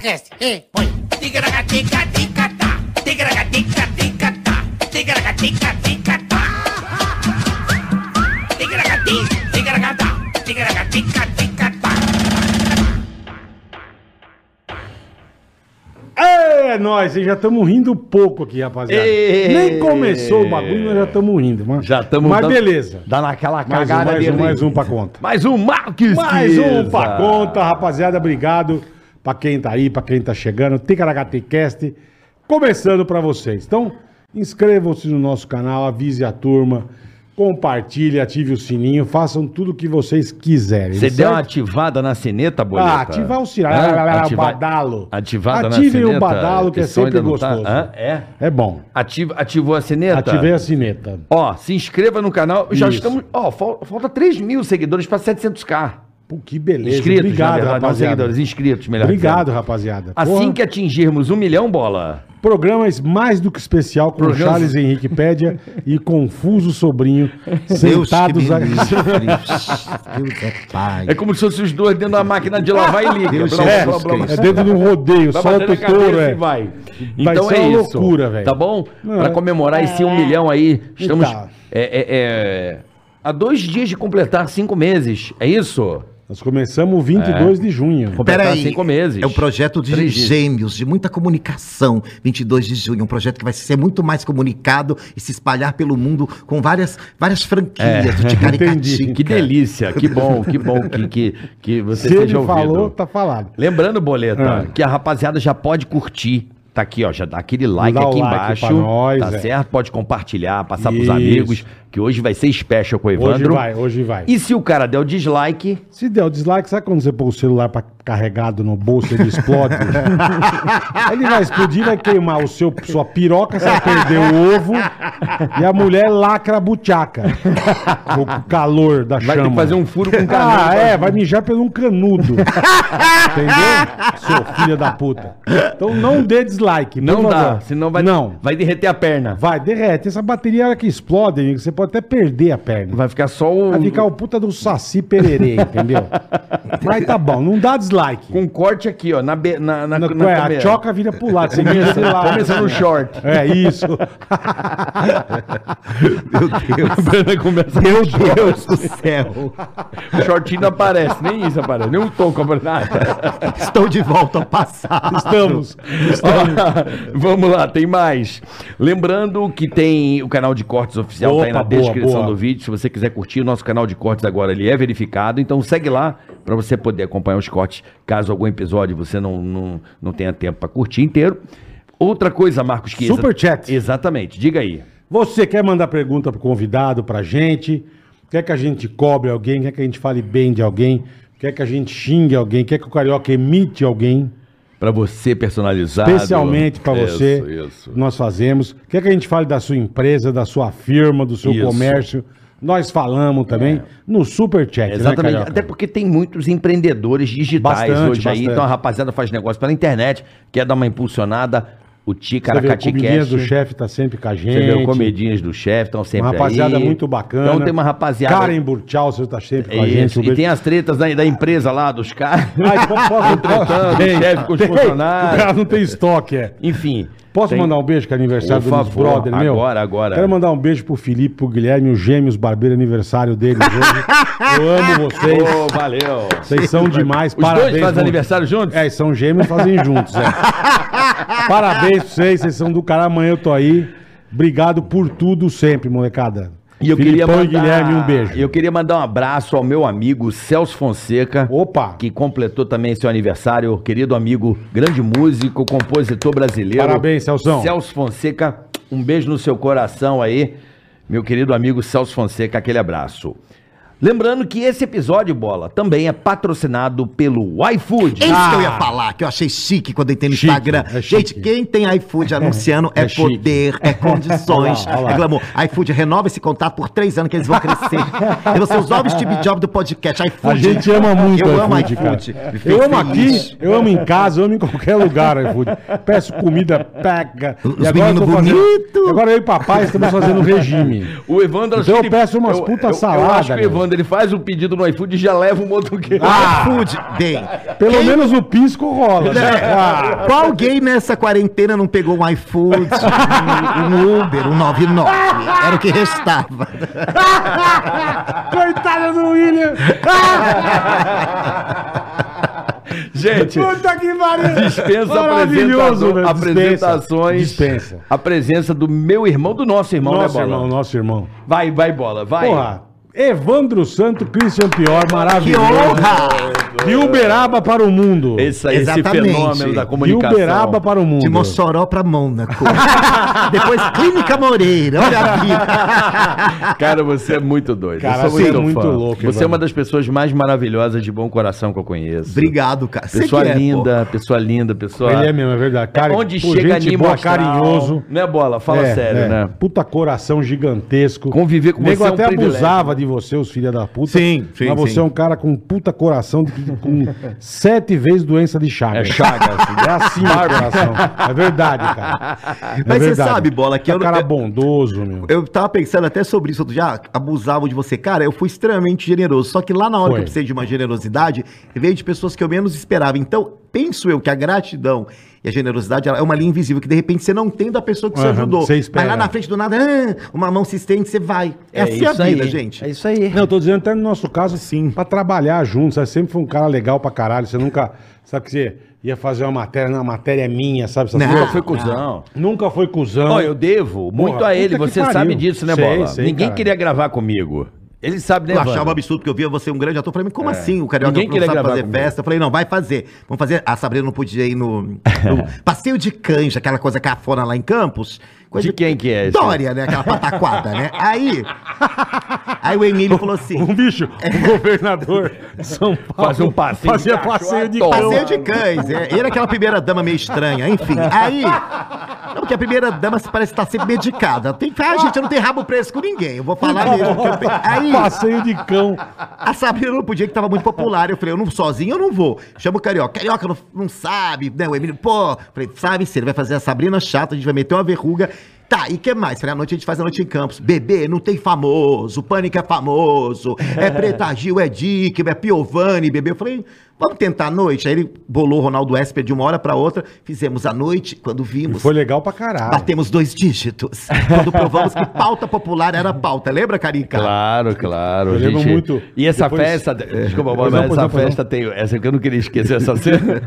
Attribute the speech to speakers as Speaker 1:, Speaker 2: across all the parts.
Speaker 1: Cast. Ei, põe. Tigaragatica-tica-tá. Tigaragatica-tica-tá. Tigaragatica-tica-tá. Tigaragati, tigaragatá. Tigaragatica-tica-tá.
Speaker 2: É nóis, e já estamos rindo pouco aqui, rapaziada.
Speaker 3: Ê.
Speaker 2: Nem começou o bagulho, nós já estamos rindo, mano.
Speaker 3: Já estamos.
Speaker 2: Mas beleza.
Speaker 3: Dá naquela
Speaker 2: Mais um,
Speaker 3: cagada
Speaker 2: mais um,
Speaker 3: dele.
Speaker 2: mais um pra conta.
Speaker 3: Mais um Marques
Speaker 2: Mais um
Speaker 3: Chiesa.
Speaker 2: pra conta, rapaziada. Obrigado pra quem tá aí, pra quem tá chegando. Ticaracatecast começando pra vocês. Então, inscrevam-se no nosso canal, avise a turma, compartilhe, ative o sininho, façam tudo o que vocês quiserem. tá
Speaker 3: Você deu uma
Speaker 2: certo?
Speaker 3: ativada na sineta, boleta?
Speaker 2: Ah, ativar o sinal,
Speaker 3: Hã?
Speaker 2: o badalo.
Speaker 3: Ativada na
Speaker 2: Ativem
Speaker 3: sineta.
Speaker 2: o badalo, que é
Speaker 3: pessoal
Speaker 2: sempre
Speaker 3: ainda não tá-
Speaker 2: gostoso.
Speaker 3: Hã? É?
Speaker 2: É bom.
Speaker 3: Ativ- Ativou a sineta?
Speaker 2: Ativei a sineta.
Speaker 3: Ó, se inscreva no canal. Já
Speaker 2: Isso.
Speaker 3: estamos... Ó, fal- falta 3 mil seguidores pra 700k.
Speaker 2: Pô, que beleza.
Speaker 3: Inscritos, na
Speaker 2: Obrigado,
Speaker 3: verdade, não
Speaker 2: rapaziada.
Speaker 3: seguidores, inscritos, melhor
Speaker 2: Obrigado,
Speaker 3: dizendo.
Speaker 2: rapaziada.
Speaker 3: Assim
Speaker 2: Porra.
Speaker 3: que atingirmos um milhão, bola.
Speaker 2: Programas mais do que especial com
Speaker 3: Programa-
Speaker 2: Charles Henrique Pédia e Confuso Sobrinho
Speaker 4: Deus que
Speaker 2: sentados
Speaker 4: me livre,
Speaker 2: aqui.
Speaker 4: Deus é pai.
Speaker 3: É como se fossem os dois dentro da máquina de lavar e liga.
Speaker 4: Deus
Speaker 2: É,
Speaker 4: Jesus Cristo.
Speaker 2: é dentro de um rodeio,
Speaker 3: Vai
Speaker 2: solta
Speaker 3: bater
Speaker 2: o
Speaker 3: na cabeça
Speaker 2: touro, é.
Speaker 3: e vai.
Speaker 2: Vai
Speaker 3: Então
Speaker 2: ser
Speaker 3: é
Speaker 2: uma
Speaker 3: isso.
Speaker 2: loucura, velho.
Speaker 3: Tá bom?
Speaker 2: Não,
Speaker 3: pra
Speaker 2: é.
Speaker 3: comemorar esse um milhão aí, estamos
Speaker 2: Tá.
Speaker 3: é, é, é, a dois dias de completar cinco meses. É isso?
Speaker 2: Nós começamos
Speaker 3: É.
Speaker 2: 22 de junho.
Speaker 3: Completar
Speaker 4: Peraí,
Speaker 3: cinco meses.
Speaker 4: É um projeto de
Speaker 3: Três dias.
Speaker 4: gêmeos, de muita comunicação. 22 de junho, um projeto que vai ser muito mais comunicado e se espalhar pelo mundo com várias, várias franquias do
Speaker 2: Entendi.
Speaker 4: Ticaricatica.
Speaker 3: Que delícia, que bom, que bom que, que, que você
Speaker 2: Se ele
Speaker 3: seja ouvido.
Speaker 2: falou, tá falado.
Speaker 3: Lembrando, Boleta,
Speaker 2: Ah.
Speaker 3: que a rapaziada já pode curtir. Tá aqui, ó, já dá aquele like
Speaker 2: Dá o
Speaker 3: aqui
Speaker 2: like
Speaker 3: embaixo.
Speaker 2: pra nós,
Speaker 3: tá
Speaker 2: é.
Speaker 3: certo? Pode compartilhar, passar pros
Speaker 2: Isso.
Speaker 3: amigos, que hoje vai ser special com o
Speaker 2: Hoje
Speaker 3: Evandro.
Speaker 2: vai, hoje vai.
Speaker 3: E se o cara der o dislike,
Speaker 2: Se der o dislike, sabe quando você põe o celular pra, carregado no bolso e ele explode? ele vai explodir, vai queimar o seu, sua piroca, você vai perder o ovo e a mulher lacra a buchaca. O calor da
Speaker 3: vai
Speaker 2: chama.
Speaker 3: ter que fazer um né? furo com o canal.
Speaker 2: Ah, é, vai mijar pelo um canudo. Entendeu? Seu filho da puta. Então não dê dislike. por
Speaker 3: Não dá,
Speaker 2: favor.
Speaker 3: senão vai,
Speaker 2: Não.
Speaker 3: vai derreter a perna.
Speaker 2: Vai, derrete. Essa bateria a hora que explode, amigo, você pode até perder a perna.
Speaker 3: Vai ficar só o...
Speaker 2: Vai ficar o puta do Saci Pererê, entendeu? Mas tá bom, não dá dislike.
Speaker 3: Com um corte aqui, ó, na... Be... na, na,
Speaker 2: Na-
Speaker 3: na
Speaker 2: é, a
Speaker 3: câmera.
Speaker 2: choca vira pro lado, você mira pro lado.
Speaker 3: Começa no short.
Speaker 2: É isso.
Speaker 4: Meu Deus.
Speaker 3: A perna começa no
Speaker 4: Meu
Speaker 3: short.
Speaker 4: Deus do céu.
Speaker 3: O shortinho não aparece, nem isso aparece, nem um toco aparece. nada.
Speaker 4: Estou de volta ao passado.
Speaker 2: Estamos.
Speaker 3: Ó, Vamos lá, tem mais. Lembrando que tem o canal de cortes oficial,
Speaker 2: Opa,
Speaker 3: tá aí na
Speaker 2: boa,
Speaker 3: descrição
Speaker 2: boa.
Speaker 3: do vídeo. Se você quiser curtir, o nosso canal de cortes agora ele é verificado. Então segue lá pra você poder acompanhar os cortes, caso algum episódio você não, não, não tenha tempo pra curtir inteiro. Outra coisa, Marcos Chiesa.
Speaker 2: Superchat.
Speaker 3: Exatamente, diga aí.
Speaker 2: Você quer mandar pergunta pro convidado, pra gente? Quer que a gente cobre alguém? Quer que a gente fale bem de alguém? Quer que a gente xingue alguém? Quer que o carioca emite alguém?
Speaker 3: Pra você personalizado.
Speaker 2: Especialmente pra
Speaker 3: né? Isso,
Speaker 2: você,
Speaker 3: Isso,
Speaker 2: nós fazemos. Quer que a gente fale da sua empresa, da sua firma, do seu
Speaker 3: Isso. É.
Speaker 2: comércio? Nós falamos também no Superchat, né,
Speaker 3: Exatamente.
Speaker 2: Carioca?
Speaker 3: Até porque tem muitos empreendedores digitais
Speaker 2: Bastante,
Speaker 3: hoje aí.
Speaker 2: bastante.
Speaker 3: Então a rapaziada faz negócio pela internet, quer dar uma impulsionada.
Speaker 2: Você
Speaker 3: O
Speaker 2: vê, o
Speaker 3: Ticaracati
Speaker 2: Comidinhas
Speaker 3: Cash.
Speaker 2: do chefe tá sempre com a gente.
Speaker 3: Você vê o Comedinhas do Chefe, estão sempre
Speaker 2: Uma rapaziada
Speaker 3: aí.
Speaker 2: muito bacana.
Speaker 3: Então tem uma rapaziada...
Speaker 2: Karen Burchal, você tá sempre com
Speaker 3: É
Speaker 2: a gente.
Speaker 3: isso.
Speaker 2: um
Speaker 3: E
Speaker 2: beijo.
Speaker 3: tem as tretas da, da empresa lá, dos caras.
Speaker 2: Ai, po- posso-
Speaker 3: Contratando
Speaker 2: Tem,
Speaker 3: o chefe com os
Speaker 2: tem.
Speaker 3: funcionários.
Speaker 2: O cara não tem estoque, é.
Speaker 3: Enfim.
Speaker 2: Posso
Speaker 3: tem-
Speaker 2: mandar um beijo que é aniversário
Speaker 3: Por
Speaker 2: do nosso
Speaker 3: favor,
Speaker 2: brother meu?
Speaker 3: agora, agora.
Speaker 2: Quero mandar um beijo pro Felipe, pro Guilherme, os gêmeos barbeiro aniversário deles hoje. Eu amo um vocês.
Speaker 3: Ô, valeu.
Speaker 2: Vocês são demais.
Speaker 3: Os
Speaker 2: Parabéns.
Speaker 3: dois fazem
Speaker 2: mano.
Speaker 3: aniversário juntos?
Speaker 2: É, são gêmeos fazem juntos, é. Parabéns pra vocês, vocês são do cara. Amanhã eu tô aí. Obrigado por tudo sempre, molecada.
Speaker 3: E eu queria
Speaker 2: Filipão e
Speaker 3: mandar...
Speaker 2: Guilherme, um beijo.
Speaker 3: Eu queria mandar um abraço ao meu amigo Celso Fonseca.
Speaker 2: Opa!
Speaker 3: que completou também seu aniversário, querido amigo, grande músico, compositor brasileiro.
Speaker 2: Parabéns, Celso.
Speaker 3: Celso Fonseca, um beijo no seu coração aí, meu querido amigo Celso Fonseca, aquele abraço. Lembrando que esse episódio, bola, também é patrocinado pelo iFood.
Speaker 4: É isso que eu ia falar, que eu achei chique quando eu entrei no
Speaker 2: Ah. Chique,
Speaker 4: Instagram.
Speaker 2: é
Speaker 4: Gente,
Speaker 2: chique.
Speaker 4: quem tem iFood anunciando é,
Speaker 2: É chique.
Speaker 4: poder, é condições,
Speaker 2: Olha lá, olha lá.
Speaker 4: é glamour. iFood renova esse contato por três anos que eles vão crescer. Eu vou ser os novos Steve Jobs do podcast iFood.
Speaker 2: A gente
Speaker 3: né?
Speaker 2: ama muito
Speaker 4: Eu amo
Speaker 2: cara.
Speaker 4: iFood. Me fez
Speaker 2: Eu amo
Speaker 4: feliz.
Speaker 2: aqui, eu amo em casa, eu amo em qualquer lugar iFood. Peço comida, pega.
Speaker 4: Os meninos
Speaker 2: eu tô fazendo-
Speaker 4: bonito.
Speaker 2: Agora eu e papai estamos fazendo regime.
Speaker 3: O Evandro... acho
Speaker 2: Então eu
Speaker 3: que ele-
Speaker 2: peço umas puta
Speaker 3: Eu acho
Speaker 2: salada,
Speaker 3: que o
Speaker 2: meu.
Speaker 3: Evandro ele faz um pedido no iFood e já leva um motoqueiro.
Speaker 4: Ah, food, bem.
Speaker 2: Pelo
Speaker 4: Quem-
Speaker 2: menos o pisco rola, né? Ah,
Speaker 4: Qual gay nessa quarentena não pegou um iFood, um, um Uber, um 99? Era o que restava.
Speaker 2: Coitada Ah, do William!
Speaker 3: Gente,
Speaker 2: Puta que pariu!
Speaker 3: dispensa
Speaker 2: Maravilhoso,
Speaker 3: apresentação-
Speaker 2: né?
Speaker 3: apresentações.
Speaker 2: Dispensa.
Speaker 3: A presença do meu irmão, do nosso irmão,
Speaker 2: Nosso
Speaker 3: né, Bola?
Speaker 2: irmão, nosso irmão.
Speaker 3: Vai, vai, Bola, vai.
Speaker 2: Porra, Evandro Santo, Christian Pior,
Speaker 4: Que
Speaker 2: maravilhoso.
Speaker 4: honra!
Speaker 2: De Uberaba para o mundo.
Speaker 3: Esse, esse
Speaker 4: Exatamente.
Speaker 3: fenômeno da
Speaker 2: De
Speaker 3: comunicação.
Speaker 2: Uberaba para o mundo.
Speaker 4: De Mossoró pra Mônaco. Depois Clínica Moreira, olha a vida.
Speaker 3: Cara, você é muito doido.
Speaker 2: Cara,
Speaker 3: eu sou
Speaker 2: você
Speaker 3: muito
Speaker 2: é muito
Speaker 3: fã.
Speaker 2: louco,
Speaker 3: Você é
Speaker 2: Evandro.
Speaker 3: uma das pessoas mais maravilhosas de bom coração que eu conheço.
Speaker 4: Obrigado, cara. Você
Speaker 3: Pessoa
Speaker 4: que é, pô.
Speaker 3: linda, pessoa linda, pessoa.
Speaker 2: Ele é mesmo, é verdade.
Speaker 3: É
Speaker 2: Cara,
Speaker 3: onde
Speaker 2: pô,
Speaker 3: chega
Speaker 2: gente
Speaker 3: anima
Speaker 2: boa,
Speaker 3: astral.
Speaker 2: carinhoso.
Speaker 3: Né, Bola? Fala
Speaker 2: É,
Speaker 3: sério,
Speaker 2: é.
Speaker 3: né?
Speaker 2: Puta coração gigantesco.
Speaker 3: Conviver com
Speaker 2: o nego
Speaker 3: você é um
Speaker 2: até
Speaker 3: privilégio.
Speaker 2: abusava de você, os filha da puta.
Speaker 4: Sim, sim,
Speaker 2: Mas você
Speaker 4: sim.
Speaker 2: é um cara com um puta coração, de, com sete vezes doença de
Speaker 3: É
Speaker 2: Chagas.
Speaker 3: chaga. assim.
Speaker 2: É assim o coração. É verdade, cara. É
Speaker 4: Mas você
Speaker 2: verdade.
Speaker 4: sabe, Bola, que
Speaker 2: é
Speaker 4: eu
Speaker 2: um
Speaker 4: não-
Speaker 2: cara
Speaker 4: eu-
Speaker 2: bondoso, meu.
Speaker 4: Eu tava pensando até sobre isso outro dia, ah, abusavam de você. Cara, eu fui extremamente generoso. Só que lá na hora
Speaker 2: Foi.
Speaker 4: que eu precisei de uma generosidade, veio de pessoas que eu menos esperava. Então, penso eu que a gratidão e a generosidade ela é uma linha invisível que de repente você não tem da pessoa que você
Speaker 2: Aham,
Speaker 4: ajudou.
Speaker 2: você espera.
Speaker 4: Mas lá na frente do nada, ah, uma mão se estende, você vai. É, assim a vida, gente.
Speaker 3: É isso aí.
Speaker 2: Não, eu tô dizendo até no nosso caso, sim, pra trabalhar junto. Você sempre foi um cara legal pra caralho. Você nunca. Sabe que você ia fazer uma matéria, não, a matéria é minha, sabe? Essas
Speaker 4: Não.
Speaker 2: coisas.
Speaker 3: Pô, foi cuzão.
Speaker 2: Nunca foi cuzão.
Speaker 3: Ó, eu devo muito
Speaker 2: Então, Porra,
Speaker 3: a ele,
Speaker 2: puta que
Speaker 3: você
Speaker 2: pariu.
Speaker 3: sabe disso, né,
Speaker 2: Sei,
Speaker 3: Bola?
Speaker 2: sei,
Speaker 3: Ninguém
Speaker 2: cara.
Speaker 3: queria gravar comigo. Ele sabe, né,
Speaker 4: Eu achava um
Speaker 3: Wanda?
Speaker 4: absurdo, porque eu via você um grande ator. Eu falei, mas como assim? O
Speaker 3: É.
Speaker 4: Carioca
Speaker 3: Ninguém
Speaker 4: não
Speaker 3: queria
Speaker 4: sabe
Speaker 3: gravar
Speaker 4: fazer
Speaker 3: comigo.
Speaker 4: festa. Eu falei, não, vai fazer. Vamos fazer. A Sabrina não podia ir no, no passeio de canja, aquela coisa cafona lá em Campos. Coisa
Speaker 3: De quem que é esse?
Speaker 4: Dória, né? Aquela pataquada, né? Aí, aí o Emílio falou assim...
Speaker 2: Um bicho, o governador de São Paulo.
Speaker 3: Fazia um passeio de
Speaker 2: Fazia
Speaker 3: cachorro
Speaker 2: passeio de
Speaker 3: à toa.
Speaker 4: Passeio de cães, é. Ele é aquela primeira dama meio estranha, enfim. Aí. Não, porque a primeira dama se parece estar sempre medicada. Tem que ah, gente, eu não tenho rabo preso com ninguém. Eu vou falar mesmo. o que eu penso. Aí.
Speaker 2: Passeio de cão.
Speaker 4: A Sabrina não podia, que tava muito popular. Eu falei, eu não sozinho, eu não vou. Chama o Carioca. Carioca não, não sabe, né? O Emílio, pô. Falei, sabe sim, ele vai fazer a Sabrina chata, a gente vai meter uma verruga. Tá, e que mais? Falei, à noite a gente faz a noite em Campos. Bebê, não tem famoso, pânico é famoso, é Preta Gil, é Dick, é Piovani, bebê. Eu falei, vamos tentar a noite. Aí ele bolou o Ronaldo Esper de uma hora pra outra, fizemos a noite, quando vimos.
Speaker 2: Foi legal pra caralho.
Speaker 4: Batemos dois dígitos. Quando provamos que pauta popular era pauta. Lembra, Carica?
Speaker 3: Claro, claro.
Speaker 2: Eu
Speaker 3: a gente-
Speaker 2: lembro muito.
Speaker 3: E essa
Speaker 2: Depois- É.
Speaker 3: festa. Desculpa,
Speaker 2: Pois
Speaker 3: Bola,
Speaker 2: não,
Speaker 3: mas
Speaker 2: pois
Speaker 3: essa
Speaker 2: não, pois
Speaker 3: festa tem. Essa que eu não queria esquecer essa cena.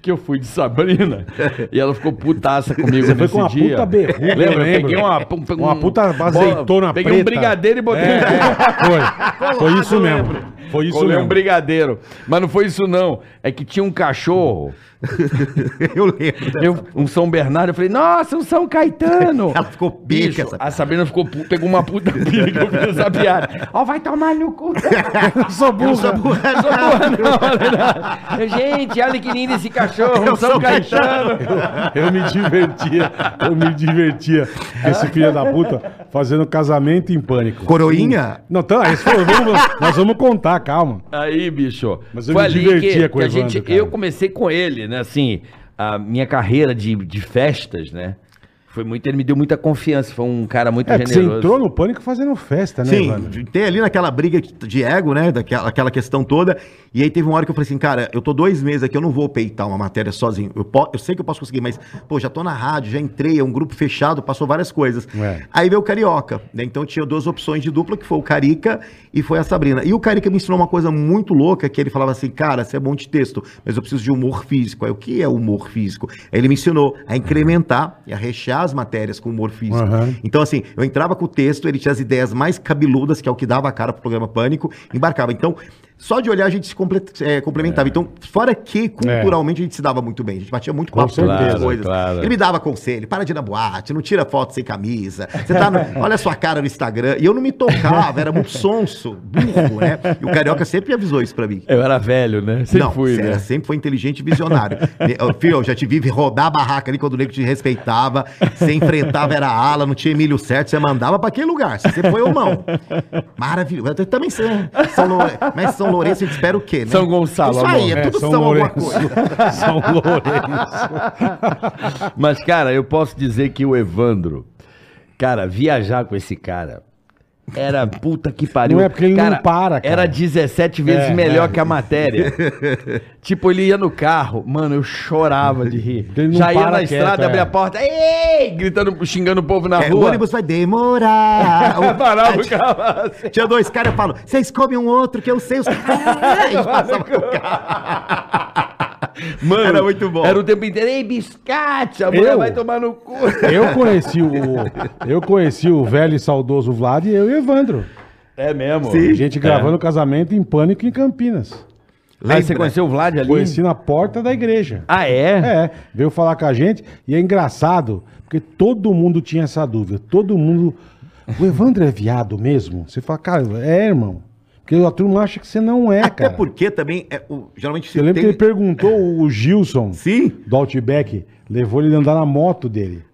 Speaker 3: que eu fui de Sabrina. E ela ficou putaça comigo
Speaker 2: Você foi
Speaker 3: nesse
Speaker 2: com uma
Speaker 3: dia.
Speaker 2: puta berruga, eu
Speaker 3: Lembra? Eu
Speaker 2: lembro.
Speaker 3: peguei uma, um- um-
Speaker 2: Uma puta azeitona
Speaker 3: Peguei um
Speaker 2: preta.
Speaker 3: brigadeiro e botei.
Speaker 2: É, é, foi. Foi isso mesmo. Foi isso
Speaker 3: Colei um
Speaker 2: mesmo.
Speaker 3: brigadeiro. Mas não foi isso, não. É que tinha um cachorro,
Speaker 2: Oh,
Speaker 4: Eu lembro.
Speaker 3: eu- um São Bernardo. Eu falei, nossa, um São Caetano.
Speaker 4: Ela ficou pica,
Speaker 3: Bicho,
Speaker 4: essa
Speaker 3: A Sabrina ficou, pu- pegou uma puta pica que eu fiz essa piada. Ó, vai tomar no cu.
Speaker 2: Eu sou burro.
Speaker 4: Essa burra
Speaker 3: Sou burra, é não, não. Gente, olha que lindo esse cachorro, um São Caetano.
Speaker 2: Eu me divertia, eu me divertia. Esse filho da puta fazendo casamento em pânico.
Speaker 4: Coroinha?
Speaker 2: Não, tá, esse foi, vamos- nós vamos contar, calma.
Speaker 3: Aí, bicho.
Speaker 2: Mas eu me divertia com o
Speaker 3: a
Speaker 2: Evandro,
Speaker 3: gente,
Speaker 2: cara.
Speaker 3: Eu comecei com ele, né? Assim, a minha carreira de, de festas, né? Foi muito, ele me deu muita confiança, foi um cara muito
Speaker 2: É que você
Speaker 3: generoso.
Speaker 2: entrou no pânico fazendo festa, né, Evandro?
Speaker 4: Sim, tem ali naquela briga de ego, né? Daquela aquela questão toda. E aí teve uma hora que eu falei assim, cara, eu tô dois meses aqui, eu não vou peitar uma matéria sozinho. Eu, po- eu sei que eu posso conseguir, mas, pô, já tô na rádio, já entrei, é um grupo fechado, passou várias coisas.
Speaker 2: É.
Speaker 4: Aí veio o Carioca, né? Então tinha duas opções de dupla, que foi o Carica e foi a Sabrina. E o Carica me ensinou uma coisa muito louca, que ele falava assim, cara, você é bom de texto, mas eu preciso de humor físico. Aí, o que é humor físico? Aí ele me ensinou a incrementar e a rechear as matérias com humor físico.
Speaker 2: Aham.
Speaker 4: Então, assim, eu entrava com o texto, ele tinha as ideias mais cabeludas, que é o que dava a cara pro programa Pânico, embarcava. Então, só de olhar a gente se comple- eh,
Speaker 3: É.
Speaker 4: complementava. Então, fora que culturalmente a gente se dava muito bem, a gente batia muito
Speaker 2: Com
Speaker 4: papo sobre
Speaker 3: certeza,
Speaker 4: as coisas.
Speaker 3: claro.
Speaker 4: Ele me dava conselho, para de ir na boate, não tira foto sem camisa, você tá no- olha a sua cara no Instagram. E eu não me tocava, era muito sonso, burro, né? E o Carioca sempre avisou isso pra mim.
Speaker 3: Eu era velho, né? Sempre
Speaker 4: não,
Speaker 3: fui,
Speaker 4: você era-
Speaker 3: né?
Speaker 4: sempre foi inteligente e visionário. Ne- Ô, Fio, eu já te vi rodar a barraca ali quando o nego te respeitava, você enfrentava, era ala, não tinha Emílio certo, você mandava pra aquele lugar, você foi o mão. Maravilhoso. Eu também sei. São Lou- Mas São Lourenço, a gente espera o quê, né?
Speaker 3: São Gonçalo,
Speaker 4: Isso aí,
Speaker 3: amor.
Speaker 4: é tudo São, alguma coisa.
Speaker 2: São Lourenço.
Speaker 3: Mas, cara, eu posso dizer que o Evandro, cara, viajar com esse cara Era puta que pariu.
Speaker 2: Não é porque ele não para, cara.
Speaker 3: Era 17 vezes
Speaker 2: É,
Speaker 3: melhor
Speaker 2: é.
Speaker 3: que a matéria. tipo, ele ia no carro, mano, eu chorava de rir.
Speaker 2: Ele não
Speaker 3: Já ia
Speaker 2: para
Speaker 3: na
Speaker 2: quieto,
Speaker 3: estrada,
Speaker 2: é.
Speaker 3: abria a porta, ei! Gritando, xingando o povo na
Speaker 4: É, o
Speaker 3: rua.
Speaker 4: ônibus vai demorar. O-
Speaker 3: Parava o carro.
Speaker 4: Tinha dois caras, eu falo, vocês comem um outro que eu sei os caras. E passava com o carro.
Speaker 3: Mano,
Speaker 4: Era muito bom.
Speaker 3: Era o tempo inteiro, ei, biscate, a mulher
Speaker 2: Eu?
Speaker 3: vai tomar no cu.
Speaker 2: Eu conheci o. Eu conheci o velho e saudoso Vlad e eu e o Evandro.
Speaker 3: É mesmo.
Speaker 2: A
Speaker 4: Sim.
Speaker 2: gente gravando o casamento em pânico em Campinas.
Speaker 3: Aí você
Speaker 4: Lembra?
Speaker 3: conheceu o Vlad ali?
Speaker 2: Conheci na porta da igreja.
Speaker 3: Ah, é?
Speaker 2: É, veio falar com a gente e é engraçado, porque todo mundo tinha essa dúvida. Todo mundo. O Evandro é viado mesmo? Você fala, cara, é, irmão. Porque a turma acha que você não é,
Speaker 4: Até
Speaker 2: cara.
Speaker 4: porque também, é, o- geralmente se
Speaker 2: Eu lembro
Speaker 4: tem-
Speaker 2: que ele perguntou o Gilson
Speaker 4: Sim,
Speaker 2: do Outback, levou ele andar na moto dele.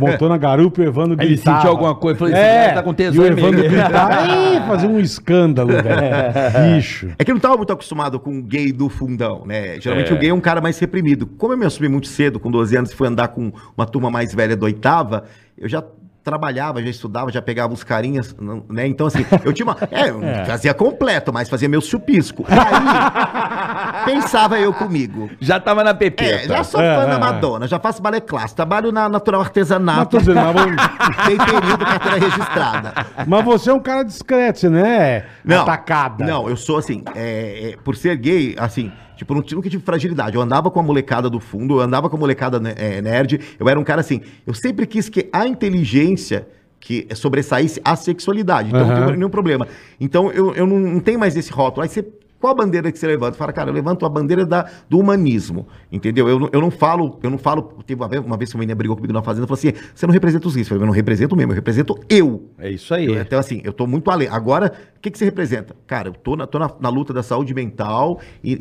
Speaker 2: Montou na garupa e o Evandro
Speaker 3: Ele
Speaker 2: gritava.
Speaker 3: sentiu alguma coisa, falou, esse
Speaker 2: é,
Speaker 3: cara tá com
Speaker 2: E
Speaker 3: tesão
Speaker 2: o
Speaker 3: em mim.
Speaker 2: Evandro gritava, "Ih", fazia um escândalo, velho. Bicho.
Speaker 4: É que eu não tava muito acostumado com o gay do fundão, né? Geralmente o gay é um cara mais reprimido. Como eu me assumi muito cedo, com 12 anos, e fui andar com uma turma mais velha da oitava, eu já trabalhava, já estudava, já pegava os carinhas, não- né? Então, assim, eu tinha uma... É, eu fazia completo, mas fazia meu chupisco. Aí, pensava eu comigo...
Speaker 3: Já tava na tá. pepeta.
Speaker 4: É, já sou fã da Madonna, já faço balé clássico, trabalho na natural
Speaker 2: Mas,
Speaker 4: artesanato,
Speaker 2: tô dizendo, mas-
Speaker 4: tem período carteira registrada.
Speaker 2: mas você é um cara discreto, você não é atacada.
Speaker 4: Não, eu sou assim, é, é, por ser gay, assim, tipo, eu não tive- nunca tive fragilidade. Eu andava com a molecada do fundo, eu andava com a molecada ne- é, nerd, eu era um cara assim, eu sempre quis que a inteligência que sobressaísse a sexualidade. Então não
Speaker 2: Aham.
Speaker 4: tem nenhum problema. Então eu, eu não, não tenho mais esse rótulo. Aí você. Qual a bandeira que você levanta? Fala, cara, eu levanto a bandeira da, do humanismo, entendeu? Eu, não- eu não falo, eu não falo. Teve uma vez, uma vez que uma menina brigou comigo na fazenda, falou assim: você não representa os gays. Eu falei, eu não represento mesmo, eu represento eu.
Speaker 3: É isso aí.
Speaker 4: Eu- Então, assim, eu tô muito além. Agora, o que, que você representa? Cara, eu tô na, tô na, na luta da saúde mental e,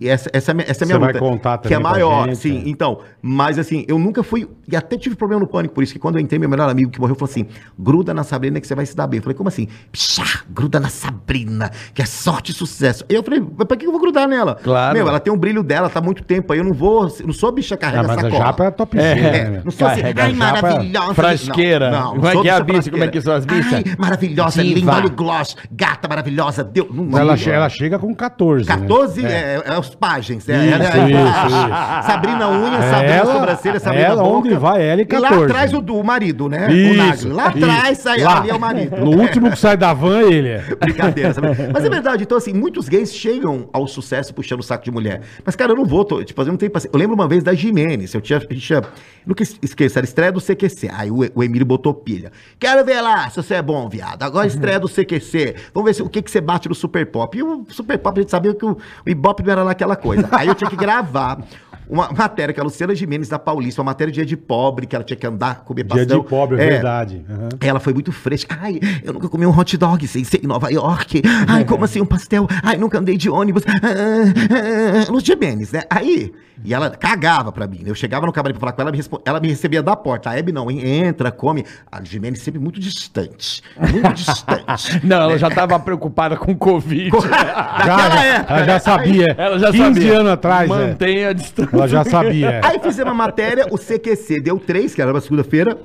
Speaker 4: e- e essa, essa é a minha, essa é a minha
Speaker 2: Você vai
Speaker 4: luta.
Speaker 2: contar
Speaker 4: que
Speaker 2: também
Speaker 4: é
Speaker 2: pra
Speaker 4: maior,
Speaker 2: gente,
Speaker 4: sim.
Speaker 2: né?
Speaker 4: Então, mas assim, eu nunca fui. E até tive problema no pânico, por isso que quando eu entrei, meu melhor amigo que morreu falou assim: gruda na Sabrina que você vai se dar bem. Eu falei, como assim? Pshá, gruda na Sabrina, que é sorte e sucesso. Eu falei, mas pra que eu vou grudar nela?
Speaker 3: Claro.
Speaker 4: Meu, ela tem um brilho dela, tá há muito tempo aí, eu não vou. Não sou bicha
Speaker 2: Ah,
Speaker 4: carrega
Speaker 2: mas a
Speaker 4: sacola.
Speaker 2: japa é topzinha,
Speaker 4: É,
Speaker 2: né?
Speaker 4: não sou assim,
Speaker 3: Carrega
Speaker 4: ai,
Speaker 2: a japa,
Speaker 4: maravilhosa.
Speaker 3: frasqueira.
Speaker 4: Não, não,
Speaker 3: Como é
Speaker 4: sou
Speaker 3: que é a
Speaker 4: bicha
Speaker 3: bicha? Como é que são as bichas?
Speaker 4: Ai, maravilhosa,
Speaker 3: Diva.
Speaker 4: linda, olha o gloss, gata maravilhosa, Deus. Não, não,
Speaker 2: Ela,
Speaker 4: não.
Speaker 2: che- ela chega com 14. né?
Speaker 4: 14 é, é os pagens, né?
Speaker 2: Isso,
Speaker 4: Ela-
Speaker 2: isso, isso.
Speaker 4: Sabrina unha,
Speaker 2: É
Speaker 4: Sabrina
Speaker 2: ela-
Speaker 4: sobrancelha, Sabrina
Speaker 2: ela,
Speaker 4: boca.
Speaker 2: onde vai, ela e
Speaker 4: lá
Speaker 2: 14.
Speaker 4: atrás o, do- o marido, né? o
Speaker 2: Isso,
Speaker 4: Nagli. Lá
Speaker 2: isso.
Speaker 4: atrás, sai,
Speaker 2: Lá.
Speaker 4: ali é o marido.
Speaker 2: No último que sai da van, ele é.
Speaker 4: Brincadeira, sabe? Mas é verdade, então assim, muitos gays chegam ao sucesso puxando o saco de mulher. Mas, cara, eu não vou, tô, tipo, eu não tenho paciência. Eu lembro uma vez da Jimenez, eu tinha. tinha nunca es- esqueço, era estreia do CQC. Aí o, o Emílio botou pilha. Quero ver lá se você é bom, viado. Agora
Speaker 2: Uhum.
Speaker 4: estreia do CQC. Vamos ver se, o que, que você bate no Super Pop. E o Super Pop, a gente sabia que o, o Ibope não era lá aquela coisa. Aí eu tinha que gravar. Uma matéria que é a Luciana Jimenez da Paulista, uma matéria de dia de pobre, que ela tinha que andar, comer
Speaker 2: Dia de
Speaker 4: pastel.
Speaker 2: pobre, é,
Speaker 4: É,
Speaker 2: verdade. Aham.
Speaker 4: ela foi muito fresca. Ai, eu nunca comi um hot dog sem ser em Nova York. Ai, como assim um pastel? Ai, nunca andei de ônibus. Ah, ah, ah. Luz de Benes, né? Aí, e ela cagava pra mim. né? Eu chegava no cabaré pra falar com ela, ela me, respo- ela me recebia da porta. A Hebe não, hein? entra, come. A Luz de Benes sempre muito distante. Muito distante.
Speaker 3: Não, ela já tava preocupada com o Covid.
Speaker 2: Já,
Speaker 4: Daquela
Speaker 2: já,
Speaker 4: época,
Speaker 2: ela já
Speaker 4: né?
Speaker 2: sabia.
Speaker 3: Ela já
Speaker 2: 15
Speaker 3: sabia.
Speaker 2: anos atrás, é.
Speaker 3: Mantenha a distância.
Speaker 2: Ela já sabia. é.
Speaker 4: Aí fizemos uma matéria, o CQC deu três, que era uma segunda-feira.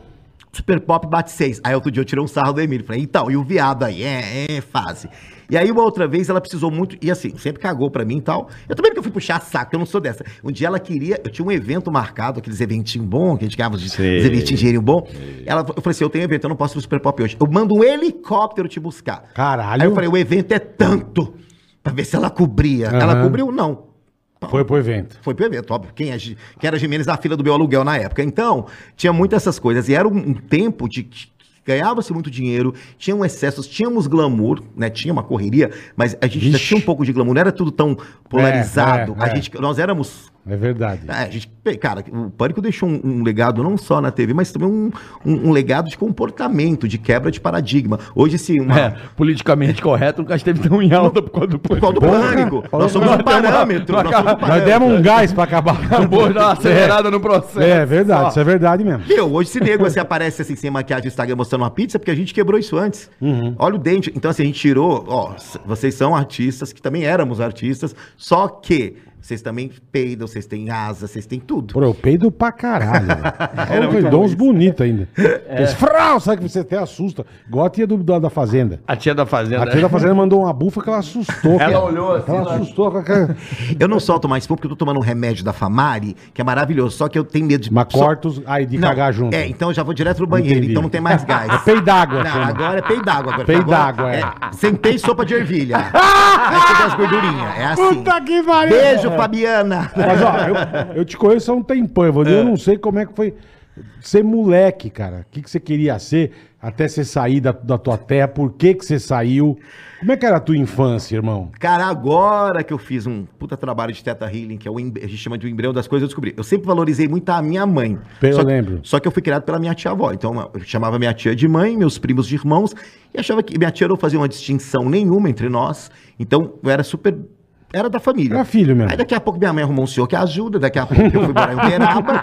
Speaker 4: Super Pop bate seis. Aí outro dia eu tirei um sarro do Emílio. Falei, então, e o viado aí? É, é, fase. E aí uma outra vez ela precisou muito, e assim, sempre cagou pra mim e tal. Eu também nunca fui puxar saco, eu não sou dessa. Um dia ela queria, eu tinha um evento marcado, aqueles eventinhos bons, que a gente ganhava uns uns
Speaker 3: Sei.
Speaker 4: eventinhos dinheirinho bom. Ela, eu falei assim, eu tenho evento, eu não posso ir pro Super Pop hoje. Eu mando um helicóptero te buscar.
Speaker 2: Caralho.
Speaker 4: Aí eu falei, o evento é tanto, pra ver se ela cobria.
Speaker 2: Aham.
Speaker 4: Ela cobriu? Não.
Speaker 2: Foi pro evento.
Speaker 4: Foi pro evento, óbvio. Quem, é, Gi- quem era Jimenez na fila do meu aluguel na época. Então, tinha muitas essas coisas. E era um, um tempo de que ganhava-se muito dinheiro, tinham excessos, tínhamos glamour, né? Tinha uma correria, mas a gente ainda
Speaker 2: Ixi.
Speaker 4: tinha um pouco de glamour. Não era tudo tão polarizado.
Speaker 2: é, é.
Speaker 4: A gente, nós éramos...
Speaker 2: É verdade.
Speaker 4: é, a gente, cara, o Pânico deixou um, um legado não só na TV, mas também um, um- um legado de comportamento, de quebra de paradigma. Hoje, se uma...
Speaker 3: É, politicamente correto, nunca esteve tão em alta por causa do
Speaker 4: Por causa do
Speaker 2: Porra.
Speaker 4: pânico.
Speaker 2: Nós
Speaker 4: Nós somos um
Speaker 3: demos uma-
Speaker 4: parâmetro.
Speaker 3: nós
Speaker 4: Nós somos um
Speaker 2: Nós
Speaker 4: parâmetro.
Speaker 2: demos um gás pra acabar.
Speaker 3: Acabou de dar uma acelerada no processo.
Speaker 2: É, é verdade, isso é verdade mesmo.
Speaker 4: Meu, hoje se nego você aparece assim sem maquiagem no Instagram mostrando uma pizza, porque a gente quebrou isso antes.
Speaker 2: Uhum.
Speaker 4: Olha o dente. Então, assim, a gente tirou, ó, s- vocês são artistas, que também éramos artistas, só que Vocês também peidam, vocês têm asa, vocês têm tudo.
Speaker 2: Pô, eu peido pra caralho.
Speaker 4: Era
Speaker 2: velho. Eu
Speaker 4: muito
Speaker 2: dou
Speaker 4: bom É.
Speaker 2: uns bonitos ainda. Esse frau, sabe que você até assusta. Igual a tia do, da, da Fazenda.
Speaker 3: A tia da fazenda.
Speaker 2: A
Speaker 3: né?
Speaker 2: tia da Fazenda mandou uma bufa que ela assustou.
Speaker 3: Ela
Speaker 2: cara.
Speaker 3: olhou assim,
Speaker 2: Ela
Speaker 4: né?
Speaker 3: lá.
Speaker 2: assustou com aquela...
Speaker 4: Eu não solto mais fumo porque eu tô tomando um remédio da Famari, que é maravilhoso, só que eu tenho medo de...
Speaker 2: Mas
Speaker 4: só-
Speaker 2: corta os- aí de
Speaker 4: Não,
Speaker 2: cagar junto.
Speaker 4: É, então eu já vou direto pro banheiro,
Speaker 2: Entendi.
Speaker 4: então não tem mais gás.
Speaker 2: É peidágua,
Speaker 4: Não,
Speaker 2: chama.
Speaker 4: agora é peidágua. Agora,
Speaker 2: Peidágua,
Speaker 4: agora
Speaker 2: é.
Speaker 4: Sentei sopa de ervilha. Aí fica as gordurinhas, é assim.
Speaker 2: Puta que pariu! É.
Speaker 4: Beijo, Fabiana.
Speaker 2: Mas ó, eu, eu te conheço há um tempão, Evandro. Eu não sei como é que foi ser moleque, cara. O que, que você queria ser até você sair da, da tua terra? Por que, que você saiu? Como é que era a tua infância, irmão?
Speaker 4: Cara, agora que eu fiz um puta trabalho de teta healing, que é o em- a gente chama de embrião das coisas, eu descobri. Eu sempre valorizei muito a minha mãe.
Speaker 2: Eu
Speaker 4: só que-
Speaker 2: lembro.
Speaker 4: só que eu fui criado pela minha tia-avó. Então eu chamava minha tia de mãe, meus primos de irmãos, e achava que minha tia não fazia uma distinção nenhuma entre nós. Então eu era super. Era da família.
Speaker 2: Era filho mesmo.
Speaker 4: Aí daqui a pouco minha mãe arrumou um senhor que ajuda, daqui a pouco eu fui morar em Uberaba,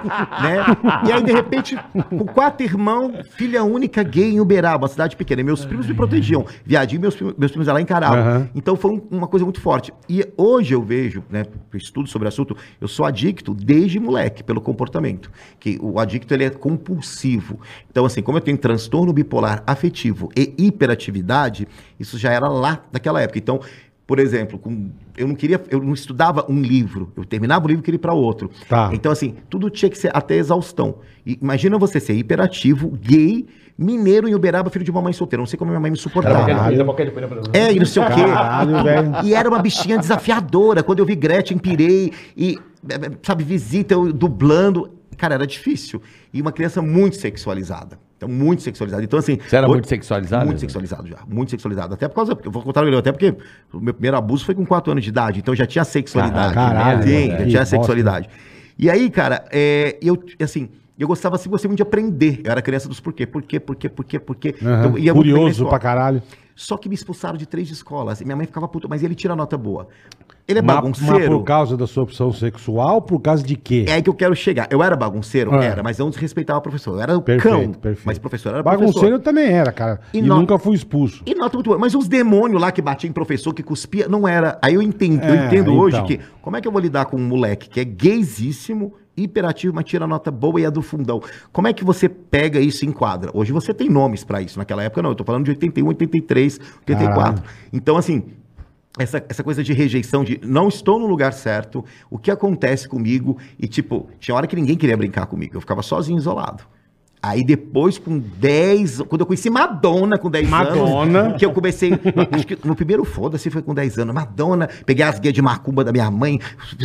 Speaker 4: né? E aí, de repente, com quatro irmãos, filha única gay em Uberaba, uma cidade pequena. E meus primos me protegiam. Viadinho, meus, primos- meus primos lá encaravam.
Speaker 2: Aham.
Speaker 4: Então foi um- uma coisa muito forte. E hoje eu vejo, né, eu estudo sobre o assunto, eu sou adicto desde moleque pelo comportamento, que o adicto ele é compulsivo. Então assim, como eu tenho transtorno bipolar afetivo e hiperatividade, isso já era lá naquela época. Então, por exemplo, com- eu não queria, eu não estudava um livro, eu terminava o livro e queria ir para outro.
Speaker 2: Tá.
Speaker 4: Então assim, tudo tinha que ser até exaustão. E imagina você ser hiperativo, gay, mineiro em Uberaba, filho de uma mãe solteira. Não sei como minha mãe me suportava.
Speaker 2: Caralho.
Speaker 4: É, e não sei o quê.
Speaker 2: Caralho, velho.
Speaker 4: E era uma bichinha desafiadora. Quando eu vi Gretchen, pirei. E, eh, eh, sabe, visita, eu dublando. Cara, era difícil. E uma criança muito sexualizada. Então, muito sexualizada. Então, assim...
Speaker 3: Você era
Speaker 4: o-
Speaker 3: muito sexualizado?
Speaker 4: Muito sexualizado já. Muito sexualizado. Até por causa... Eu vou contar o melhor. Até porque o meu primeiro abuso foi com 4 anos de idade. Então, eu já tinha sexualidade.
Speaker 2: Caralho,
Speaker 4: Sim,
Speaker 2: mano,
Speaker 4: já
Speaker 2: que
Speaker 4: tinha
Speaker 2: bosta.
Speaker 4: sexualidade. E aí, cara, é, eu, assim... Eu gostava assim, gostei muito de aprender. Eu era criança dos porquê, porquê, porquê, porquê, porquê.
Speaker 2: Aham.
Speaker 4: Então, eu ia muito bem na
Speaker 2: Curioso
Speaker 4: escola.
Speaker 2: pra caralho.
Speaker 4: Só que me expulsaram de três escolas. E minha mãe ficava puta, mas ele tira nota boa. Ele é
Speaker 2: Mas- Mas
Speaker 4: bagunceiro.
Speaker 2: por causa da sua opção sexual, por causa de quê?
Speaker 4: É aí que eu quero chegar. Eu era bagunceiro?
Speaker 2: Ah.
Speaker 4: Era, mas eu não desrespeitava o professor. Eu era o cão. Mas professor era
Speaker 2: Bagunceiro eu
Speaker 4: professor.
Speaker 2: também era, cara. E,
Speaker 4: E nó-
Speaker 2: nunca fui expulso.
Speaker 4: E nota muito boa. Mas os demônios lá que batiam em professor, que cuspia, não era. Aí eu entendo,
Speaker 2: É,
Speaker 4: eu entendo hoje
Speaker 2: então.
Speaker 4: que como é que eu vou lidar com um moleque que é gaysíssimo, hiperativo, mas tira nota boa e é do fundão? Como é que você pega isso e enquadra? Hoje você tem nomes pra isso. Naquela época não, eu tô falando de 81, 83, 84.
Speaker 2: Ah.
Speaker 4: Então assim, essa, essa coisa de rejeição, de não estou no lugar certo, o que acontece comigo? E tipo, tinha hora que ninguém queria brincar comigo, eu ficava sozinho, isolado. Aí depois, com 10, quando eu conheci Madonna com 10
Speaker 2: Madonna.
Speaker 4: anos, que eu comecei, acho que no primeiro foda-se foi com 10 anos, Madonna, peguei as guias de macumba da minha mãe,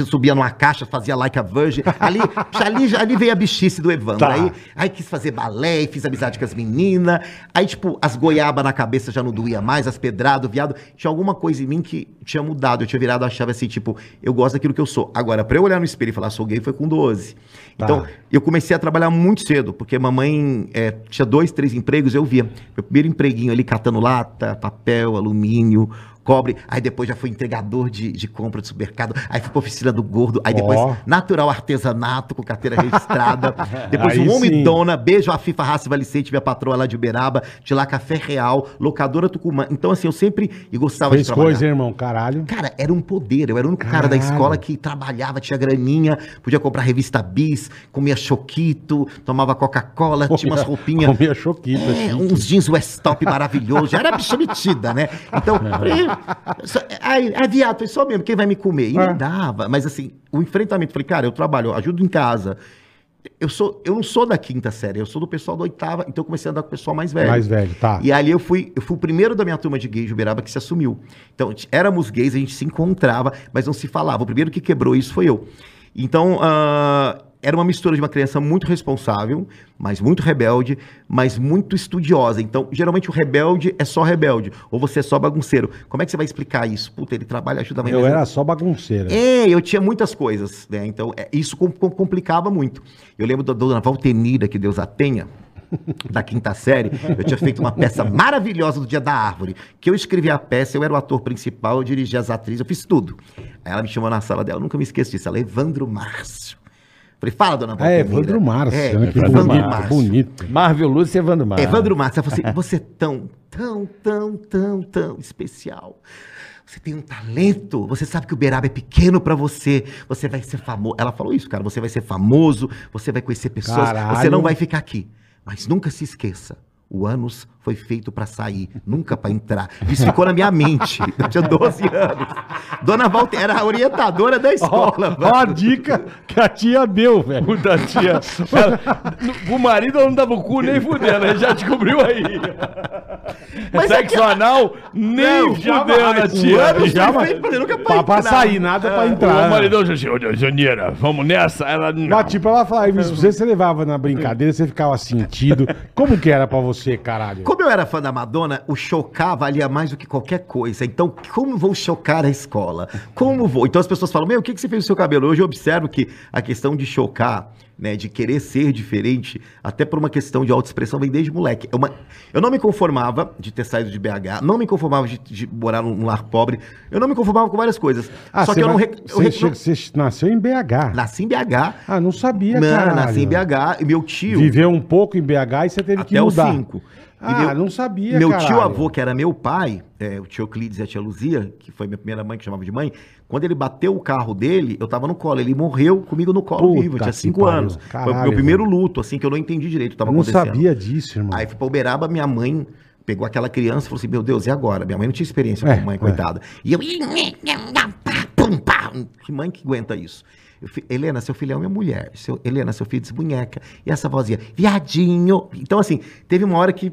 Speaker 4: subia numa caixa, fazia like a virgin, ali, ali, já- ali veio a bichice do Evandro,
Speaker 2: Tá.
Speaker 4: aí, aí quis fazer balé, e fiz amizade com as meninas, aí tipo, as goiaba na cabeça já não doía mais, as pedradas, o viado, tinha alguma coisa em mim que tinha mudado, eu tinha virado a chave assim, tipo, eu gosto daquilo que eu sou. Agora, pra eu olhar no espelho e falar sou gay foi com 12. Então, eu comecei a trabalhar muito cedo, porque mamãe é, tinha dois, três empregos, eu via. Meu primeiro empreguinho ali catando lata, papel, alumínio, cobre. Aí depois já fui entregador de, de compra de supermercado. Aí fui pra oficina do gordo. Aí depois
Speaker 2: Ó.
Speaker 4: natural artesanato com carteira registrada. depois
Speaker 2: Aí
Speaker 4: um homem
Speaker 2: sim.
Speaker 4: dona, beijo a FIFA Raça Valicente, minha patroa lá de Uberaba, de lá Café Real, locadora Tucumã. Então assim, eu sempre e gostava
Speaker 2: Fez
Speaker 4: de trabalhar.
Speaker 2: coisa, hein, irmão, caralho.
Speaker 4: Cara, era um poder. Eu era o único cara da
Speaker 2: Caralho.
Speaker 4: escola que trabalhava, tinha graninha, podia comprar revista Bis, comia choquito, tomava Coca-Cola, tinha umas roupinhas.
Speaker 2: Comia choquita.
Speaker 4: É, uns jeans West Top maravilhoso. Era bicha metida, né? Então, é. só, aí, aí, viado, falei, só mesmo, quem vai me comer? E
Speaker 2: É.
Speaker 4: não dava. Mas assim, o enfrentamento, falei, cara, eu trabalho, eu ajudo em casa. Eu, sou, eu não sou da quinta série, eu sou do pessoal da oitava, então eu comecei a andar com o pessoal mais velho.
Speaker 2: Mais velho, tá.
Speaker 4: E ali eu fui, eu fui o primeiro da minha turma de gays de Uberaba que se assumiu. Então, t- éramos gays, a gente se encontrava, mas não se falava. O primeiro que quebrou isso foi eu. Então, ah, era uma mistura de uma criança muito responsável, mas muito rebelde, mas muito estudiosa. Então, geralmente o rebelde é só rebelde, ou você é só bagunceiro. Como é que você vai explicar isso? Puta, ele trabalha, ajuda a mãe,
Speaker 2: Eu
Speaker 4: mas ele
Speaker 2: era só bagunceira.
Speaker 4: é, eu tinha muitas coisas, né? Então, é, isso com- com- complicava muito. Eu lembro da dona Valtenira, que Deus a tenha, da quinta série, eu tinha feito uma peça maravilhosa do Dia da Árvore, que eu escrevi a peça, eu era o ator principal, eu dirigi as atrizes, eu fiz tudo. Aí ela me chamou na sala dela, eu nunca me esqueço disso, ela, Evandro Márcio. Falei, fala, dona
Speaker 2: Ah, É,
Speaker 4: Valtenira.
Speaker 2: Evandro Márcio.
Speaker 4: É,
Speaker 2: né? Que
Speaker 4: Evandro
Speaker 2: bonito,
Speaker 4: Márcio.
Speaker 2: bonito.
Speaker 3: Marvel Lúcio e Evandro Mar.
Speaker 4: Evandro Márcio, ela falou assim, você é tão, tão, tão, tão, tão especial. Você tem um talento, você sabe que o Beraba é pequeno pra você, você vai ser famoso. Ela falou isso, cara, você vai ser famoso, você vai conhecer pessoas,
Speaker 2: Caralho.
Speaker 4: você não vai ficar aqui. Mas nunca se esqueça, o ânus foi feito pra sair, nunca pra entrar. Isso ficou na minha mente. Eu tinha 12 anos. Dona Walter era a orientadora da
Speaker 2: Ó,
Speaker 4: escola.
Speaker 2: ó a
Speaker 4: mano.
Speaker 2: dica que a tia deu, velho.
Speaker 3: Puta tia. Ela, no- o marido ela não dava o cu nem fudendo, ele já descobriu aí.
Speaker 4: Mas
Speaker 3: Sexo
Speaker 4: aquela-
Speaker 3: anal nem
Speaker 4: Não,
Speaker 3: fudendo a
Speaker 4: jamais.
Speaker 2: Um
Speaker 3: tia.
Speaker 4: Anos
Speaker 2: né, Já,
Speaker 4: foi
Speaker 2: mas-
Speaker 4: feito, mas nunca pra
Speaker 2: pra, pra
Speaker 4: entrar. né? É.
Speaker 2: sair, nada pra entrar.
Speaker 3: O maridão, Janira, vamos nessa? Ela não.
Speaker 2: Mas, tipo, ela falava
Speaker 4: É.
Speaker 2: isso pra você, você levava na brincadeira, você ficava sentido. Como que era pra você, caralho?
Speaker 4: Como eu era fã da Madonna, o chocar valia mais do que qualquer coisa. Então, como vou chocar a escola? Como vou? Então as pessoas falam, meu, o que, que você fez no seu cabelo? Hoje eu observo que a questão de chocar, né, de querer ser diferente, até por uma questão de autoexpressão, vem desde moleque. É uma- Eu não me conformava de ter saído de BH, não me conformava de, de morar num, num lar pobre, eu não me conformava com várias coisas.
Speaker 2: Ah,
Speaker 4: Só
Speaker 2: você
Speaker 4: que eu não...
Speaker 2: vai-
Speaker 4: rec- eu
Speaker 2: você
Speaker 4: rec-
Speaker 2: chega- Você nasceu em BH.
Speaker 4: Nasci em BH.
Speaker 2: Ah, não sabia,
Speaker 4: Não,
Speaker 2: caralho.
Speaker 4: nasci em BH, e meu tio...
Speaker 2: Viveu um pouco em BH e você teve que
Speaker 4: Até os
Speaker 2: mudar.
Speaker 4: cinco.
Speaker 2: Ah,
Speaker 4: E meu-
Speaker 2: não sabia,
Speaker 4: Meu
Speaker 2: caralho.
Speaker 4: tio avô, que era meu pai, é, o tio Euclides e a tia Luzia, que foi minha primeira mãe, que chamava de mãe, quando ele bateu o carro dele, eu tava no colo. Ele morreu comigo no colo
Speaker 2: Puta
Speaker 4: vivo, eu tinha
Speaker 2: que
Speaker 4: cinco
Speaker 2: pariu.
Speaker 4: anos. foi o
Speaker 2: Caralho,
Speaker 4: meu primeiro
Speaker 2: velho.
Speaker 4: luto, assim, que eu não entendi direito o que tava
Speaker 2: Eu não
Speaker 4: acontecendo.
Speaker 2: sabia disso, irmão.
Speaker 4: Aí fui pra Uberaba, minha mãe pegou aquela criança e falou assim: Meu Deus, e agora? Minha mãe não tinha experiência
Speaker 2: É,
Speaker 4: com mãe,
Speaker 2: é.
Speaker 4: coitada. E eu. Pum, pá. Que mãe que aguenta isso? Eu fi- Helena, seu filhão é mulher. Seu, Helena, seu filho desmunheca. E essa vozinha, viadinho. Então, assim, teve uma hora que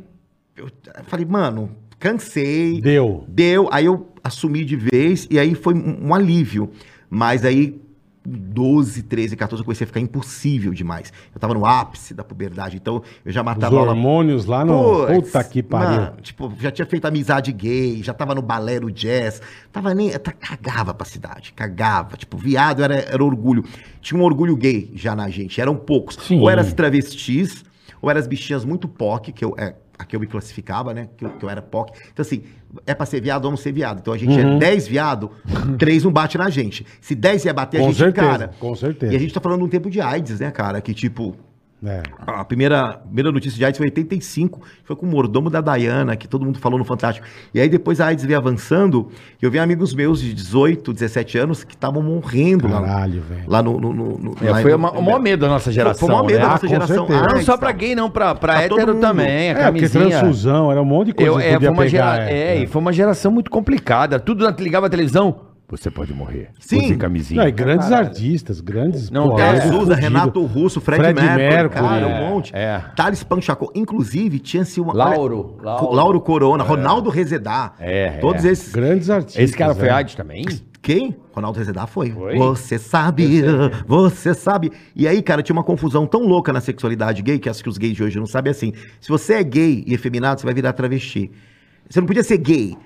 Speaker 4: eu falei, mano, cansei.
Speaker 2: Deu.
Speaker 4: Deu, aí eu assumi de vez e aí foi um, um alívio. Mas aí, 12, 13, 14, eu comecei a ficar impossível demais. Eu tava no ápice da puberdade, então eu já
Speaker 2: Os
Speaker 4: matava a aula
Speaker 2: hormônios lá no...
Speaker 4: Puts,
Speaker 2: Puta que pariu.
Speaker 4: mano, tipo, já tinha feito amizade gay, já tava no balé, no jazz. Tava nem. tá- Cagava pra cidade, cagava. Tipo, viado era, era orgulho. Tinha um orgulho gay já na gente, eram poucos.
Speaker 2: Sim.
Speaker 4: Ou eram as travestis, ou eram as bichinhas muito POC, que eu. É, a que eu me classificava, né? Que eu, que eu era POC. Então, assim, é pra ser viado ou não ser viado. Então, a gente
Speaker 2: Uhum.
Speaker 4: é 10 viado, 3 não bate na gente. Se 10 ia bater, a
Speaker 2: Com
Speaker 4: gente
Speaker 2: certeza,
Speaker 4: encara.
Speaker 2: com certeza.
Speaker 4: E a gente tá falando de um tempo de AIDS, né, cara? Que, tipo,
Speaker 2: É.
Speaker 4: a primeira, a primeira notícia de AIDS foi em 85, foi com o mordomo da Dayana, que todo mundo falou no Fantástico. E aí depois a AIDS veio avançando, e eu vi amigos meus de 18, 17 anos que estavam morrendo lá,
Speaker 2: Caralho, velho.
Speaker 4: lá no... no, no- no-
Speaker 3: É,
Speaker 4: lá
Speaker 3: foi
Speaker 4: em-
Speaker 3: o ma- o maior medo da nossa geração.
Speaker 4: Foi o maior medo
Speaker 3: né?
Speaker 4: da
Speaker 2: Ah,
Speaker 4: nossa
Speaker 2: com
Speaker 4: geração.
Speaker 2: certeza.
Speaker 3: Não
Speaker 4: AIDS,
Speaker 3: só pra
Speaker 4: tá?
Speaker 3: gay, não, pra, pra
Speaker 4: Pra todo
Speaker 3: hétero
Speaker 4: mundo.
Speaker 3: também,
Speaker 2: É,
Speaker 3: a
Speaker 2: porque
Speaker 3: camisinha.
Speaker 2: transfusão, era um monte de coisa
Speaker 3: Eu,
Speaker 2: que
Speaker 3: é, foi
Speaker 2: podia
Speaker 3: uma
Speaker 2: pegar.
Speaker 3: gera- é, e foi uma geração muito complicada. Tudo na- ligava a televisão, você pode morrer.
Speaker 4: Sim.
Speaker 3: Use
Speaker 2: Não,
Speaker 3: camisinha.
Speaker 2: e grandes artistas, grandes...
Speaker 3: Não,
Speaker 2: pô,
Speaker 3: é,
Speaker 2: algo
Speaker 4: Jesus,
Speaker 2: fudido.
Speaker 4: Renato Russo, Fred,
Speaker 2: Fred
Speaker 4: Mercury,
Speaker 2: Mercury,
Speaker 4: cara,
Speaker 2: é,
Speaker 4: um monte.
Speaker 3: é.
Speaker 4: Thales Panchacô. Inclusive, tinha-se uma...
Speaker 3: Lauro,
Speaker 4: olha,
Speaker 3: Lauro.
Speaker 4: Co- Lauro Corona, Ronaldo Rezedá.
Speaker 3: É,
Speaker 4: Todos
Speaker 3: é.
Speaker 4: esses...
Speaker 2: Grandes artistas.
Speaker 3: Esse cara foi
Speaker 2: é.
Speaker 3: AIDS também?
Speaker 4: Quem? Ronaldo Rezedá foi.
Speaker 3: Foi?
Speaker 4: Você sabe, você sabe. E aí, cara, tinha uma confusão tão louca na sexualidade gay que acho que os gays de hoje não sabem é assim. Se você é gay e efeminado, você vai virar travesti. Você não podia ser gay.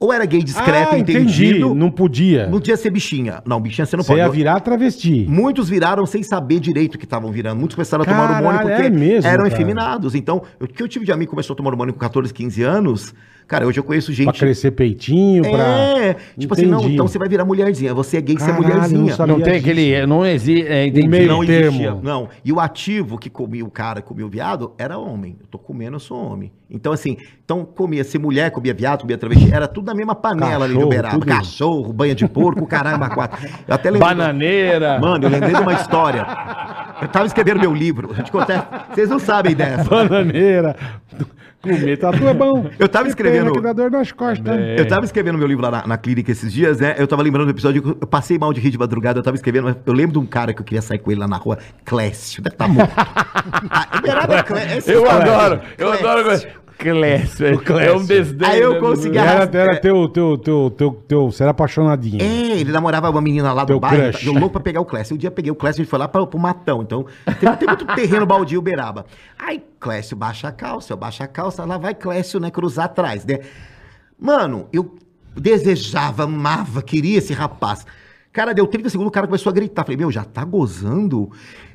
Speaker 4: Ou era gay discreto,
Speaker 2: ah, entendi.
Speaker 4: entendido. Não...
Speaker 2: Não podia.
Speaker 4: podia ser bichinha. Não, bichinha você não
Speaker 2: Você é
Speaker 4: pode.
Speaker 2: ia virar travesti.
Speaker 4: Muitos viraram sem saber direito o que estavam virando. Muitos começaram a tomar
Speaker 2: Caralho,
Speaker 4: hormônio porque
Speaker 2: é mesmo,
Speaker 4: eram
Speaker 2: cara.
Speaker 4: efeminados. Então, o que eu tive de amigo que começou a tomar hormônio com 14, 15 anos, cara, hoje eu conheço
Speaker 2: Pra
Speaker 4: gente
Speaker 2: crescer peitinho, pra...
Speaker 4: é, tipo assim, não,
Speaker 2: Entendi.
Speaker 4: então você vai virar mulherzinha. Você é gay, você é
Speaker 2: Caralho,
Speaker 4: mulherzinha.
Speaker 2: não sabia.
Speaker 3: Não tem aquele. Não existe. É, entendi.
Speaker 2: meio
Speaker 3: Não
Speaker 2: termo.
Speaker 3: existia.
Speaker 4: Não, e o ativo que comia o cara, comia o viado, era homem. Eu tô comendo, eu sou homem. Então, assim, então comia ser mulher, comia viado, comia travesti, era tudo na mesma panela ali
Speaker 2: Cachorro,
Speaker 4: do Uberaba.
Speaker 2: tudo.
Speaker 4: Cachorro, banha de porco, caramba, quatro. Eu até lembrei.
Speaker 3: Bananeira.
Speaker 4: Mano, eu lembrei de uma história. Eu tava escrevendo meu livro. A gente conta- Vocês não sabem dessa.
Speaker 2: Bananeira. Comer tatu é bom.
Speaker 4: Eu tava
Speaker 2: Que
Speaker 4: escrevendo- É.
Speaker 2: pena Que dá dor nas costas. né?
Speaker 4: Eu tava escrevendo meu livro lá na, na clínica esses dias, né? Eu tava lembrando do episódio que eu passei mal de rir de madrugada, eu tava escrevendo, mas eu lembro de um cara que eu queria sair com ele lá na rua, Clécio, deve tá morto. Ah, Uberaba é Clé- esse
Speaker 3: Eu
Speaker 4: cara.
Speaker 3: adoro. Eu
Speaker 4: Clécio.
Speaker 3: adoro. Clécio. é- É um
Speaker 2: Clécio.
Speaker 3: desdém.
Speaker 4: Aí eu
Speaker 3: né,
Speaker 4: consegui-
Speaker 2: E Era, era
Speaker 4: É.
Speaker 2: teu, teu, teu, teu, teu... Você era apaixonadinho.
Speaker 4: É, ele namorava uma menina lá do
Speaker 2: Teu
Speaker 4: bairro,
Speaker 2: crush.
Speaker 4: e eu louco pra pegar o Clécio. Um dia eu peguei o Clécio, a gente foi lá pra, pro Matão, então tem, tem muito terreno baldio Uberaba. Aí Clécio baixa a calça, eu baixo a calça, lá vai Clécio, né, cruzar atrás, né? Mano, eu desejava, amava, queria esse rapaz. Cara, deu 30 segundos, o cara começou a gritar. Falei, meu, já tá gozando?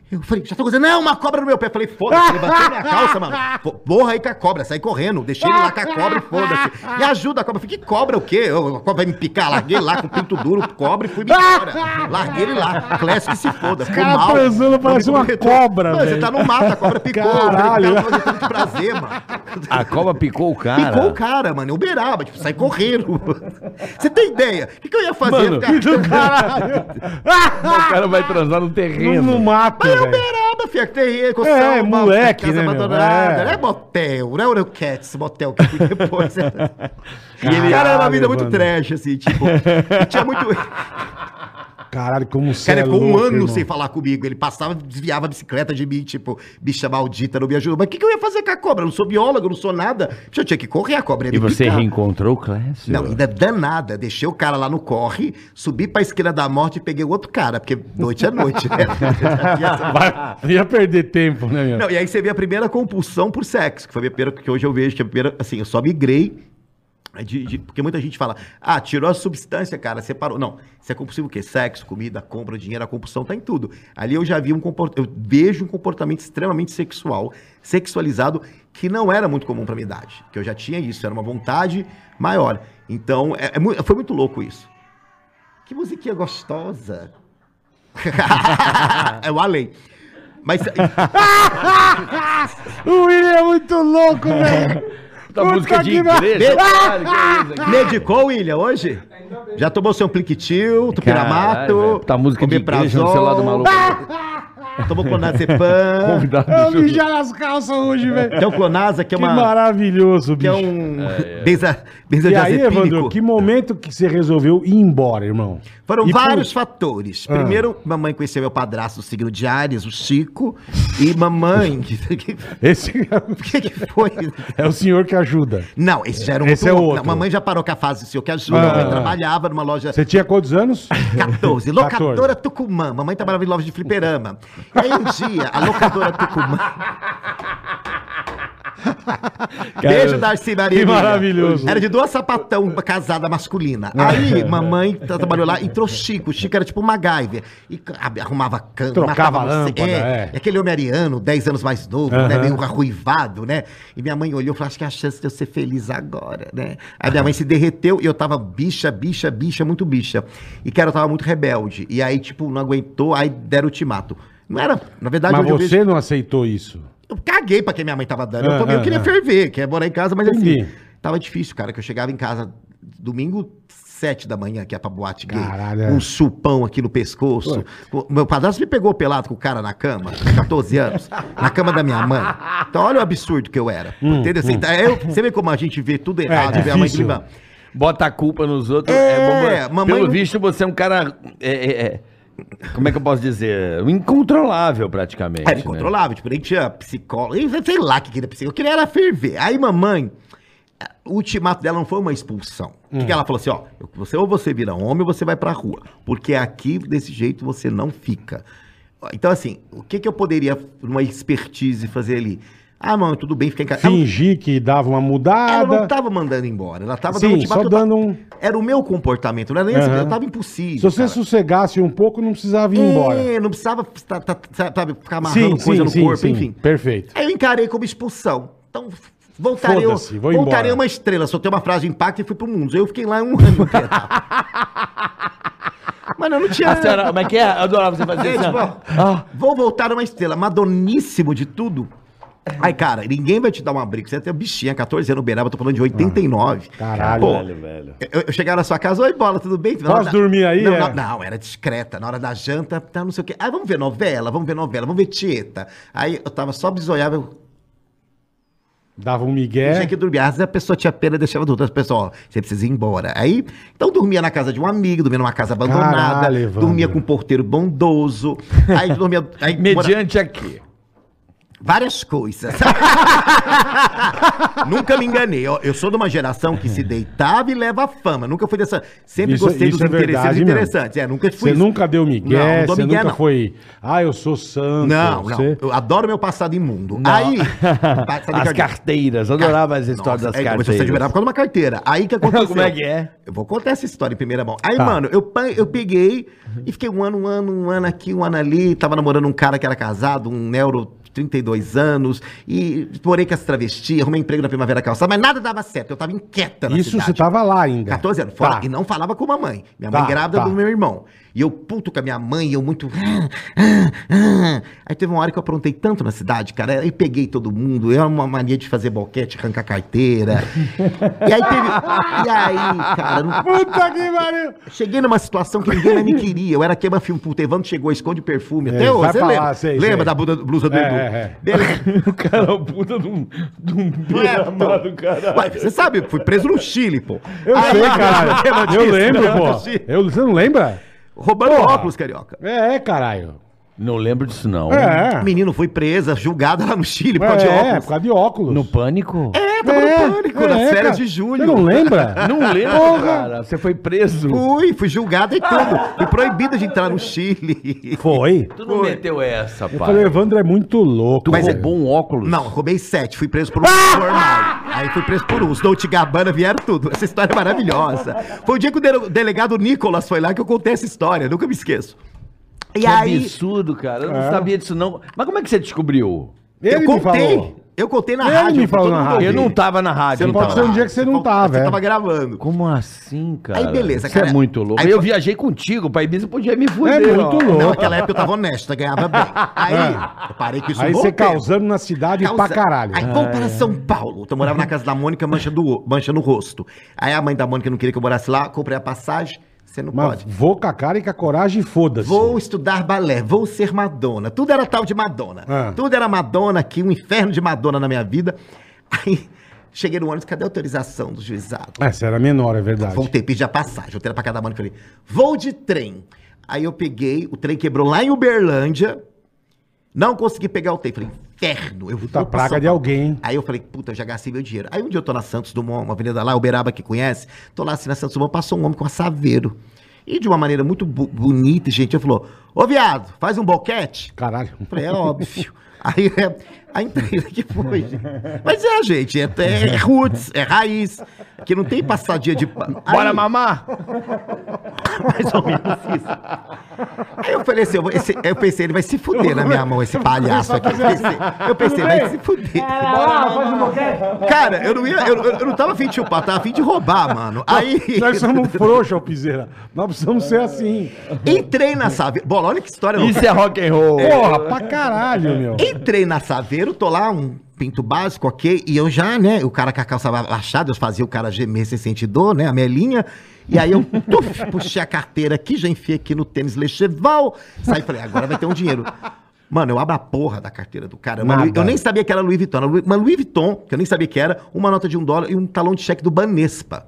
Speaker 4: Eu falei, já tô gozando. Não, uma cobra no meu pé. Eu falei, foda-se, levantei minha calça, mano. Pô, Porra aí com a cobra, saí correndo. Deixei ele lá com a cobra e foda-se. Me ajuda a cobra. Eu falei, que cobra o quê? Eu- A cobra vai me picar. Larguei ele lá com o pinto duro, cobra e fui me embora. Larguei ele lá. Clássico que se foda. Ficou
Speaker 2: cara
Speaker 4: mal.
Speaker 2: transando,
Speaker 4: Não
Speaker 2: parece
Speaker 4: me
Speaker 2: uma
Speaker 4: comprometeu.
Speaker 2: cobra,
Speaker 4: Mano, Você
Speaker 2: velho.
Speaker 4: tá no mato, a cobra picou.
Speaker 2: Caralho.
Speaker 4: Eu falei, cara, eu tô prazer, mano.
Speaker 3: A cobra picou o cara.
Speaker 4: Picou o cara, mano. em Uberaba, tipo, sai correndo. Você tem ideia? O que, que eu ia fazer?
Speaker 3: Mano,
Speaker 4: Eu ia ficar-
Speaker 2: Caralho! Ah,
Speaker 3: O cara vai transar no
Speaker 2: Não,
Speaker 3: terreno.
Speaker 2: não mata,
Speaker 4: Mas é
Speaker 2: velho.
Speaker 4: Uberaba, fia, que tem ecoção,
Speaker 2: É,
Speaker 4: uma
Speaker 2: moleque,
Speaker 4: casa
Speaker 2: né, meu?
Speaker 4: abandonada,
Speaker 2: É.
Speaker 4: né? Motel, né? Eurocats, motel que eu fui depois. né? E ele,
Speaker 2: Caralho,
Speaker 4: cara, era uma vida muito
Speaker 2: mano.
Speaker 4: trash, assim, tipo. e tinha muito.
Speaker 2: Caralho, como
Speaker 4: O
Speaker 2: você
Speaker 4: cara
Speaker 2: é
Speaker 4: ficou um
Speaker 2: louco,
Speaker 4: ano
Speaker 2: irmão.
Speaker 4: sem falar comigo. Ele passava, desviava a bicicleta de mim, tipo, bicha maldita, não me ajudou. Mas o que, que eu ia fazer com a cobra? Eu não sou biólogo, eu não sou nada. Bicho, Eu tinha que correr a cobra. ia
Speaker 3: E
Speaker 4: me
Speaker 3: você
Speaker 4: picar.
Speaker 3: reencontrou o Clécio?
Speaker 4: Não, ainda danada. Deixei o cara lá no corre, subi pra esquina da morte e peguei o outro cara, porque noite é noite, né?
Speaker 2: Vai, ia perder tempo, né, meu?
Speaker 4: Não, e aí você vê a primeira compulsão por sexo, que foi a minha primeira que hoje eu vejo, que é a primeira, assim, eu só migrei. né, de- de- porque muita gente fala, ah, tirou a substância, cara, separou. Não, isso é compulsivo o quê? Sexo, comida, compra, dinheiro, a compulsão tá em tudo. Ali eu já vi um comportamento, eu vejo um comportamento extremamente sexual, sexualizado, que não era muito comum pra minha idade. Que eu já tinha isso, era uma vontade maior. Então, é- é mu- foi muito louco isso. Que musiquinha gostosa. é o além. Mas
Speaker 2: O William é muito louco, velho. Puta
Speaker 3: Da Tá música de
Speaker 2: que mar-
Speaker 3: igreja.
Speaker 4: Ah!
Speaker 3: Caralho, que isso aqui?
Speaker 4: Medicou, William, hoje? Já tomou seu pliquitil,
Speaker 3: Caralho, velho.
Speaker 4: tupiramato,
Speaker 3: Tá música de igreja no celular do maluco.
Speaker 4: Ah! tomou clonazepam,
Speaker 3: Convidado
Speaker 2: Ah! Eu
Speaker 3: do-
Speaker 2: mijar nas calças hoje, velho.
Speaker 4: tem o clonasa, que é
Speaker 2: Que
Speaker 4: uma...
Speaker 2: maravilhoso,
Speaker 4: Que é
Speaker 2: bicho.
Speaker 4: um... benza-
Speaker 2: E aí,
Speaker 4: Benzodiazepínico.
Speaker 2: Evandro, que momento que você resolveu ir embora, irmão?
Speaker 4: Foram
Speaker 2: E por-
Speaker 4: vários fatores. Primeiro, mamãe conheceu meu padrasto do signo de Ares, o Chico, e mamãe... O que,
Speaker 2: Esse
Speaker 4: que foi?
Speaker 2: é o senhor que ajuda.
Speaker 4: Não, esse já era um
Speaker 2: Esse é
Speaker 4: louco.
Speaker 2: outro.
Speaker 4: Não, mamãe já parou com a fase do seu que ajuda.
Speaker 2: Ah.
Speaker 4: mamãe trabalhava numa loja
Speaker 2: Você tinha quantos anos?
Speaker 4: 14. Locadora Tucumã. Mamãe trabalhava em loja de fliperama. E aí um dia, a locadora Tucumã. Beijo, Darcy Maria.
Speaker 2: que
Speaker 4: Emília.
Speaker 2: maravilhoso. É.
Speaker 4: Era de duas sapatão casada masculina. Aí, mamãe tra- trabalhou lá e trouxe Chico. Chico era tipo um MacGyver. E ca- ab- arrumava cama,
Speaker 2: Trocava
Speaker 4: matava você.
Speaker 2: lâmpada, é.
Speaker 4: é, é aquele homem ariano, 10 anos mais novo, né?
Speaker 2: Aham.
Speaker 4: Meio arruivado, né? E minha mãe olhou e falou: acho que é a chance de eu ser feliz agora, né? Aí minha mãe se derreteu e eu tava bicha, bicha, bicha, muito bicha. E cara, eu tava muito rebelde. E aí, tipo, não aguentou, aí deram o ultimato. Não era, na verdade,
Speaker 2: Mas
Speaker 4: hoje eu
Speaker 2: você não aceitou isso.
Speaker 4: eu caguei pra quem minha mãe tava dando. Eu,
Speaker 2: Ah,
Speaker 4: também, eu
Speaker 2: ah,
Speaker 4: queria
Speaker 2: ah.
Speaker 4: ferver, queria morar em casa, mas
Speaker 2: Entendi.
Speaker 4: assim, tava difícil, cara, que eu chegava em casa domingo, sete da manhã, que é pra boate gay.
Speaker 2: Caralho, é.
Speaker 4: com Um supão aqui no pescoço. O meu padrasto me pegou pelado com o cara na cama, com 14 anos, na cama da minha mãe. Então olha o absurdo que eu era. entendeu? Assim, tá- eu- você vê como a gente vê tudo errado,
Speaker 2: Hum, é
Speaker 4: vê a mãe
Speaker 2: difícil.
Speaker 4: gritando.
Speaker 3: Bota a culpa nos outros.
Speaker 4: É,
Speaker 3: bomba-
Speaker 4: mamãe
Speaker 3: Pelo
Speaker 4: não-
Speaker 3: visto, você é um cara. é, é, é, como é que eu posso dizer? Incontrolável, praticamente. né?
Speaker 2: né?
Speaker 4: Era incontrolável, tipo, nem tinha psicólogo, nem- sei lá o que queria psicólogo, eu queria era ferver. Aí mamãe, o ultimato dela não foi uma expulsão. O que
Speaker 2: Hum.
Speaker 4: que ela falou assim, ó, você, ou você vira homem ou você vai pra rua, porque aqui, desse jeito, você não fica. Então, assim, o que que eu poderia, numa expertise, fazer ali? Ah, mãe, tudo bem, fica em casa. Ela-
Speaker 2: Fingir que dava uma
Speaker 4: Ela
Speaker 2: mudada.
Speaker 4: não tava mandando embora, ela tava
Speaker 2: Sim,
Speaker 4: ultimato,
Speaker 2: só
Speaker 4: eu tava-
Speaker 2: dando um...
Speaker 4: Era o meu comportamento, não era nem assim,
Speaker 2: Aham.
Speaker 4: eu tava
Speaker 2: Se
Speaker 4: impossível,
Speaker 2: você
Speaker 4: cara.
Speaker 2: sossegasse um pouco, não precisava ir embora.
Speaker 4: É, não precisava tá- tá- tá- sabe, ficar amarrando coisa no corpo, enfim.
Speaker 2: Perfeito.
Speaker 4: Aí eu encarei como expulsão. Então, voltarei, eu,
Speaker 2: Foda-se, vou
Speaker 4: voltarei
Speaker 2: embora.
Speaker 4: uma estrela, soltei uma frase de impacto e fui pro mundo. Eu fiquei lá um ano. Mano, eu não tinha.
Speaker 3: A senhora, como é que é? Eu adorava você fazer
Speaker 4: É,
Speaker 3: isso.
Speaker 4: tipo,
Speaker 2: né? Ah.
Speaker 4: ó, Vou voltar uma estrela, madoníssimo de tudo. Aí, cara, ninguém vai te dar uma briga. Você tem bichinha, 14 anos, Uberaba, eu tô falando de 89.
Speaker 2: Ah, Caralho,
Speaker 4: Pô,
Speaker 2: velho,
Speaker 4: eu, eu chegava na sua casa, oi, bola, tudo bem? Na
Speaker 2: Posso
Speaker 4: hora da-
Speaker 2: dormir aí,
Speaker 4: Não,
Speaker 2: é?
Speaker 4: não, não, era discreta. Na hora da janta, tá, não sei o quê. Ah, vamos ver novela, vamos ver novela, vamos ver Tieta. Aí eu tava só bisoiável,
Speaker 2: Dava um
Speaker 4: tinha
Speaker 2: migué.
Speaker 4: é que dormir. Às vezes a pessoa tinha pena, deixava dormir. As pessoas, ó, você precisa ir embora. Aí, então dormia na casa de um amigo, dormia numa casa abandonada,
Speaker 2: Caralho, Evandro.
Speaker 4: dormia com um porteiro bondoso. Aí dormia. Aí, mora-
Speaker 3: Mediante aqui.
Speaker 4: Várias coisas. Nunca me enganei. Eu, eu sou de uma geração que se deitava e leva a fama. Nunca fui dessa. Sempre
Speaker 2: Isso-
Speaker 4: gostei
Speaker 2: isso
Speaker 4: dos
Speaker 2: é
Speaker 4: interessantes
Speaker 2: verdade mesmo.
Speaker 4: interessantes. É, nunca fui.
Speaker 2: Você
Speaker 4: isso.
Speaker 2: nunca deu
Speaker 4: Não,
Speaker 2: migué,
Speaker 4: não dou
Speaker 2: você
Speaker 4: migué,
Speaker 2: nunca
Speaker 4: não.
Speaker 2: foi... Ah, eu sou santo.
Speaker 4: Não, não.
Speaker 2: você-
Speaker 4: Eu adoro meu passado imundo.
Speaker 3: Não.
Speaker 4: Aí.
Speaker 3: As carteiras, adorava as histórias das
Speaker 4: carteiras. é, Começou a se
Speaker 3: carteiras.
Speaker 4: admirar então por causa de uma carteira. Aí que aconteceu.
Speaker 3: Como é que é?
Speaker 4: Eu vou contar essa história em primeira mão. Aí,
Speaker 2: Tá.
Speaker 4: mano, eu, pa- eu peguei e fiquei um ano, um ano, um ano aqui, um ano ali. Tava namorando um cara que era casado, um neuro, 32 anos. E morei com essa travesti, arrumei emprego na Primavera Calçada, mas nada dava certo. Eu tava inquieta na
Speaker 2: Isso você
Speaker 4: cidade.
Speaker 2: tava lá ainda.
Speaker 4: 14 anos, fora,
Speaker 2: Tá.
Speaker 4: e não falava com mamãe. Minha
Speaker 2: Tá,
Speaker 4: mãe grávida
Speaker 2: tá.
Speaker 4: do meu irmão. E eu puto com a minha mãe, e eu muito. "Ah, Aí teve uma hora que eu aprontei tanto na cidade, cara. Aí peguei todo mundo. Eu era uma mania de fazer boquete, arrancar carteira. e aí teve. E aí, cara, não-
Speaker 2: Puta que pariu!
Speaker 4: Cheguei numa situação que ninguém mais me queria. Eu era queima filme puta. Evandro chegou, esconde perfume.
Speaker 2: É,
Speaker 4: Até hoje.
Speaker 2: vai
Speaker 4: Você
Speaker 2: pra lá,
Speaker 4: lembra?
Speaker 2: sei,
Speaker 4: lembra
Speaker 2: sei.
Speaker 4: da blusa, blusa do
Speaker 2: É,
Speaker 4: Edu?
Speaker 2: é,
Speaker 4: Beleza.
Speaker 3: O cara é o puta de um, de um
Speaker 4: Não é, pô.
Speaker 3: beira-mar do caralho.
Speaker 4: Ué, você sabe, eu fui preso no Chile, pô.
Speaker 2: Eu
Speaker 4: Aí-
Speaker 2: sei, caralho. Eu
Speaker 4: disso?
Speaker 2: lembro,
Speaker 4: Lembra
Speaker 2: pô.
Speaker 4: do Chile?
Speaker 2: Eu, você não lembra?
Speaker 4: Roubando
Speaker 2: Porra.
Speaker 4: óculos, carioca.
Speaker 2: É, é, caralho.
Speaker 3: Não lembro disso, não.
Speaker 2: É.
Speaker 4: A menina foi presa, julgada lá no Chile por causa de
Speaker 2: é, é,
Speaker 4: óculos.
Speaker 2: por causa de óculos.
Speaker 3: No pânico?
Speaker 4: É, tava
Speaker 2: É,
Speaker 4: no pânico,
Speaker 2: é,
Speaker 4: nas férias
Speaker 2: cara.
Speaker 4: de julho.
Speaker 2: Você não lembra?
Speaker 3: Não lembro, cara. Você foi preso.
Speaker 4: Fui, fui julgada e tudo. Fui proibida de entrar no Chile.
Speaker 2: Foi.
Speaker 3: Tu não meteu essa,
Speaker 2: Eu falei, Evandro é muito louco.
Speaker 3: Tu
Speaker 4: é
Speaker 2: Mas
Speaker 3: roubou um óculos?
Speaker 4: Não, roubei sete, fui preso por um
Speaker 2: Ah!
Speaker 4: normal. Aí fui preso por um. Os Dolce Gabbana vieram tudo. Essa história é maravilhosa. Foi o dia que o dele- delegado Nicolas foi lá que eu contei essa história, nunca me esqueço. E
Speaker 3: Que
Speaker 4: aí,
Speaker 3: absurdo, cara. Eu não
Speaker 2: É.
Speaker 3: sabia disso, não. Mas como é que você descobriu?
Speaker 2: Ele
Speaker 4: eu
Speaker 2: me
Speaker 4: contei.
Speaker 2: falou. É
Speaker 4: Eu contei na
Speaker 2: Ele
Speaker 4: rádio.
Speaker 2: me falou
Speaker 4: todo
Speaker 2: na
Speaker 4: mundo
Speaker 2: rádio. tá,
Speaker 3: Eu
Speaker 4: ouviu.
Speaker 3: não tava na
Speaker 4: Você
Speaker 3: rádio,
Speaker 4: não
Speaker 3: então.
Speaker 4: pode ser
Speaker 2: um dia que Ah, você não tava,
Speaker 4: Você
Speaker 2: é.
Speaker 4: tava gravando.
Speaker 3: Como assim, cara?
Speaker 4: Aí beleza,
Speaker 3: Você
Speaker 4: cara.
Speaker 3: é muito louco.
Speaker 4: Aí
Speaker 3: eu
Speaker 4: foi-
Speaker 3: viajei contigo, pra Ibiza podia me fuder.
Speaker 2: É muito
Speaker 3: ó.
Speaker 2: louco.
Speaker 4: Não, naquela época eu tava honesto, eu ganhava bem. Aí, eu parei com isso
Speaker 2: Ah. Aí
Speaker 4: um bom
Speaker 2: você
Speaker 4: tempo.
Speaker 2: causando na cidade
Speaker 4: Causa-
Speaker 2: pra caralho. Ah, É.
Speaker 4: Aí vamos para São Paulo. Então eu morava na casa da Mônica, mancha, do, mancha no rosto. Aí a mãe da Mônica não queria que eu morasse lá, comprei a passagem. Você não
Speaker 2: Mas
Speaker 4: pode.
Speaker 2: vou com a cara e com a coragem, foda-se.
Speaker 4: Vou estudar balé, vou ser Madonna. Tudo era tal de Madonna.
Speaker 2: Ah.
Speaker 4: Tudo era Madonna aqui, um inferno de Madonna na minha vida. Aí cheguei no ônibus, cadê a autorização do juizado?
Speaker 2: É, você era menor, é verdade.
Speaker 4: Voltei, pedi a um passagem, voltei lá pra casa da Mônica e falei, vou de trem. Aí eu peguei, o trem quebrou lá em Uberlândia, não consegui pegar o trem. Falei, inferno, eu vou
Speaker 2: Puta
Speaker 4: pra
Speaker 2: praga
Speaker 4: São
Speaker 2: de
Speaker 4: Paulo.
Speaker 2: alguém, hein?
Speaker 4: Aí eu falei, puta, eu já gastei meu dinheiro. Aí um dia eu tô na Santos Dumont, uma avenida lá, Uberaba que conhece, tô lá assim na Santos Dumont, passou um homem com a Saveiro. E de uma maneira muito bu- bonita, gente, ele falou, ô viado, faz um boquete.
Speaker 2: Caralho.
Speaker 4: Eu falei, é óbvio. Aí é, a entrega que foi. gente. Mas é, gente, é, é roots, é raiz, que não tem passadinha de pano. Aí-
Speaker 3: Bora mamar?
Speaker 4: mais ou menos isso. Aí eu falei assim, eu, vou- esse- eu pensei, ele vai se fuder na minha mão, esse palhaço aqui. Eu pensei, eu pensei, vai se fuder. Cara, eu não ia, eu, eu- eu não tava afim de chupar, tava afim de roubar, mano. Aí
Speaker 2: Nós somos frouxos, ô Piseira. Nós precisamos ser assim.
Speaker 4: entrei na Saveiro. Bola, olha que história louca.
Speaker 3: Isso é rock and roll.
Speaker 2: Porra, pra caralho, meu.
Speaker 4: Entrei na Saveiro, tô lá, um pinto básico, ok. E eu já, né, o cara com a calça baixada, eu fazia o cara gemer sem sentir dor, né, a melinha. E aí eu tuf, puxei a carteira aqui, já enfiei aqui no tênis Lecheval. Saí e falei, agora vai ter um dinheiro. Mano, eu abro a porra da carteira do cara. Uma
Speaker 2: Nada.
Speaker 4: Louis- eu nem sabia que era Louis Vuitton. Era Louis- Uma Louis Vuitton, que eu nem sabia que era, uma nota de um dólar e um talão de cheque do Banespa.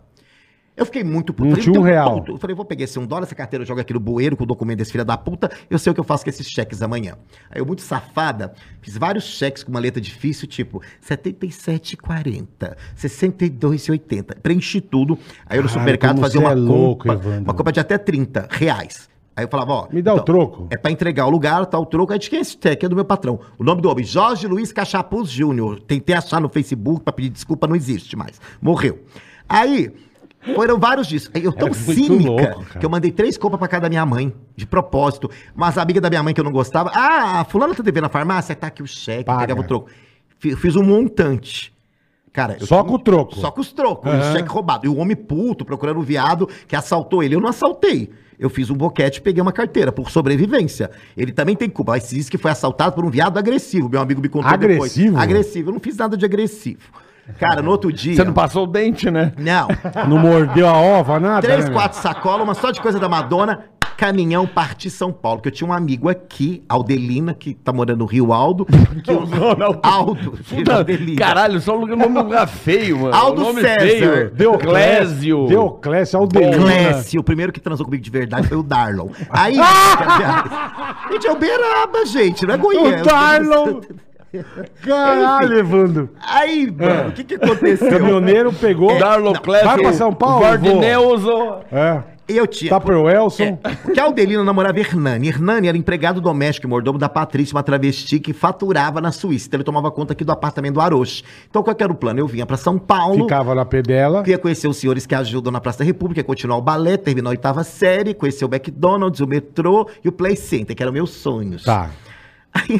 Speaker 4: Eu fiquei muito puto.
Speaker 2: Não
Speaker 4: Falei,
Speaker 2: tinha um
Speaker 4: "Teu
Speaker 2: real."
Speaker 4: puto." Eu falei, vou pegar esse um dólar, essa carteira, eu jogo aqui no bueiro com o documento desse filho da puta, eu sei o que eu faço com esses cheques amanhã. Aí eu, muito safada, fiz vários cheques com uma letra difícil, tipo 77,40, 62,80. Preenchi tudo. Aí eu
Speaker 2: Caralho,
Speaker 4: no supermercado
Speaker 2: como
Speaker 4: fazia
Speaker 2: você
Speaker 4: uma
Speaker 2: é louco,
Speaker 4: compra,
Speaker 2: Evandro.
Speaker 4: uma compra de até 30 reais. Aí eu falava, ó...
Speaker 2: Me dá o troco.
Speaker 4: É pra entregar o lugar, tá o troco. Aí de quem é esse cheque? É do meu patrão. O nome do homem, Jorge Luiz Cachapuz Júnior. Tentei achar no Facebook pra pedir desculpa, não existe mais. Morreu. Aí, foram vários disso. Aí Eu tão
Speaker 2: É muito
Speaker 4: cínica
Speaker 2: louco, cara.
Speaker 4: que eu mandei três compras pra casa da minha mãe, de propósito. Mas a amiga da minha mãe que eu não gostava, ah, fulano tá devendo na farmácia? Tá aqui o cheque,
Speaker 2: Paga.
Speaker 4: pegava o troco. Fi- Fiz um montante. Cara, eu
Speaker 2: Só
Speaker 4: tinha-
Speaker 2: com o troco.
Speaker 4: Só com os trocos,
Speaker 2: Aham.
Speaker 4: o cheque roubado. E o homem puto procurando o viado que assaltou ele. Eu não assaltei. Eu fiz um boquete e peguei uma carteira por sobrevivência. Ele também tem culpa. Mas se diz que foi assaltado por um viado agressivo. Meu amigo me contou
Speaker 2: Agressivo?
Speaker 4: depois. Agressivo. Eu não fiz nada de agressivo. Cara, no outro dia.
Speaker 3: Você não passou o dente, né?
Speaker 4: Não.
Speaker 2: Não mordeu a ova, nada? né,
Speaker 4: Três,
Speaker 2: meu?
Speaker 4: quatro sacolas, uma só de coisa da Madonna. Caminhão, parti São Paulo. Porque eu tinha um amigo aqui, Aldelina, que tá morando no Rio Aldo. Que o Aldo. filho, Aldelina.
Speaker 3: Caralho, só um lugar- nome de lugar feio, mano.
Speaker 4: Aldo
Speaker 3: nome
Speaker 4: César.
Speaker 3: feio.
Speaker 2: Deoclésio.
Speaker 3: Deoclésio.
Speaker 2: É, Deoclésio, Aldelina.
Speaker 4: Clécio, o primeiro que transou comigo de verdade foi o Darlon. Aí. gente, é Uberaba, gente, não é Goiânia.
Speaker 2: O Ah! Darlon. Caralho,
Speaker 4: Enfim.
Speaker 2: Evandro.
Speaker 4: Aí, mano, o que que aconteceu?
Speaker 2: Caminhoneiro pegou.
Speaker 3: Darlo Clef,
Speaker 2: vai pra São Paulo, vou.
Speaker 3: Vardineuso.
Speaker 2: É.
Speaker 4: Eu tinha...
Speaker 2: Tupper Wilson.
Speaker 4: Que Aldelino namorava Hernani. Hernani era empregado doméstico e mordomo da Patrícia, uma travesti que faturava na Suíça. Então ele tomava conta aqui do apartamento do Aroche. Então qual que era o plano? Eu vinha pra São Paulo,
Speaker 2: Ficava na pedela.
Speaker 4: ia conhecer os senhores que ajudam na Praça da República, ia continuar o balé, terminar a oitava série, conhecer o McDonald's, o metrô e o Play Center, que eram meus sonhos.
Speaker 2: Tá.
Speaker 4: Aí,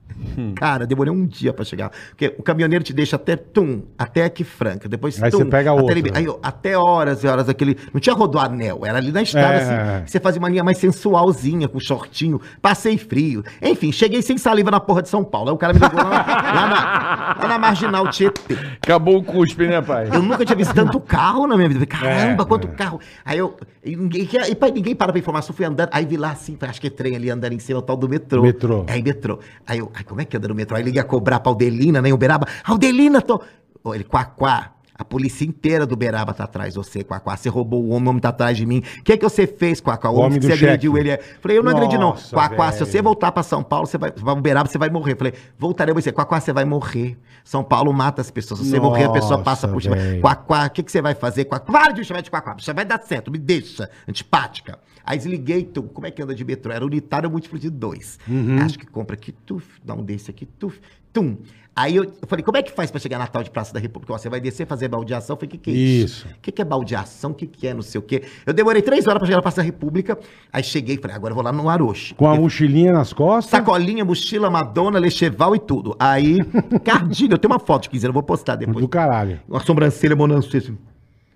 Speaker 4: cara, demorei um dia pra chegar. Porque o caminhoneiro te deixa até Tum, até aqui Franca. Depois
Speaker 2: Aí
Speaker 4: Tum.
Speaker 2: você pega
Speaker 4: até
Speaker 2: outro.
Speaker 4: Libe- Aí, ó, até horas e horas aquele. Não tinha rodoanel, era ali na estrada,
Speaker 2: É.
Speaker 4: assim. Você fazia uma linha mais sensualzinha, com shortinho. Passei frio. Enfim, cheguei sem saliva na porra de São Paulo. Aí o cara me levou lá, na- lá na, lá na marginal Tietê.
Speaker 3: Acabou o cuspe, né, pai?
Speaker 4: Eu nunca tinha visto tanto carro na minha vida. Falei, Caramba,
Speaker 2: É,
Speaker 4: quanto
Speaker 2: é.
Speaker 4: carro. Aí eu. E ninguém, e pra- ninguém para pra informação. Fui andando. Aí vi lá assim, falei, acho que é trem ali andando em cima, o tal do metrô.
Speaker 2: Metrô.
Speaker 4: Aí metrô. Aí eu, ai, como é que anda no metrô? Aí liguei a cobrar pra Aldelina, né? em Uberaba. Aldelina, tô. Ô, ele, quá. A polícia inteira do Uberaba tá atrás de você, Quaquá. Você roubou o homem, o homem tá atrás de mim. O que é que você fez, Quaquá? O
Speaker 2: O homem
Speaker 4: homem que
Speaker 2: do
Speaker 4: você
Speaker 2: cheque.
Speaker 4: agrediu ele é. Falei, eu não agredi, não.
Speaker 2: Nossa,
Speaker 4: Quaquá, se
Speaker 2: velho.
Speaker 4: você voltar pra São Paulo, você vai. Pra Uberaba, você vai morrer. Falei, voltarei pra você. Quaquá, você vai morrer. São Paulo mata as pessoas. Se você morrer, a pessoa
Speaker 2: Nossa,
Speaker 4: passa por cima.
Speaker 2: velho.
Speaker 4: Quaquá, Quá, o que, que você vai fazer? Quá, para de me chamar de quá, quá, bicha, vai dar certo, me deixa, antipática. Aí desliguei, tu, como é que anda de metrô? Era unitário múltiplo de dois.
Speaker 2: Uhum.
Speaker 4: Acho que compra aqui, tuf, dá um desse aqui, tuf, tum. Aí eu, eu falei, como é que faz pra chegar na tal de Praça da República? Ó, você vai descer, fazer baldeação? Eu falei, o que, que é
Speaker 2: Isso.
Speaker 4: O que, que é baldeação? O que, que é não sei o quê? Eu demorei três horas pra chegar na Praça da República, aí cheguei e falei, agora eu vou lá no Aroche.
Speaker 2: Com a mochilinha nas costas.
Speaker 4: Sacolinha, mochila, Madonna, Lecheval e tudo. Aí, Cardilho, eu tenho uma foto de 15 eu vou postar depois
Speaker 2: Do caralho.
Speaker 4: uma sobrancelha bonança, assim,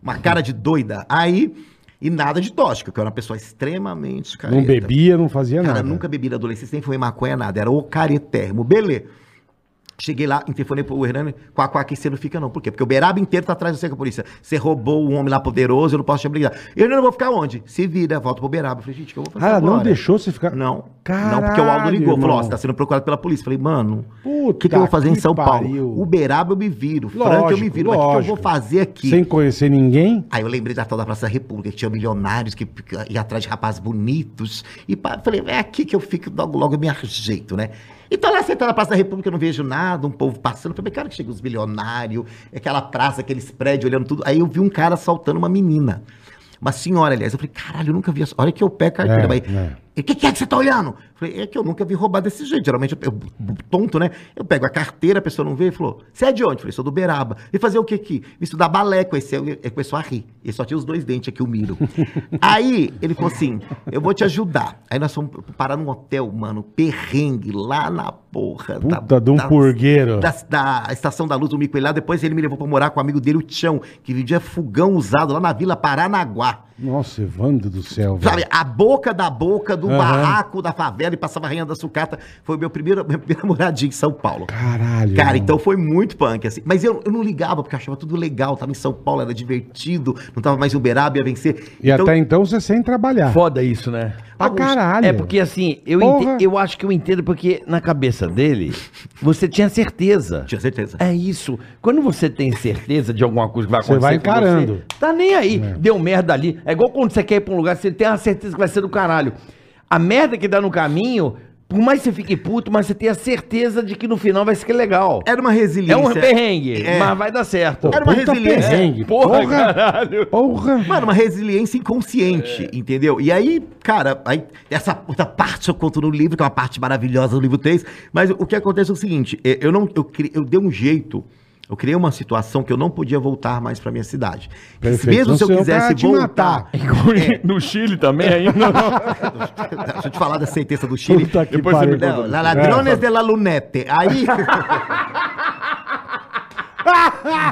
Speaker 4: uma cara de doida. Aí, e nada de tóxico, que eu era uma pessoa extremamente careta.
Speaker 2: Não bebia, não fazia
Speaker 4: Cara,
Speaker 2: nada.
Speaker 4: nunca bebi na adolescência, nem fumei maconha, nada. Era o caretermo. Beleza. Cheguei lá, telefonei pro Hernani, quá, quá, que você não fica não. Por quê? Porque o Beraba inteiro tá atrás de você com a polícia. Você roubou um homem lá poderoso, eu não posso te obrigar. Eu não vou ficar onde? Se vira, volta pro Beraba. Eu falei, gente, o que eu vou fazer
Speaker 2: Ah, ela não
Speaker 4: agora?
Speaker 2: deixou você ficar.
Speaker 4: Não.
Speaker 2: Caralho,
Speaker 4: não, porque o Aldo ligou, falou, ó,
Speaker 2: irmão.
Speaker 4: você tá sendo procurado pela polícia. Eu Falei, mano, o
Speaker 2: Puta
Speaker 4: que, que eu vou fazer em
Speaker 2: que
Speaker 4: São
Speaker 2: pariu.
Speaker 4: Paulo? Uberaba eu me viro, Franca eu me
Speaker 2: Lógico,
Speaker 4: viro, mas o que que eu vou
Speaker 2: lógico.
Speaker 4: fazer aqui?
Speaker 2: Sem conhecer ninguém.
Speaker 4: Aí eu lembrei da tal da Praça da República, que tinha milionários que que ia atrás de rapazes bonitos. E pá, falei, é aqui que eu fico, logo, logo eu me ajeito, né? Então lá sentado na Praça da República, eu não vejo nada, um povo passando. Eu Falei, cara, que chega os bilionários, aquela praça, aqueles prédios, olhando tudo. Aí eu vi um cara assaltando uma menina. Uma senhora, aliás. Eu falei, caralho, eu nunca vi. essa- Olha que eu pego a
Speaker 2: É,
Speaker 4: carteira. mas-
Speaker 2: é.
Speaker 4: o que, que é que você tá olhando? Eu Falei, é que eu nunca vi roubar desse jeito. Geralmente, eu, eu- tonto, né? Eu pego a carteira, a pessoa não vê e falou, você é de onde? Eu Falei, sou do Beraba. E fazer o que aqui? Vim estudar balé, conhecer, eu começou a rir. Ele só tinha os dois dentes aqui, o Miro. Aí, ele falou assim, eu vou te ajudar. Aí nós fomos parar num hotel, mano, perrengue, lá na porra. da-
Speaker 2: Puta de um
Speaker 4: da-
Speaker 2: purgueiro.
Speaker 4: da, da Estação da Luz, do Mico lá. Depois ele me levou pra morar com um amigo dele, o Tião, que vendia fogão usado lá na Vila Paranaguá.
Speaker 2: Nossa, Evandro do céu, velho.
Speaker 4: Sabe, a boca da boca do
Speaker 2: Aham.
Speaker 4: barraco da favela e passava a rainha da sucata. Foi o meu primeiro, minha primeira moradia em São Paulo.
Speaker 2: Caralho.
Speaker 4: Cara,
Speaker 2: irmão.
Speaker 4: então foi muito punk, assim. Mas eu, eu não ligava, porque eu achava tudo legal. Tava em São Paulo, era divertido. Não tava mais em Uberaba, ia vencer.
Speaker 2: E
Speaker 4: então,
Speaker 2: até então você sem trabalhar.
Speaker 3: Foda isso, né?
Speaker 2: Pra caralho.
Speaker 3: É porque assim, eu,
Speaker 2: Porra.
Speaker 3: ente- eu acho que eu entendo porque na cabeça dele, você tinha certeza.
Speaker 4: Tinha certeza.
Speaker 3: É isso. Quando você tem certeza de alguma coisa que vai
Speaker 2: Você
Speaker 3: acontecer,
Speaker 2: vai
Speaker 3: com
Speaker 2: encarando.
Speaker 3: você, tá nem aí. Deu merda ali. É igual quando você quer ir pra um lugar, você tem a certeza que vai ser do caralho. A merda que dá no caminho, por mais que você fique puto, mas você tem a certeza de que no final vai ser legal.
Speaker 4: Era uma resiliência.
Speaker 3: É um perrengue,
Speaker 4: É.
Speaker 3: mas vai dar certo.
Speaker 4: Era uma
Speaker 2: Puta
Speaker 4: resiliência.
Speaker 2: perrengue.
Speaker 3: Porra,
Speaker 2: Porra.
Speaker 3: caralho.
Speaker 2: Porra.
Speaker 4: Mano, uma resiliência inconsciente,
Speaker 3: É.
Speaker 4: entendeu? E aí, cara, aí, essa puta parte eu conto no livro, que é uma parte maravilhosa do livro 3, mas o que acontece é o seguinte, é, eu não eu, cri- eu dei um jeito, eu criei uma situação que eu não podia voltar mais pra minha cidade.
Speaker 2: Perfeito.
Speaker 4: Mesmo se eu
Speaker 2: Então, senão o cara
Speaker 4: quisesse
Speaker 2: ia te
Speaker 4: voltar...
Speaker 3: É
Speaker 2: É.
Speaker 3: No Chile também ainda.
Speaker 4: Deixa eu te falar da sentença do Chile.
Speaker 2: Puta que
Speaker 3: Depois você
Speaker 2: pariu. É,
Speaker 3: me dá-
Speaker 4: Não, la ladrones de la lunete. Aí...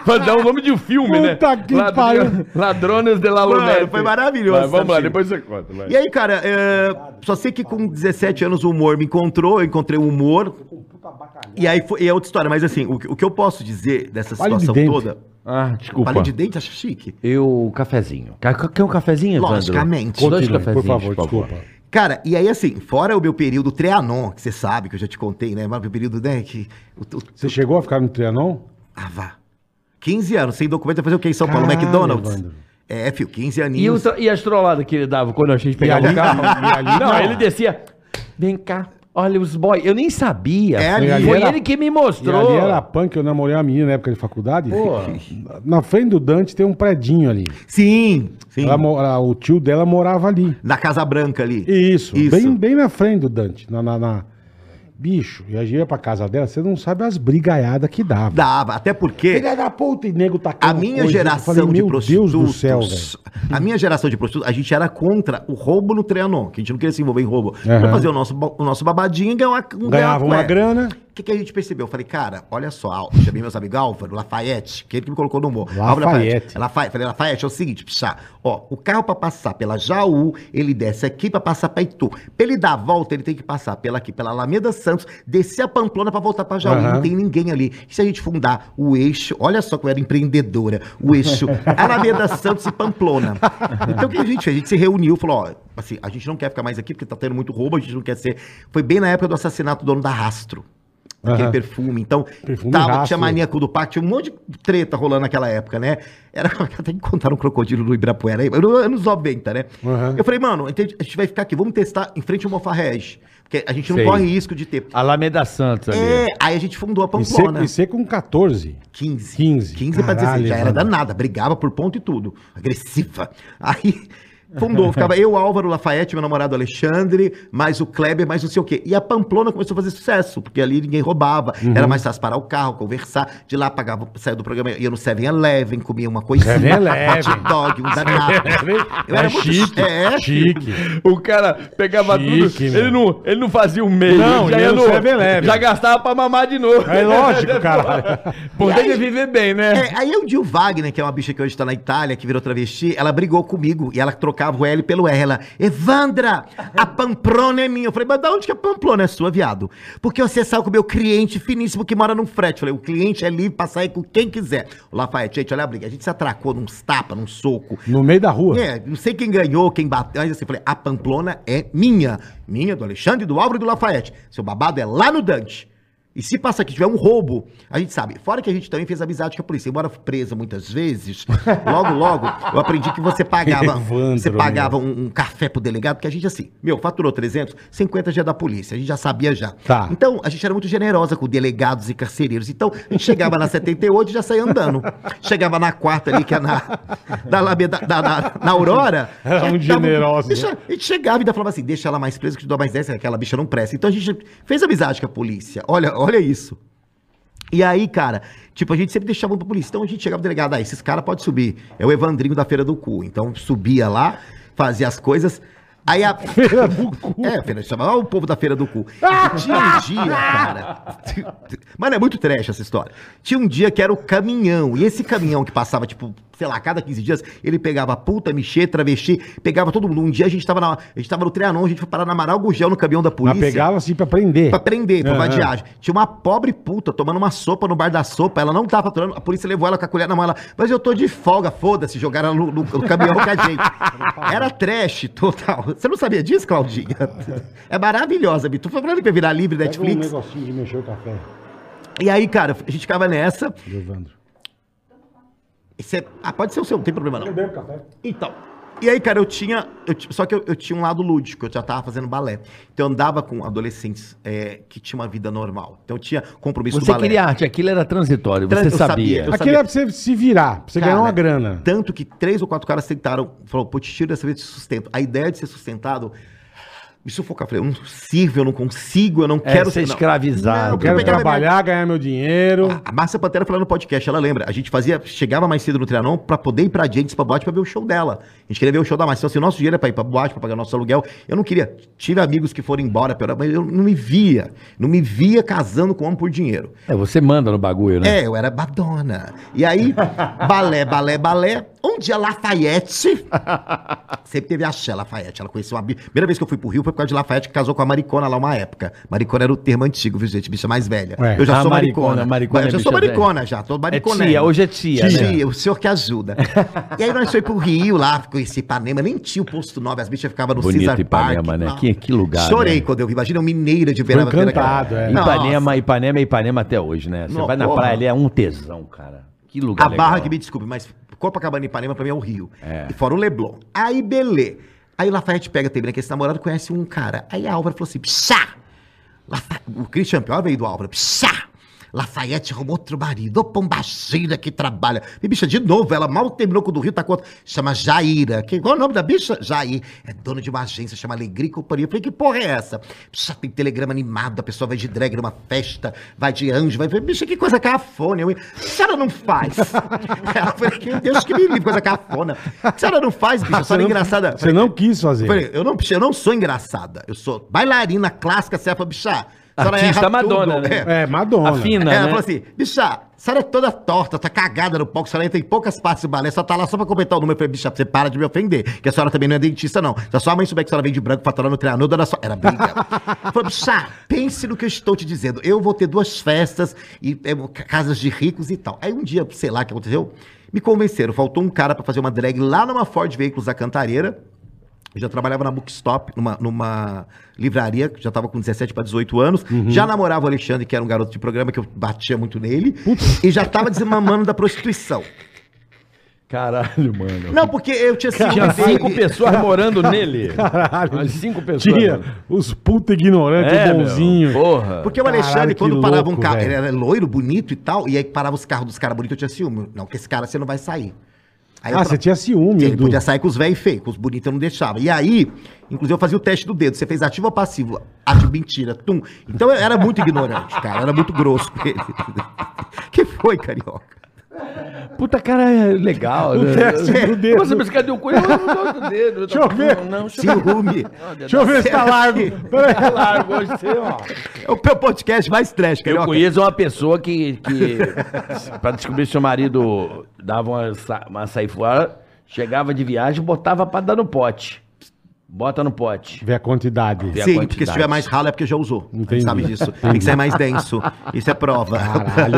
Speaker 3: Pra dar o nome de um filme,
Speaker 2: Puta
Speaker 3: né?
Speaker 2: que
Speaker 3: Ladri-
Speaker 2: pariu.
Speaker 3: Ladrones de la
Speaker 4: Mano,
Speaker 3: Lunette.
Speaker 4: foi maravilhoso,
Speaker 3: Mas vamos lá,
Speaker 4: Tarcísio.
Speaker 3: depois você conta. vai.
Speaker 4: E aí, cara, é, só sei que com 17 anos o humor me encontrou, eu encontrei o humor. E aí foi, e é outra história, mas assim, o, que- o que eu posso dizer dessa
Speaker 2: Palho de
Speaker 4: situação
Speaker 2: dente.
Speaker 4: toda.
Speaker 3: Ah, desculpa.
Speaker 4: Palha de dente, acho chique.
Speaker 3: Eu, cafezinho. Ca- Quer um cafezinho, Evandro?
Speaker 4: Logicamente.
Speaker 3: Dois
Speaker 2: Continue,
Speaker 3: cafezinhos,
Speaker 2: por favor, desculpa.
Speaker 4: Cara, e aí assim, fora o meu período Trianon, que você sabe, que eu já te contei, né? Mas meu período, né? Que, o, o,
Speaker 2: Você chegou a ficar no Trianon?
Speaker 4: ah, vá. 15 anos, sem documento, vai fazer o que em São Paulo?
Speaker 2: Caralho,
Speaker 4: McDonald's?
Speaker 2: Evandro.
Speaker 4: É, filho, 15
Speaker 3: E, o
Speaker 4: aninhos.
Speaker 3: tra- e as trolladas que ele dava quando a gente pegava
Speaker 2: ali-
Speaker 3: o carro?
Speaker 2: e ali
Speaker 3: não,
Speaker 2: não.
Speaker 3: ele descia. Vem cá. Olha, os boys, eu nem sabia.
Speaker 4: É,
Speaker 3: Foi
Speaker 2: ali
Speaker 3: Foi
Speaker 2: era-
Speaker 3: ele que me
Speaker 2: E
Speaker 3: mostrou.
Speaker 2: ali era punk, eu namorei uma menina na época de faculdade.
Speaker 3: Pô.
Speaker 2: Na frente do Dante tem um predinho ali.
Speaker 4: Sim, sim.
Speaker 2: Ela mora- o tio dela morava ali.
Speaker 4: Na Casa Branca ali.
Speaker 2: Isso,
Speaker 4: Isso.
Speaker 2: Bem, bem na frente do Dante. Na, na, na- Bicho, e a gente ia pra casa dela, você não sabe as brigaiadas que dava.
Speaker 4: Dava, até porque...
Speaker 2: Filha da puta e nego tacando
Speaker 4: A minha
Speaker 2: coisa. Eu
Speaker 4: geração
Speaker 2: falei,
Speaker 4: de
Speaker 2: Meu
Speaker 4: prostitutos.
Speaker 2: Deus do céu, velho.
Speaker 4: a minha geração de prostitutos, a gente era contra o roubo no Trianon, que a gente não queria se envolver em roubo.
Speaker 2: Aham.
Speaker 4: Pra fazer o nosso, ba- o nosso babadinho e ganhar uma, ganhar
Speaker 2: Ganhava uma
Speaker 4: cueca.
Speaker 2: grana.
Speaker 4: O que, que a gente percebeu? Eu falei, cara, olha só, Al- eu chamei meus amigos Álvaro, Lafayette, que é ele que me colocou no humor. Álvaro
Speaker 2: Lafayette.
Speaker 4: Lafayette. Falei, Lafayette, é o seguinte, pichá, ó, o carro pra passar pela Jaú, ele desce aqui pra passar pra Itu. Pra ele dar a volta, ele tem que passar pela aqui, pela Alameda Santos, descer a Pamplona pra voltar pra Jaú.
Speaker 2: Aham.
Speaker 4: Não tem ninguém ali. E se a gente fundar o eixo, olha só como eu era empreendedora, o eixo Alameda Santos e Pamplona. Então o que a gente fez? A gente se reuniu, falou, ó, assim, a gente não quer ficar mais aqui porque tá tendo muito roubo, a gente não quer ser... Foi bem na época do assassinato do dono da Rastro. Aquele
Speaker 2: Aham.
Speaker 4: perfume. Então,
Speaker 2: Perfume
Speaker 4: tava,
Speaker 2: Rastro.
Speaker 4: tinha maníaco do parque, tinha um monte de treta rolando naquela época, né? Era até que encontraram um crocodilo no Ibirapuera, aí, no- anos 90, né?
Speaker 2: Aham.
Speaker 4: Eu falei, mano, entendi, a gente vai ficar aqui, vamos testar em frente ao Mofarrege. Porque a gente não
Speaker 3: Sei.
Speaker 4: corre risco de ter.
Speaker 3: Alameda Santos ali.
Speaker 4: É, aí a gente fundou a
Speaker 2: Tá E você-
Speaker 4: Pamplona.
Speaker 2: E você com 14.
Speaker 4: 15.
Speaker 2: 15.
Speaker 4: 15 pra
Speaker 2: Caralho,
Speaker 4: 16. Já era
Speaker 2: mano.
Speaker 4: danada, brigava por ponto e tudo. Agressiva. Aí fundou, ficava eu, Álvaro, Lafayette, meu namorado Alexandre, mais o Kleber, mais não sei o quê. E a Pamplona começou a fazer sucesso, porque ali ninguém roubava.
Speaker 2: Uhum.
Speaker 4: Era mais fácil parar o carro, conversar. De lá pagava, saía do programa, ia no 7-Eleven, comia uma coisinha.
Speaker 2: 7-Eleven.
Speaker 4: hot dog, um danado. Eu era
Speaker 2: É
Speaker 4: muito-
Speaker 2: chique.
Speaker 4: é,
Speaker 2: chique.
Speaker 3: O cara pegava
Speaker 2: Chique,
Speaker 3: tudo.
Speaker 2: meu.
Speaker 3: Ele não, ele não fazia o meio.
Speaker 2: Não,
Speaker 3: já,
Speaker 2: ele
Speaker 3: ia
Speaker 2: não
Speaker 3: no-
Speaker 2: serve leve.
Speaker 3: já gastava pra mamar de novo.
Speaker 2: É lógico, caralho.
Speaker 3: Importante é viver bem, né?
Speaker 4: É, aí um dia o Wagner, que é uma bicha que hoje tá na Itália, que virou travesti, ela brigou comigo e ela trocava o L pelo R. Ela, Evandra, a Pamplona é minha. Eu falei, mas da onde que a Pamplona é sua, viado? Porque você saiu com o meu cliente finíssimo que mora num frete. Eu falei, o cliente é livre pra sair com quem quiser. O Lafayette, gente, olha a briga. A gente se atracou num tapa, num soco.
Speaker 2: No meio da rua.
Speaker 4: É, não sei quem ganhou, quem bateu, mas assim, eu falei, a Pamplona é minha. Minha, do Alexandre, do Álvaro e do Lafayette. Seu babado é lá no Dante. E se passar que tiver um roubo, a gente sabe. Fora que a gente também fez amizade com a polícia. Embora presa muitas vezes, logo, logo, eu aprendi que você pagava.
Speaker 2: Evandro,
Speaker 4: você pagava um, um café pro delegado, porque a gente, assim, meu, faturou 300, 50 já é da polícia. A gente já sabia já.
Speaker 2: Tá.
Speaker 4: Então, a gente era muito generosa com delegados e carcereiros. Então, a gente chegava na 78 e já saía andando. Chegava na quarta ali, que é na, da, Alameda- da, na, na Aurora.
Speaker 2: Era né?
Speaker 4: já
Speaker 2: um
Speaker 4: tava-
Speaker 2: generoso.
Speaker 4: Deixa- a gente chegava e ainda falava assim, deixa ela mais presa que eu te dou mais 10, aquela bicha não presta. Então, a gente fez amizade com a polícia. Olha, olha isso. E aí, cara, tipo, a gente sempre deixava pra polícia. Então a gente chegava pro delegado, ah, esses caras podem subir. É o Evandrinho da Feira do Cu. Então subia lá, fazia as coisas. Aí a. Feira do Cu? É, feira, chamava o povo da Feira do Cu. E tinha um dia, cara. Mano, é muito trash essa história. Tinha um dia que era o caminhão. E esse caminhão que passava, tipo, sei lá, a cada 15 dias, ele pegava puta, mexer, travesti, pegava todo mundo. Um dia a gente tava, na, a gente tava no Trianon, a gente foi parar na Amaral Gurgel no caminhão da
Speaker 2: Mas
Speaker 4: polícia.
Speaker 2: pegava assim pra prender.
Speaker 4: Pra prender, pra
Speaker 2: Aham.
Speaker 4: vadiagem. Tinha uma pobre puta tomando uma sopa no bar da sopa, ela não tava faturando, a polícia levou ela com a colher na mão, ela, mas eu tô de folga, foda-se, jogaram ela no, no- no caminhão com a gente. Era trash total. Você não sabia disso, Claudinha? É maravilhosa, Bitu. Foi pra mim pra virar livre
Speaker 2: Pega um
Speaker 4: Netflix.
Speaker 2: negocinho de mexer o café,
Speaker 4: E aí, cara, a gente ficava nessa.
Speaker 2: Evandro.
Speaker 4: Esse é- ah, pode ser o seu, não tem problema não.
Speaker 2: bebo café.
Speaker 4: Então. E aí, cara, eu tinha. eu ti- só que eu, eu tinha um lado lúdico, eu já tava fazendo balé. Então eu andava com adolescentes é, que tinham uma vida normal. Então eu tinha compromisso
Speaker 3: Você queria arte, aquilo era transitório, você
Speaker 4: Tran- eu
Speaker 3: sabia.
Speaker 4: sabia, eu
Speaker 2: Aquele
Speaker 4: sabia.
Speaker 2: é pra você se virar, pra você
Speaker 4: Cara,
Speaker 2: ganhar uma grana.
Speaker 4: Tanto que três ou quatro caras tentaram, falou, pô, te tiro dessa vez de sustento. A ideia de ser sustentado me sufocar. Falei, eu não sirvo, eu não consigo, eu não
Speaker 3: É,
Speaker 4: quero
Speaker 3: ser
Speaker 4: não.
Speaker 3: escravizado.
Speaker 4: Não,
Speaker 2: Eu quero
Speaker 4: porque eu pegava
Speaker 2: trabalhar, ganhar meu dinheiro.
Speaker 4: A Márcia Pantera falou no podcast, ela lembra. A gente fazia, chegava mais cedo no Trianon pra poder ir pra Gentes, pra boate, pra ver o show dela. A gente queria ver o show da Márcia. Então, assim, o nosso dinheiro é pra ir pra boate, pra pagar nosso aluguel. Eu não queria. Tive amigos que foram embora, pela- mas eu não me via. Não me via casando com um homem por dinheiro.
Speaker 3: É, você manda no bagulho, né?
Speaker 4: É, eu era Madonna. E aí, balé, balé, balé. Um dia, Lafayette. Sempre teve a Xé Lafayette. Ela conheceu uma. bi- Primeira vez que eu fui pro Rio foi por causa de Lafayette, que casou com a Maricona lá uma época. Maricona era o termo antigo, viu, gente? Bicha mais velha.
Speaker 2: É.
Speaker 4: Eu já
Speaker 3: Ah,
Speaker 4: sou
Speaker 3: maricona,
Speaker 4: maricona.
Speaker 3: maricona
Speaker 4: Mas
Speaker 3: é
Speaker 4: eu já sou
Speaker 3: bicha
Speaker 4: maricona já. Tô maricona.
Speaker 3: tia, hoje é tia,
Speaker 4: Tia,
Speaker 3: né?
Speaker 4: o senhor que ajuda. e aí nós foi pro Rio lá, conheci Ipanema. Nem tinha o posto 9, as bichas ficavam no
Speaker 3: Bonito
Speaker 4: Cesar
Speaker 3: Ipanema,
Speaker 4: Park.
Speaker 3: né?
Speaker 4: Não.
Speaker 3: Que- que lugar,
Speaker 4: Chorei
Speaker 3: né?
Speaker 4: quando eu vi. Imagina, eu mineira de verão.
Speaker 2: encantado, é.
Speaker 3: Ipanema, Ipanema, é Ipanema até hoje, né? Você
Speaker 4: Não,
Speaker 3: vai na
Speaker 4: porra.
Speaker 3: praia ali, é um tesão, cara. Que lugar
Speaker 4: A barra
Speaker 3: legal.
Speaker 4: que me desculpe, mas Copacabana e Ipanema pra mim é o Rio.
Speaker 3: É.
Speaker 4: E fora o Leblon. Aí, né, belê. Aí Lafayette pega, termina que esse namorado conhece um cara. Aí a Álvaro falou assim: psá! Lafa- O Christian Pior veio do Álvaro. Psá! Lafayette arrumou outro marido, ô pombagira que trabalha. E bicha, de novo, ela mal terminou com o do Rio, tá com outro. Chama Jaira. Que, qual é o nome da bicha? Jair. É dona de uma agência, chama Alegria e Companhia. Eu falei, que porra é essa? Bicha, tem telegrama animado, a pessoa vai de drag numa festa, vai de anjo, vai. Bicha, que coisa cafona. Eu, se ela não faz. ela falei, que Deus que me livre, coisa cafona. Se ela não faz,
Speaker 3: Ah,
Speaker 4: bicha, só
Speaker 2: Ah, Você não-
Speaker 4: engraçada.
Speaker 2: Você
Speaker 4: Falei,
Speaker 2: não quis fazer.
Speaker 4: eu falei, eu não, eu não sou engraçada. Eu sou bailarina clássica, se é pra bichar. A senhora
Speaker 3: Artista
Speaker 4: erra
Speaker 3: Madonna,
Speaker 4: tudo.
Speaker 3: né?
Speaker 4: É.
Speaker 2: É, Madonna.
Speaker 3: Afina,
Speaker 4: Ela
Speaker 3: né?
Speaker 4: falou assim, bicha, a senhora é toda torta, tá cagada no palco, a senhora entra em poucas partes do balé, só tá lá só pra completar o número. Eu falei, bicha, você para de me ofender, que a senhora também não é dentista, não. Se a sua mãe souber que a senhora vem de branco, tá faturando trianudo, era só... Era briga. Eu falei, bicha, pense no que eu estou te dizendo. Eu vou ter duas festas, e é, casas de ricos e tal. Aí um dia, sei lá o que aconteceu, me convenceram. Faltou um cara pra fazer uma drag lá numa Ford Veículos da Cantareira. Eu já trabalhava na Bookstop, numa, numa livraria, que já estava com 17 para 18 anos.
Speaker 2: Uhum.
Speaker 4: Já namorava o Alexandre, que era um garoto de programa, que eu batia muito nele. E já estava desmamando da prostituição.
Speaker 3: Caralho, mano.
Speaker 4: Não, porque eu tinha sido.
Speaker 3: Tinha cinco pessoas morando nele.
Speaker 2: Caralho.
Speaker 3: As cinco pessoas.
Speaker 2: Tinha os puta ignorantes,
Speaker 3: É,
Speaker 2: o
Speaker 3: meu.
Speaker 2: bonzinho.
Speaker 3: Porra.
Speaker 4: Porque o
Speaker 2: Caralho,
Speaker 4: Alexandre,
Speaker 2: que
Speaker 4: quando parava um
Speaker 2: louco,
Speaker 4: carro,
Speaker 2: velho.
Speaker 4: ele era loiro, bonito e tal, e aí parava os carros dos caras bonitos, eu tinha ciúme. Não, que esse cara você não vai sair. Aí eu
Speaker 2: ah,
Speaker 4: falava,
Speaker 2: você tinha ciúme
Speaker 4: Ele
Speaker 2: do...
Speaker 4: podia sair com os velhos feios, com os bonitos eu não deixava. E aí, inclusive, eu fazia o teste do dedo. Você fez ativo ou passivo? Ativo, mentira, tum. Então eu era muito ignorante, cara. Era muito grosso com ele. que foi, carioca?
Speaker 3: Puta, cara, é legal.
Speaker 2: O
Speaker 3: né?
Speaker 2: teste do dedo.
Speaker 3: Nossa, mas cadê o coelho? um Eu não gosto do dedo.
Speaker 2: Deixa eu ver.
Speaker 3: Não, não, deixa eu ver.
Speaker 4: Ciúme.
Speaker 2: Deixa eu ver se tá largo. Peraí.
Speaker 3: Tá largo, gostei, ó.
Speaker 4: É o meu podcast mais trash,
Speaker 3: Eu
Speaker 4: carioca.
Speaker 3: conheço uma pessoa que, que pra descobrir se o marido dava uma, sa- uma saifada, chegava de viagem e botava pra dar no pote. Bota no pote.
Speaker 2: Vê a quantidade.
Speaker 3: Vê a
Speaker 4: Sim,
Speaker 3: quantidade.
Speaker 4: porque se tiver mais ralo é porque já usou. A gente
Speaker 2: Entendi.
Speaker 4: sabe disso. Tem que ser mais denso. Isso é prova.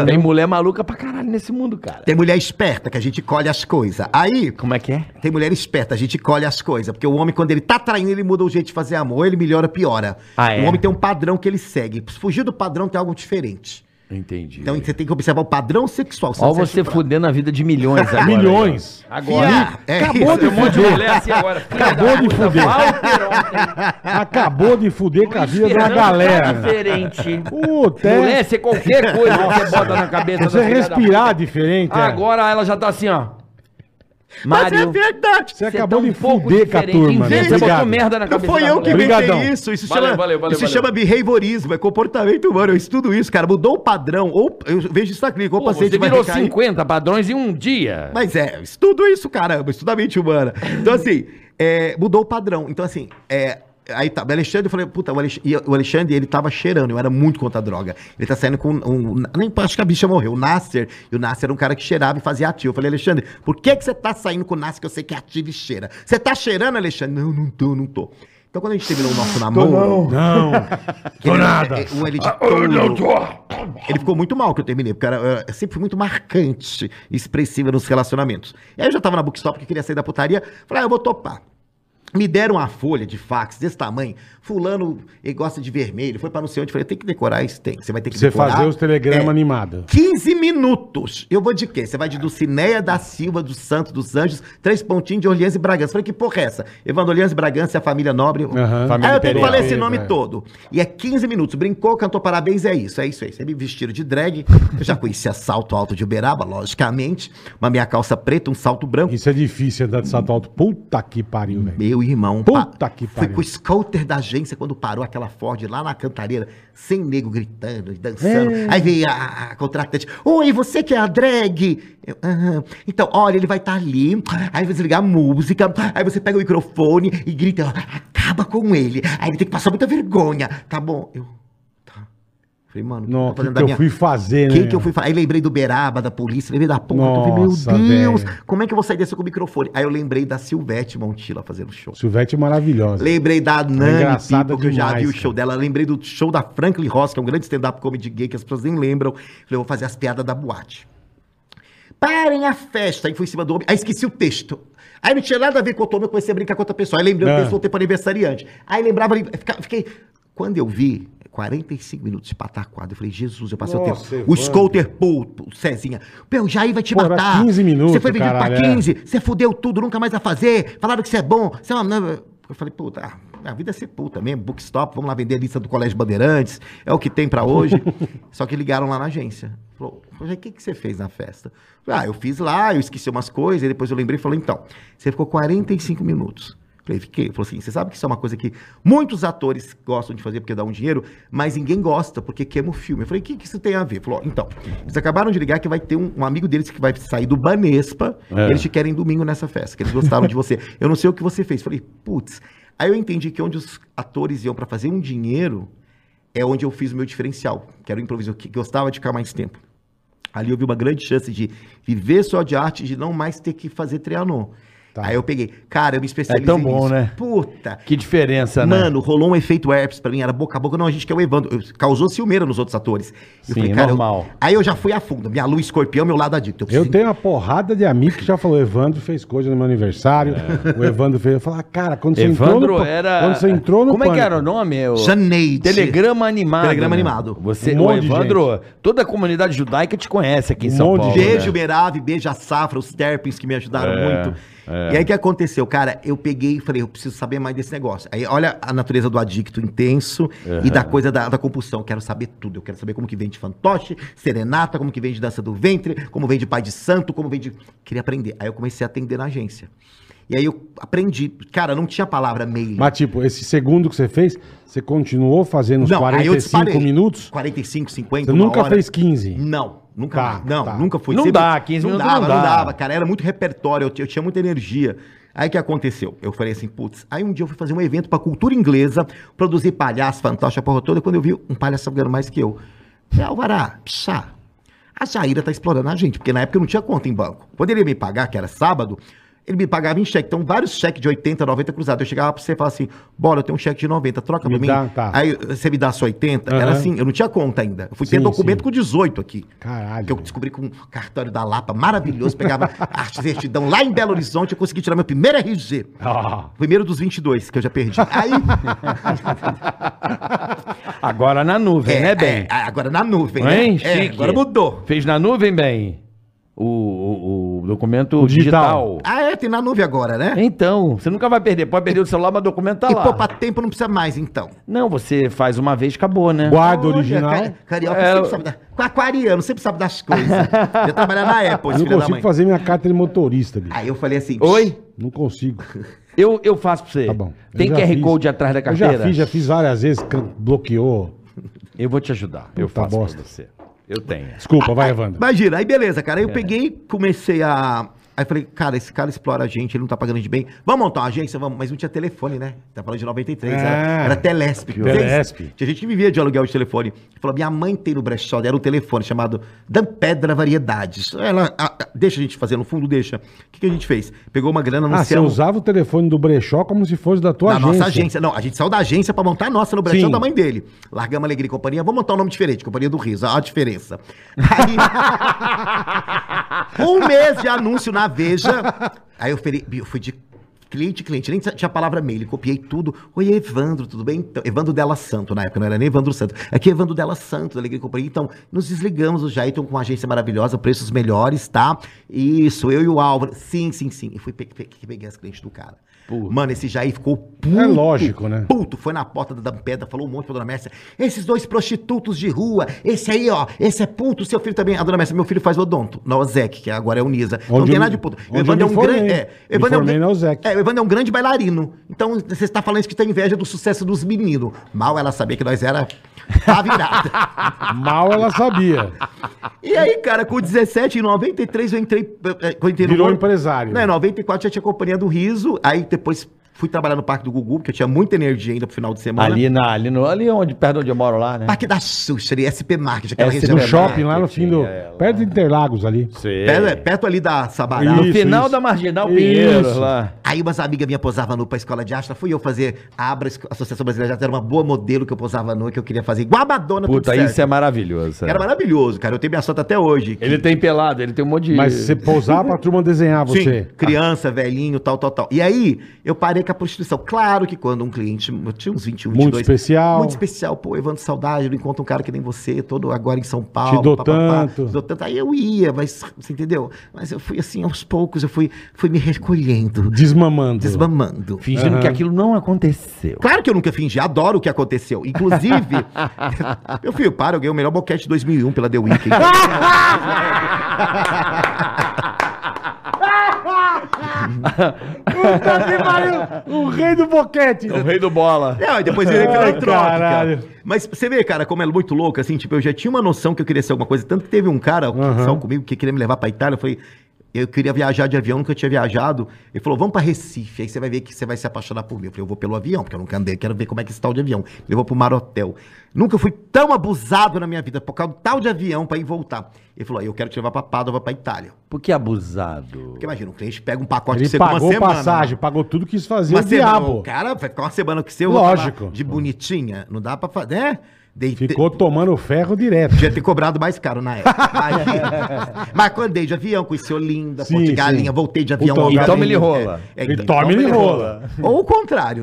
Speaker 3: Tem mulher maluca pra caralho nesse mundo, cara.
Speaker 4: Tem mulher esperta que a gente colhe as coisas. Aí,
Speaker 3: Como é que é?
Speaker 4: Tem mulher esperta, a gente colhe as coisas. Porque o homem, quando ele tá traindo, ele muda o jeito de fazer amor. Ou ele melhora, ou piora.
Speaker 3: Ah, é?
Speaker 4: O homem tem um padrão que ele segue. Se Fugir do padrão tem algo diferente.
Speaker 3: Entendi.
Speaker 4: Então você tem que observar o padrão sexual.
Speaker 3: Ó,
Speaker 4: não se
Speaker 3: você
Speaker 4: acha
Speaker 3: fudendo a vida de milhões agora.
Speaker 2: Milhões.
Speaker 3: ó. Agora.
Speaker 4: Fiar. É
Speaker 2: Acabou
Speaker 4: isso.
Speaker 2: de
Speaker 3: Tem um monte de
Speaker 2: fuder.
Speaker 3: mulher assim agora. Filha
Speaker 2: Acabou
Speaker 3: da
Speaker 2: de
Speaker 3: puta,
Speaker 2: fuder.
Speaker 3: Walter ontem.
Speaker 2: Acabou de fuder com a vida da
Speaker 3: Fernando
Speaker 2: galera.
Speaker 3: tá diferente.
Speaker 2: Puta, é.
Speaker 3: Mulher, você qualquer coisa que você bota na cabeça
Speaker 2: Você
Speaker 3: filha
Speaker 2: respirar diferente. é.
Speaker 3: Agora ela já tá assim, ó.
Speaker 4: Mas
Speaker 3: Mário,
Speaker 4: é verdade.
Speaker 2: Você acabou
Speaker 3: tá
Speaker 2: de
Speaker 3: um pouco
Speaker 2: fuder com a
Speaker 3: diferente.
Speaker 2: turma.
Speaker 3: Inventa,
Speaker 2: né?
Speaker 4: Gente,
Speaker 3: Você botou
Speaker 2: Obrigado.
Speaker 3: merda na
Speaker 4: Não
Speaker 3: cabeça
Speaker 4: foi
Speaker 3: da
Speaker 4: eu que
Speaker 3: mulher.
Speaker 2: Obrigadão.
Speaker 4: inventei isso. Isso,
Speaker 3: Valeu,
Speaker 4: chama,
Speaker 3: valeu, valeu,
Speaker 4: isso se
Speaker 3: valeu.
Speaker 4: chama behaviorismo, é comportamento humano. Eu estudo isso, cara. Mudou o padrão. Ou eu vejo isso na clínica, ou o
Speaker 3: Pô,
Speaker 4: paciente
Speaker 3: Você
Speaker 4: vai
Speaker 3: virou
Speaker 4: recair.
Speaker 3: 50 padrões em um dia.
Speaker 4: Mas é, eu estudo isso, caramba, estudo a mente humana. Então, assim, é, mudou o padrão. Então, assim, é, aí tá. O Alexandre, eu falei, puta, o Alexandre, e o Alexandre, ele tava cheirando, eu era muito contra a droga. Ele tá saindo com um. um- Nem acho que a bicha morreu, o Nasser. E o Nasser era um cara que cheirava e fazia ativo. Eu falei, Alexandre, por que, que você tá saindo com o Nasser que eu sei que é ativo e cheira? Você tá cheirando, Alexandre? Não, não tô, não tô. Então, quando a gente terminou o nosso namoro.
Speaker 2: Não.
Speaker 4: Que ele-
Speaker 2: nada.
Speaker 3: um
Speaker 2: Ah,
Speaker 4: é, o- ele de touro. Ele ficou muito mal que eu terminei, porque eu era- eu sempre fui muito marcante, expressiva nos relacionamentos. E aí eu já tava na bookstop que queria sair da putaria, falei, ah, eu vou topar. Me deram uma folha de fax desse tamanho, fulano, ele gosta de vermelho, foi pra não sei onde, falei, tem que decorar isso, tem, você vai ter que
Speaker 3: tipo,
Speaker 2: Você
Speaker 4: decorar.
Speaker 3: ah,
Speaker 2: fazer os telegramas
Speaker 4: É,
Speaker 2: animados.
Speaker 4: 15 minutos. Eu vou de quê? Você vai de Dulcineia da Silva, do Santo, dos Anjos, três pontinhos de Orleans e Bragança. Falei, que porra é essa? Evandro Orleans e Bragança é a família nobre.
Speaker 2: Família
Speaker 4: Aí eu tenho que
Speaker 2: imperial.
Speaker 4: falar esse nome
Speaker 2: É.
Speaker 4: todo. E é 15 minutos. Brincou, cantou parabéns, é isso, é isso aí. Você me vestiram de drag. Eu já conhecia salto alto de Uberaba, logicamente. Uma minha calça preta, um salto branco.
Speaker 2: Isso é difícil andar de salto alto. Puta que pariu, velho.
Speaker 4: Meu irmão.
Speaker 2: Puta
Speaker 4: pa-
Speaker 2: que
Speaker 4: Fui
Speaker 2: pariu.
Speaker 4: com o scooter da agência quando parou aquela Ford lá na cantareira, sem nego gritando e dançando.
Speaker 2: É.
Speaker 4: Aí veio a, a contratante. Oi, você que é a drag? Eu, "Aham." Então, olha, ele vai estar ali. Aí vai desligar a música. Aí você pega o microfone e grita. ó, Acaba com ele. Aí ele tem que passar muita vergonha. Tá bom. Eu. Tá. Falei, mano, o
Speaker 2: Não, o
Speaker 4: tá
Speaker 2: que,
Speaker 4: fazendo
Speaker 2: que
Speaker 4: da
Speaker 2: eu
Speaker 4: minha-
Speaker 2: fui fazer,
Speaker 4: o
Speaker 2: né?
Speaker 4: que, que eu fui falar? Aí lembrei do Beraba, da polícia, lembrei da porra. eu falei,
Speaker 2: Nossa,
Speaker 4: meu Deus,
Speaker 2: velho.
Speaker 4: como é que eu vou sair dessa com o microfone? Aí eu lembrei da Silvete Montila fazendo show.
Speaker 2: Silvete é maravilhosa. é
Speaker 4: Lembrei da Nani
Speaker 2: engraçada
Speaker 4: Pipo, que eu já
Speaker 2: demais,
Speaker 4: vi o show dela. Lembrei do show da Franklin Ross, que é um grande stand-up comedy gay que as pessoas nem lembram. Falei, eu vou fazer as piadas da boate. Parem a festa! Aí foi em cima do homem. Aí esqueci o texto. Aí não tinha nada a ver com o homem, eu comecei a brincar com outra pessoa. Aí lembrei
Speaker 2: Ah.
Speaker 4: o texto, voltei para aniversariante. Aí lembrava, ali, fica- fiquei... Quando eu vi... 45 minutos de pataquada. Eu falei, Jesus, eu passei
Speaker 2: Nossa,
Speaker 4: o tempo. O
Speaker 2: Evandro.
Speaker 4: Scouter Paul, o Cezinha. Meu, Jair vai te
Speaker 2: Pô, era
Speaker 4: matar.
Speaker 2: 15 minutos,
Speaker 4: Você foi vendido pra
Speaker 2: caralho, é.
Speaker 4: 15, você fudeu tudo, nunca mais vai fazer. Falaram que você é bom. Você é uma... Eu falei, puta, ah, minha vida é ser puta mesmo, bookstop, vamos lá vender a lista do Colégio Bandeirantes, é o que tem pra hoje. Só que ligaram lá na agência. Falou, "Rogério, o que, que você fez na festa? Falei, ah, eu fiz lá, eu esqueci umas coisas, e depois eu lembrei e falei, então, você ficou 45 minutos. Falei, fiquei. Falou assim, você sabe que isso é uma coisa que muitos atores gostam de fazer porque dá um dinheiro, mas ninguém gosta porque queima o filme. Eu falei, o que, que isso tem a ver? Falou, ó, então, eles acabaram de ligar que vai ter um, um amigo deles que vai sair do Banespa,
Speaker 3: É.
Speaker 4: e eles te querem domingo nessa festa, que eles gostaram de você. Eu não sei o que você fez. Falei, putz. Aí eu entendi que onde os atores iam pra fazer um dinheiro é onde eu fiz o meu diferencial, que era o improviso, que gostava de ficar mais tempo. Ali eu vi uma grande chance de viver só de arte, de não mais ter que fazer trianon.
Speaker 2: Tá.
Speaker 4: Aí eu peguei, cara, eu me especializei
Speaker 3: É tão bom, né?
Speaker 4: Puta.
Speaker 3: Que diferença, né?
Speaker 4: Mano, rolou um efeito herpes pra mim, era boca a boca. Não, a gente quer o Evandro. Eu- causou ciumeira nos outros atores.
Speaker 3: Sim, normal.
Speaker 4: eu- aí eu já fui a fundo. Minha lua escorpião, meu lado adicto.
Speaker 2: Eu
Speaker 4: preciso-
Speaker 2: tenho uma porrada de amigo que já falou, Evandro fez coisa no meu aniversário, o Evandro fez. Eu falava, cara, quando você entrou
Speaker 3: É. Evandro
Speaker 2: no, pa-
Speaker 3: era.
Speaker 2: Quando você entrou no
Speaker 3: Como é que
Speaker 2: Pânico-
Speaker 3: era o nome? O...
Speaker 4: Janeide.
Speaker 3: Telegrama animado.
Speaker 4: Telegrama
Speaker 3: né?
Speaker 4: animado.
Speaker 3: Você,
Speaker 2: Um
Speaker 3: o
Speaker 2: monte de Um
Speaker 3: Evandro, toda a comunidade judaica te conhece aqui em São
Speaker 2: monte de
Speaker 3: Paulo.
Speaker 2: gente.
Speaker 4: Beijo,
Speaker 3: né?
Speaker 4: Berave, beijo a Safra, os Terpins que me ajudaram
Speaker 3: É,
Speaker 4: muito. E aí o que aconteceu? Cara, eu peguei e falei, eu preciso saber mais desse negócio. Aí olha a natureza do adicto intenso e da coisa da, da compulsão. Eu quero saber tudo. Eu quero saber como que vem de fantoche, serenata, como que vem de dança do ventre, como vem de pai de santo, como vem de... Queria aprender. Aí eu comecei a atender na agência. E aí eu aprendi. Cara, não tinha palavra meio.
Speaker 2: Mas, tipo, esse segundo que você fez, você continuou fazendo uns
Speaker 4: Não, aí eu
Speaker 2: 45
Speaker 4: disparei.
Speaker 2: minutos?
Speaker 4: 45, 50,
Speaker 2: Você
Speaker 4: uma
Speaker 2: nunca
Speaker 4: hora.
Speaker 2: fez 15?
Speaker 4: Não, nunca,
Speaker 2: Tá,
Speaker 4: mais. não,
Speaker 2: tá.
Speaker 4: nunca fui.
Speaker 3: Não dá, 15
Speaker 4: não
Speaker 3: minutos não
Speaker 4: dava, não,
Speaker 3: dá.
Speaker 4: dava, cara, era muito repertório, eu, t- eu tinha muita energia. Aí o que aconteceu? Eu falei assim, putz, aí um dia eu fui fazer um evento pra cultura inglesa, produzir palhaço, fantoche, a porra toda, quando eu vi um palhaço ganhando mais que eu. Falei, "Ah, Alvará, psá, a Jaira tá explorando a gente, porque na época eu não tinha conta em banco. Quando ele ia me pagar, que era sábado, ele me pagava em cheque, então vários cheques de 80, 90 cruzados. Eu chegava pra você e falava assim, bora, eu tenho um cheque de 90, troca
Speaker 2: Me
Speaker 4: pra mim.
Speaker 2: dá, tá.
Speaker 4: Aí você me dá só 80,
Speaker 2: Aham.
Speaker 4: era assim, eu não tinha conta ainda. Eu fui
Speaker 2: Sim,
Speaker 4: ter documento
Speaker 2: sim.
Speaker 4: com 18 aqui.
Speaker 2: Caralho.
Speaker 4: Que eu descobri com um cartório da Lapa maravilhoso, pegava arte certidão lá em Belo Horizonte, eu consegui tirar meu primeiro RG.
Speaker 2: Ah.
Speaker 4: Primeiro dos 22, que eu já perdi. Aí,
Speaker 3: Agora na nuvem,
Speaker 4: é,
Speaker 3: né, Bem?
Speaker 4: é, agora na nuvem,
Speaker 3: Hein?
Speaker 4: né? É,
Speaker 3: Chique.
Speaker 4: agora mudou.
Speaker 3: Fez na nuvem, Bem? O, o- o documento
Speaker 2: digital.
Speaker 3: digital.
Speaker 4: Ah, é, tem na nuvem agora, né?
Speaker 3: Então, você nunca vai perder. Pode perder o celular, mas o documento tá
Speaker 4: E
Speaker 3: lá.
Speaker 4: poupa tempo não precisa mais, então.
Speaker 3: Não, você faz uma vez, acabou, né?
Speaker 2: Guarda o
Speaker 4: Olha,
Speaker 2: original.
Speaker 4: ca- Carioca
Speaker 3: É,
Speaker 4: sempre sabe da... com Aquariano sempre sabe das coisas. eu trabalhava na Apple,
Speaker 2: Eu não
Speaker 4: esse filho da
Speaker 2: consigo
Speaker 4: mãe.
Speaker 2: fazer minha carta de motorista, bicho.
Speaker 4: Aí eu falei assim...
Speaker 3: Oi?
Speaker 2: Não consigo.
Speaker 3: Eu, eu faço pra você.
Speaker 2: Tá bom. Eu
Speaker 3: Tem
Speaker 2: já
Speaker 3: QR
Speaker 2: fiz.
Speaker 3: Code atrás da
Speaker 2: Eu já
Speaker 3: carteira?
Speaker 2: fiz, já fiz várias vezes, can- bloqueou.
Speaker 3: Eu vou te ajudar. eu
Speaker 2: Puta
Speaker 3: faço
Speaker 2: bosta.
Speaker 3: pra você. Eu tenho.
Speaker 4: Ah,
Speaker 2: Desculpa, vai, Evandro. É.
Speaker 4: Imagina, aí beleza, cara. Aí eu peguei, comecei a. Aí falei, cara, esse cara explora a gente, ele não tá pagando a gente bem. Vamos montar uma agência, vamos. Mas não tinha telefone, né? Tá falando de 93,
Speaker 2: Ah.
Speaker 4: era, era Telesp.
Speaker 2: Telesp.
Speaker 4: Tinha gente que vivia de aluguel de telefone. Ele falou, minha mãe tem no brechó, era um telefone chamado Dan Pedra Variedades. Ela, a- a- deixa a gente fazer, no fundo deixa. O que, que a gente fez? Pegou uma grana,
Speaker 2: Ah, você
Speaker 4: anunciamos
Speaker 2: usava o telefone do brechó como se fosse da tua
Speaker 4: é um da
Speaker 2: agência.
Speaker 4: nossa agência. Não, a gente saiu da agência pra montar a nossa no Brasil
Speaker 2: Sim.
Speaker 4: da mãe dele. Largamos a Alegria e Companhia, vamos montar um nome diferente, Companhia do Riso, olha a diferença. Aí, um mês de anúncio na Veja, aí eu fui, eu fui de cliente, cliente, nem tinha a palavra mail, copiei tudo. Oi, Evandro, tudo bem? Então, Evandro Della Santo, na época não era nem Evandro Santo. Aqui é Evandro Della Santo, da Alegria e Companhia. Então, nos desligamos do Jair, estão com uma agência maravilhosa, preços melhores, tá? Isso, eu e o Álvaro. Sim, sim, sim. E fui pe pe peguei as clientes do cara. Mano, esse Jair ficou puto.
Speaker 2: É lógico, né?
Speaker 4: Puto, foi na porta da Dampedra, falou um monte pra dona Mércia. Esses dois prostitutos de rua, esse aí, ó, esse é puto, seu filho também. A dona Mércia, meu filho faz odonto, na OSEC, que agora é Unisa. não
Speaker 2: Onde
Speaker 4: tem
Speaker 2: eu-
Speaker 4: nada de puto.
Speaker 2: onde eu me formei.
Speaker 4: É, Evandro
Speaker 2: Me
Speaker 4: é um,
Speaker 2: formei
Speaker 4: gran-
Speaker 2: na Ozec.
Speaker 4: é, o Evandro é um grande bailarino. Então, você está falando isso que tem inveja do sucesso dos meninos. Mal ela sabia que nós era a virada.
Speaker 2: Mal ela sabia.
Speaker 4: E aí, cara, com 17, em 93, eu entrei. eh, quando eu entrei
Speaker 2: Virou
Speaker 4: no-
Speaker 2: empresário.
Speaker 4: Não, é em 94 já tinha companhia do Riso. Aí depois fui trabalhar no Parque do Gugu, porque eu tinha muita energia ainda pro final de semana.
Speaker 3: Ali, na, ali, no, ali onde, perto onde eu moro lá, né?
Speaker 4: É. Parque da Xuxa, ali, SP Market, aquela
Speaker 3: SP
Speaker 2: No
Speaker 3: É,
Speaker 2: shopping, lá no
Speaker 3: marketing,
Speaker 2: fim do...
Speaker 3: é, lá.
Speaker 2: Perto de Interlagos ali.
Speaker 4: Perto, É. perto ali da Sabará.
Speaker 3: No
Speaker 2: Isso,
Speaker 3: final
Speaker 2: isso.
Speaker 3: da Marginal Pinheiro
Speaker 2: Isso.
Speaker 3: lá.
Speaker 4: Aí umas amigas minhas posavam nu pra escola de arte, fui eu fazer a Abra, a Associação Brasileira de Arte, era uma boa modelo que eu posava nu, que eu queria fazer igual a Madonna,
Speaker 3: Puta,
Speaker 4: tudo certo.
Speaker 3: isso é maravilhoso.
Speaker 4: Era maravilhoso, cara, eu tenho minha sorte até hoje.
Speaker 3: Ele tem pelado, ele tem um monte de.
Speaker 2: Mas você pousava pra turma desenhar você. Ah.
Speaker 4: Sim, criança, velhinho, tal, tal, tal. E aí, eu parei com a prostituição. Claro que quando um cliente, eu tinha uns 21,
Speaker 2: Muito especial.
Speaker 4: Muito especial. Pô, Evandro, saudade, não encontro um cara que nem você, todo agora em São Paulo.
Speaker 2: Te dou tanto.
Speaker 4: Te dou tanto. Aí eu ia, mas, você entendeu? Mas eu fui assim, aos poucos, eu fui, fui me recolhendo.
Speaker 2: Desmamando.
Speaker 4: desmamando.
Speaker 3: Fingindo que aquilo não aconteceu.
Speaker 4: Claro que eu nunca fingi, adoro o que aconteceu. Inclusive, meu filho, para, eu ganhei o melhor boquete de 2001 pela The Weeknd.
Speaker 2: Puta que pariu! O rei do boquete!
Speaker 3: É O rei do bola.
Speaker 4: Não, É, e depois virei
Speaker 2: Ai,
Speaker 4: eletrônica.
Speaker 2: caralho.
Speaker 4: Mas você vê, cara, como é muito louco, assim, tipo, eu já tinha uma noção que eu queria ser alguma coisa. Tanto que teve um cara que
Speaker 2: Aham.
Speaker 4: saiu comigo que queria me levar pra Itália. Eu falei, eu queria viajar de avião, nunca tinha viajado. Ele falou, vamos pra Recife, aí você vai ver que você vai se apaixonar por mim. Eu falei, eu vou pelo avião, porque eu nunca andei, quero ver como é que é esse tal de avião. Eu vou pro Marotel. Nunca fui tão abusado na minha vida por causa do tal de avião pra ir voltar. Ele falou, eu quero te levar pra Pádua, pra Itália.
Speaker 3: Por que abusado?
Speaker 4: Porque imagina, um cliente pega um pacote
Speaker 2: Ele
Speaker 4: pra com
Speaker 2: pagou passagem, pagou tudo que isso fazia
Speaker 4: uma
Speaker 2: o
Speaker 4: semana,
Speaker 2: diabo.
Speaker 4: o cara vai ficar uma semana com você.
Speaker 2: ah, Lógico.
Speaker 4: De bonitinha. Não dá pra fazer. né? Dei-
Speaker 2: Ficou tomando ferro direto.
Speaker 4: Devia ter cobrado mais caro na época. Mas, mas quando andei de avião, conheci Olinda,
Speaker 2: Sim,
Speaker 4: Ponte Galinha,
Speaker 2: sim.
Speaker 4: voltei de avião.
Speaker 2: Puta,
Speaker 4: Olinda.
Speaker 3: e tome-lhe rola.
Speaker 4: É, é,
Speaker 2: E
Speaker 4: então,
Speaker 2: tome-lhe
Speaker 4: tome-lhe
Speaker 2: rola.
Speaker 4: Ou o contrário,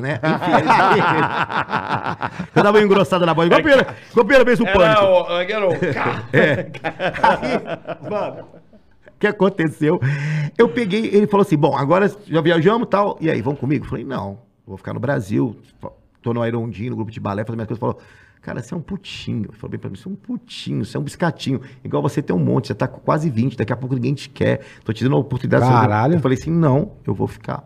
Speaker 4: né? Enfim, eu dava uma engrossada na voz. Igual a primeira- igual a primeira vez o
Speaker 3: né,
Speaker 4: pânico. É. Aí, mano, o que aconteceu? Eu peguei, ele falou assim: bom, agora já viajamos e tal. E aí, vão comigo? Eu falei, não, vou ficar no Brasil. Tô no Aerondinho, no grupo de balé, fazendo minhas coisas. Falou, cara, você é um putinho. Ele falou bem pra mim: você é um putinho, você é um biscatinho. Igual você tem um monte, você tá com quase 20, daqui a pouco ninguém te quer. Tô te dando a oportunidade.
Speaker 2: Caralho.
Speaker 4: Eu falei assim: não, eu vou ficar.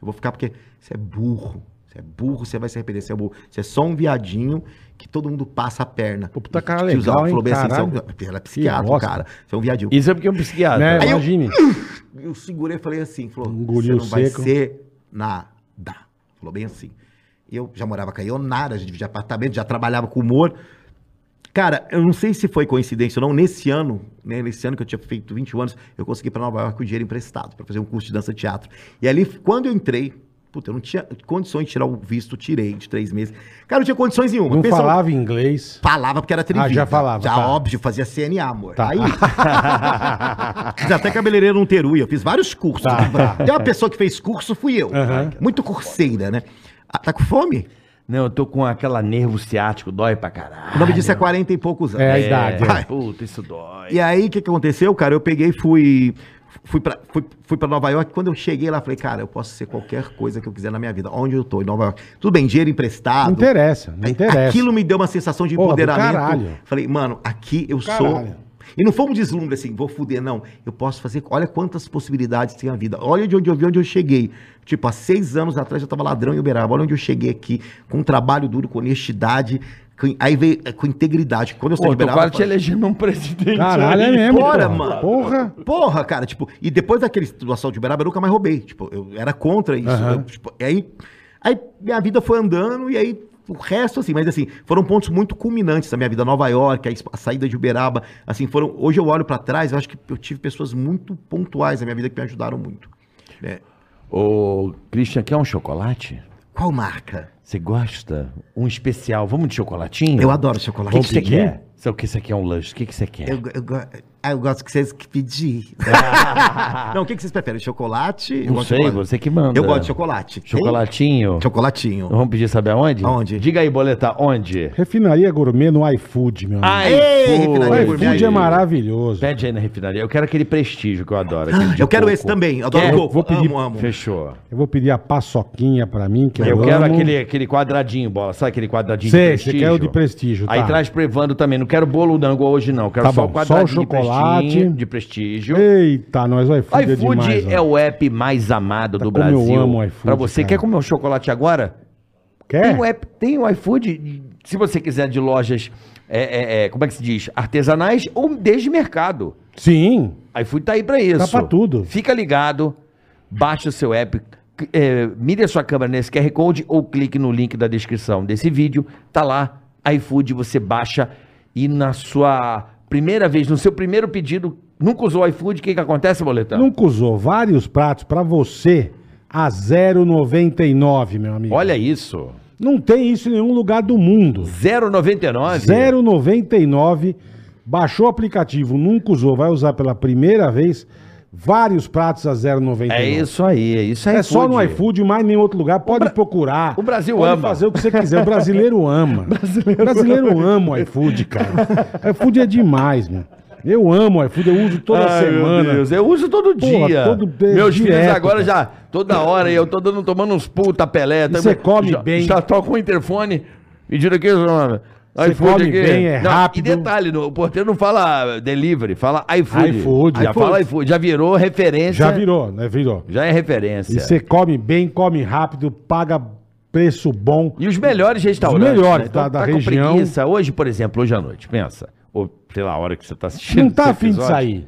Speaker 4: Eu vou ficar porque você é burro. Você é burro, você vai se arrepender, você é burro. Você é só um viadinho que todo mundo passa a perna.
Speaker 2: Pô, puta cara
Speaker 4: Tiozão,
Speaker 2: legal, hein?
Speaker 4: Falou bem assim, você é um-
Speaker 2: Caralho.
Speaker 4: ela é psiquiatra,
Speaker 2: bosta.
Speaker 4: cara. Você é um viadinho.
Speaker 3: Isso é porque é um psiquiatra.
Speaker 2: Né?
Speaker 4: Aí eu-
Speaker 2: Imagine.
Speaker 4: Eu segurei e falei assim, falou,
Speaker 2: Engoliu
Speaker 4: você não vai
Speaker 2: Um seco.
Speaker 4: ser nada. Falou bem assim. E Eu já morava com a Ionara, já dividia apartamento, já trabalhava com humor. Cara, eu não sei se foi coincidência ou não, nesse ano, né, nesse ano que eu tinha feito 21 anos, eu consegui ir pra Nova York com dinheiro emprestado pra fazer um curso de dança e teatro. E ali, quando eu entrei, puta, eu não tinha condições de tirar o visto, tirei de três meses. Cara, eu não tinha condições nenhuma.
Speaker 2: Não
Speaker 4: Pensa-
Speaker 2: falava inglês.
Speaker 4: Falava porque era trivia.
Speaker 2: já falava,
Speaker 4: Já,
Speaker 2: tá.
Speaker 4: óbvio, fazia CNA, amor.
Speaker 2: Tá.
Speaker 4: Aí. fiz até cabeleireiro não terui, eu fiz vários cursos.
Speaker 2: Tá, tá.
Speaker 4: Tem uma pessoa que fez curso, fui eu.
Speaker 2: Aham.
Speaker 4: Muito curseira, né? Ah, tá com fome?
Speaker 3: Não, eu tô com aquela nervo ciático, dói pra
Speaker 4: O
Speaker 3: caralho.
Speaker 4: nome disso é 40 e poucos anos.
Speaker 2: É, a
Speaker 3: É,
Speaker 2: idade. é.
Speaker 3: Puta, isso dói.
Speaker 4: E é aí, o que, que aconteceu, cara? Eu peguei e fui. Fui pra, fui, fui pra Nova York. Quando eu cheguei lá, falei, cara, eu posso ser qualquer coisa que eu quiser na minha vida. Onde eu tô, em Nova York. Tudo bem, dinheiro
Speaker 2: Não
Speaker 4: emprestado.
Speaker 2: interessa, não interessa.
Speaker 4: Aquilo me deu uma sensação de
Speaker 2: Porra, do
Speaker 4: empoderamento.
Speaker 2: caralho.
Speaker 4: Falei, mano, aqui eu
Speaker 2: Caralho.
Speaker 4: sou. E não foi um deslumbre assim, vou fuder, não. Eu posso fazer. Olha quantas possibilidades tem a vida. Olha de onde eu vi, onde eu cheguei. Tipo, há seis anos atrás eu tava ladrão em Uberaba. Olha onde eu cheguei aqui, com um trabalho duro, com honestidade. com- aí veio é, com integridade. Quando eu saí
Speaker 3: Pô,
Speaker 4: de
Speaker 3: tô
Speaker 4: Uberaba.
Speaker 3: quase
Speaker 4: eu
Speaker 3: te
Speaker 4: falei,
Speaker 3: elegendo um presidente.
Speaker 2: Caralho, é
Speaker 3: aí.
Speaker 2: mesmo.
Speaker 4: Bora,
Speaker 2: porra.
Speaker 4: mano.
Speaker 2: Porra.
Speaker 4: Porra, cara, tipo, e depois daquele situação de Uberaba, eu nunca mais roubei. Tipo, eu era contra isso.
Speaker 2: Aham.
Speaker 4: eu, tipo, e aí, aí minha vida foi andando e aí o resto, assim, mas assim, foram pontos muito culminantes da minha vida. Nova York, a, es- a saída de Uberaba, assim, foram. Hoje eu olho pra trás, eu acho que eu tive pessoas muito pontuais na minha vida que me ajudaram muito. né?
Speaker 3: Ô, Christian, quer um chocolate?
Speaker 4: Qual marca?
Speaker 3: Você gosta? Um especial. Vamos de chocolatinho?
Speaker 4: Eu adoro
Speaker 3: O que que
Speaker 4: chocolate. é?
Speaker 3: você quer? Você- O que você quer? Um lanche? O que que você quer?
Speaker 4: Eu, go- eu, go- ah, eu gosto que vocês que pedir. Não, o que, que vocês preferem? Chocolate? Eu
Speaker 3: Não
Speaker 4: gosto de
Speaker 3: sei,
Speaker 4: chocolate.
Speaker 3: você que manda.
Speaker 4: Eu gosto de chocolate. Tem?
Speaker 3: Chocolatinho.
Speaker 4: Chocolatinho.
Speaker 3: Vamos pedir saber aonde?
Speaker 4: Aonde?
Speaker 3: Diga aí, boleta, onde?
Speaker 2: Refinaria gourmet no iFood, meu amigo.
Speaker 4: Ei,
Speaker 3: iFood.
Speaker 4: refinaria
Speaker 2: O iFood
Speaker 4: gourmet.
Speaker 2: é maravilhoso.
Speaker 3: Pede aí na refinaria. Eu quero aquele prestígio que eu adoro. aquele Ah, de
Speaker 4: Ah, Eu quero
Speaker 3: coco. É.
Speaker 4: esse também. Adoro
Speaker 3: Quer?
Speaker 4: coco.
Speaker 2: Vou pedir-
Speaker 4: Amo, amo.
Speaker 3: Fechou.
Speaker 2: Eu vou pedir a paçoquinha pra mim, que eu,
Speaker 3: Eu quero
Speaker 2: amo.
Speaker 3: aquele, aquele quadradinho, bola. Sabe aquele quadradinho
Speaker 2: Sei, você quer o de prestígio,
Speaker 3: Aí
Speaker 2: tá.
Speaker 3: traz prevando também. Não quero bolo dango hoje, não. Quero
Speaker 2: Tá
Speaker 3: só
Speaker 2: bom,
Speaker 3: o
Speaker 2: só
Speaker 3: quadradinho
Speaker 2: o chocolate.
Speaker 3: de prestígio. De prestígio.
Speaker 2: Eita, nós o iFood, é
Speaker 3: iFood
Speaker 2: demais. ó.
Speaker 3: é o app mais amado do
Speaker 2: como eu
Speaker 3: Brasil.
Speaker 2: amo o iFood,
Speaker 3: pra você,
Speaker 2: cara. É.
Speaker 3: quer comer um chocolate agora?
Speaker 2: Quer?
Speaker 3: Tem o é- app, tem o iFood, se você quiser, de lojas, é, é, é, como é que se diz? Artesanais ou desde mercado.
Speaker 2: Sim.
Speaker 3: iFood tá aí pra isso.
Speaker 2: Tá pra tudo.
Speaker 3: Fica ligado, baixa o seu app, c- é, mire a sua câmera nesse QR Code ou clique no link da descrição desse vídeo. Tá lá, iFood, você baixa e na sua primeira vez, no seu primeiro pedido, nunca usou o iFood, o que que acontece, Boletão?
Speaker 2: Nunca usou vários pratos pra você a 0,99, meu amigo.
Speaker 3: Olha isso.
Speaker 2: Não tem isso em nenhum lugar do mundo.
Speaker 3: 0,99.
Speaker 2: 0,99. Baixou o aplicativo, nunca usou, vai usar pela primeira vez. Vários pratos a 0,99.
Speaker 3: É isso aí, é isso aí.
Speaker 2: É só no iFood, mais em nenhum outro lugar. Pode procurar.
Speaker 3: o Brasil
Speaker 2: pode
Speaker 3: ama.
Speaker 2: fazer o que você quiser. O brasileiro ama. o brasileiro ama o iFood, cara. O iFood é demais, meu. Eu amo o iFood, eu uso toda
Speaker 3: Ai,
Speaker 2: semana.
Speaker 3: Meu Deus, eu uso todo
Speaker 2: Porra,
Speaker 3: dia.
Speaker 2: todo dia,
Speaker 3: Meus
Speaker 2: direto,
Speaker 3: filhos agora
Speaker 2: cara.
Speaker 3: já, toda hora, eu tô dando, tomando uns puta pelé. tá-
Speaker 2: você come
Speaker 3: já,
Speaker 2: bem.
Speaker 3: Já toco o interfone, pedindo aqui, mano.
Speaker 2: Você come bem, é rápido.
Speaker 3: E detalhe, no- o porteiro não fala delivery, fala iFood.
Speaker 2: iFood.
Speaker 3: Já
Speaker 2: iFood.
Speaker 3: fala iFood, já virou referência.
Speaker 2: Já virou, né? Virou.
Speaker 3: Já é referência.
Speaker 2: E você come bem, come rápido, paga preço bom.
Speaker 3: E os melhores restaurantes.
Speaker 2: melhores
Speaker 3: Então,
Speaker 2: da- da
Speaker 3: tá com
Speaker 2: região.
Speaker 3: preguiça. Hoje, por exemplo, hoje à noite, pensa. Ou pela hora que você tá assistindo.
Speaker 2: Não tá
Speaker 3: esse
Speaker 2: afim de
Speaker 3: episódio.
Speaker 2: sair.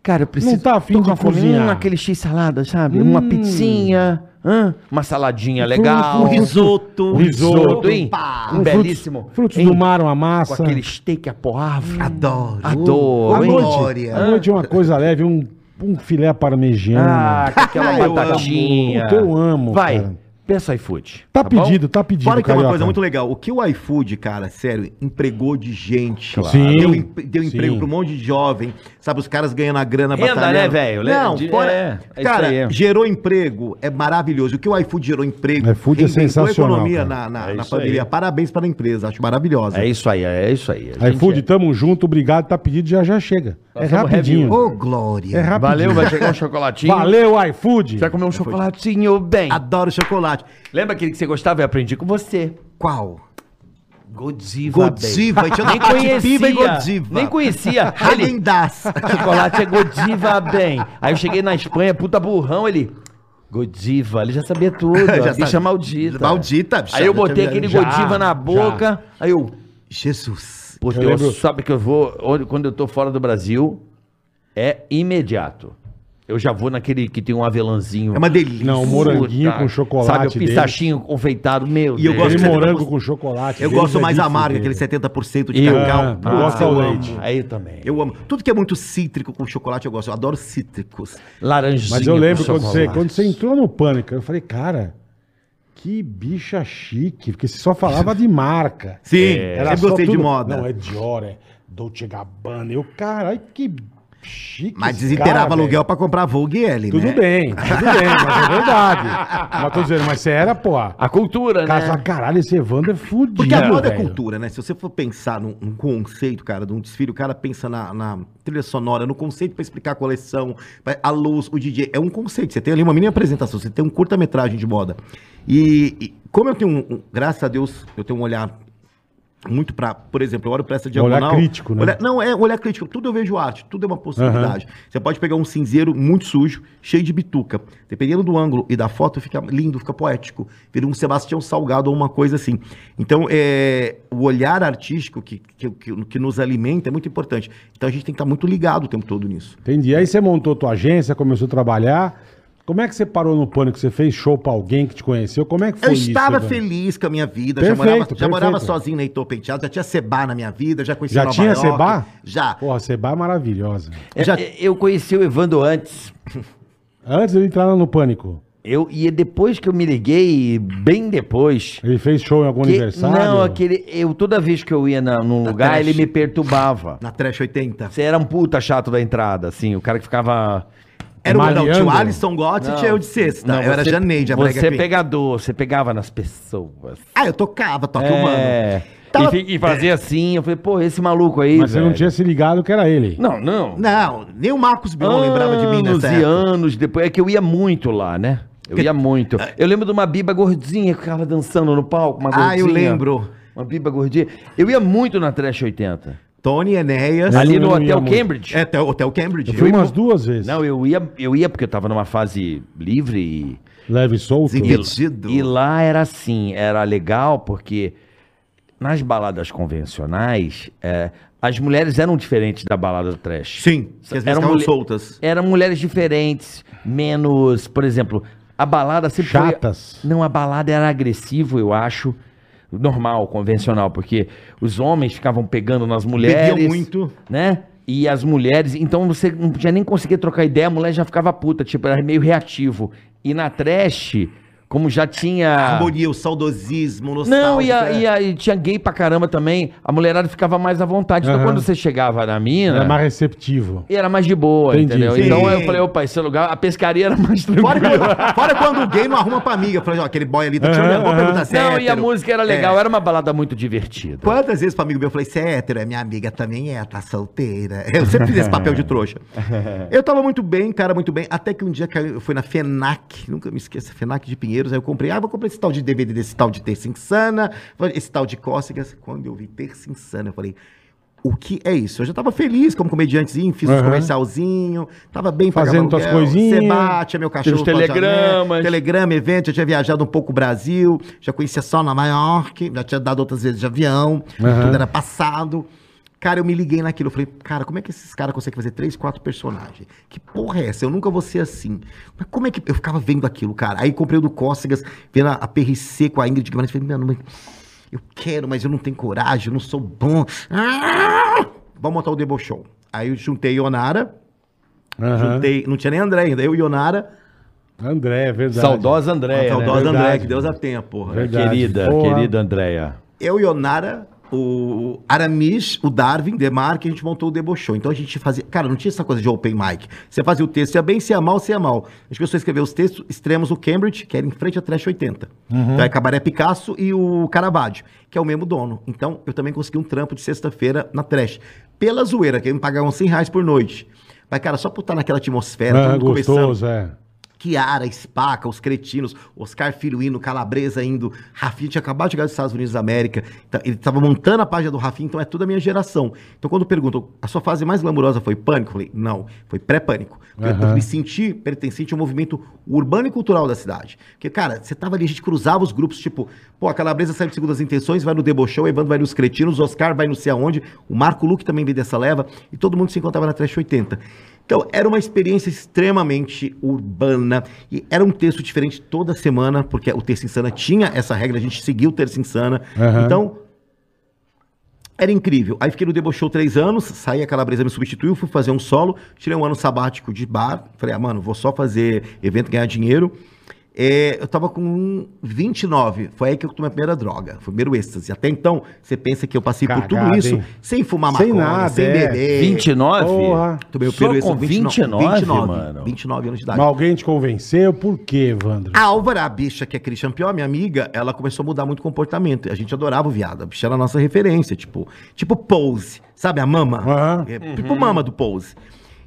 Speaker 3: Cara, eu preciso.
Speaker 2: Não tá afim
Speaker 3: tô
Speaker 2: de
Speaker 3: com uma fome,
Speaker 2: cozinhar. Hum.
Speaker 3: hum, aquele x salada, sabe? Uma pizzinha, hã? uma saladinha
Speaker 2: Um
Speaker 3: legal.
Speaker 4: Um risoto.
Speaker 2: Um risoto,
Speaker 3: hein?
Speaker 4: Pá.
Speaker 3: Um belíssimo.
Speaker 2: Frutos
Speaker 3: hein?
Speaker 2: do mar, uma
Speaker 3: Com
Speaker 2: massa.
Speaker 3: aquele steak à poivre.
Speaker 4: Adoro.
Speaker 3: Adoro,
Speaker 2: À
Speaker 3: hein?
Speaker 2: noite,
Speaker 4: Glória.
Speaker 2: à noite é uma coisa leve, um, um filé parmegiano.
Speaker 3: Ah, com aquela
Speaker 4: Eu amo.
Speaker 3: batatinha.
Speaker 2: Puta, eu amo,
Speaker 3: Vai,
Speaker 2: cara.
Speaker 3: peça iFood.
Speaker 2: tá,
Speaker 3: bom?
Speaker 2: pedido, tá pedido,
Speaker 4: Fora que é uma
Speaker 2: Carioca.
Speaker 4: coisa muito legal. O que o iFood, cara, sério, empregou de gente.
Speaker 2: Claro. Sim,
Speaker 4: deu em- deu emprego
Speaker 2: sim.
Speaker 4: pra um monte de jovem. Sabe, os caras ganhando a grana
Speaker 3: Renda,
Speaker 4: batalhando.
Speaker 3: né, velho? Le-
Speaker 4: Não,
Speaker 3: de-
Speaker 4: fora...
Speaker 3: é, é isso
Speaker 4: cara,
Speaker 3: aí.
Speaker 4: gerou emprego. É maravilhoso. O que o iFood gerou emprego.
Speaker 2: O iFood é
Speaker 4: reinventou a
Speaker 2: sensacional,
Speaker 4: economia
Speaker 2: cara.
Speaker 4: na, na,
Speaker 3: É
Speaker 4: na
Speaker 3: isso
Speaker 4: pandemia.
Speaker 3: aí.
Speaker 4: Parabéns para a empresa. Acho maravilhosa.
Speaker 3: É isso aí, é isso aí. A gente
Speaker 2: iFood,
Speaker 3: é-
Speaker 2: tamo junto, obrigado, tá pedido, já já chega.
Speaker 3: Nós
Speaker 2: é
Speaker 3: somos
Speaker 2: rapidinho.
Speaker 4: Ô,
Speaker 2: É
Speaker 4: Glória.
Speaker 2: rapidinho.
Speaker 3: Valeu, vai chegar um chocolatinho.
Speaker 2: Valeu, iFood.
Speaker 3: Vai comer um chocolatinho bem.
Speaker 4: Adoro chocolate.
Speaker 3: Lembra aquele que você gostava? Eu aprendi com você.
Speaker 4: Qual?
Speaker 3: Godiva,
Speaker 4: Godiva.
Speaker 3: bem. Nem
Speaker 4: Piva
Speaker 3: conhecia.
Speaker 4: e Godiva.
Speaker 3: Nem conhecia. Ele,
Speaker 4: Hagendas.
Speaker 3: chocolate é Godiva, bem. Aí eu cheguei na Espanha, puta burrão, ele... Godiva, ele já sabia tudo.
Speaker 4: Já
Speaker 3: já bicha
Speaker 4: sabe.
Speaker 3: maldita.
Speaker 4: Maldita, bicha.
Speaker 3: Aí eu botei aquele
Speaker 2: Já,
Speaker 3: Godiva na boca, aí eu...
Speaker 4: Jesus.
Speaker 3: Porque
Speaker 2: Eu
Speaker 3: eu
Speaker 2: lembro-
Speaker 3: sabe que eu vou, onde- quando eu tô fora do Brasil, é imediato. Eu já vou naquele que tem um avelãzinho.
Speaker 4: É uma delícia.
Speaker 2: Não,
Speaker 3: Puta,
Speaker 2: moranguinho com chocolate
Speaker 3: Sabe, o
Speaker 2: dele.
Speaker 3: pistachinho confeitado, meu
Speaker 4: E eu gosto
Speaker 2: Aquele
Speaker 4: que você-
Speaker 2: morango com chocolate.
Speaker 4: Eu
Speaker 2: dele
Speaker 4: gosto
Speaker 2: é
Speaker 4: mais
Speaker 2: de
Speaker 4: amargo,
Speaker 2: fuder.
Speaker 4: aquele 70% de
Speaker 3: Eu-
Speaker 4: cacau.
Speaker 2: Ah,
Speaker 4: Puta,
Speaker 2: gosto
Speaker 4: eu
Speaker 2: ao
Speaker 4: amo.
Speaker 2: leite.
Speaker 3: Aí eu também.
Speaker 4: Eu amo. Tudo que é muito cítrico com chocolate eu gosto. Eu adoro cítricos.
Speaker 3: Laranjinha.
Speaker 2: Mas eu lembro
Speaker 3: com
Speaker 2: quando você,
Speaker 3: chocolate.
Speaker 2: quando você entrou no pânico, eu falei, cara, que bicha chique, porque você só falava de marca.
Speaker 4: Sim,
Speaker 2: Era
Speaker 4: eu
Speaker 2: só
Speaker 4: É. gostei de
Speaker 2: tudo-
Speaker 4: moda.
Speaker 2: Não, é Dior, é Dolce Gabbana. Eu, caralho, que chique.
Speaker 4: Mas
Speaker 2: esse
Speaker 4: desinterava
Speaker 2: cara,
Speaker 4: aluguel
Speaker 2: velho.
Speaker 4: pra comprar Vogue L,
Speaker 2: né? Tudo
Speaker 4: né?
Speaker 2: bem, tudo bem, mas é verdade. Mas tô dizendo, mas você era, pô.
Speaker 3: A cultura,
Speaker 2: Cara, você fala,
Speaker 3: né?
Speaker 2: caralho, esse Evandro é fudido.
Speaker 4: Porque a moda é
Speaker 2: velho.
Speaker 4: cultura, né? Se você for pensar num, num conceito, cara, de um desfile, o cara pensa na, na trilha sonora, no conceito pra explicar a coleção, pra- a luz, o DJ. É um conceito. Você tem ali uma mini apresentação, você tem um curta-metragem de moda. E, e como eu tenho, um, um- graças a Deus, eu tenho um olhar muito pra, por exemplo, eu olho pra essa diagonal.
Speaker 2: crítico, né?
Speaker 4: olhar- não, é olhar crítico. Tudo eu vejo arte, tudo é uma possibilidade. Você pode pegar um cinzeiro muito sujo, cheio de bituca. Dependendo do ângulo e da foto, fica lindo, fica poético. Vira um Sebastião Salgado ou uma coisa assim. Então, é, o olhar artístico que, que, que, que nos alimenta é muito importante. Então, a gente tem que estar muito ligado o tempo todo nisso.
Speaker 2: Entendi. Aí você montou tua agência, começou a trabalhar. Como é que você parou no pânico? Você fez show pra alguém que te conheceu? Como é que foi
Speaker 4: Eu
Speaker 2: isso,
Speaker 4: estava
Speaker 2: Evandro?
Speaker 4: feliz com a minha vida,
Speaker 2: Perfeito,
Speaker 4: já, morava, já
Speaker 2: perfeito.
Speaker 4: morava sozinho na Heitor Penteado, já tinha Seba na minha vida, já conhecia
Speaker 2: Já
Speaker 4: Nova
Speaker 2: tinha
Speaker 4: York,
Speaker 2: Seba?
Speaker 4: Já.
Speaker 2: Porra, Seba é maravilhosa.
Speaker 3: É,
Speaker 4: Já-
Speaker 3: é, Eu conheci o Evandro antes.
Speaker 2: Antes de ele entrar lá no pânico,
Speaker 3: Eu, e é depois que eu me liguei, bem depois,
Speaker 2: ele fez show em algum
Speaker 3: Que-
Speaker 2: É um aniversário?
Speaker 3: Não, aquele. Eu, toda vez que eu ia na, num
Speaker 4: Na
Speaker 3: lugar,
Speaker 4: creche.
Speaker 3: ele me perturbava.
Speaker 4: Na Trash 80.
Speaker 3: Você era um puta chato da entrada, assim, o cara que ficava.
Speaker 4: Era o
Speaker 2: Mariano.
Speaker 4: não, tinha o Alisson Gotti e
Speaker 3: Não.
Speaker 4: tinha eu de sexta.
Speaker 3: Não,
Speaker 4: eu era
Speaker 3: você-
Speaker 4: Janeide, a
Speaker 3: Você
Speaker 4: brega
Speaker 3: é
Speaker 4: queen.
Speaker 3: pegador, você pegava nas pessoas.
Speaker 4: Ah, eu tocava, toque
Speaker 3: É.
Speaker 4: humano.
Speaker 3: E
Speaker 4: Tava-
Speaker 3: fi- E, fazia assim, eu falei, pô, esse maluco aí.
Speaker 2: Mas você não
Speaker 3: velho.
Speaker 2: tinha se ligado que era ele.
Speaker 3: Não, não.
Speaker 4: Não, nem o Marcos
Speaker 3: Ah,
Speaker 4: Bion lembrava de mim
Speaker 3: Anos
Speaker 4: nessa
Speaker 3: e
Speaker 4: época.
Speaker 3: anos depois. É que eu ia muito lá, né? Eu ia muito. Eu lembro de uma biba gordinha que ficava dançando no palco, uma gordinha.
Speaker 4: Ah, eu lembro.
Speaker 3: Uma biba gordinha. Eu ia muito na Trash 80.
Speaker 4: Tony Enéas.
Speaker 3: ali
Speaker 2: eu
Speaker 3: no
Speaker 2: não ia
Speaker 3: Hotel
Speaker 2: muito.
Speaker 3: Cambridge.
Speaker 4: É, até o Hotel Cambridge.
Speaker 2: Eu fui umas duas vezes.
Speaker 3: Não, eu ia, eu ia porque eu tava numa fase livre e.
Speaker 2: Leve e solto.
Speaker 4: Desenvolvido. Fudido.
Speaker 3: E lá era assim, era legal porque nas baladas convencionais, é, as mulheres eram diferentes da balada do trash.
Speaker 4: Sim, que às vezes
Speaker 3: Eram
Speaker 4: ficavam
Speaker 3: mulher-
Speaker 4: soltas.
Speaker 3: Eram mulheres diferentes, menos, por exemplo, a balada sempre foi-
Speaker 2: Chatas.
Speaker 3: não, a balada era agressivo, eu acho. Normal, convencional, porque os homens ficavam pegando nas mulheres.
Speaker 4: muito.
Speaker 3: Né? E as mulheres. Então você não podia nem conseguir trocar ideia, a mulher já ficava puta, tipo, era meio reativo. E na trash, Como já tinha.
Speaker 4: harmonia, o saudosismo, nostalgia.
Speaker 3: Ah. Não, e, a- e a- e tinha gay pra caramba também. A mulherada ficava mais à vontade. Então,
Speaker 2: Aham.
Speaker 3: quando você chegava na mina.
Speaker 2: Era mais receptivo.
Speaker 3: E era mais de boa,
Speaker 2: Entendi.
Speaker 3: entendeu?
Speaker 2: Sim.
Speaker 3: Então eu falei, opa, esse lugar, a pescaria era mais
Speaker 4: Fora
Speaker 3: tranquila.
Speaker 4: quando, fora quando o gay não arruma pra amiga. Fala, ó, aquele boy ali, tá tirando
Speaker 2: Aham,
Speaker 4: minha boa
Speaker 2: aham.
Speaker 4: pergunta séria.
Speaker 3: Não, e a música
Speaker 4: É.
Speaker 3: era legal, era uma balada muito divertida.
Speaker 4: Quantas vezes pro amigo meu eu falei, você é hétero? É, minha amiga também é, tá solteira. Eu sempre fiz esse papel de trouxa. Eu tava muito bem, cara, muito bem. Até que um dia caiu- eu fui na FENAC, nunca me esqueça, FENAC de Pinheiros. Aí eu comprei, ah, vou comprar esse tal de DVD desse tal de Terça Insana, esse tal de Cócegas. Quando eu vi Terça Insana, eu falei... O que é isso? Eu já tava feliz como comediantezinho, fiz uns
Speaker 2: Aham.
Speaker 4: comercialzinho, tava bem
Speaker 2: Fazendo
Speaker 4: pagava
Speaker 2: tuas
Speaker 4: aluguel,
Speaker 2: coisinhas.
Speaker 4: Sebate, é meu cachorro.
Speaker 3: Teve os telegramas.
Speaker 4: Tele- Telegrama, evento, eu tinha viajado um pouco o Brasil, já conhecia só Nova York, já tinha dado outras vezes de avião,
Speaker 2: Aham.
Speaker 4: tudo era passado. Cara, eu me liguei naquilo, eu falei, cara, como é que esses caras conseguem fazer três, quatro personagens? Que porra é essa? Eu nunca vou ser assim. Mas como é que... Eu ficava vendo aquilo, cara. Aí comprei o do Cócegas, vendo a, a PRC com a Ingrid Guimarães, falei, mano, mas eu quero, mas eu não tenho coragem, eu não sou bom. Ah! Vamos montar o Debo Show. Aí eu juntei Ionara,
Speaker 2: Aham.
Speaker 4: juntei... Não tinha nem André ainda, eu e Ionara...
Speaker 2: André, é verdade.
Speaker 3: Saudosa Andréia. né?
Speaker 4: Saudade
Speaker 3: Saudosa
Speaker 4: Saudosa
Speaker 2: né? Verdade.
Speaker 4: André, que Deus a tenha, porra.
Speaker 2: Verdade.
Speaker 3: Querida,
Speaker 2: Porra.
Speaker 3: querida Andréia.
Speaker 4: Eu e o Nara, o Aramis, o Darwin, Demarque, a gente montou o Debochou. Então a gente fazia. Cara, não tinha essa coisa de open mic. Você fazia o texto, se ia bem, se ia mal, se ia mal. A gente começou a escrever os textos extremos, o Cambridge, que era em frente a Trash 80. Então é Cabaré Picasso e o Caravaggio, que é o mesmo dono. Então eu também consegui um trampo de sexta-feira na Trash. Pela zoeira, que me pagavam 100 reais por noite. Mas, cara, só por estar naquela atmosfera, todo
Speaker 2: Ah,
Speaker 4: mundo conversando,
Speaker 2: gostoso, é.
Speaker 4: Kiara, Spaca, os cretinos, Oscar Firuino, Calabresa indo, Rafinha tinha acabado de chegar dos Estados Unidos da América, tá- ele estava montando a página do Rafinha, então é toda a minha geração. Então quando perguntam, a sua fase mais glamurosa foi pânico? Eu falei, não, foi pré-pânico. Porque Eu
Speaker 2: Aham.
Speaker 4: me senti pertencente ao movimento urbano e cultural da cidade. Porque, cara, você tava ali, a gente cruzava os grupos, tipo, pô, a Calabresa saiu de Segundas Intenções, vai no Debochão, o Evandro vai nos Cretinos, o Oscar vai não sei aonde, o Marco Luque também veio dessa leva, e todo mundo se encontrava na Trash 80. Então, era uma experiência extremamente urbana, e era um texto diferente toda semana, porque o Terça Insana tinha essa regra, a gente seguia o Terça Insana.
Speaker 2: Aham.
Speaker 4: Então, era incrível. Aí fiquei no Debochou três anos, saí, a Calabresa me substituiu, fui fazer um solo, tirei um ano sabático de bar. Falei, ah, mano, vou só fazer evento, ganhar dinheiro. É, eu tava com 29, foi aí que eu tomei a primeira droga, foi o primeiro êxtase. Até então, você pensa que eu passei por
Speaker 2: Cagada,
Speaker 4: tudo isso
Speaker 2: hein?
Speaker 4: sem fumar
Speaker 2: Sem
Speaker 4: maconha,
Speaker 2: nada,
Speaker 4: sem
Speaker 2: é.
Speaker 4: beber.
Speaker 3: 29?
Speaker 2: Porra.
Speaker 4: Tomei o
Speaker 3: Só
Speaker 4: primeiro
Speaker 3: com
Speaker 4: êxtase
Speaker 3: 29, mano.
Speaker 4: 29 anos de idade.
Speaker 2: Mas alguém te convenceu? Por quê, Evandro?
Speaker 4: A Álvara, a bicha que é Christian Pior, minha amiga, ela começou a mudar muito o comportamento. A gente adorava o viado. A bicha era a nossa referência, tipo, tipo pose, sabe? A mama.
Speaker 2: Aham.
Speaker 4: É, Tipo mama do pose.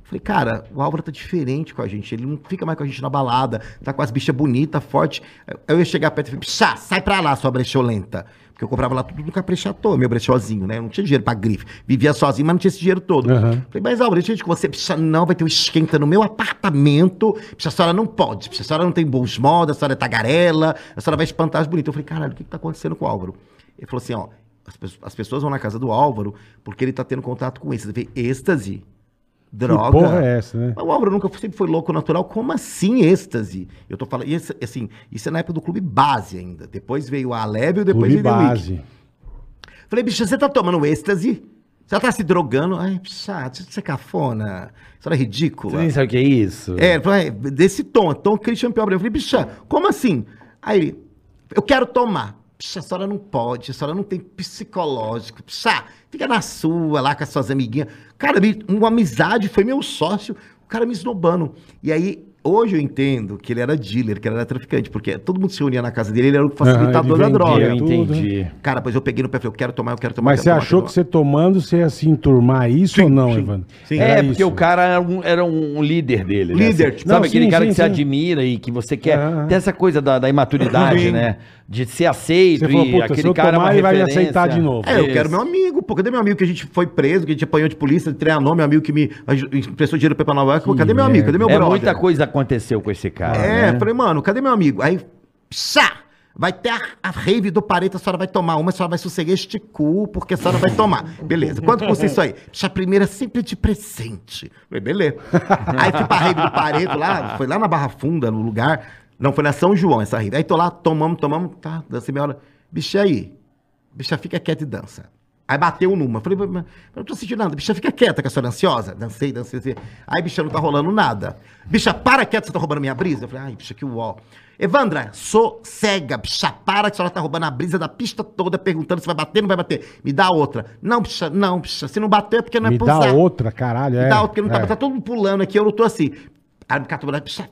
Speaker 4: Falei, cara, o Álvaro tá diferente com a gente. Ele não fica mais com a gente na balada. Tá com as bichas bonitas, forte. Eu ia chegar perto e falei, pichá, sai pra lá, sua brecholenta. Porque eu comprava lá tudo no caprichator, meu brechozinho, né? Eu não tinha dinheiro pra grife. Vivia sozinho, mas não tinha esse dinheiro todo.
Speaker 2: Aham.
Speaker 4: Falei, mas Álvaro, deixa eu ir com você. Picha, não, vai ter um esquenta no meu apartamento. Picha, a senhora não pode. Picha, a senhora não tem bons modos, a senhora é tagarela. A senhora vai espantar as bonitas. Eu falei, caralho, o que que tá acontecendo com o Álvaro? Ele falou assim, ó, as, pe- as pessoas vão na casa do Álvaro porque ele tá tendo contato com êxtase. Eu falei, êxtase? Droga?
Speaker 2: Que porra é essa, né?
Speaker 4: Mas o Álvaro nunca foi- sempre foi louco natural. Como assim êxtase? Eu tô falando, e esse- assim, isso é na época do clube base ainda. Depois veio a Alébio, depois
Speaker 2: Clube
Speaker 4: veio o Wiki.
Speaker 2: base.
Speaker 4: Falei, bicha, você tá tomando êxtase? Você tá se drogando? Ai, bicha, você é cafona. A senhora é ridícula.
Speaker 3: sabe o que é isso?
Speaker 4: É, ele falou, é, desse tom, tom Christian Pior. Eu falei, bicha, como assim? Aí ele, eu quero tomar. Bicha, a senhora não pode, a senhora não tem psicológico. Bicha, fica na sua, lá com as suas amiguinhas. Cara, me- uma amizade, foi meu sócio, o cara me esnobando. E aí, hoje eu entendo que ele era dealer, que ele era traficante, porque todo mundo se reunia na casa dele, ele era o facilitador
Speaker 2: ele vendia
Speaker 4: da droga.
Speaker 3: Eu
Speaker 2: tudo,
Speaker 3: entendi.
Speaker 4: Cara, pois eu peguei no pé e falei, eu quero tomar, eu quero tomar.
Speaker 2: Mas
Speaker 4: eu
Speaker 2: você
Speaker 4: quero tomar,
Speaker 2: achou
Speaker 4: quero
Speaker 2: que você tomando, você ia se enturmar isso ou não, Evandro?
Speaker 4: sim.
Speaker 2: Era
Speaker 3: É, porque
Speaker 2: isso.
Speaker 3: o cara era um, era um líder dele. né?
Speaker 4: Líder,
Speaker 3: Assim,
Speaker 4: tipo,
Speaker 3: sabe
Speaker 2: não,
Speaker 3: aquele
Speaker 2: sim,
Speaker 3: cara
Speaker 2: sim,
Speaker 3: que você
Speaker 2: sim.
Speaker 3: admira e que você quer.
Speaker 2: Ah.
Speaker 3: Tem essa coisa da, da imaturidade,
Speaker 4: Sim.
Speaker 3: né? De ser aceito
Speaker 2: Você falou,
Speaker 3: e
Speaker 2: puta,
Speaker 3: aquele
Speaker 2: se eu
Speaker 3: cara é uma
Speaker 2: tomar, ele vai me
Speaker 3: referência.
Speaker 2: aceitar de novo.
Speaker 4: É, eu
Speaker 3: Isso.
Speaker 4: quero meu amigo, pô. Cadê meu amigo que a gente foi preso, que a gente apanhou de polícia, ele treinou meu amigo que me aj- emprestou dinheiro pra ir pra Nova York? Pô, cadê meu amigo? Cadê meu
Speaker 3: É,
Speaker 4: brother?
Speaker 3: muita coisa aconteceu com esse cara.
Speaker 4: É,
Speaker 3: né?
Speaker 4: falei, mano, cadê meu amigo? Aí, psá! Vai ter a, a rave do Pareto, a senhora vai tomar uma, a senhora vai sossegar este cu, porque a senhora vai tomar. Beleza, quanto custa isso aí? Psá, a primeira é sempre de presente. Falei, beleza. Aí fui pra rave do Pareto lá, foi lá na Barra Funda, no lugar. Não, foi na São João essa assim, rave. Aí tô lá, tomamos, tomamos, tá, dancei meia hora. Bicho, e aí? Bicha, fica quieta e dança. Aí bateu numa. Falei, mas mas eu não tô sentindo nada. Bicha, fica quieta que a senhora é ansiosa. Dancei, dancei, dancei. Aí, bicha, não tá rolando nada. Bicha, para quieta, você tá roubando minha brisa. Eu falei, ai, bicha, que uó. Evandra, sossega, bicha, para que a senhora tá roubando a brisa da pista toda, perguntando se vai bater, não vai bater. Me dá outra. Não, bicha, não, bicha. Se não bater é porque não é
Speaker 2: Me
Speaker 4: pra
Speaker 2: dá
Speaker 4: usar.
Speaker 2: outra, caralho.
Speaker 4: Me
Speaker 2: é,
Speaker 4: dá outra, porque não tá,
Speaker 2: é.
Speaker 4: tá todo mundo pulando aqui, eu não tô assim. Aí me catou, bicha,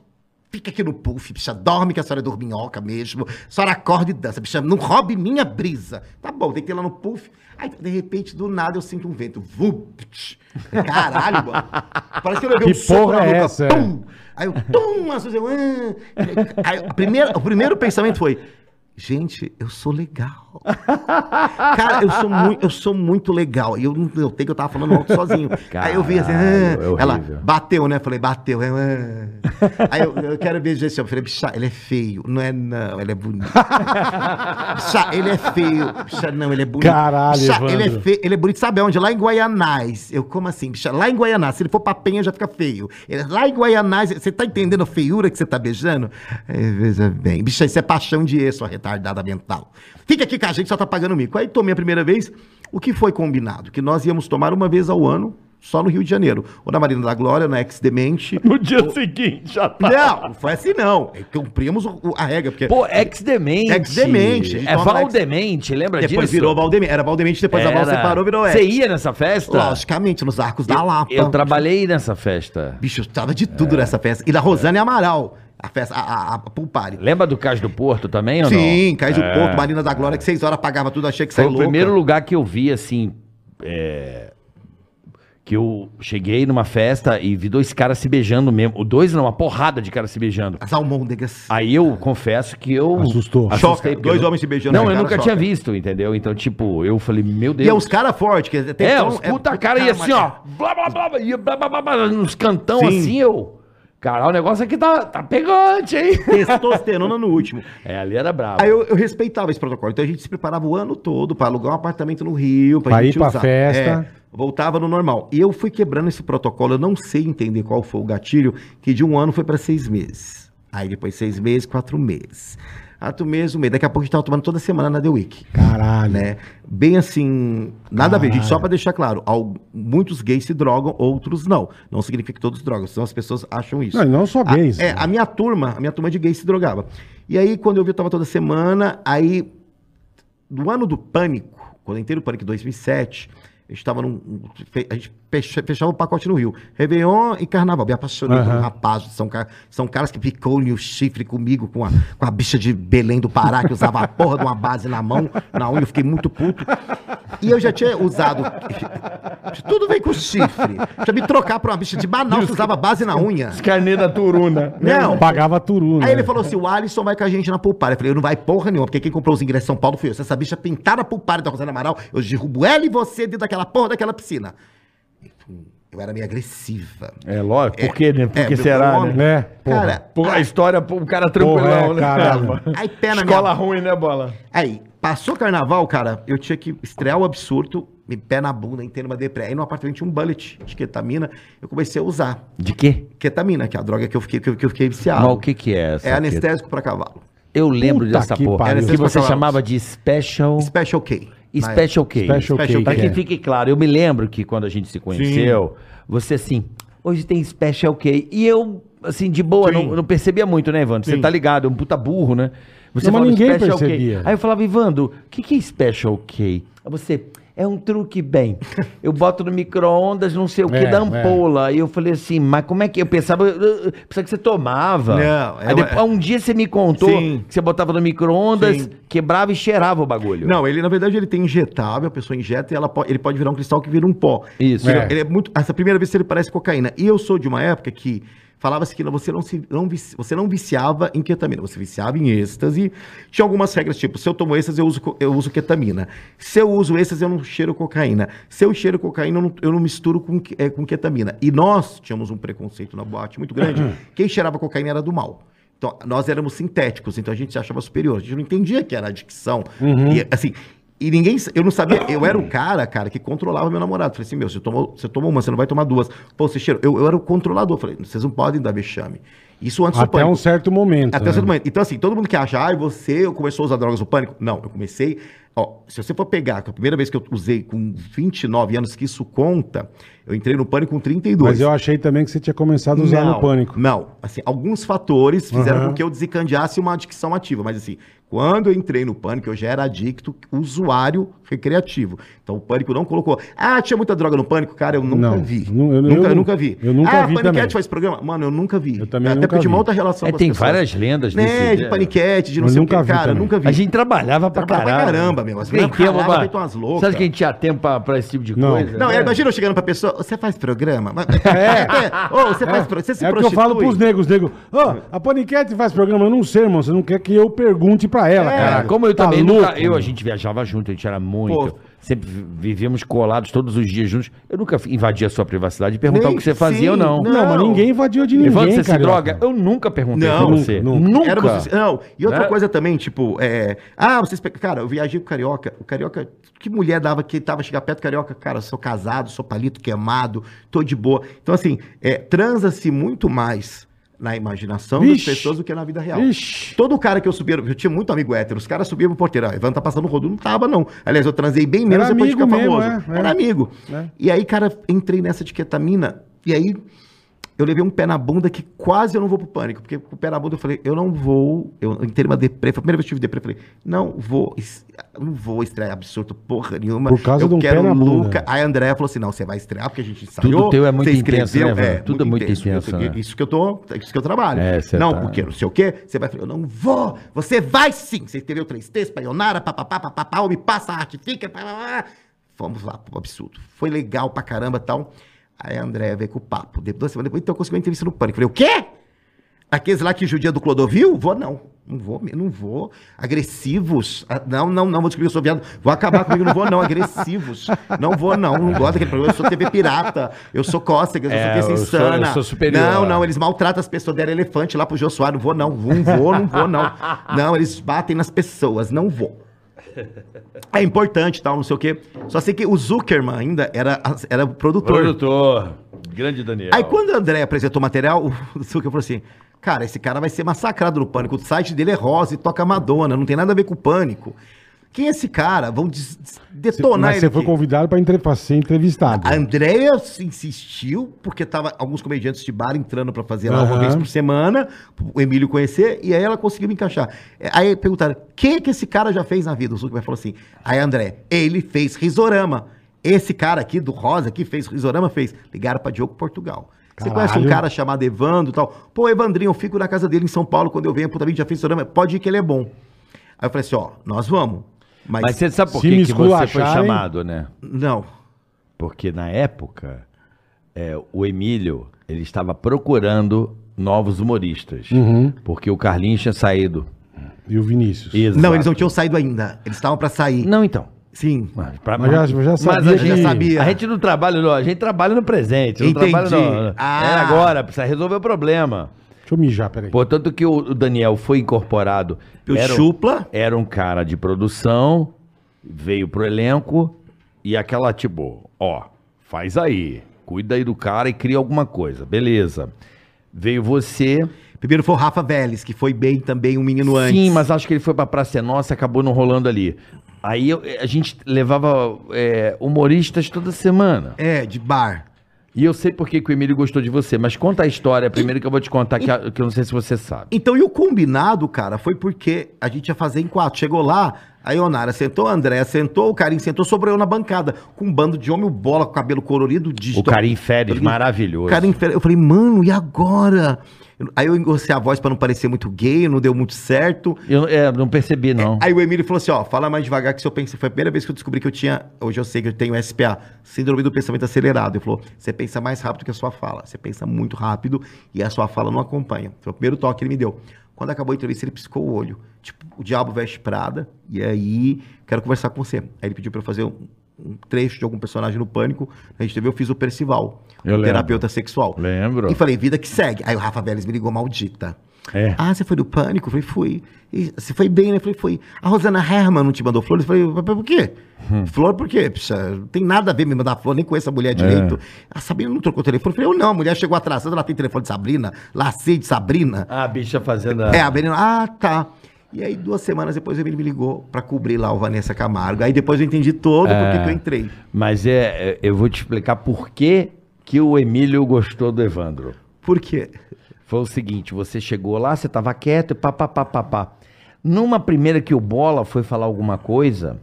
Speaker 4: fica aqui no puff, bicha, dorme que a senhora é dorminhoca mesmo. A senhora acorda e dança, bicha, não roube minha brisa. Tá bom, tem que ir lá no puff. Aí, de repente, do nada, eu sinto um vento. Vupt. Caralho, mano. Parece que eu levei um
Speaker 2: Que porra é essa, é?
Speaker 4: Pum. Aí eu, tum, às vezes eu... ah. Aí, a primeira- o primeiro pensamento foi... Gente, eu sou legal. Cara, eu sou muito, eu sou muito legal. E eu não eu tenho que eu tava falando alto sozinho. aí eu vi assim,
Speaker 3: Caralho, é
Speaker 4: ah, ela
Speaker 3: horrível.
Speaker 4: bateu, né? Falei, bateu. Eu, ah. Aí eu, eu quero ver esse homem. Falei, bicha, ele é feio. Não é não, ele é bonito. bicha, ele é feio. Bicha, não, ele é bonito.
Speaker 2: Caralho,
Speaker 4: bicha, ele é
Speaker 2: Evandro.
Speaker 4: feio. Ele é bonito, sabe onde? Lá em Guaianás. Eu como assim, bicha? Lá em Guaianás. Se ele for pra Penha, já fica feio. Ele, lá em Guaianás, você tá entendendo a feiura que você tá beijando? Aí, veja bem. Bicha, isso é paixão de ex, sua retardada mental. Fica aqui com a gente, só tá pagando mico. Aí tomei a primeira vez. O que foi combinado? Que nós íamos tomar uma vez ao ano, só no Rio de Janeiro. Ou na Marina da Glória, na Ex-Demente.
Speaker 3: No dia seguinte já tá.
Speaker 4: Não, não foi assim não. É, Cumprimos o- o- a regra, porque...
Speaker 3: Pô, é ex-demente.
Speaker 4: Ex-demente.
Speaker 3: É Valdemente, lembra disso?
Speaker 4: Depois virou Valdemir. Era Valdemir, depois a Val
Speaker 3: Era.
Speaker 4: separou, virou
Speaker 3: Você
Speaker 4: Ex.
Speaker 3: ia nessa festa?
Speaker 4: Logicamente, nos arcos da Lapa.
Speaker 3: Eu trabalhei nessa festa.
Speaker 4: Bicho, eu tava de
Speaker 3: É.
Speaker 4: tudo nessa festa. E da Rosane Amaral, a festa, a, a, a pool party.
Speaker 3: Lembra do Cais do Porto também ou não? É.
Speaker 4: Sim, Cais do Porto, Marina da Glória, que seis horas pagava tudo, achei que
Speaker 3: Foi
Speaker 4: saiu
Speaker 3: o
Speaker 4: louca.
Speaker 3: primeiro lugar que eu vi, assim. é, Que eu cheguei numa festa e vi dois caras se beijando mesmo. Dois não, uma porrada de caras se beijando.
Speaker 4: As almôndegas.
Speaker 3: Aí eu confesso que eu.
Speaker 2: Assustou.
Speaker 4: Choca,
Speaker 3: Ah, porque
Speaker 4: dois
Speaker 3: eu não-
Speaker 4: homens se beijando
Speaker 3: Não,
Speaker 4: na
Speaker 3: eu
Speaker 4: cara,
Speaker 3: nunca
Speaker 4: choca.
Speaker 3: tinha visto, entendeu? Então, tipo, eu falei, meu Deus.
Speaker 4: E é os caras fortes. que um- tem-
Speaker 3: É,
Speaker 4: são-
Speaker 3: os puta cara, e assim,
Speaker 4: mas-
Speaker 3: ó, blá blá blá, blá, e blá blá blá, blá nos cantão
Speaker 4: Sim.
Speaker 3: assim, eu. Cara, o negócio aqui tá, tá pegante, hein?
Speaker 4: Testosterona no último.
Speaker 3: É, ali era brabo.
Speaker 2: Tá
Speaker 4: Aí eu, eu respeitava esse protocolo. Então a gente se preparava o ano todo pra alugar um apartamento no Rio, pra,
Speaker 2: Pra
Speaker 4: gente É,
Speaker 2: ir pra festa.
Speaker 4: voltava no normal. E eu fui quebrando esse protocolo. Eu não sei entender qual foi o gatilho, que de um ano foi pra seis meses. Aí depois seis meses, quatro meses. Quatro meses, um mês. Daqui a pouco a gente tava tomando toda semana na The Week.
Speaker 2: Caralho.
Speaker 4: Né? Bem assim, nada a ver, gente. Só
Speaker 2: Caralho.
Speaker 4: pra deixar claro, al- muitos gays se drogam, outros não. Não significa que todos drogam, senão as pessoas acham isso.
Speaker 2: Não, e não só
Speaker 4: A-
Speaker 2: gays. né?
Speaker 4: é, a minha turma, a minha turma de gays se drogava. E aí, quando eu vi, eu tava toda semana, aí, no ano do pânico, quando eu entrei no pânico em 2007, a gente tava num. fe- A gente fecha- fechava o pacote no Rio. Réveillon e Carnaval. Me apaixonei por um
Speaker 2: Aham.
Speaker 4: rapaz. São, Ca- são caras que picou o chifre comigo, com a, com a bicha de Belém do Pará, que usava a porra de uma base na mão, na unha. Eu fiquei muito puto. E eu já tinha usado. Tudo vem com chifre. Deixa eu me trocar pra uma bicha de banal que usava base na unha.
Speaker 3: Carnê da Turuna.
Speaker 4: ah, Não.
Speaker 2: Pagava turu, né?
Speaker 4: Aí ele falou assim: o Alisson vai com a gente na pulpária. Eu falei, eu não vai porra nenhuma, porque quem comprou os ingressos em São Paulo fui eu. Se essa bicha pintar na pulpária da Rosana Amaral, eu derrubo ela e você dentro daquela porra daquela piscina. Eu era meio agressiva.
Speaker 3: É lógico, por quê, né? Por
Speaker 4: é,
Speaker 3: que
Speaker 4: meu
Speaker 3: será,
Speaker 4: nome-
Speaker 3: né?
Speaker 2: É, porra.
Speaker 4: Cara,
Speaker 3: Pô, a história, pô, um cara
Speaker 2: Porra,
Speaker 3: tranquilão,
Speaker 2: é,
Speaker 3: né?
Speaker 2: caralho.
Speaker 4: aí pena
Speaker 3: Escola ruim, né, Bola?
Speaker 4: Aí, passou carnaval, cara, eu tinha que estrear o absurdo, me pé na bunda, inteiro uma deprê. Aí no apartamento tinha um bullet de ketamina, eu comecei a usar.
Speaker 3: De quê?
Speaker 4: Ketamina, que é a droga que eu fiquei, que eu, que eu fiquei viciado.
Speaker 3: Mas o que que é essa?
Speaker 4: É anestésico pra cavalo.
Speaker 3: Eu lembro
Speaker 2: Puta
Speaker 3: dessa
Speaker 2: que
Speaker 3: porra.
Speaker 2: pariu.
Speaker 3: Que você
Speaker 4: Essas
Speaker 3: chamava de special...
Speaker 4: Special K.
Speaker 3: Special case.
Speaker 2: Special
Speaker 4: Special
Speaker 2: cake.
Speaker 3: Pra que
Speaker 2: é.
Speaker 3: fique claro, eu me lembro que quando a gente se conheceu, você assim, hoje tem Special K. E eu, assim, de boa,
Speaker 2: Sim.
Speaker 3: não, não percebia muito, né, Evandro? Você tá ligado, é um puta burro, né? Você
Speaker 2: Não, mas
Speaker 3: falava
Speaker 2: ninguém
Speaker 3: Special K.
Speaker 2: percebia.
Speaker 3: Aí eu falava, Ivando, o que, que é Special K? Aí você, é um truque bem. Eu boto no micro-ondas, não sei o que,
Speaker 2: É,
Speaker 3: da ampola. E eu falei assim, mas como é que. Eu pensava, eu- eu- eu pensava que você tomava.
Speaker 4: Não,
Speaker 3: Aí
Speaker 2: é
Speaker 4: eu-
Speaker 3: depois- um dia você me contou
Speaker 4: Sim.
Speaker 3: que você botava no micro-ondas,
Speaker 4: Sim.
Speaker 3: quebrava e cheirava o bagulho.
Speaker 4: Não, ele na verdade ele tem injetável, a pessoa injeta e ela po- ele pode virar um cristal que vira um pó.
Speaker 3: Isso.
Speaker 4: Vira-
Speaker 2: É.
Speaker 4: Ele é muito. Essa primeira vez ele parece cocaína. E eu sou de uma época que falava-se que não- você não, se, não vici- você não viciava em ketamina, você viciava em êxtase. Tinha algumas regras, tipo, se eu tomo êxtase, eu uso, co- eu uso ketamina. Se eu uso êxtase, eu não cheiro cocaína. Se eu cheiro cocaína, eu não, eu não misturo com, que- eh, com ketamina. E nós tínhamos um preconceito na boate muito grande. Quem cheirava cocaína era do mal. Então, nós éramos sintéticos, então a gente se achava superior. A gente não entendia que era adicção.
Speaker 2: Uhum.
Speaker 4: E, assim, e ninguém. Eu não sabia. Eu era o cara, cara, que controlava meu namorado. Falei assim: meu, você tomou, você tomou uma, você não vai tomar duas. Pô, você cheirou. Eu, eu era o controlador. Falei: vocês não podem dar vexame. Isso antes do
Speaker 2: Até
Speaker 4: pânico.
Speaker 2: um certo momento.
Speaker 4: Até
Speaker 2: né?
Speaker 4: um é." certo momento. Então, assim, todo mundo que acha, ah, você começou a usar drogas no pânico. Não, eu comecei. Ó, se você for pegar, que é a primeira vez que eu usei com 29 anos, que isso conta, eu entrei no pânico com 32.
Speaker 2: Mas eu achei também que você tinha começado a usar
Speaker 4: não,
Speaker 2: no pânico.
Speaker 4: Não, assim, alguns fatores fizeram
Speaker 2: Aham.
Speaker 4: com que eu desencandeasse uma adicção ativa, mas assim, quando eu entrei no pânico, eu já era adicto, usuário recreativo. Então o pânico não colocou, ah, tinha muita droga no pânico, cara, eu nunca
Speaker 2: Não,
Speaker 4: vi.
Speaker 2: não, eu-
Speaker 4: nunca,
Speaker 2: eu-
Speaker 4: nunca vi.
Speaker 2: eu nunca
Speaker 4: ah,
Speaker 2: vi
Speaker 4: Paniquete
Speaker 2: também.
Speaker 4: faz programa? Mano, eu nunca vi.
Speaker 2: Eu também
Speaker 4: Até
Speaker 2: nunca
Speaker 4: porque tinha
Speaker 2: vi.
Speaker 4: uma outra relação
Speaker 3: É,
Speaker 4: com as
Speaker 3: tem
Speaker 4: pessoas.
Speaker 3: várias lendas
Speaker 4: Né,
Speaker 3: desse-
Speaker 4: de paniquete, de não
Speaker 2: Mas
Speaker 4: sei o
Speaker 2: nunca
Speaker 4: que,
Speaker 2: vi
Speaker 4: cara,
Speaker 2: também.
Speaker 4: nunca vi.
Speaker 3: A gente trabalhava pra
Speaker 4: Trabalhava pra
Speaker 3: caralho.
Speaker 4: caramba, meu. As
Speaker 3: Tem
Speaker 4: meninas
Speaker 3: tempo
Speaker 4: ralavam,
Speaker 3: pra...
Speaker 4: feito umas loucas.
Speaker 3: Você acha que a gente tinha tempo pra, pra esse tipo de
Speaker 2: Não.
Speaker 3: coisa?
Speaker 4: Não,
Speaker 3: é,
Speaker 4: imagina eu chegando pra pessoa, você faz programa? É. Ô, você faz pro- você se
Speaker 2: é o que eu
Speaker 4: prostitui?
Speaker 2: falo pros negros, nego. Ó, a Paniquete faz programa, eu não sei, irmão. Você não quer que eu pergunte pra ela,
Speaker 4: É,
Speaker 2: cara.
Speaker 3: Como eu
Speaker 2: Tá
Speaker 3: também
Speaker 2: louco,
Speaker 3: nunca, eu
Speaker 2: meu?
Speaker 3: a gente viajava junto, a gente era muito,
Speaker 4: Pô.
Speaker 3: sempre vi- vivíamos colados todos os dias juntos. Eu nunca fi- invadi a sua privacidade e perguntar
Speaker 4: Nem-
Speaker 3: o que você fazia ou
Speaker 4: sim,
Speaker 3: não.
Speaker 2: Não, mas
Speaker 4: Não.
Speaker 2: ninguém invadiu de ninguém,
Speaker 3: Levanta você se
Speaker 2: carioca.
Speaker 3: droga, eu nunca perguntei
Speaker 4: Não,
Speaker 3: pra você.
Speaker 2: nunca.
Speaker 3: Nunca.
Speaker 4: Éramos- não, e outra
Speaker 3: Né?
Speaker 4: coisa também, tipo, é. Ah, vocês. pe- Cara, eu viajei com o carioca. O carioca. Que mulher dava que tava chegar perto do carioca? Cara, sou casado, sou palito queimado, tô de boa. Então, assim, é, transa-se muito mais na imaginação
Speaker 2: Vixe.
Speaker 4: das pessoas do que na vida real.
Speaker 2: Ixi.
Speaker 4: Todo cara que eu subia, eu tinha muito amigo hétero, os caras subiam pro porteiro, ah, Ivan tá passando rodo, não tava não. Aliás, eu transei bem menos
Speaker 2: Era
Speaker 4: depois de ficar
Speaker 2: amigo mesmo,
Speaker 4: famoso.
Speaker 2: é, é.
Speaker 4: Era amigo.
Speaker 2: É.
Speaker 4: E aí, cara, entrei nessa de ketamina, e aí eu levei um pé na bunda que quase eu não vou pro pânico, porque com o pé na bunda eu falei, eu não vou, eu entrei numa deprê, foi a primeira vez que eu tive deprê, eu falei, não vou, es- não vou estrear absurdo porra nenhuma.
Speaker 2: Por causa
Speaker 4: eu
Speaker 2: de um pé na bunda.
Speaker 4: Luca. Aí a Andréa falou assim, não, você vai estrear porque a gente ensaiou.
Speaker 3: Tudo teu é muito
Speaker 4: você
Speaker 3: intenso,
Speaker 4: escreveu,
Speaker 3: né, Ivan? Tudo é muito intenso,
Speaker 4: isso, que-
Speaker 3: né?
Speaker 4: isso que eu tô, isso que eu trabalho.
Speaker 3: É, você
Speaker 4: não,
Speaker 3: tá-
Speaker 4: porque não sei o quê, você vai falar, eu não vou, você vai sim. Você escreveu três textos, Paionara, papapá, papapá, me passa a arte, fica, pá, pá, pá. Vamos lá, pro absurdo. Foi legal pra caramba e tal. Aí a Andréia veio com o papo. Depois, duas semanas depois, então eu consegui uma entrevista no Pânico. Falei, o quê? Aqueles lá que judia do Clodovil? Vou não. Não vou, me- não vou. Agressivos. Ah, Não, não, não, vou descobrir que eu sou viado. Vou acabar comigo, não vou não. Agressivos. Não vou não, não gosto daquele programa. Eu sou TV pirata, eu sou cócegas, eu
Speaker 3: É,
Speaker 4: sou terça
Speaker 3: eu sou- eu
Speaker 4: insana.
Speaker 3: sou superior.
Speaker 4: Não, não, eles maltratam as pessoas, deram elefante lá pro Jô Soares. Não vou não, não vou, não vou não. Não, eles batem nas pessoas, não vou. É importante tal, não sei o quê. Só sei que o Zuckerman ainda era, era o produtor.
Speaker 3: Produtor. Grande Daniel.
Speaker 4: Aí quando o André apresentou o material, o Zucker falou assim: Cara, esse cara vai ser massacrado no pânico. O site dele é rosa e toca Madonna, não tem nada a ver com o pânico. Quem é esse cara? Vão des- des- detonar
Speaker 2: Mas você foi
Speaker 4: aqui."
Speaker 2: convidado pra, entre... pra ser entrevistado.
Speaker 4: A Andrea se insistiu, porque tava alguns comediantes de bar entrando pra fazer lá uma
Speaker 2: Aham.
Speaker 4: vez por semana, o Emílio conhecer, e aí ela conseguiu me encaixar. É, Aí perguntaram, o que que esse cara já fez na vida? O Zuckerman falou assim, aí André, ele fez risorama. Esse cara aqui, do Rosa, que fez risorama, fez. Ligaram pra Diogo Portugal. Você
Speaker 2: Caralho.
Speaker 4: conhece um cara chamado Evandro e tal? Pô, Evandrinho, eu fico na casa dele em São Paulo, quando eu venho, puta, já fez risorama, pode ir que ele é bom. Aí eu falei assim, ó, nós vamos. Mas,
Speaker 3: Mas você sabe por
Speaker 2: Se
Speaker 3: que,
Speaker 2: me
Speaker 3: que você foi
Speaker 2: esculacharem-
Speaker 3: chamado, né?
Speaker 4: não,
Speaker 3: Porque na época, é, o Emílio, ele estava procurando novos humoristas.
Speaker 2: Uhum.
Speaker 3: Porque o Carlinhos tinha saído.
Speaker 2: E o Vinícius.
Speaker 4: não, eles não tinham saído ainda. Eles estavam pra sair.
Speaker 3: Não, então.
Speaker 4: Sim.
Speaker 3: Mas, pra-
Speaker 2: Mas já- já sabia
Speaker 3: a
Speaker 4: que-
Speaker 3: gente
Speaker 4: Já sabia.
Speaker 3: A gente não trabalha, no- a gente trabalha no presente. Não
Speaker 4: Entendi.
Speaker 3: trabalha no- É
Speaker 4: Ah.
Speaker 3: agora, precisa resolver o problema.
Speaker 2: Deixa eu mijar, peraí.
Speaker 3: Portanto que o o Daniel foi incorporado.
Speaker 4: O
Speaker 3: Era um-
Speaker 4: Chupla.
Speaker 3: era um cara de produção, veio pro elenco e aquela tipo, ó, faz aí, cuida aí do cara e cria alguma coisa, beleza. Veio você.
Speaker 4: Primeiro foi o Rafa Vélez, que foi bem também um menino antes.
Speaker 3: Sim, mas acho que ele foi pra Praça é Nossa, acabou não rolando ali. Aí eu- eh, a gente levava é, humoristas toda semana.
Speaker 4: É, de bar.
Speaker 3: E eu sei por que que o Emílio gostou de você, mas conta a história primeiro que eu vou te contar, que, a- que eu não sei se você sabe.
Speaker 4: Então, e o combinado, cara, foi porque a gente ia fazer em quatro. Chegou lá, a Ionara sentou, a Andréa sentou, o Carim sentou, sobrou eu na bancada, com um bando de homem, o bola com cabelo colorido,
Speaker 3: O
Speaker 4: dígito.
Speaker 3: Carim Férez, maravilhoso.
Speaker 4: Cara, infer- eu falei, mano, e agora? Eu- Aí eu engocei a voz pra não parecer muito gay, não deu muito certo.
Speaker 3: Eu é, não percebi, não.
Speaker 4: Aí o Emílio falou assim: ó, fala mais devagar que se eu pensei. Foi a primeira vez que eu descobri que eu tinha. Hoje eu sei que eu tenho SPA, Síndrome do Pensamento Acelerado. Ele falou: você pensa mais rápido que a sua fala. Você pensa muito rápido e a sua fala não acompanha. Foi o primeiro toque que ele me deu. Quando acabou a entrevista, ele piscou o olho. Tipo, o diabo veste Prada. E aí, quero conversar com você. Aí ele pediu pra eu fazer um, um trecho de algum personagem no Pânico. A gente teve, eu fiz o Percival,
Speaker 3: Eu
Speaker 4: um
Speaker 3: lembro.
Speaker 4: terapeuta sexual.
Speaker 3: Lembro.
Speaker 4: E falei: vida que segue. Aí o Rafa Vélez me ligou maldita.
Speaker 2: É.
Speaker 4: Ah, você foi do Pânico? Eu falei, fui. E você foi bem, né? Eu falei, fui. A Rosana Herman não te mandou flores? Eu falei, "Mas por quê?
Speaker 3: Hum.
Speaker 4: Flor por quê? Pixa, não tem nada a ver me mandar flor, nem conheço a mulher
Speaker 3: É.
Speaker 4: direito. A Sabrina não trocou o telefone. Eu falei, eu não, a mulher chegou atrasada, ela tem telefone de Sabrina, lacei de Sabrina.
Speaker 3: Ah, a bicha fazendo. a-
Speaker 4: É, a menina, ah, tá. E aí, duas semanas depois, ele me ligou pra cobrir lá o Vanessa Camargo. Aí depois eu entendi todo
Speaker 3: É.
Speaker 4: por porque que eu entrei.
Speaker 3: Mas é, é- eu vou te explicar por que, que o Emílio gostou do Evandro.
Speaker 4: Por quê?
Speaker 3: Foi o seguinte, você chegou lá, você tava quieto, pá, pá, pá, pá, pá. Numa primeira que o Bola foi falar alguma coisa,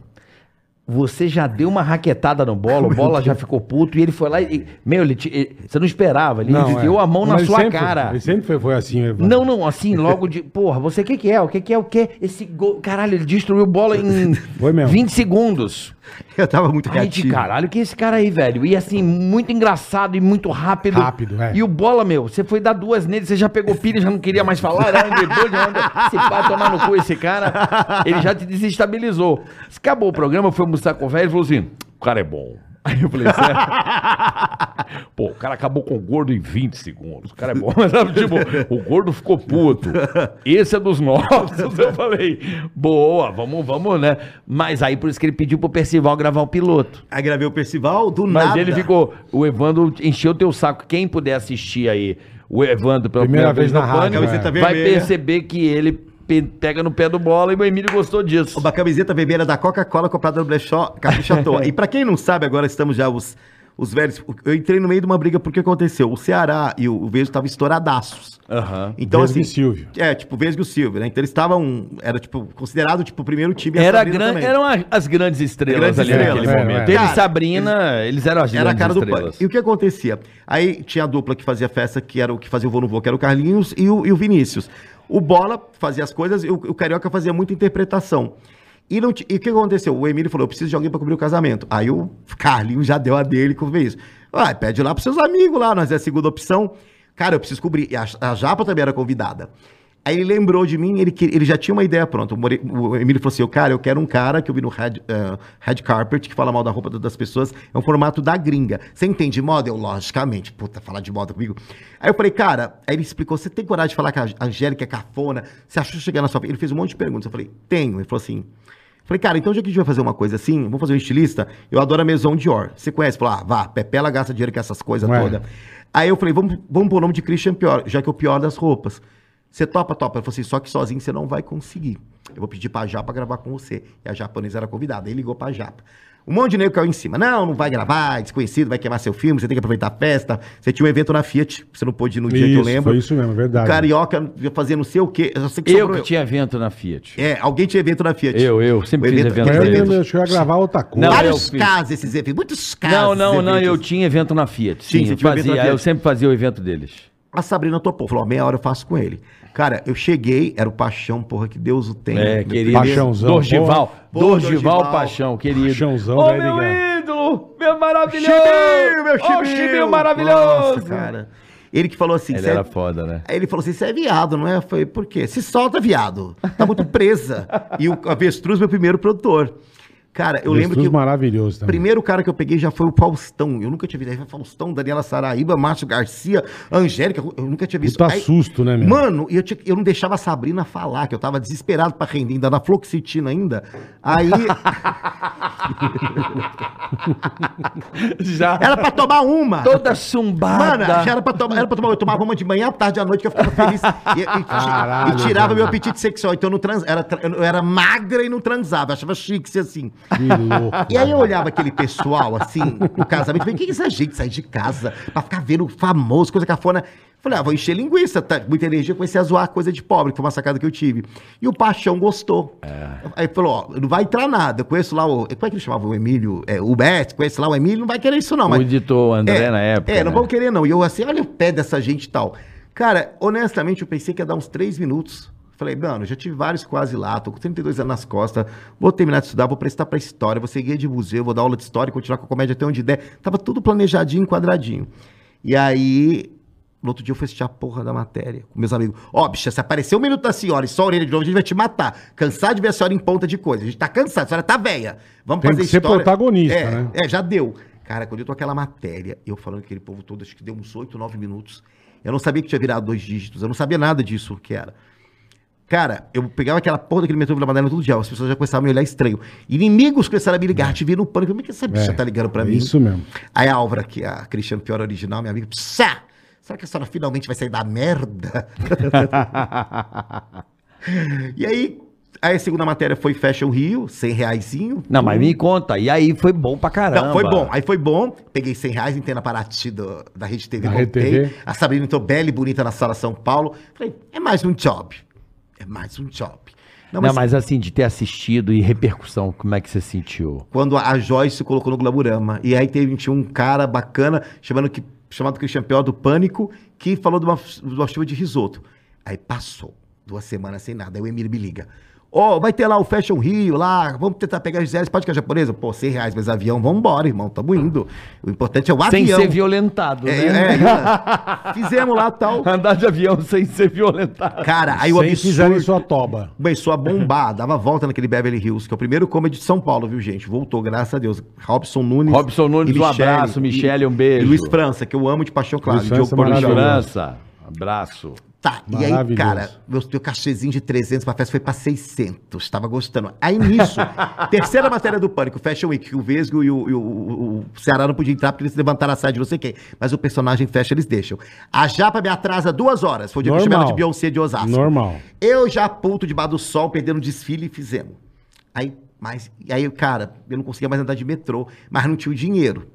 Speaker 3: você já deu uma raquetada no Bola, o Bola já ficou puto e ele foi lá e... Meu, ele te- ele- você não esperava, ele
Speaker 2: Não,
Speaker 3: deu
Speaker 2: é.
Speaker 3: a mão na
Speaker 2: Mas ele
Speaker 3: sua
Speaker 2: sempre-
Speaker 3: cara.
Speaker 2: Ele sempre foi, foi assim, Evandro.
Speaker 3: Não, não, assim, logo de. Porra, você o que, que é? O que, que é o quê? Esse gol. Caralho, ele destruiu bola em
Speaker 2: Foi mesmo.
Speaker 3: 20 segundos.
Speaker 4: Eu tava muito
Speaker 3: Aí de
Speaker 4: reativo.
Speaker 3: caralho, que é esse cara aí, velho? E assim, muito engraçado e muito rápido.
Speaker 2: Rápido, é.
Speaker 3: E o bola, meu, você foi dar duas nele, você já pegou pilha, já não queria mais falar, era um doido, já anda- se pá, tomar no cu esse cara, ele já te desestabilizou. Acabou o programa, foi almoçar com o velho e falou assim: o cara é bom. Aí eu falei, sério? Pô, o cara acabou com o gordo em 20 segundos. O cara é bom. Sabe, tipo, o gordo ficou puto. Esse é dos nossos. Eu falei, boa, vamos, vamos, né? Mas aí por isso que ele pediu pro Percival gravar o piloto.
Speaker 4: Aí gravei o Percival, do
Speaker 3: Mas
Speaker 4: nada.
Speaker 3: ele ficou. O Evandro encheu teu saco. Quem puder assistir aí o Evandro pela
Speaker 2: Primeira
Speaker 3: primeira,
Speaker 2: vez
Speaker 3: vez
Speaker 2: na
Speaker 3: no
Speaker 2: rádio, é.
Speaker 3: pânico,
Speaker 4: Camiseta
Speaker 3: vai
Speaker 4: vermelha.
Speaker 3: perceber que ele pe- pega no pé do bola e o Emílio gostou disso.
Speaker 4: Uma camiseta vermelha da Coca-Cola comprada no Brechó, Capricho à toa. E pra quem não sabe, agora estamos já os, os velhos. Eu entrei no meio de uma briga porque aconteceu. O Ceará e o, o Vejo estavam estouradaços.
Speaker 3: Aham.
Speaker 4: Então,
Speaker 2: Vesgo e
Speaker 4: assim,
Speaker 2: Silvio.
Speaker 4: É, tipo, Vesgo e Silvio, né? Então eles estavam. Era, tipo, considerado, tipo, o primeiro time e a
Speaker 3: Era
Speaker 4: Sabrina
Speaker 3: gran...
Speaker 4: também.
Speaker 3: Eram a- as grandes estrelas
Speaker 4: Grandes
Speaker 3: ali naquele
Speaker 2: estrelas, é,
Speaker 3: momento.
Speaker 2: é.
Speaker 3: Teve
Speaker 4: Cara,
Speaker 3: Sabrina, eles eram as
Speaker 4: Era a
Speaker 3: grandes
Speaker 4: cara do
Speaker 3: estrelas.
Speaker 4: punk. E o que acontecia? Aí tinha a dupla que fazia festa, que era o que fazia o Vô no Vô, que era o Carlinhos e o, e o Vinícius. O Bola fazia as coisas e o, o Carioca fazia muita interpretação. E, não ti- e o que aconteceu? O Emílio falou: eu preciso de alguém pra cobrir o casamento. Aí o Carlinhos já deu a dele com isso. Vai, pede lá pros seus amigos lá, nós é a segunda opção. Cara, eu preciso cobrir. E a, a Japa também era convidada. Aí ele lembrou de mim, ele, que- ele já tinha uma ideia pronta. O, More- o Emílio falou assim: "Eu, cara, eu quero um cara que eu vi no Red, eh, Red Carpet, que fala mal da roupa do- das pessoas. É um formato da gringa. Você entende moda? Eu, logicamente, puta, falar de moda comigo. Aí eu falei, cara, aí ele explicou: você tem coragem de falar que a Angélica é cafona? Você achou chegar na sua vida? Ele fez um monte de perguntas. Eu falei, tenho. Ele falou assim. Falei, cara, então já que a gente vai fazer uma coisa assim, vamos fazer um estilista, eu adoro a Maison Dior. Você conhece? Falou, ah, vá, Pepela gasta dinheiro com essas coisas
Speaker 2: Ué.
Speaker 4: todas. Aí eu falei, vamos, vamos pôr o nome de Christian Pior, já que é o pior das roupas. Você topa, topa. Ele falou assim, só que sozinho você não vai conseguir. Eu vou pedir pra Japa gravar com você. E a japonesa era convidada. Aí ligou pra Japa. Um monte de nego caiu em cima. Não, não vai gravar, é desconhecido, vai queimar seu filme, você tem que aproveitar a festa. Você tinha um evento na Fiat, você não pôde ir no dia que eu
Speaker 2: Isso,
Speaker 4: lembro.
Speaker 2: foi isso mesmo, é verdade.
Speaker 4: O Carioca ia fazer não sei o quê. Eu, sei que
Speaker 3: Eu
Speaker 4: sobrou-
Speaker 3: que tinha vento na Fiat.
Speaker 4: É, alguém tinha evento na Fiat.
Speaker 3: Eu, eu, sempre
Speaker 4: O
Speaker 3: fiz
Speaker 4: evento-
Speaker 3: evento
Speaker 2: Mas
Speaker 3: na
Speaker 2: eu
Speaker 4: Evento-
Speaker 2: lembro, eu cheguei a gravar outra coisa.
Speaker 3: Não, eu
Speaker 4: Vários
Speaker 3: fiz.
Speaker 4: casos esses eventos, muitos casos.
Speaker 3: Não, não,
Speaker 4: esses
Speaker 3: não, eu
Speaker 4: eventos.
Speaker 3: tinha evento na Fiat.
Speaker 4: Sim,
Speaker 3: Sim,
Speaker 4: você
Speaker 3: eu
Speaker 4: tinha evento
Speaker 3: fazia,
Speaker 4: na Fiat.
Speaker 3: eu sempre fazia o evento deles.
Speaker 4: A Sabrina topou, falou, ó, meia hora eu faço com ele. Cara, eu cheguei, era o Paixão, porra, que Deus o tenha.
Speaker 3: É,
Speaker 4: Meu
Speaker 3: querido.
Speaker 2: Paixãozão,
Speaker 3: Dorgival.
Speaker 4: porra. Porra,
Speaker 3: Dorgival
Speaker 4: Dorgival. né,
Speaker 3: Paixão, querido.
Speaker 2: Paixãozão,
Speaker 3: Ô,
Speaker 2: velho
Speaker 3: meu
Speaker 2: ligado.
Speaker 3: ídolo, meu maravilhoso.
Speaker 4: Chibinho, meu
Speaker 3: Ô,
Speaker 4: chibinho.
Speaker 3: Chibinho maravilhoso.
Speaker 4: Nossa, cara. Ele que falou assim,
Speaker 3: Ele
Speaker 4: "Cê é-"
Speaker 3: era foda, né?
Speaker 4: Aí ele falou assim, você é viado, não é? Eu falei, por quê? Se solta, viado. Tá muito presa. e o Avestruz, meu primeiro produtor. Cara, eu lembro que...
Speaker 2: maravilhoso
Speaker 4: O
Speaker 3: né?
Speaker 2: também.
Speaker 4: primeiro cara que eu peguei já foi o Faustão. Eu nunca tinha visto. Aí foi Faustão, Daniela Saraíba, Márcio Garcia, Angélica. Eu nunca tinha visto.
Speaker 2: Puta
Speaker 4: Aí-
Speaker 2: susto, né, meu?
Speaker 4: Mano, e eu, tinha- eu não deixava a Sabrina falar, que eu tava desesperado pra render, ainda na Floxitina ainda. Aí
Speaker 3: Já.
Speaker 4: era pra tomar uma.
Speaker 3: toda
Speaker 4: Mano,
Speaker 3: chumbada.
Speaker 4: já era pra tomar, era pra tomar, eu tomava uma de manhã, à tarde, à noite, que eu ficava feliz. E, e- e-
Speaker 2: Caralho,
Speaker 4: e tirava
Speaker 2: velho.
Speaker 4: meu apetite sexual. Então eu não trans, era, tra- eu era magra e não transava. Eu achava chique ser assim.
Speaker 2: Que louco.
Speaker 4: E aí eu olhava aquele pessoal, assim, no casamento, falei, que que essa gente sai de casa pra ficar vendo famoso, coisa cafona? Falei, ah, vou encher linguiça, tá? muita energia, comecei a zoar coisa de pobre, que foi uma sacada que eu tive. E o Paixão gostou. Aí falou, ó, não vai entrar nada, eu conheço lá o, como é que ele chamava o Emílio? É, o Beth, conheço lá o Emílio, não vai querer isso não.
Speaker 3: O editor André na época.
Speaker 4: É, não
Speaker 3: né?
Speaker 4: vão querer não. E eu assim, olha o pé dessa gente e tal. Cara, honestamente, eu pensei que ia dar uns três minutos. Falei, mano, já tive vários quase lá, tô com 32 anos nas costas, vou terminar de estudar, vou prestar pra história, vou ser guia de museu, vou dar aula de história, continuar com a comédia até onde der. Tava tudo planejadinho, quadradinho. E aí, no outro dia eu fui assistir a porra da matéria com meus amigos. Ó, bicha, se aparecer um minuto da senhora e só a orelha de novo, a gente vai te matar. Cansado de ver a senhora em ponta de coisa. A gente tá cansado, a senhora tá velha. Vamos
Speaker 2: Tem
Speaker 4: fazer
Speaker 2: que ser protagonista,
Speaker 4: É,
Speaker 2: né?
Speaker 4: é, já deu. Cara, quando eu tô aquela matéria, eu falando com aquele povo todo, acho que deu uns 8, 9 minutos. Eu não sabia que tinha virado dois dígitos, eu não sabia nada disso que era. Cara, eu pegava aquela porra daquele metrô Vila Madalena todo dia, as pessoas já começavam a me olhar estranho. Inimigos começaram a me ligar, te vi no pânico. Como é que essa bicha
Speaker 2: É,
Speaker 4: tá ligando pra
Speaker 2: é
Speaker 4: mim?
Speaker 2: isso mesmo.
Speaker 4: Aí a Álvaro, que a Cristiano Pior original, minha amiga, psá! Será que a senhora finalmente vai sair da merda? e aí, aí a segunda matéria foi Fashion Rio, 100 reaisinho.
Speaker 3: Não, mas me conta. E aí foi bom pra caramba.
Speaker 4: Não, foi bom. Aí foi bom. Peguei 100 reais, entrei na Paraty do- da Rede TV.
Speaker 2: Da Rede
Speaker 4: voltei.
Speaker 2: TV.
Speaker 4: A Sabrina entrou bela e bonita na sala São Paulo. Falei, é mais um job. É mais um job. Não,
Speaker 3: Não,
Speaker 4: mas,
Speaker 3: mas assim, de ter assistido e repercussão, como é que você sentiu?
Speaker 4: quando a Joyce se colocou no Glamourama. E aí teve, tinha um cara bacana chamando que, chamado Christian Pior do Pânico que falou de uma, de uma chuva de risoto. Aí passou duas semanas sem nada. Aí o Emílio me liga. Ó, vai ter lá o Fashion Rio, lá, vamos tentar pegar as Gisele, pode que é japonesa? Pô, 100 reais, mas avião, vambora, irmão, tamo indo. O importante é o
Speaker 3: Sem
Speaker 4: avião.
Speaker 3: ser violentado,
Speaker 4: É,
Speaker 3: né?
Speaker 4: é, eu- fizemos lá tal.
Speaker 3: Andar de avião sem ser violentado.
Speaker 4: Cara, aí o
Speaker 2: Sem pisar em
Speaker 4: absurdo
Speaker 2: sua toba.
Speaker 4: começou a bombar, dava volta naquele Beverly Hills, que é o primeiro comedy de São Paulo, viu, gente? Voltou, graças a Deus. Robson Nunes.
Speaker 3: Robson Nunes,
Speaker 4: e
Speaker 3: um abraço, Michele, um beijo.
Speaker 4: E Luiz França, que eu amo de paixão, claro.
Speaker 2: Luiz
Speaker 4: Diogo
Speaker 2: França é
Speaker 4: Porto de
Speaker 2: maravilhoso.
Speaker 4: Abreu.
Speaker 3: Segurança, abraço.
Speaker 4: Tá, e aí,
Speaker 2: Maravilhoso.
Speaker 4: cara, meu, meu cachezinho de 300 pra festa foi pra 600, tava gostando. Aí nisso, terceira matéria do Pânico, Fashion Week, que o Vesgo e o, e o- o- o Ceará não podiam entrar porque eles levantaram a saia de não sei quem, mas o personagem fecha, eles deixam. A Japa me atrasa duas horas, foi o dia que eu chamei ela de
Speaker 2: Normal.
Speaker 4: Beyoncé de Osasco.
Speaker 2: Normal.
Speaker 4: Eu já puto debaixo do sol, perdendo o desfile e fizemos. Aí, mas, e aí, cara, eu não conseguia mais andar de metrô, mas não tinha o dinheiro.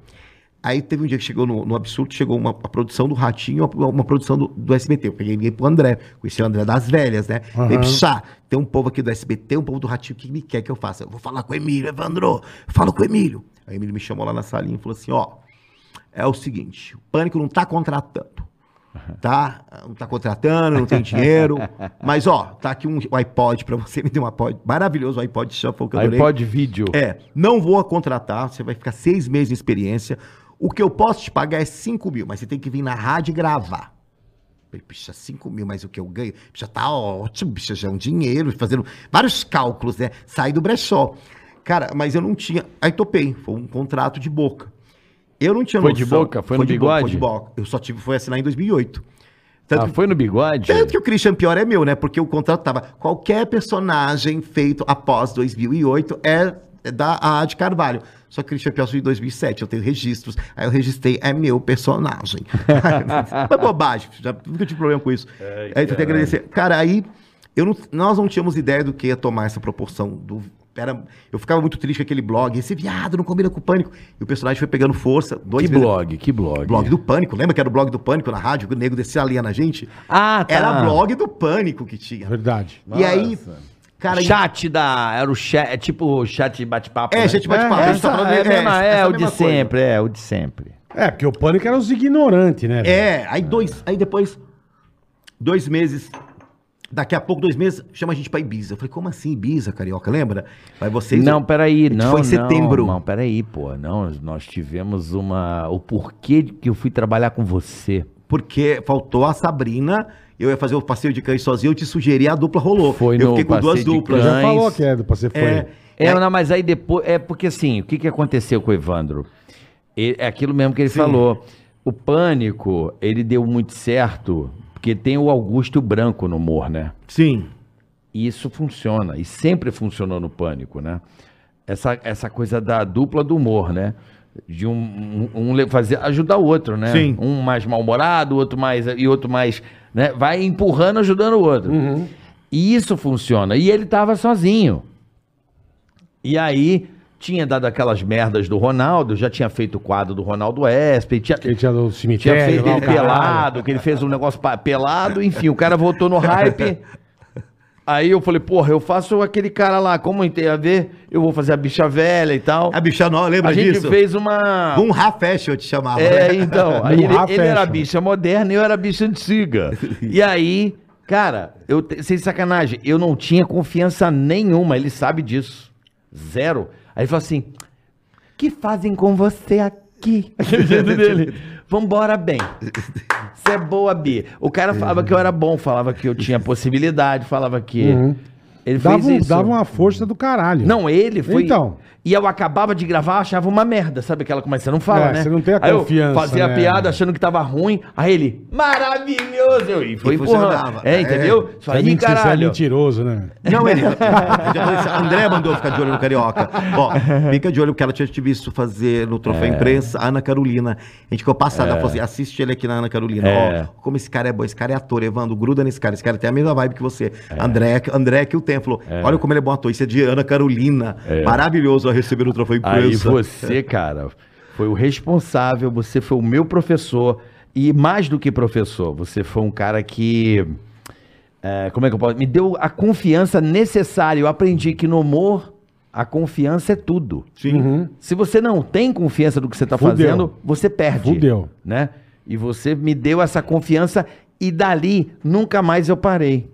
Speaker 4: Aí teve um dia que chegou no, no absurdo, chegou uma, a produção do Ratinho, uma, uma produção do, do SBT. Eu peguei e liguei pro André, conheci o André das velhas, né?
Speaker 2: Aham.
Speaker 4: Falei, "Psá, tem um povo aqui do SBT, um povo do Ratinho, o que me quer que eu faça? Eu vou falar com o Emílio, Evandro, eu falo com o Emílio. Aí o Emílio me chamou lá na salinha e falou assim, ó, é o seguinte, o Pânico não tá contratando tá? Não tá contratando, não tem dinheiro. Mas, ó, tá aqui um iPod pra você. Me deu um iPod maravilhoso, um iPod Shuffle que eu
Speaker 3: Aí
Speaker 4: adorei.
Speaker 3: pode vídeo.
Speaker 4: É, não vou contratar, você vai ficar seis meses de experiência. O que eu posso te pagar é 5 mil, mas você tem que vir na rádio e gravar. Falei, Bicha, 5 mil, mas o que eu ganho? Já tá ótimo, bicha, já é um dinheiro, fazendo vários cálculos, né? Saí do brechó. Cara, mas eu não tinha. Aí topei, foi um contrato de boca. Eu não tinha
Speaker 3: Foi de boca? Foi no
Speaker 4: de boca,
Speaker 3: bigode?
Speaker 4: Foi de boca. Eu só tive, foi assinar em 2008. Tanto
Speaker 3: Ah, foi no bigode?
Speaker 4: tanto que o Christian Pior é meu, né? Porque o contrato tava. Qualquer personagem feito após 2008 é da A de Carvalho. Só que Christian Pior surgiu em 2007, eu tenho registros. Aí eu registrei, é meu personagem. Mas bobagem, já nunca tive problema com isso.
Speaker 3: É,
Speaker 4: aí eu tenho que agradecer. Cara, aí eu não- nós não tínhamos ideia do que ia tomar essa proporção do. Era, eu ficava muito triste com aquele blog. Esse viado não combina com o pânico. E o personagem foi pegando força. Dois
Speaker 3: Que
Speaker 4: vezes-
Speaker 3: blog, que blog.
Speaker 4: Blog do Pânico, lembra que era o blog do Pânico na rádio, que o nego descia a linha na gente?
Speaker 3: Ah, tá.
Speaker 4: Era blog do Pânico que tinha.
Speaker 2: Verdade.
Speaker 4: E aí, cara,
Speaker 3: chat da. Era o chat. É tipo o chat de bate-papo.
Speaker 4: É,
Speaker 3: né?
Speaker 4: chat de bate-papo, a gente tá
Speaker 3: essa-
Speaker 4: falando-
Speaker 3: é,
Speaker 4: é,
Speaker 3: mesma- é,
Speaker 4: essa
Speaker 3: o de
Speaker 4: mesma coisa.
Speaker 3: sempre, é o de sempre.
Speaker 2: É, porque o pânico era os ignorantes, né? velho?
Speaker 4: é, aí dois, aí depois, dois meses, daqui a pouco, dois meses, chama a gente pra Ibiza. Eu falei, como assim Ibiza, Carioca, lembra? Mas vocês...
Speaker 3: Não, peraí,
Speaker 4: A gente
Speaker 3: não.
Speaker 4: foi em
Speaker 3: não,
Speaker 4: setembro.
Speaker 3: Não, peraí, pô. Não, nós tivemos uma. O porquê que eu fui trabalhar com você.
Speaker 4: Porque faltou a Sabrina, eu ia fazer o passeio de cães sozinho, eu te sugeri, a dupla rolou.
Speaker 3: Foi
Speaker 4: eu
Speaker 3: no
Speaker 4: fiquei com
Speaker 3: passeio
Speaker 4: duas
Speaker 3: de
Speaker 4: duplas.
Speaker 3: cães.
Speaker 2: Já falou que era pra você foi.
Speaker 4: É,
Speaker 3: É, não, mas aí depois. É porque assim, o que, que aconteceu com o Evandro? E- é aquilo mesmo que ele falou. O pânico, ele deu muito certo, porque tem o Augusto Branco no humor, né?
Speaker 4: Sim.
Speaker 3: E isso funciona, e sempre funcionou no pânico, né? Essa, essa coisa da dupla do humor, né? De um, um- um le- fazer, ajudar o outro, né?
Speaker 4: Sim.
Speaker 3: Um mais mal-humorado, outro mais. e outro mais. Né? Vai empurrando, ajudando o outro. E isso funciona. E ele tava sozinho. E aí tinha dado aquelas merdas do Ronaldo, já tinha feito o quadro do Ronaldo Espe, tinha,
Speaker 2: Que ele tinha do
Speaker 3: tinha
Speaker 2: cemitério.
Speaker 3: feito
Speaker 2: lá, o
Speaker 3: ele
Speaker 2: caralho.
Speaker 3: pelado, que ele fez um negócio pa- pelado, enfim, o cara voltou no hype. Aí eu falei, porra, eu faço aquele cara lá, como não tem a ver, eu vou fazer a bicha velha e tal.
Speaker 4: A bicha não, lembra
Speaker 3: A gente
Speaker 4: disso?
Speaker 3: fez uma.
Speaker 4: Um Rafesh eu te chamava.
Speaker 3: É, então. aí ele,
Speaker 2: Burrar
Speaker 3: ele era
Speaker 2: né? fashion.
Speaker 3: bicha moderna e eu era bicha antiga. E aí, cara, eu te- sem sacanagem, eu não tinha confiança nenhuma, ele sabe disso. Zero. Aí ele falou assim: que fazem com você aqui? Aquele jeito dele. Vambora bem. Você é boa, Bi. O cara falava que eu era bom, falava que eu tinha possibilidade, falava que. Ele
Speaker 2: Uhum. Dava,
Speaker 3: fez
Speaker 2: um-
Speaker 3: isso.
Speaker 2: dava uma força do caralho.
Speaker 3: Não, é ele foi.
Speaker 2: Então.
Speaker 3: E eu acabava de gravar, achava uma merda, sabe aquela como você não fala,
Speaker 2: É,
Speaker 3: né?
Speaker 2: você não tem a
Speaker 3: Aí eu
Speaker 2: confiança,
Speaker 3: Fazia
Speaker 2: né?
Speaker 3: a piada achando que tava ruim, aí ele, maravilhoso! Eu- E foi
Speaker 4: E
Speaker 3: empurrando.
Speaker 4: funcionava.
Speaker 3: É, entendeu? Isso
Speaker 2: Você é,
Speaker 3: aí,
Speaker 2: menti- você é
Speaker 3: caralho.
Speaker 2: mentiroso, né?
Speaker 4: Não, ele. Eu já falei isso, André mandou ficar de olho no Carioca. Ó, fica de olho, porque ela tinha te visto fazer no Troféu Imprensa, Ana Carolina. A gente ficou passada, ela falou assim: assiste ele aqui na Ana Carolina.
Speaker 3: É.
Speaker 4: Ó, como esse cara é bom, esse cara é ator, Evandro, gruda nesse cara. Esse cara tem a mesma vibe que você. André, André que o templo. Olha como ele é bom ator. Isso é de Ana Carolina. Maravilhoso a receber o Troféu Imprensa.
Speaker 3: Aí você, cara, foi o responsável, você foi o meu professor. E mais do que professor, você foi um cara que. é, como é que eu posso? Me deu a confiança necessária. Eu aprendi que no humor, a confiança é tudo.
Speaker 4: Sim.
Speaker 2: Uhum.
Speaker 3: Se você não tem confiança do que você está
Speaker 2: Fudeu.
Speaker 3: fazendo, você perde.
Speaker 2: Fudeu.
Speaker 3: Né? E você me deu essa confiança e dali nunca mais eu parei.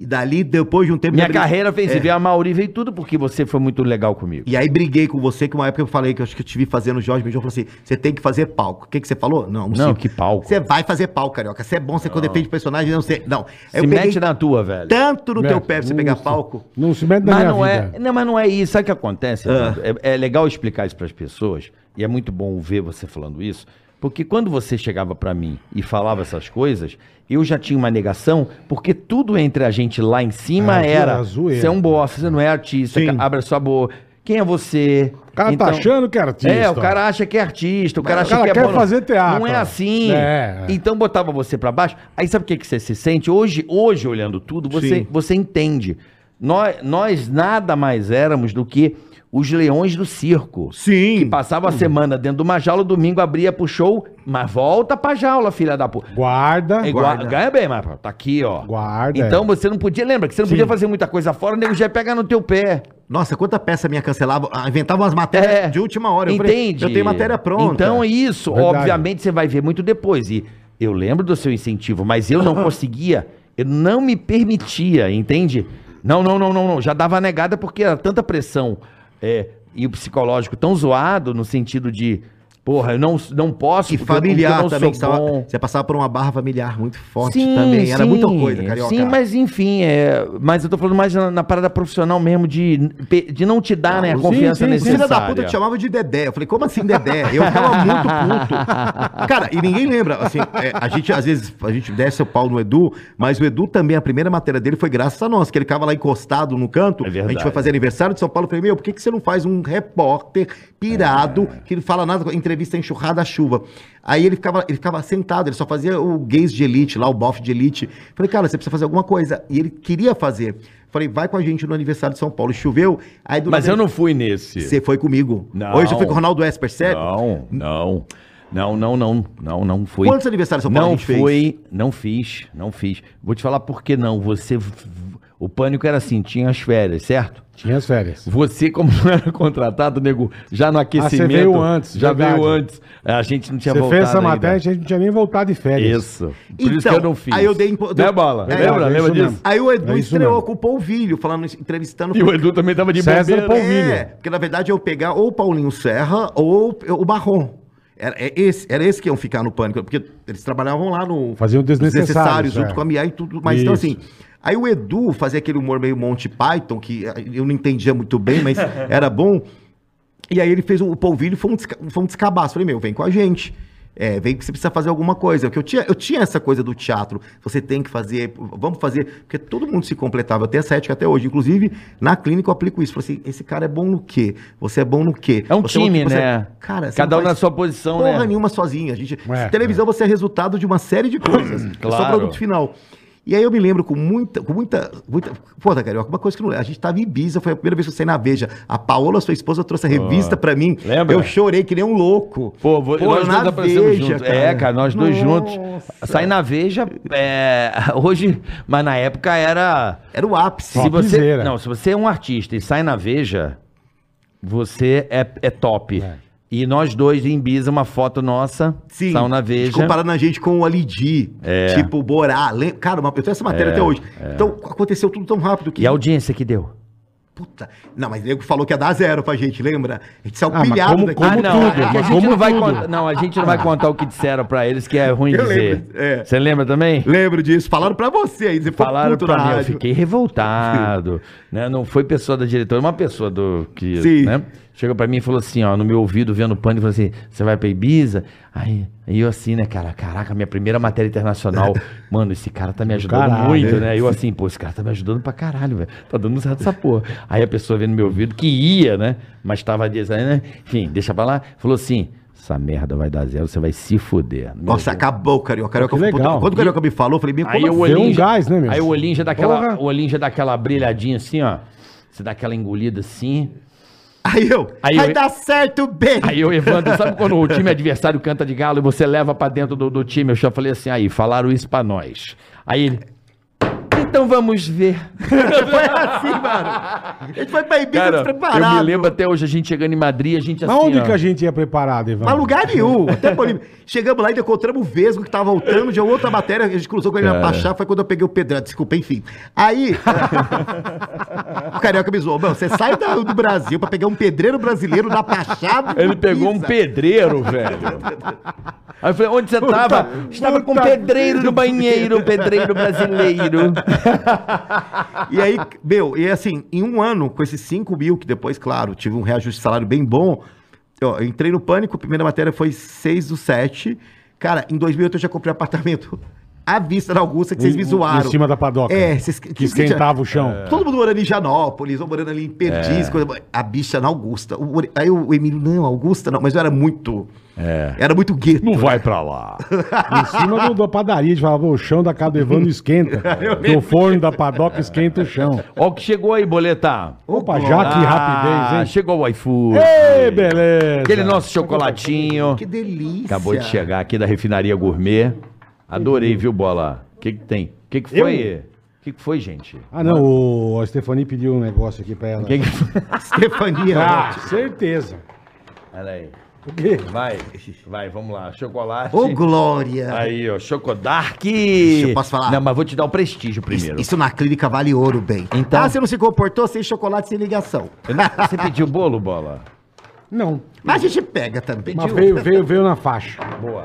Speaker 4: E dali, depois de um tempo.
Speaker 3: Minha
Speaker 4: eu brin-
Speaker 3: carreira fez se ver a Mauri veio tudo porque você foi muito legal comigo.
Speaker 4: E aí briguei com você, que uma época eu falei que eu acho que eu te vi fazendo o Jorge Benjol, falou assim: você tem que fazer palco. O que, que você falou? Não,
Speaker 3: Não,
Speaker 4: sei.
Speaker 3: que palco.
Speaker 4: é, Você vai fazer palco, carioca. Você é bom, você quando defende personagem, não sei. Não.
Speaker 3: Se mete na tua,
Speaker 4: Tá,
Speaker 3: velho.
Speaker 4: tanto no teu
Speaker 2: Mete.
Speaker 4: pé pra você pegar
Speaker 2: Não-
Speaker 4: palco.
Speaker 2: Não se mete na
Speaker 3: Mas
Speaker 2: minha
Speaker 3: não, é,
Speaker 2: vida.
Speaker 3: não, mas não é isso. Sabe o que acontece? Eduardo? É, é legal explicar isso para as pessoas, e é muito bom ver você falando isso, porque quando você chegava para mim e falava essas coisas, eu já tinha uma negação, porque tudo entre a gente lá em cima
Speaker 2: Ah,
Speaker 3: era:
Speaker 2: a zoeira.
Speaker 3: você é um bosta, você não é artista,
Speaker 2: Sim.
Speaker 3: ca- abre a sua boca. Quem é você?
Speaker 2: O cara tá achando que é artista.
Speaker 3: Então- É, o cara acha que é artista, o cara
Speaker 2: Mas o
Speaker 3: acha
Speaker 2: cara
Speaker 3: que é
Speaker 2: quer
Speaker 3: bom.
Speaker 2: fazer teatro.
Speaker 3: Não é assim.
Speaker 2: É.
Speaker 3: Então botava você pra baixo. Aí sabe o que, que você se sente? Hoje, hoje olhando tudo, você,
Speaker 4: Sim.
Speaker 3: você entende. Nós, nós nada mais éramos do que os leões do circo.
Speaker 4: Sim.
Speaker 3: Que passava a semana dentro de uma jaula, domingo abria pro show, mas volta pra jaula, filha da puta.
Speaker 2: Guarda.
Speaker 3: É igual- ganha bem, mas tá aqui, ó.
Speaker 2: Guarda, é.
Speaker 3: Então você não podia, lembra que você não podia fazer muita coisa fora, o nego já pega no teu pé.
Speaker 4: Nossa, quanta peça minha cancelava. ah, Inventava umas matérias
Speaker 3: É.
Speaker 4: de última hora. Eu falei,
Speaker 3: Entende?
Speaker 4: eu tenho matéria pronta.
Speaker 3: Então isso,
Speaker 2: Verdade.
Speaker 3: obviamente, você vai ver muito depois. E eu lembro do seu incentivo, mas eu não conseguia, eu não me permitia, entende? Não, não, não, não, não. Já dava negada porque era tanta pressão é, e o psicológico tão zoado no sentido de, porra, eu não, não posso,
Speaker 4: E
Speaker 3: porque eu-
Speaker 4: familiar
Speaker 3: porque eu
Speaker 4: também.
Speaker 3: não
Speaker 4: que
Speaker 3: sou
Speaker 4: tava-
Speaker 3: bom.
Speaker 4: você passava por uma barra familiar muito forte também. Era muita coisa, carioca.
Speaker 3: Sim, mas enfim, é, mas eu tô falando mais na, na parada profissional mesmo, de, de não te dar né, a
Speaker 2: Sim, sim,
Speaker 3: confiança
Speaker 2: sim.
Speaker 3: necessária.
Speaker 4: Filha da puta te chamava de Dedé. Eu falei, como assim Dedé? Eu ficava muito puto. Cara, e ninguém lembra, assim, é, a gente às vezes, a gente desce o pau no Edu, mas o Edu também, a primeira matéria dele foi graças a nós, que ele ficava lá encostado no canto.
Speaker 3: É
Speaker 4: a
Speaker 3: verdade.
Speaker 4: gente foi fazer aniversário de São Paulo, eu falei, meu, por que, que você não faz um repórter pirado,
Speaker 3: É.
Speaker 4: que não fala nada, entrevista enxurrada à chuva? Aí ele ficava, ele ficava sentado, ele só fazia o gays de elite lá, o bofe de elite. Eu Falei, cara, você precisa fazer alguma coisa. E ele queria fazer. Eu Falei, vai com a gente no aniversário de São Paulo. Choveu, aí do
Speaker 3: Mas
Speaker 4: nada
Speaker 3: eu
Speaker 4: ele-
Speaker 3: não fui nesse.
Speaker 4: você foi comigo.
Speaker 3: Não.
Speaker 4: Hoje você foi com o Ronaldo Esper, sério?
Speaker 3: Não, não. Não, não, não, não, não foi.
Speaker 4: Quantos aniversários São Paulo
Speaker 3: Não
Speaker 4: a gente fez?
Speaker 3: foi, não fiz, não fiz. Vou te falar por que não. Você. O pânico era assim, tinha as férias, certo?
Speaker 2: Tinha as férias.
Speaker 3: Você, como não era contratado, nego, já no aquecimento.
Speaker 2: Ah, veio antes,
Speaker 3: Já
Speaker 2: verdade.
Speaker 3: veio antes. É, A gente não tinha
Speaker 2: Você
Speaker 3: voltado.
Speaker 2: fez essa
Speaker 3: ainda.
Speaker 2: matéria, a gente não tinha nem voltado de férias.
Speaker 3: Isso. Por isso
Speaker 4: Então,
Speaker 3: que eu não fiz.
Speaker 4: aí eu dei impo-
Speaker 3: Né, bola?
Speaker 4: É,
Speaker 3: lembra?
Speaker 2: é
Speaker 3: lembra
Speaker 2: isso
Speaker 3: disso?
Speaker 2: mesmo.
Speaker 4: Aí o Edu
Speaker 2: É isso
Speaker 4: estreou
Speaker 2: mesmo.
Speaker 4: com o Polvilho, falando, entrevistando.
Speaker 3: E o Edu também tava de
Speaker 2: César
Speaker 3: bombeiro.
Speaker 2: Paul-
Speaker 4: É, porque na verdade eu pegar ou o Paulinho Serra ou o Marrom. Era é esse, era esse que iam ficar no pânico, porque eles trabalhavam lá no.
Speaker 2: Faziam desnecessários, é.
Speaker 4: junto com a Mia e tudo. Mas então
Speaker 2: Isso.
Speaker 4: assim. Aí o Edu fazia aquele humor meio Monty Python, que eh, eu não entendia muito bem, mas era bom. E aí ele fez o, o polvilho, foi um, desca, foi um descabaço. Falei, meu, vem com a gente. É, vem que você precisa fazer alguma coisa. Porque eu tinha, eu tinha essa coisa do teatro. Você tem que fazer, vamos fazer. Porque todo mundo se completava. Eu tenho essa ética até hoje. Inclusive, na clínica eu aplico isso. Falei assim, esse cara é bom no quê? Você é bom no quê?
Speaker 3: É um
Speaker 4: Você
Speaker 3: time,
Speaker 4: você-
Speaker 3: né?
Speaker 4: Cara, você
Speaker 3: Cada
Speaker 4: não
Speaker 3: um na
Speaker 4: faz
Speaker 3: sua posição,
Speaker 4: porra
Speaker 3: né?
Speaker 4: nenhuma sozinho. A gente,
Speaker 2: É,
Speaker 4: televisão você é resultado de uma série de coisas. É só
Speaker 3: Hum, Claro.
Speaker 4: produto final. E aí eu me lembro com muita, com muita, muita pô, da carioca, uma coisa que não é, a gente tava em Ibiza, foi a primeira vez que eu saí na Veja. A Paola, sua esposa, trouxe a revista pra mim.
Speaker 3: lembra?
Speaker 4: Eu chorei que nem um louco.
Speaker 3: Pô, vo- nós
Speaker 4: na
Speaker 3: dois aparecemos
Speaker 4: Veja,
Speaker 3: juntos. É, cara, nós dois juntos. Sai na Veja, é, hoje, mas na época era.
Speaker 4: Era o ápice.
Speaker 2: Ó.
Speaker 3: Se você,
Speaker 2: Topzera.
Speaker 3: não, se você é um artista e sai na Veja, você é, é top. E nós dois em Ibiza, uma foto nossa, saiu na Veja. É.
Speaker 4: Comparando a gente com o Alidi. Tipo, o Borá. lem- Cara, uma- eu tenho essa matéria até hoje. Então, aconteceu tudo tão rápido que.
Speaker 3: E a audiência que deu?
Speaker 4: Puta. Não, mas o nego falou que ia dar zero pra gente, lembra? A gente saiu
Speaker 2: Ah, mas
Speaker 4: pilhado
Speaker 2: como-
Speaker 4: daqui.
Speaker 2: como
Speaker 4: Ah,
Speaker 3: não, é
Speaker 2: tudo,
Speaker 3: a- a,
Speaker 2: mas
Speaker 3: gente
Speaker 2: como
Speaker 3: não vai
Speaker 2: tudo.
Speaker 3: contar, não, a gente não vai contar o que disseram pra eles, que é ruim
Speaker 4: Eu
Speaker 3: dizer.
Speaker 4: lembro, é.
Speaker 3: Você lembra também?
Speaker 4: Lembro disso. Falaram pra você aí. Você ficou
Speaker 3: Falaram
Speaker 4: puto
Speaker 3: pra
Speaker 4: na
Speaker 3: mim, eu
Speaker 4: rádio.
Speaker 3: fiquei revoltado. né? Não foi pessoa da diretora, uma pessoa do que.
Speaker 4: Sim.
Speaker 3: Né? Chegou pra mim e falou assim, ó, no meu ouvido, vendo o pânico, falou assim: você vai pra Ibiza? Aí aí eu assim, né, cara? Caraca, minha primeira matéria internacional. Mano, esse cara tá me ajudando
Speaker 2: Caralho.
Speaker 3: muito, né? Eu assim, pô, esse cara tá me ajudando pra caralho, velho. Tá dando certo essa porra. Aí a pessoa vendo meu ouvido, que ia, né? Mas tava dizendo, né? Enfim, deixa pra lá, falou assim. Essa merda vai dar zero, você vai se fuder. Meu
Speaker 4: Nossa, acabou o Carioca. Carioca
Speaker 2: Que
Speaker 4: ficou puto.
Speaker 2: legal.
Speaker 4: Quando o Carioca me falou, eu falei, meu,
Speaker 3: Aí
Speaker 4: como
Speaker 3: o
Speaker 4: assim?
Speaker 2: Deu
Speaker 3: olhinho,
Speaker 2: um gás, né, meu?
Speaker 3: Aí o olhinho já dá aquela,
Speaker 2: Porra.
Speaker 3: o olhinho já dá aquela brilhadinha assim, ó. Você dá aquela engolida assim.
Speaker 4: Aí eu.
Speaker 3: Aí
Speaker 4: vai
Speaker 3: eu-
Speaker 4: dar certo, bem.
Speaker 3: Aí eu, Evandro, sabe quando o time adversário canta de galo e você leva pra dentro do, do time? Eu já falei assim, aí, falaram isso pra nós. Aí ele. Então vamos ver.
Speaker 4: Foi assim, mano. A gente foi pra Ibiza
Speaker 3: eu
Speaker 4: despreparado.
Speaker 3: me lembro até hoje a gente chegando em Madrid, a gente assim,
Speaker 2: Mas onde que a gente ia preparado, Ivan?
Speaker 4: Pra lugar nenhum, até Bolívia. Chegamos lá e encontramos o Vesgo que tava voltando de outra matéria, a gente cruzou com ele na Pachá, foi quando eu peguei o Pedrão, desculpa, enfim. Aí, o Carioca me zoou, "Mano, você sai da- do Brasil pra pegar um pedreiro brasileiro na Pachá.
Speaker 3: Ele pegou um pedreiro, velho. Aí eu falei, onde você tava? Estava com um
Speaker 2: puta-
Speaker 3: pedreiro no banheiro, pedreiro brasileiro.
Speaker 4: E aí, meu, e assim, em um ano, com esses 5 mil, que depois, claro, tive um reajuste de salário bem bom, eu, eu entrei no pânico, a primeira matéria foi 6 do 7. Cara, em 2008 eu já comprei um apartamento à vista na Augusta, que vocês me
Speaker 2: Em-
Speaker 4: zoaram.
Speaker 2: Em cima da padoca.
Speaker 4: É, vocês É.
Speaker 2: Que esquentava o chão. É.
Speaker 4: Todo mundo morando em Janópolis, ou morando ali em Perdiz, coisa- a bicha na Augusta. O- aí o Emílio, não, Augusta não, mas eu era muito.
Speaker 2: É.
Speaker 4: Era muito gueto.
Speaker 3: vai pra lá.
Speaker 2: Em cima do, da padaria, de falar, "Pô, o chão da casa do Evandro esquenta. Porque o forno da padoca esquenta o chão.
Speaker 3: Ó o que chegou aí, boletar.
Speaker 2: Opa, já que rapidez, hein?
Speaker 3: Chegou o iFood.
Speaker 2: Ei, beleza.
Speaker 3: Ah, Aquele nosso chocolatinho.
Speaker 4: Que delícia.
Speaker 3: Acabou de chegar aqui da refinaria gourmet. Adorei, viu, bola? O que, que tem? O que, que
Speaker 2: Eu?
Speaker 3: foi? O que, que foi, gente?
Speaker 2: Ah, não, o, a Stefani pediu um negócio aqui pra ela.
Speaker 3: O que, é? que foi?
Speaker 4: Stefania.
Speaker 2: Ah, certeza.
Speaker 3: Pera aí.
Speaker 2: O quê?
Speaker 3: Vai, vai, vamos lá. Chocolate.
Speaker 4: Ô, Glória.
Speaker 3: Aí, ó, Chocodark.
Speaker 4: eu posso falar?
Speaker 3: Não, mas vou te dar o prestígio
Speaker 4: Isso,
Speaker 3: primeiro.
Speaker 4: isso na clínica vale ouro, bem.
Speaker 3: Então-
Speaker 4: Ah, você não se comportou sem chocolate, sem ligação.
Speaker 3: Você pediu bolo, bola?
Speaker 2: Não.
Speaker 4: Mas a gente pega também.
Speaker 2: Mas veio, veio, veio na faixa.
Speaker 3: Boa.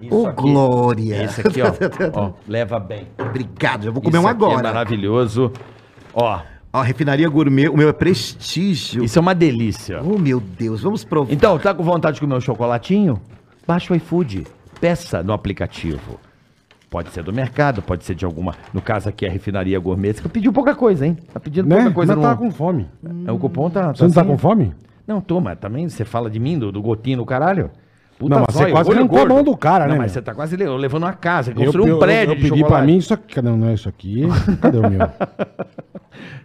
Speaker 3: Isso
Speaker 4: Ô, Glória.
Speaker 3: Esse aqui, ó. ó leva bem.
Speaker 4: Obrigado, já vou comer um
Speaker 3: Isso aqui É
Speaker 4: agora.
Speaker 3: maravilhoso. Ó,
Speaker 4: ó, refinaria gourmet, o meu é prestígio.
Speaker 3: isso é uma delícia.
Speaker 4: Oh, meu Deus, vamos provar.
Speaker 3: Então, tá com vontade de comer um chocolatinho? Baixa o iFood. Peça no aplicativo. Pode ser do mercado, pode ser de alguma. No caso aqui, a refinaria gourmet. Você pediu pouca coisa, hein? Tá pedindo
Speaker 2: Né?
Speaker 3: pouca
Speaker 2: Mas
Speaker 3: coisa. No...
Speaker 2: tava com fome.
Speaker 3: É, O cupom tá.
Speaker 2: Você não tá
Speaker 3: assim?
Speaker 2: com fome?
Speaker 3: Não, toma, também você fala de mim, do, do gotinho do caralho. Puta
Speaker 2: Não, mas
Speaker 3: zóio,
Speaker 2: você quase
Speaker 3: olho
Speaker 2: arrancou a
Speaker 3: gordo.
Speaker 2: mão do cara,
Speaker 3: Não,
Speaker 2: né,
Speaker 3: mas
Speaker 2: meu?
Speaker 3: você tá quase le- levando uma casa, construiu um prédio
Speaker 2: eu, eu
Speaker 3: de
Speaker 2: pedi pra
Speaker 3: chocolate.
Speaker 2: mim, só que não, não é isso aqui. Cadê o meu?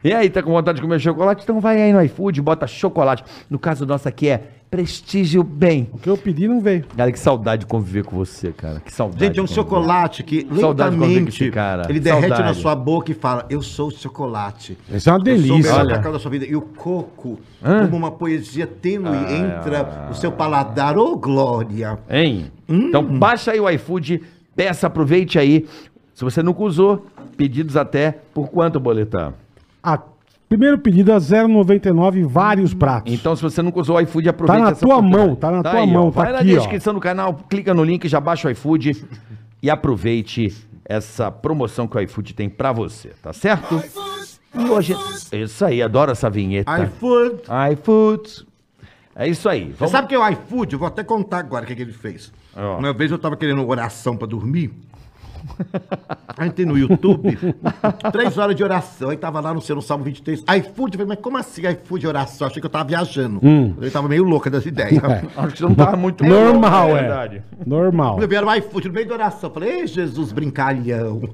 Speaker 3: E aí, tá com vontade de comer chocolate? Então vai aí no iFood, bota chocolate. No caso nosso aqui é Prestígio Bem.
Speaker 2: O que eu pedi não veio.
Speaker 3: Cara, que saudade de conviver com você, cara. Que saudade.
Speaker 4: Gente, é um
Speaker 3: de conviver.
Speaker 4: chocolate que
Speaker 3: Saudade de conviver com
Speaker 4: lentamente
Speaker 3: esse cara.
Speaker 4: ele derrete
Speaker 3: Saudade.
Speaker 4: na sua boca e fala: Eu sou o chocolate.
Speaker 2: Isso é uma
Speaker 4: Eu sou o
Speaker 2: delícia.
Speaker 4: melhor
Speaker 3: Olha.
Speaker 4: cacau da sua vida. E o coco, como uma poesia tênue,
Speaker 3: Ah.
Speaker 4: entra no seu paladar. Ô, glória!
Speaker 3: Hein?
Speaker 4: Hum.
Speaker 3: Então baixa aí o iFood, peça, aproveite aí. Se você nunca usou, pedidos até por quanto, boletão?
Speaker 2: A, primeiro pedido é a 0,99 vários pratos.
Speaker 3: Então, se você nunca usou o iFood, aproveita
Speaker 2: Tá na
Speaker 3: essa
Speaker 2: tua
Speaker 3: oportunidade.
Speaker 2: mão, tá na tua
Speaker 3: ó.
Speaker 2: mão, tá
Speaker 3: Vai
Speaker 2: aqui, ó.
Speaker 3: na descrição do canal, clica no link, já baixa o iFood e aproveite essa promoção que o iFood tem pra você, tá certo? E hoje, isso aí, adoro essa vinheta.
Speaker 4: iFood.
Speaker 3: iFood. É isso aí.
Speaker 4: Você
Speaker 3: Vamos...
Speaker 4: sabe que o iFood, eu vou até contar agora o que, que ele fez.
Speaker 3: Ó.
Speaker 4: Uma vez eu tava querendo oração pra dormir. Aí entrei no YouTube, três horas de oração, aí tava lá no seu no Salmo 23. iFood, eu falei, mas como assim iFood oração? Achei que eu tava viajando.
Speaker 3: Hum.
Speaker 4: Eu tava meio louca das ideias.
Speaker 3: Acho que você não tá muito
Speaker 2: Normal,
Speaker 3: é.
Speaker 2: é. Normal.
Speaker 4: Quando vieram o iFood no meio da oração, eu falei, ei, Jesus, brincalhão.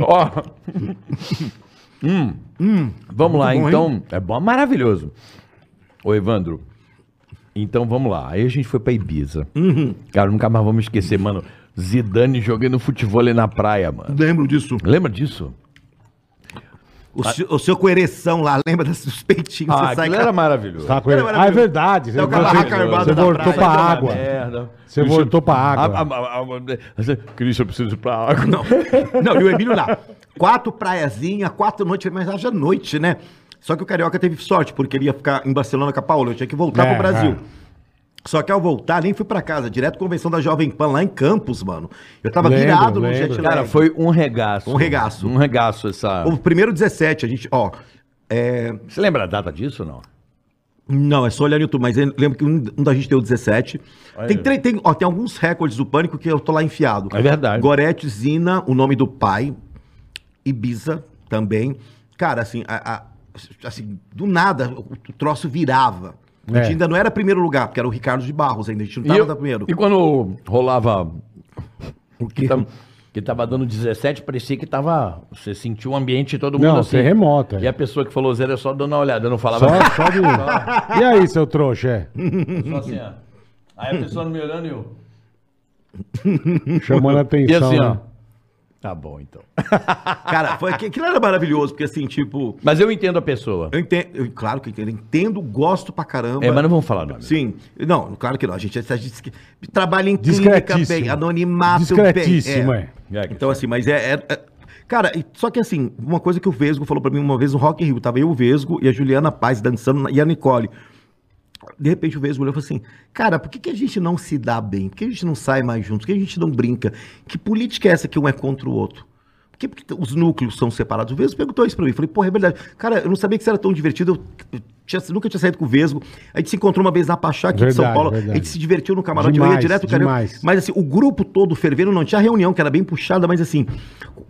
Speaker 3: Ó. Hum. Vamos lá,
Speaker 4: bom, hein?
Speaker 3: então. É bom, maravilhoso. Ô, Evandro. Então vamos lá. Aí a gente foi pra Ibiza.
Speaker 4: Uhum.
Speaker 3: Cara, nunca mais vamos esquecer, mano. Zidane jogando futebol ali na praia, mano.
Speaker 4: Lembro disso.
Speaker 3: Lembra disso?
Speaker 4: O, seu- o seu com ereção lá, lembra dos peitinhos?
Speaker 3: Ah,
Speaker 4: você sai
Speaker 3: aquilo era maravilhoso.
Speaker 2: Tá com ele.
Speaker 4: Era
Speaker 2: Ah, é verdade.
Speaker 3: Tá
Speaker 2: Você,
Speaker 4: É o barraca
Speaker 2: você-
Speaker 4: armada
Speaker 2: você
Speaker 4: da
Speaker 2: voltou
Speaker 4: praia.
Speaker 2: pra
Speaker 3: né,
Speaker 4: Vai tomar
Speaker 2: água.
Speaker 3: Merda.
Speaker 2: Você
Speaker 3: Cristo-
Speaker 2: voltou pra água.
Speaker 3: A- a- a- a- você- Cristo, eu preciso ir pra água.
Speaker 4: Não, não, e o Emílio lá. Quatro praiazinhas, quatro noites, mas haja noite, né? Só que o Carioca teve sorte, porque ele ia ficar em Barcelona com a Paola, eu tinha que voltar
Speaker 2: É,
Speaker 4: pro Brasil.
Speaker 2: é.
Speaker 4: Só que ao voltar, nem fui pra casa, direto convenção da Jovem Pan lá em Campos, mano. Eu tava
Speaker 2: Lembro,
Speaker 4: virado no
Speaker 2: lembro.
Speaker 4: jet lag.
Speaker 3: Cara, foi um regaço.
Speaker 4: Um regaço.
Speaker 3: Um regaço essa.
Speaker 4: O primeiro 17, a gente, ó. é,
Speaker 3: Você lembra a data disso ou não?
Speaker 4: Não, é só olhar no YouTube, mas eu lembro que um, um da gente tem o 17. Tem, tre- tem, ó, tem alguns recordes do Pânico que eu tô lá enfiado.
Speaker 3: É verdade.
Speaker 4: Gorete, Zina, o nome do pai, Ibiza também. Cara, assim, a- a- assim do nada o, o troço virava. A
Speaker 2: É.
Speaker 4: gente ainda não era primeiro lugar, porque era o Ricardo de Barros ainda, a gente não
Speaker 3: E,
Speaker 4: tava
Speaker 3: eu-
Speaker 4: da primeiro.
Speaker 3: e quando rolava. O que,
Speaker 2: Então,
Speaker 3: tam- que tava dando 17, parecia que tava. Você sentiu o ambiente todo mundo
Speaker 2: Não,
Speaker 3: assim.
Speaker 2: terremoto, é.
Speaker 3: E a pessoa que falou zero é só dando uma olhada, eu não falava
Speaker 2: Só,
Speaker 3: nada.
Speaker 2: só de... E aí, seu trouxa?
Speaker 3: Só assim, ó. Aí a pessoa me olhando e eu.
Speaker 2: É, chamando a atenção.
Speaker 3: E assim, ó.
Speaker 2: né?
Speaker 3: Tá bom, então.
Speaker 4: Cara, foi, aqu- aquilo era maravilhoso, porque assim, tipo,
Speaker 3: Mas eu entendo a pessoa.
Speaker 4: eu entendo, eu- claro que eu entendo, eu entendo, gosto pra caramba.
Speaker 3: É, mas não vamos falar nome.
Speaker 4: Sim, não, claro que não. A gente, a gente trabalha em clínica
Speaker 2: Discretíssimo.
Speaker 4: bem, anonimato
Speaker 2: Discretíssimo,
Speaker 4: bem.
Speaker 2: é.
Speaker 3: É, que-
Speaker 4: Então, assim, mas é. é- é- Cara, e- só que assim, uma coisa que o Vesgo falou pra mim uma vez no Rock in Rio, tava eu, o Vesgo e a Juliana Paz dançando na- e a Nicole. De repente o Vesgo olhou e falou assim: Cara, por que, que a gente não se dá bem? Por que a gente não sai mais junto? Por que a gente não brinca? Que política é essa que um é contra o outro? Por que, porque os núcleos são separados? O Vesgo perguntou isso pra mim. Eu Falei, porra, é verdade. Cara, eu não sabia que isso era tão divertido. Eu, eu tinha- nunca tinha saído com o Vesgo. A gente se encontrou uma vez na Pachá, aqui de São
Speaker 2: Verdade,
Speaker 4: Paulo. A
Speaker 2: verdade.
Speaker 4: gente se divertiu no camarote. eu ia
Speaker 2: Demais,
Speaker 4: direto, cara.
Speaker 2: demais.
Speaker 4: Mas assim, o grupo todo fervendo, não tinha reunião, que era bem puxada, mas assim,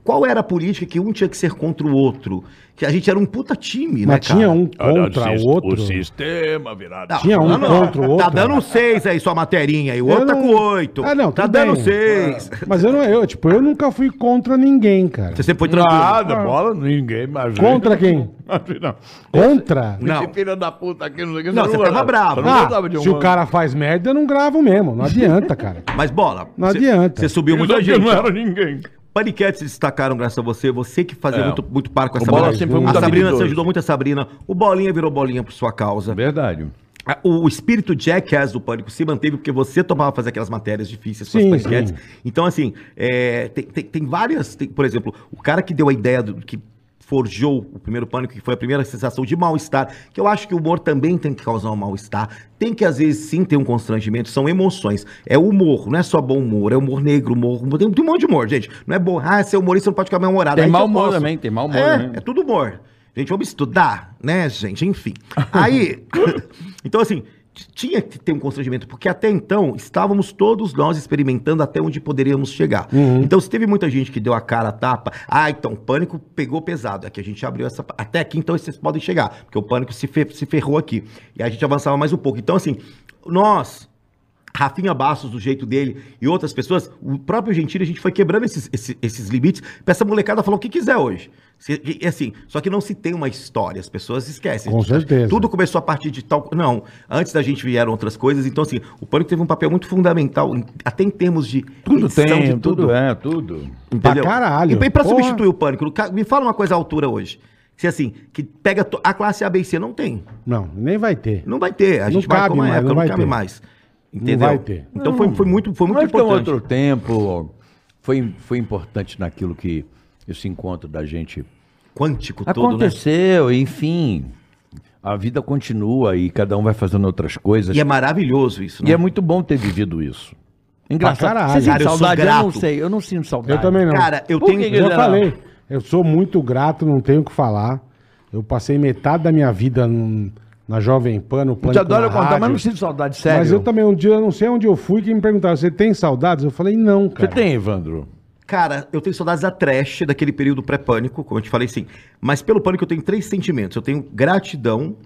Speaker 4: qual era a política que um tinha que ser contra o outro? Que a gente era um puta time, né,
Speaker 2: Mas tinha um
Speaker 3: Olha,
Speaker 2: contra
Speaker 3: sis-
Speaker 2: o outro.
Speaker 3: sistema virado.
Speaker 4: Não,
Speaker 2: tinha um
Speaker 4: não, não.
Speaker 2: contra o outro. né?
Speaker 4: Tá dando um seis aí, sua materinha aí. O
Speaker 2: Eu
Speaker 4: outro tá
Speaker 2: não-
Speaker 4: com oito.
Speaker 2: Ah, não,
Speaker 4: Tá
Speaker 2: tudo
Speaker 4: dando
Speaker 2: bem.
Speaker 4: seis.
Speaker 2: Mas eu não, eu, tipo, eu nunca fui contra ninguém, cara.
Speaker 4: Você sempre foi tranquilo.
Speaker 3: Nada, bola, ninguém imagina.
Speaker 2: Contra quem?
Speaker 3: Imagina.
Speaker 2: Contra?
Speaker 4: Não.
Speaker 3: Esse filho da puta aqui, não sei o que.
Speaker 4: Não, você tava
Speaker 3: gostava.
Speaker 4: bravo.
Speaker 3: Você não gostava
Speaker 2: Ah,
Speaker 3: de um
Speaker 2: se o
Speaker 3: ano.
Speaker 2: cara faz merda, eu não gravo mesmo. Não adianta, cara.
Speaker 4: Mas bola.
Speaker 2: Não
Speaker 4: você-
Speaker 2: adianta.
Speaker 4: Você subiu
Speaker 3: Isso
Speaker 4: muita
Speaker 3: aqui
Speaker 4: gente.
Speaker 3: Não era ninguém.
Speaker 4: Paniquete se destacaram graças a você. Você que fazia
Speaker 3: É.
Speaker 4: muito, muito par com a
Speaker 3: O Bola
Speaker 4: Sabrina.
Speaker 3: sempre foi muito
Speaker 4: a Sabrina,
Speaker 3: habilidoso.
Speaker 4: você ajudou muito a Sabrina. O Bolinha virou bolinha por sua causa.
Speaker 3: É Verdade.
Speaker 4: A- O espírito jackass do Pânico se manteve porque você tomava fazer aquelas matérias difíceis com as
Speaker 2: Sim,
Speaker 4: paniquetes.
Speaker 2: sim.
Speaker 4: Então, assim, é, tem, tem- tem várias. tem- por exemplo, o cara que deu a ideia do que forjou o primeiro pânico, que foi a primeira sensação de mal-estar, que eu acho que o humor também tem que causar um mal-estar, tem que às vezes sim ter um constrangimento, são emoções, é humor, não é só bom humor, é humor negro, humor, humor- tem um monte de humor, gente, não é bom, ah, ser humorista não pode ficar mal-humorado.
Speaker 3: Tem
Speaker 4: Aí que eu
Speaker 3: mau humor
Speaker 4: posso.
Speaker 3: também, tem mau humor
Speaker 4: É,
Speaker 2: né?
Speaker 3: também.
Speaker 4: é tudo humor. Gente, vamos estudar, né, gente? Enfim. Aí, então assim, t- tinha que ter um constrangimento, porque até então estávamos todos nós experimentando até onde poderíamos chegar. Então, se teve muita gente que deu a cara a tapa, ah, então o pânico pegou pesado. Aqui a gente abriu essa. Até aqui, então vocês podem chegar, porque o pânico se, fe- se ferrou aqui. E a gente avançava mais um pouco. Então, assim, nós. Rafinha Bastos, do jeito dele, e outras pessoas, o próprio Gentili, a gente foi quebrando esses, esses, esses limites pra essa molecada falar o que quiser hoje. Se- e, assim, só que não se tem uma história, as pessoas esquecem.
Speaker 2: Com certeza.
Speaker 4: Tudo começou a partir de tal. Não, antes da gente vieram outras coisas, então assim, o Pânico teve um papel muito fundamental, em- até em termos de.
Speaker 3: Tudo
Speaker 4: edição
Speaker 3: tem,
Speaker 4: de
Speaker 3: tudo. é, tudo.
Speaker 2: Pra
Speaker 4: Entendeu?
Speaker 2: caralho.
Speaker 4: E, e pra
Speaker 2: Porra.
Speaker 4: substituir o Pânico, Ca- me fala uma coisa à altura hoje. Se assim, que pega to- a classe A, B e C, não tem.
Speaker 2: Não, nem vai ter.
Speaker 4: Não vai ter. A
Speaker 2: Não
Speaker 4: gente
Speaker 2: cabe
Speaker 4: marcou uma
Speaker 2: mais,
Speaker 4: época,
Speaker 2: não
Speaker 4: não,
Speaker 2: vai
Speaker 4: cabe
Speaker 2: ter.
Speaker 4: mais.
Speaker 2: Não
Speaker 4: Entendeu?
Speaker 2: vai ter.
Speaker 4: Então foi, foi muito, foi muito
Speaker 3: Mas tem um
Speaker 4: importante.
Speaker 3: outro tempo. Foi, foi importante naquilo que esse encontro da gente
Speaker 4: Quântico todo, né?
Speaker 3: aconteceu, enfim. A vida continua e cada um vai fazendo outras coisas.
Speaker 4: E é maravilhoso isso,
Speaker 3: E
Speaker 4: né?
Speaker 3: é muito bom ter vivido isso. Engraçado.
Speaker 2: Pra caralho.
Speaker 3: Você sente
Speaker 4: Cara, eu sou
Speaker 3: saudade? Eu, não
Speaker 4: grato.
Speaker 3: sei, eu não sinto saudade.
Speaker 2: Eu também não.
Speaker 4: Cara, eu
Speaker 3: Por
Speaker 4: tenho.
Speaker 3: que que
Speaker 2: Eu
Speaker 3: Ele
Speaker 2: já
Speaker 3: era-
Speaker 2: falei, eu sou muito grato, não tenho o que falar. Eu passei metade da minha vida num- na Jovem Pan, no
Speaker 3: Eu
Speaker 2: Pânico
Speaker 3: te adoro
Speaker 2: na
Speaker 3: contar,
Speaker 2: rádio.
Speaker 3: mas não sinto saudade, sério.
Speaker 2: Mas eu também, um dia, eu não sei onde eu fui, que me perguntaram, você tem saudades? Eu falei, não,
Speaker 3: Você
Speaker 2: cara.
Speaker 3: tem, Evandro?
Speaker 4: Cara, eu tenho saudades da trash, daquele período pré-pânico, como eu te falei sim. Mas pelo pânico eu tenho três sentimentos. Eu tenho gratidão,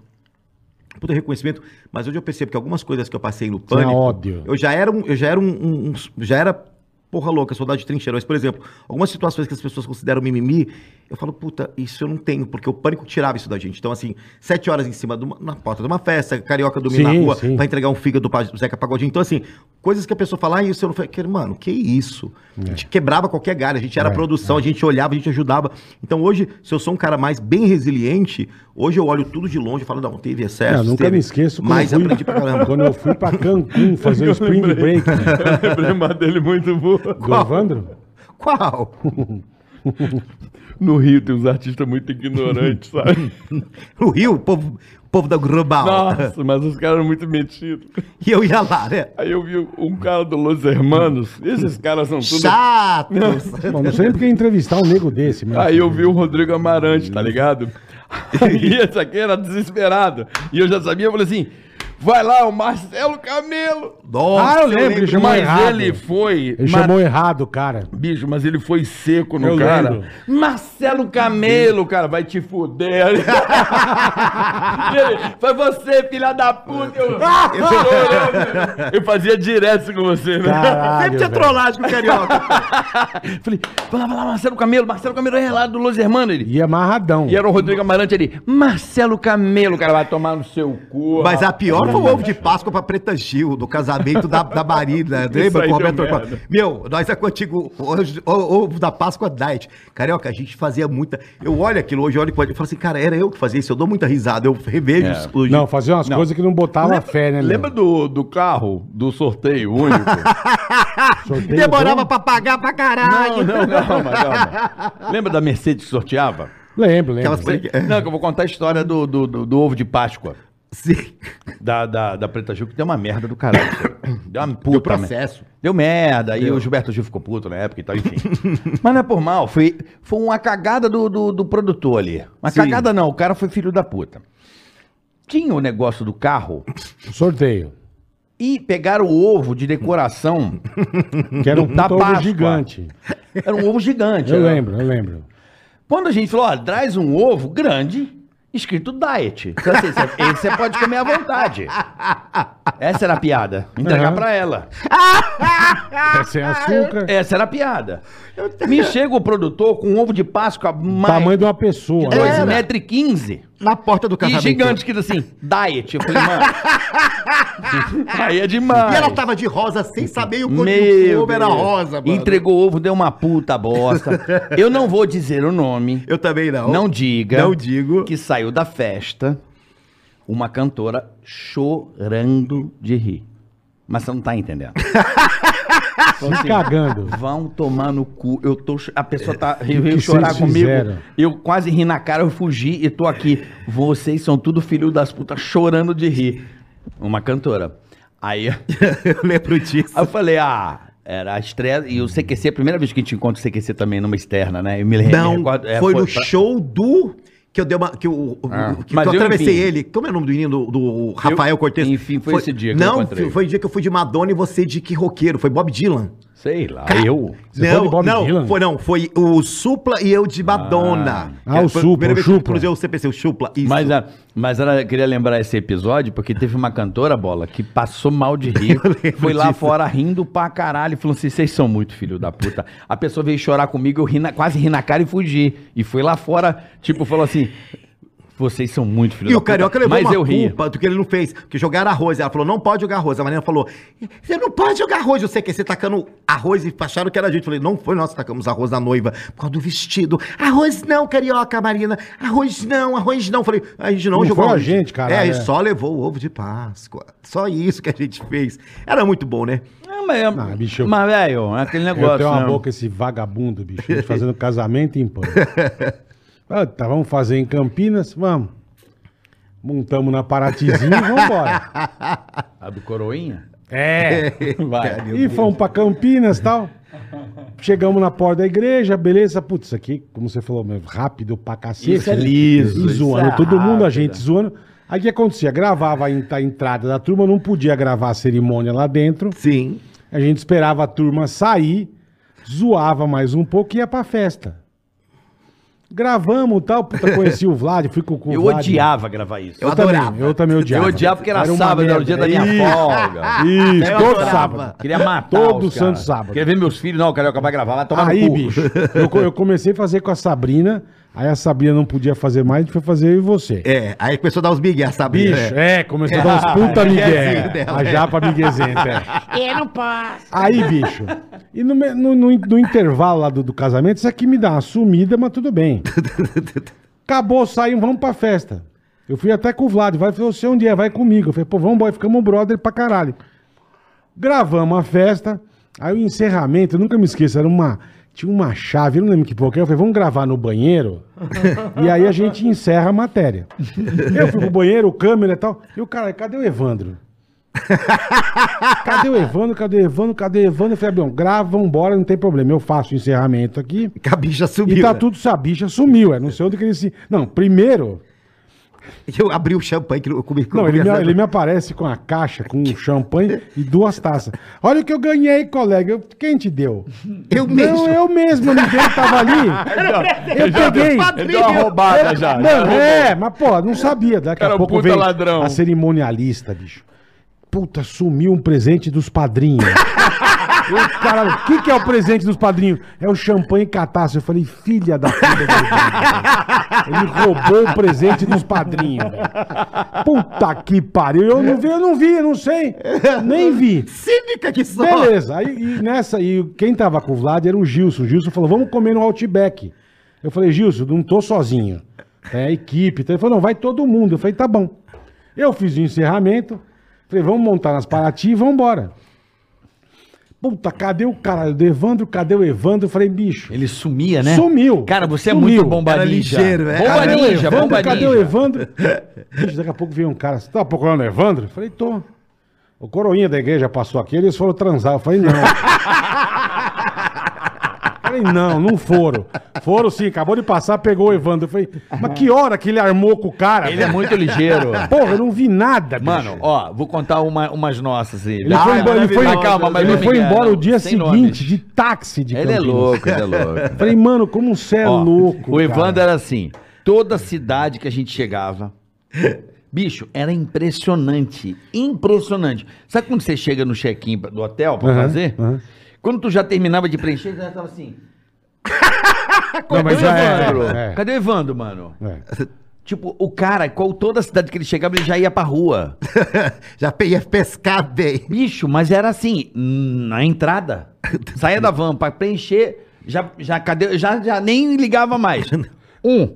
Speaker 4: puta reconhecimento, mas hoje eu percebo que algumas coisas que eu passei
Speaker 3: é
Speaker 4: no pânico.
Speaker 2: ódio.
Speaker 4: Eu já era um. Eu já era um. um- um- já era porra louca, saudade de trincheira. Mas, por exemplo, algumas situações que as pessoas consideram mimimi. Eu falo, puta, isso eu não tenho, porque o pânico tirava isso da gente. Então, assim, sete horas em cima, de uma- na porta de uma festa, carioca dormindo na
Speaker 2: Sim,
Speaker 4: rua
Speaker 2: sim.
Speaker 4: pra entregar um fígado pra Zeca Pagodinho. Então, assim, coisas que a pessoa fala, ah, isso eu não falei, mano, que isso? A gente quebrava qualquer galho, a gente era
Speaker 2: É,
Speaker 4: produção, a gente olhava, a gente ajudava. Então, hoje, se eu sou um cara mais bem resiliente, hoje eu olho tudo de longe e falo, não, teve excesso.
Speaker 2: É, Eu nunca
Speaker 4: teve,
Speaker 2: me esqueço quando,
Speaker 4: Mas
Speaker 2: eu fui,
Speaker 4: aprendi pra caramba.
Speaker 2: quando eu fui pra Cancún fazer o Spring Break do
Speaker 3: Lembrar dele muito boa.
Speaker 2: Evandro.
Speaker 4: Qual?
Speaker 3: No Rio tem uns artistas muito ignorantes, sabe?
Speaker 4: O Rio, o povo, o povo da global.
Speaker 3: Nossa, mas os caras eram muito metidos.
Speaker 4: E eu ia lá, né?
Speaker 3: Aí eu vi um cara do Los Hermanos. Esses caras são tudo.
Speaker 4: Chatos.
Speaker 2: Bom, não sei nem porque entrevistar um nego desse, mas.
Speaker 3: Aí eu vi o Rodrigo Amarante, tá ligado? E esse aqui era desesperado. E eu já sabia, eu falei assim: vai lá, o Marcelo Camelo.
Speaker 4: Nossa,
Speaker 2: Ah, eu lembro, ele chamou
Speaker 3: mas
Speaker 2: errado.
Speaker 3: ele foi.
Speaker 2: Ele
Speaker 3: ma-
Speaker 2: chamou errado, cara.
Speaker 3: Bicho, mas ele foi seco no
Speaker 2: Eu
Speaker 3: cara.
Speaker 2: lembro.
Speaker 3: Marcelo Camelo, cara, vai te fuder. E ele, foi você, filha da puta. Eu, eu, eu fazia direto com você, né?
Speaker 4: Sempre
Speaker 2: Caralho,
Speaker 4: tinha
Speaker 2: velho.
Speaker 4: trollagem com o carioca.
Speaker 3: Falei, vai lá, vai lá, Marcelo Camelo, Marcelo Camelo é lá do Los Hermanos. Ele.
Speaker 2: E é amarradão.
Speaker 3: E é era o Rodrigo Amarante ali, Marcelo Camelo, cara, vai tomar no seu cu.
Speaker 4: Mas a pior foi o ovo de Páscoa pra Preta Gil, do casamento da, da Marina. Lembra
Speaker 3: aí
Speaker 4: com o
Speaker 3: deu
Speaker 4: Roberto
Speaker 3: merda.
Speaker 4: Orcola? Meu, nós é contigo hoje, o- o- ovo da Páscoua Diet. Carioca, a gente fazia muita. Eu olho aquilo hoje, eu olho e falo assim, cara, era eu que fazia isso, eu dou muita risada, eu revejo
Speaker 3: É.
Speaker 4: os- os.
Speaker 2: Não, fazia umas
Speaker 3: Não.
Speaker 2: coisas que não botava fé, né, meu?
Speaker 3: Lembra do, do carro, do sorteio único?
Speaker 2: Sorteio
Speaker 4: Demorava
Speaker 2: bom?
Speaker 4: pra pagar pra
Speaker 3: não,
Speaker 4: caralho.
Speaker 3: não, calma, calma. Lembra da Mercedes que sorteava?
Speaker 2: Lembro, lembro.
Speaker 4: Aquelas pre-
Speaker 3: Não, que eu vou contar a história do, do, do- do ovo de Páscoa.
Speaker 4: Sim.
Speaker 3: Da, da, da Preta Gil, que deu uma merda do caralho. Deu uma puta
Speaker 4: Deu
Speaker 3: merda.
Speaker 4: processo.
Speaker 3: Deu merda, aí o Gilberto Gil ficou puto na época e tal, enfim. Mas não é por mal, foi, foi uma cagada do, do, do produtor ali. Uma
Speaker 4: Sim.
Speaker 3: cagada não, o cara foi filho da puta. Tinha o negócio do carro
Speaker 2: Sorteio.
Speaker 3: e pegaram o ovo de decoração.
Speaker 2: Que era um
Speaker 3: Hum. Da
Speaker 2: puta ovo
Speaker 3: Páscoa.
Speaker 2: gigante.
Speaker 3: Era um ovo gigante.
Speaker 2: Eu
Speaker 3: era-
Speaker 2: lembro, eu lembro.
Speaker 3: Quando a gente falou, ó, traz um ovo grande, escrito diet. Então, assim, cê- esse você pode comer à vontade. Essa era a piada. Entregar
Speaker 2: Aham.
Speaker 3: pra ela. Ah,
Speaker 2: É sem açúcar,
Speaker 3: Essa era a piada. Me chega o produtor com um ovo de Páscoa mais
Speaker 2: é tamanho de uma pessoa.
Speaker 3: de 2,15
Speaker 2: Era.
Speaker 3: metros e quinze.
Speaker 4: Na porta do
Speaker 3: E
Speaker 4: casamento.
Speaker 3: gigante, escrito assim, diet. Eu falei, mano. aí é demais.
Speaker 4: E ela tava de rosa sem saber e o
Speaker 3: Meu
Speaker 4: ovo era
Speaker 3: Deus.
Speaker 4: rosa, mano.
Speaker 3: Entregou o ovo, deu uma puta bosta. Eu não vou dizer o nome.
Speaker 4: Eu também não.
Speaker 3: Não diga.
Speaker 4: Não digo.
Speaker 3: Que saiu da festa uma cantora chorando de rir. Mas você não tá entendendo. Então,
Speaker 2: Se
Speaker 3: assim,
Speaker 2: tá cagando.
Speaker 3: Vão tomar no cu. Eu tô. ch- A pessoa tá veio
Speaker 2: É, que
Speaker 3: chorar
Speaker 2: vocês
Speaker 3: comigo.
Speaker 2: fizeram?
Speaker 3: Eu quase ri na cara, eu fugi e tô aqui. Vocês são tudo filho das putas chorando de rir. Uma cantora. Aí.
Speaker 4: Eu lembro disso.
Speaker 3: Aí eu falei, ah, era a estreia. E o CQC, a primeira vez que a gente encontra o CQC também numa externa, né? Eu me lembro.
Speaker 4: Não,
Speaker 3: é,
Speaker 4: foi no
Speaker 3: pra-
Speaker 4: show do. Que eu dei uma. Que eu,
Speaker 3: Ah.
Speaker 4: que
Speaker 3: Mas
Speaker 4: eu
Speaker 3: eu,
Speaker 4: atravessei
Speaker 3: enfim.
Speaker 4: ele. Como é o nome do menino do, do Rafael Cortez?
Speaker 3: enfim, foi esse dia que eu
Speaker 4: não,
Speaker 3: encontrei.
Speaker 4: foi o dia que eu fui de Madonna e você de que roqueiro? Foi Bob Dylan.
Speaker 3: Sei lá, É eu.
Speaker 2: Você foi de Bob
Speaker 4: não,
Speaker 2: Dylan?
Speaker 4: foi não, foi o Supla e eu de Madonna.
Speaker 2: Ah, o
Speaker 4: foi
Speaker 2: Supla,
Speaker 4: a primeira
Speaker 2: o
Speaker 4: vez que eu
Speaker 2: Supla.
Speaker 4: cruzei o CPC, o Supla. Isso.
Speaker 3: Mas, a- mas ela eu queria lembrar esse episódio, porque teve uma cantora, bola, que passou mal de rir.
Speaker 4: Eu lembro
Speaker 3: Foi lá
Speaker 4: disso.
Speaker 3: fora rindo pra caralho. Falou assim: vocês são muito filho da puta. A pessoa veio chorar comigo, eu ri na- quase ri na cara e fugi. E foi lá fora, tipo, falou assim: vocês são muito filho
Speaker 4: E
Speaker 3: da
Speaker 4: o Carioca levou
Speaker 3: mas
Speaker 4: uma
Speaker 3: eu ri.
Speaker 4: culpa do que ele não fez. Porque jogaram arroz. Ela falou, não pode jogar arroz. A Marina falou, você não pode jogar arroz. Eu sei que você tá tacando arroz e acharam que era a gente. Eu falei, não foi nós que tacamos arroz na noiva. Por causa do vestido. Arroz não, Carioca, Marina. Arroz não, arroz não. Eu falei, a gente não,
Speaker 2: Não foi
Speaker 4: jogou
Speaker 2: a
Speaker 4: arroz.
Speaker 2: gente, caralho,
Speaker 4: É, a
Speaker 2: é.
Speaker 4: gente só levou o ovo de Páscoa. Só isso que a gente fez. Era muito bom, né?
Speaker 3: Ah, mas,
Speaker 2: Ah, bicho, eu-
Speaker 3: mas, velho, é aquele
Speaker 2: Eu
Speaker 3: negócio.
Speaker 2: tenho uma
Speaker 3: né?
Speaker 2: boca esse vagabundo, bicho. Ele fazendo casamento em pano. Ah, tá, vamos fazer em Campinas? Vamos. Montamos na Paratizinha e vamos embora.
Speaker 3: A do Coroinha?
Speaker 2: É.
Speaker 3: Vai.
Speaker 2: e fomos pra Campinas e tal. Chegamos na porta da igreja, beleza? Putz, isso aqui, como você falou, meu, rápido pra cacete.
Speaker 3: Isso é liso,
Speaker 2: E
Speaker 3: isso
Speaker 2: zoando,
Speaker 3: é
Speaker 2: todo mundo, a
Speaker 3: rápido.
Speaker 2: gente zoando. Aí o que acontecia? Gravava a en- a entrada da turma, não podia gravar a cerimônia lá dentro.
Speaker 4: Sim.
Speaker 2: A gente esperava a turma sair, zoava mais um pouco e ia pra festa. Gravamos e tal. Puta, conheci o Vlad, fui com, com o
Speaker 3: Eu
Speaker 2: Vlad.
Speaker 3: odiava gravar isso.
Speaker 4: Eu
Speaker 2: Eu também,
Speaker 4: adorava.
Speaker 2: eu também
Speaker 3: Eu
Speaker 2: odiava.
Speaker 3: odiava porque era,
Speaker 2: uma
Speaker 3: sábado, era
Speaker 2: merda.
Speaker 3: o dia da minha
Speaker 2: Isso,
Speaker 3: folga.
Speaker 2: Isso,
Speaker 4: Eu
Speaker 2: todo
Speaker 4: adorava.
Speaker 2: sábado.
Speaker 3: Queria matar
Speaker 2: Todo
Speaker 3: os caras.
Speaker 2: santo sábado.
Speaker 3: Queria ver meus filhos. Não, o Carioca vai gravar, vai tomar
Speaker 2: Aí,
Speaker 3: no cu.
Speaker 2: bicho, eu, co- eu comecei a fazer com a Sabrina, aí a Sabrina não podia fazer mais, a gente foi fazer eu e você.
Speaker 4: É, aí começou a dar os big a Sabrina.
Speaker 2: Bicho,
Speaker 4: né?
Speaker 2: é, começou a dar uns puta
Speaker 4: miguezinho
Speaker 2: migué.
Speaker 4: dela,
Speaker 2: A
Speaker 4: é.
Speaker 2: japa miguezenta, é.
Speaker 1: Eu não posso.
Speaker 2: Aí, bicho, e no, me- no- no in- no intervalo lá do, do casamento, isso aqui me dá uma sumida, mas tudo bem. Acabou, saímos, vamos pra festa. Eu fui até com o Vlad, vai, falou, você um dia, vai comigo. Eu falei, pô, vamos, boy, ficamos brother pra caralho. Gravamos a festa, aí o encerramento, eu nunca me esqueço, era uma. Tinha uma chave, eu não lembro que porquê. Eu falei, vamos gravar no banheiro? e aí a gente encerra a matéria. Eu fui pro banheiro, câmera e tal. E o cara, cadê o Evandro? Cadê o Evandro? Cadê o Evandro? Cadê o Evandro? Eu falei, Abião, grava, vambora, não tem problema. Eu faço o encerramento aqui.
Speaker 4: Que a bicha subiu.
Speaker 2: E tá
Speaker 4: né?
Speaker 2: tudo, essa bicha sumiu, é. Não sei onde que ele se. Não, primeiro.
Speaker 4: Eu abri o champanhe que eu comi
Speaker 2: Não, ele
Speaker 4: é
Speaker 2: me, ele me aparece com a caixa, com um champanhe e duas taças. Olha o que eu ganhei, colega. Eu- Quem te deu?
Speaker 4: Eu mesmo.
Speaker 2: Não, eu mesmo, ninguém tava ali. Eu peguei.
Speaker 3: Ele deu uma roubada já. né?
Speaker 2: Mano, é, mas pô, não sabia. Daqui
Speaker 3: Cara,
Speaker 2: a
Speaker 3: um
Speaker 2: pouco
Speaker 3: puta
Speaker 2: veio
Speaker 3: ladrão.
Speaker 2: a cerimonialista, bicho. Puta, sumiu um presente dos padrinhos. Eu, caralho, o que, que é o presente dos padrinhos? É o champanhe catástrofe. Eu falei, filha da puta. do- Ele roubou o presente dos padrinhos. velho. Puta que pariu. Eu não vi, eu não vi, eu não sei. Nem vi.
Speaker 4: Cínica que só.
Speaker 2: Beleza. Aí e nessa, e quem tava com o Vlad era o Gilson. O Gilson falou: vamos comer no Outback. Eu falei, Gilson, não tô sozinho. É a equipe. Então, ele falou, não, vai todo mundo. Eu falei, tá bom. Eu fiz o encerramento. Falei, vamos montar nas Paraty e vamos embora. Puta, cadê o caralho do Evandro? Cadê o Evandro? Eu falei, bicho.
Speaker 3: Ele sumia, né?
Speaker 2: Sumiu.
Speaker 3: Cara, você
Speaker 2: Sumiu. né?
Speaker 3: é muito bomba
Speaker 4: Era
Speaker 3: ninja.
Speaker 4: ligeiro, é.
Speaker 3: Bomba
Speaker 2: Cadê o
Speaker 3: ninja,
Speaker 2: Evandro?
Speaker 3: bomba
Speaker 2: Cadê
Speaker 3: ninja.
Speaker 2: o Evandro? Bicho, daqui a pouco veio um cara. Você tá procurando o Evandro? Eu falei, tô. O coroinha da igreja passou aqui, eles foram transar. Eu falei, não. Eu falei, não, não foram. Foram sim, acabou de passar, pegou o Evandro. Eu falei, mas que hora que ele armou com o cara?
Speaker 3: Ele é muito ligeiro.
Speaker 2: Porra, eu não vi nada, bicho.
Speaker 3: Mano, ó, vou contar uma- umas nossas aí.
Speaker 2: Ele foi embora, ele foi,
Speaker 3: Mas calma, mas
Speaker 2: ele
Speaker 3: não
Speaker 2: foi
Speaker 3: me engana,
Speaker 2: embora o dia
Speaker 3: sem
Speaker 2: seguinte
Speaker 3: nomes.
Speaker 2: de táxi de
Speaker 3: Ele é
Speaker 2: Campinas.
Speaker 3: louco, ele é louco.
Speaker 2: Falei, mano, como você é
Speaker 3: Ó,
Speaker 2: louco.
Speaker 3: O
Speaker 2: cara.
Speaker 3: Evandro era assim: toda cidade que a gente chegava. Bicho, era impressionante. Impressionante. Sabe quando você chega no check-in do hotel pra
Speaker 2: Aham,
Speaker 3: fazer?
Speaker 2: aham.
Speaker 3: Quando tu já terminava de preencher, já tava assim.
Speaker 2: Não, mas
Speaker 3: Cadê o
Speaker 2: já é,
Speaker 3: Tá Evandro?
Speaker 2: é.
Speaker 3: Cadê o Evandro, mano?
Speaker 2: É.
Speaker 3: Tipo, o cara, qual toda cidade que ele chegava, ele já ia pra rua.
Speaker 4: Já pe- ia pescar bem.
Speaker 3: Bicho, mas era assim, na entrada. Saía da van pra preencher, já, já, cadê, já, já nem ligava mais. Um.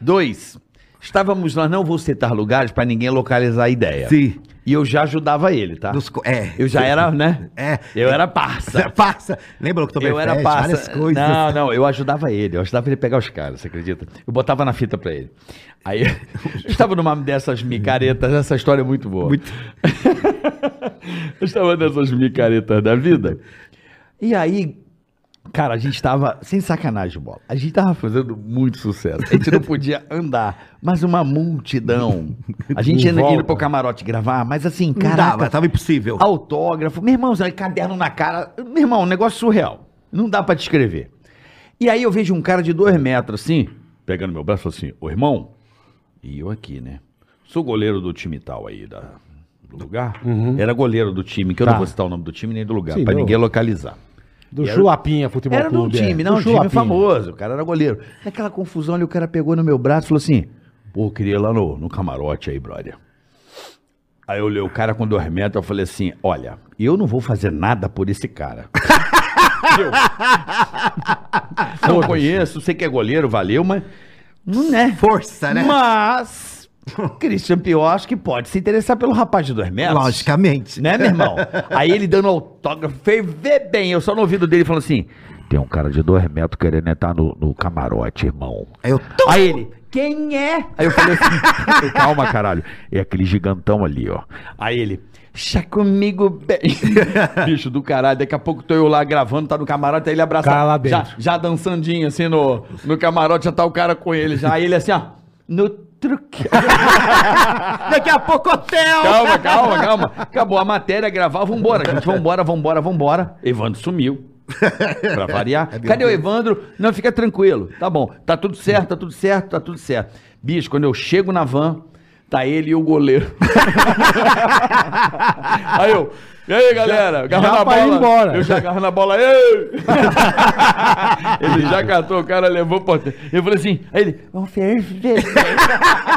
Speaker 3: Dois. Estávamos nós, não vou citar lugares pra ninguém localizar a ideia.
Speaker 4: Sim.
Speaker 3: E eu já ajudava ele, tá?
Speaker 4: Nos co- é.
Speaker 3: Eu já era, né?
Speaker 4: É.
Speaker 3: Eu era parça.
Speaker 4: Passa. Lembra o que
Speaker 3: Eu era
Speaker 4: várias
Speaker 3: parça.
Speaker 4: coisas.
Speaker 3: Não, não, eu ajudava ele. Eu ajudava ele a pegar os caras, você acredita? Eu botava na fita pra ele. Aí, eu estava numa dessas micaretas, essa história é muito boa.
Speaker 4: Muito-
Speaker 3: eu estava nessas micaretas da vida. E aí, cara, a gente tava, sem sacanagem, bola, a gente tava fazendo muito sucesso. A gente não podia andar, mas uma multidão. A gente
Speaker 2: Em
Speaker 3: ia indo
Speaker 2: volta.
Speaker 3: pro camarote gravar, mas assim,
Speaker 4: Não
Speaker 3: caraca,
Speaker 4: dava, tava impossível.
Speaker 3: autógrafo. Meu irmão, sabe, caderno na cara. Meu irmão, um negócio surreal. Não dá pra descrever. E aí eu vejo um cara de dois metros, assim, pegando meu braço, assim, ô irmão, e eu aqui, né? Sou goleiro do time tal aí, da, do lugar. Era goleiro do time, que eu
Speaker 2: Uhum. Tá.
Speaker 3: não vou citar o nome do time nem do lugar,
Speaker 2: Sim,
Speaker 3: pra
Speaker 2: não.
Speaker 3: ninguém localizar.
Speaker 2: Do
Speaker 3: Era-
Speaker 2: Chulapinha Futebol
Speaker 3: Era num
Speaker 2: Clube. é.
Speaker 3: time,
Speaker 2: Do
Speaker 3: não, um time
Speaker 2: Chulapinha.
Speaker 3: famoso. O cara era goleiro. Naquela confusão ali, o cara pegou no meu braço e falou assim: pô, eu queria ir lá no, no camarote aí, brother. Aí eu olhei o cara com dois metros, eu falei assim: olha, eu não vou fazer nada por esse cara. Eu não conheço, sei que é goleiro, valeu, mas. Não é.
Speaker 4: Força, né?
Speaker 3: Mas. Christian Pio, acho que pode se interessar pelo rapaz de dois metros.
Speaker 4: Logicamente.
Speaker 3: Né, meu irmão? Aí ele dando autógrafo, fez ver bem. Eu só no ouvido dele falando assim: tem um cara de dois metros querendo entrar no, no camarote, irmão.
Speaker 4: Aí eu tô...
Speaker 3: Aí ele, quem é? Aí eu falei assim: eu, calma, caralho. É aquele gigantão ali, ó. Aí ele. Chá comigo bem. Bicho do caralho, daqui a pouco tô eu lá gravando, tá no camarote, aí ele abraça.
Speaker 2: Cara lá dentro.
Speaker 3: Já, já dançandinho, assim, no, no camarote, já tá o cara com ele. Já aí ele assim, ó. No truque.
Speaker 4: Daqui a pouco hotel!
Speaker 3: Calma, calma, calma. Acabou a matéria, gravar, vambora, gente, vambora, vambora, vambora. Evandro sumiu. Pra variar. Cadê o Evandro? Não, fica tranquilo. Tá bom. Tá tudo certo, tá tudo certo, tá tudo certo. Bicho, quando eu chego na van, tá ele e o goleiro. aí eu. E aí, galera? Agarra
Speaker 2: já
Speaker 3: na
Speaker 2: pra ir
Speaker 3: bola.
Speaker 2: embora.
Speaker 3: Eu já agarro na bola. Ei! ele já catou, o cara levou pra... Eu falei assim, aí ele... Vamos ver...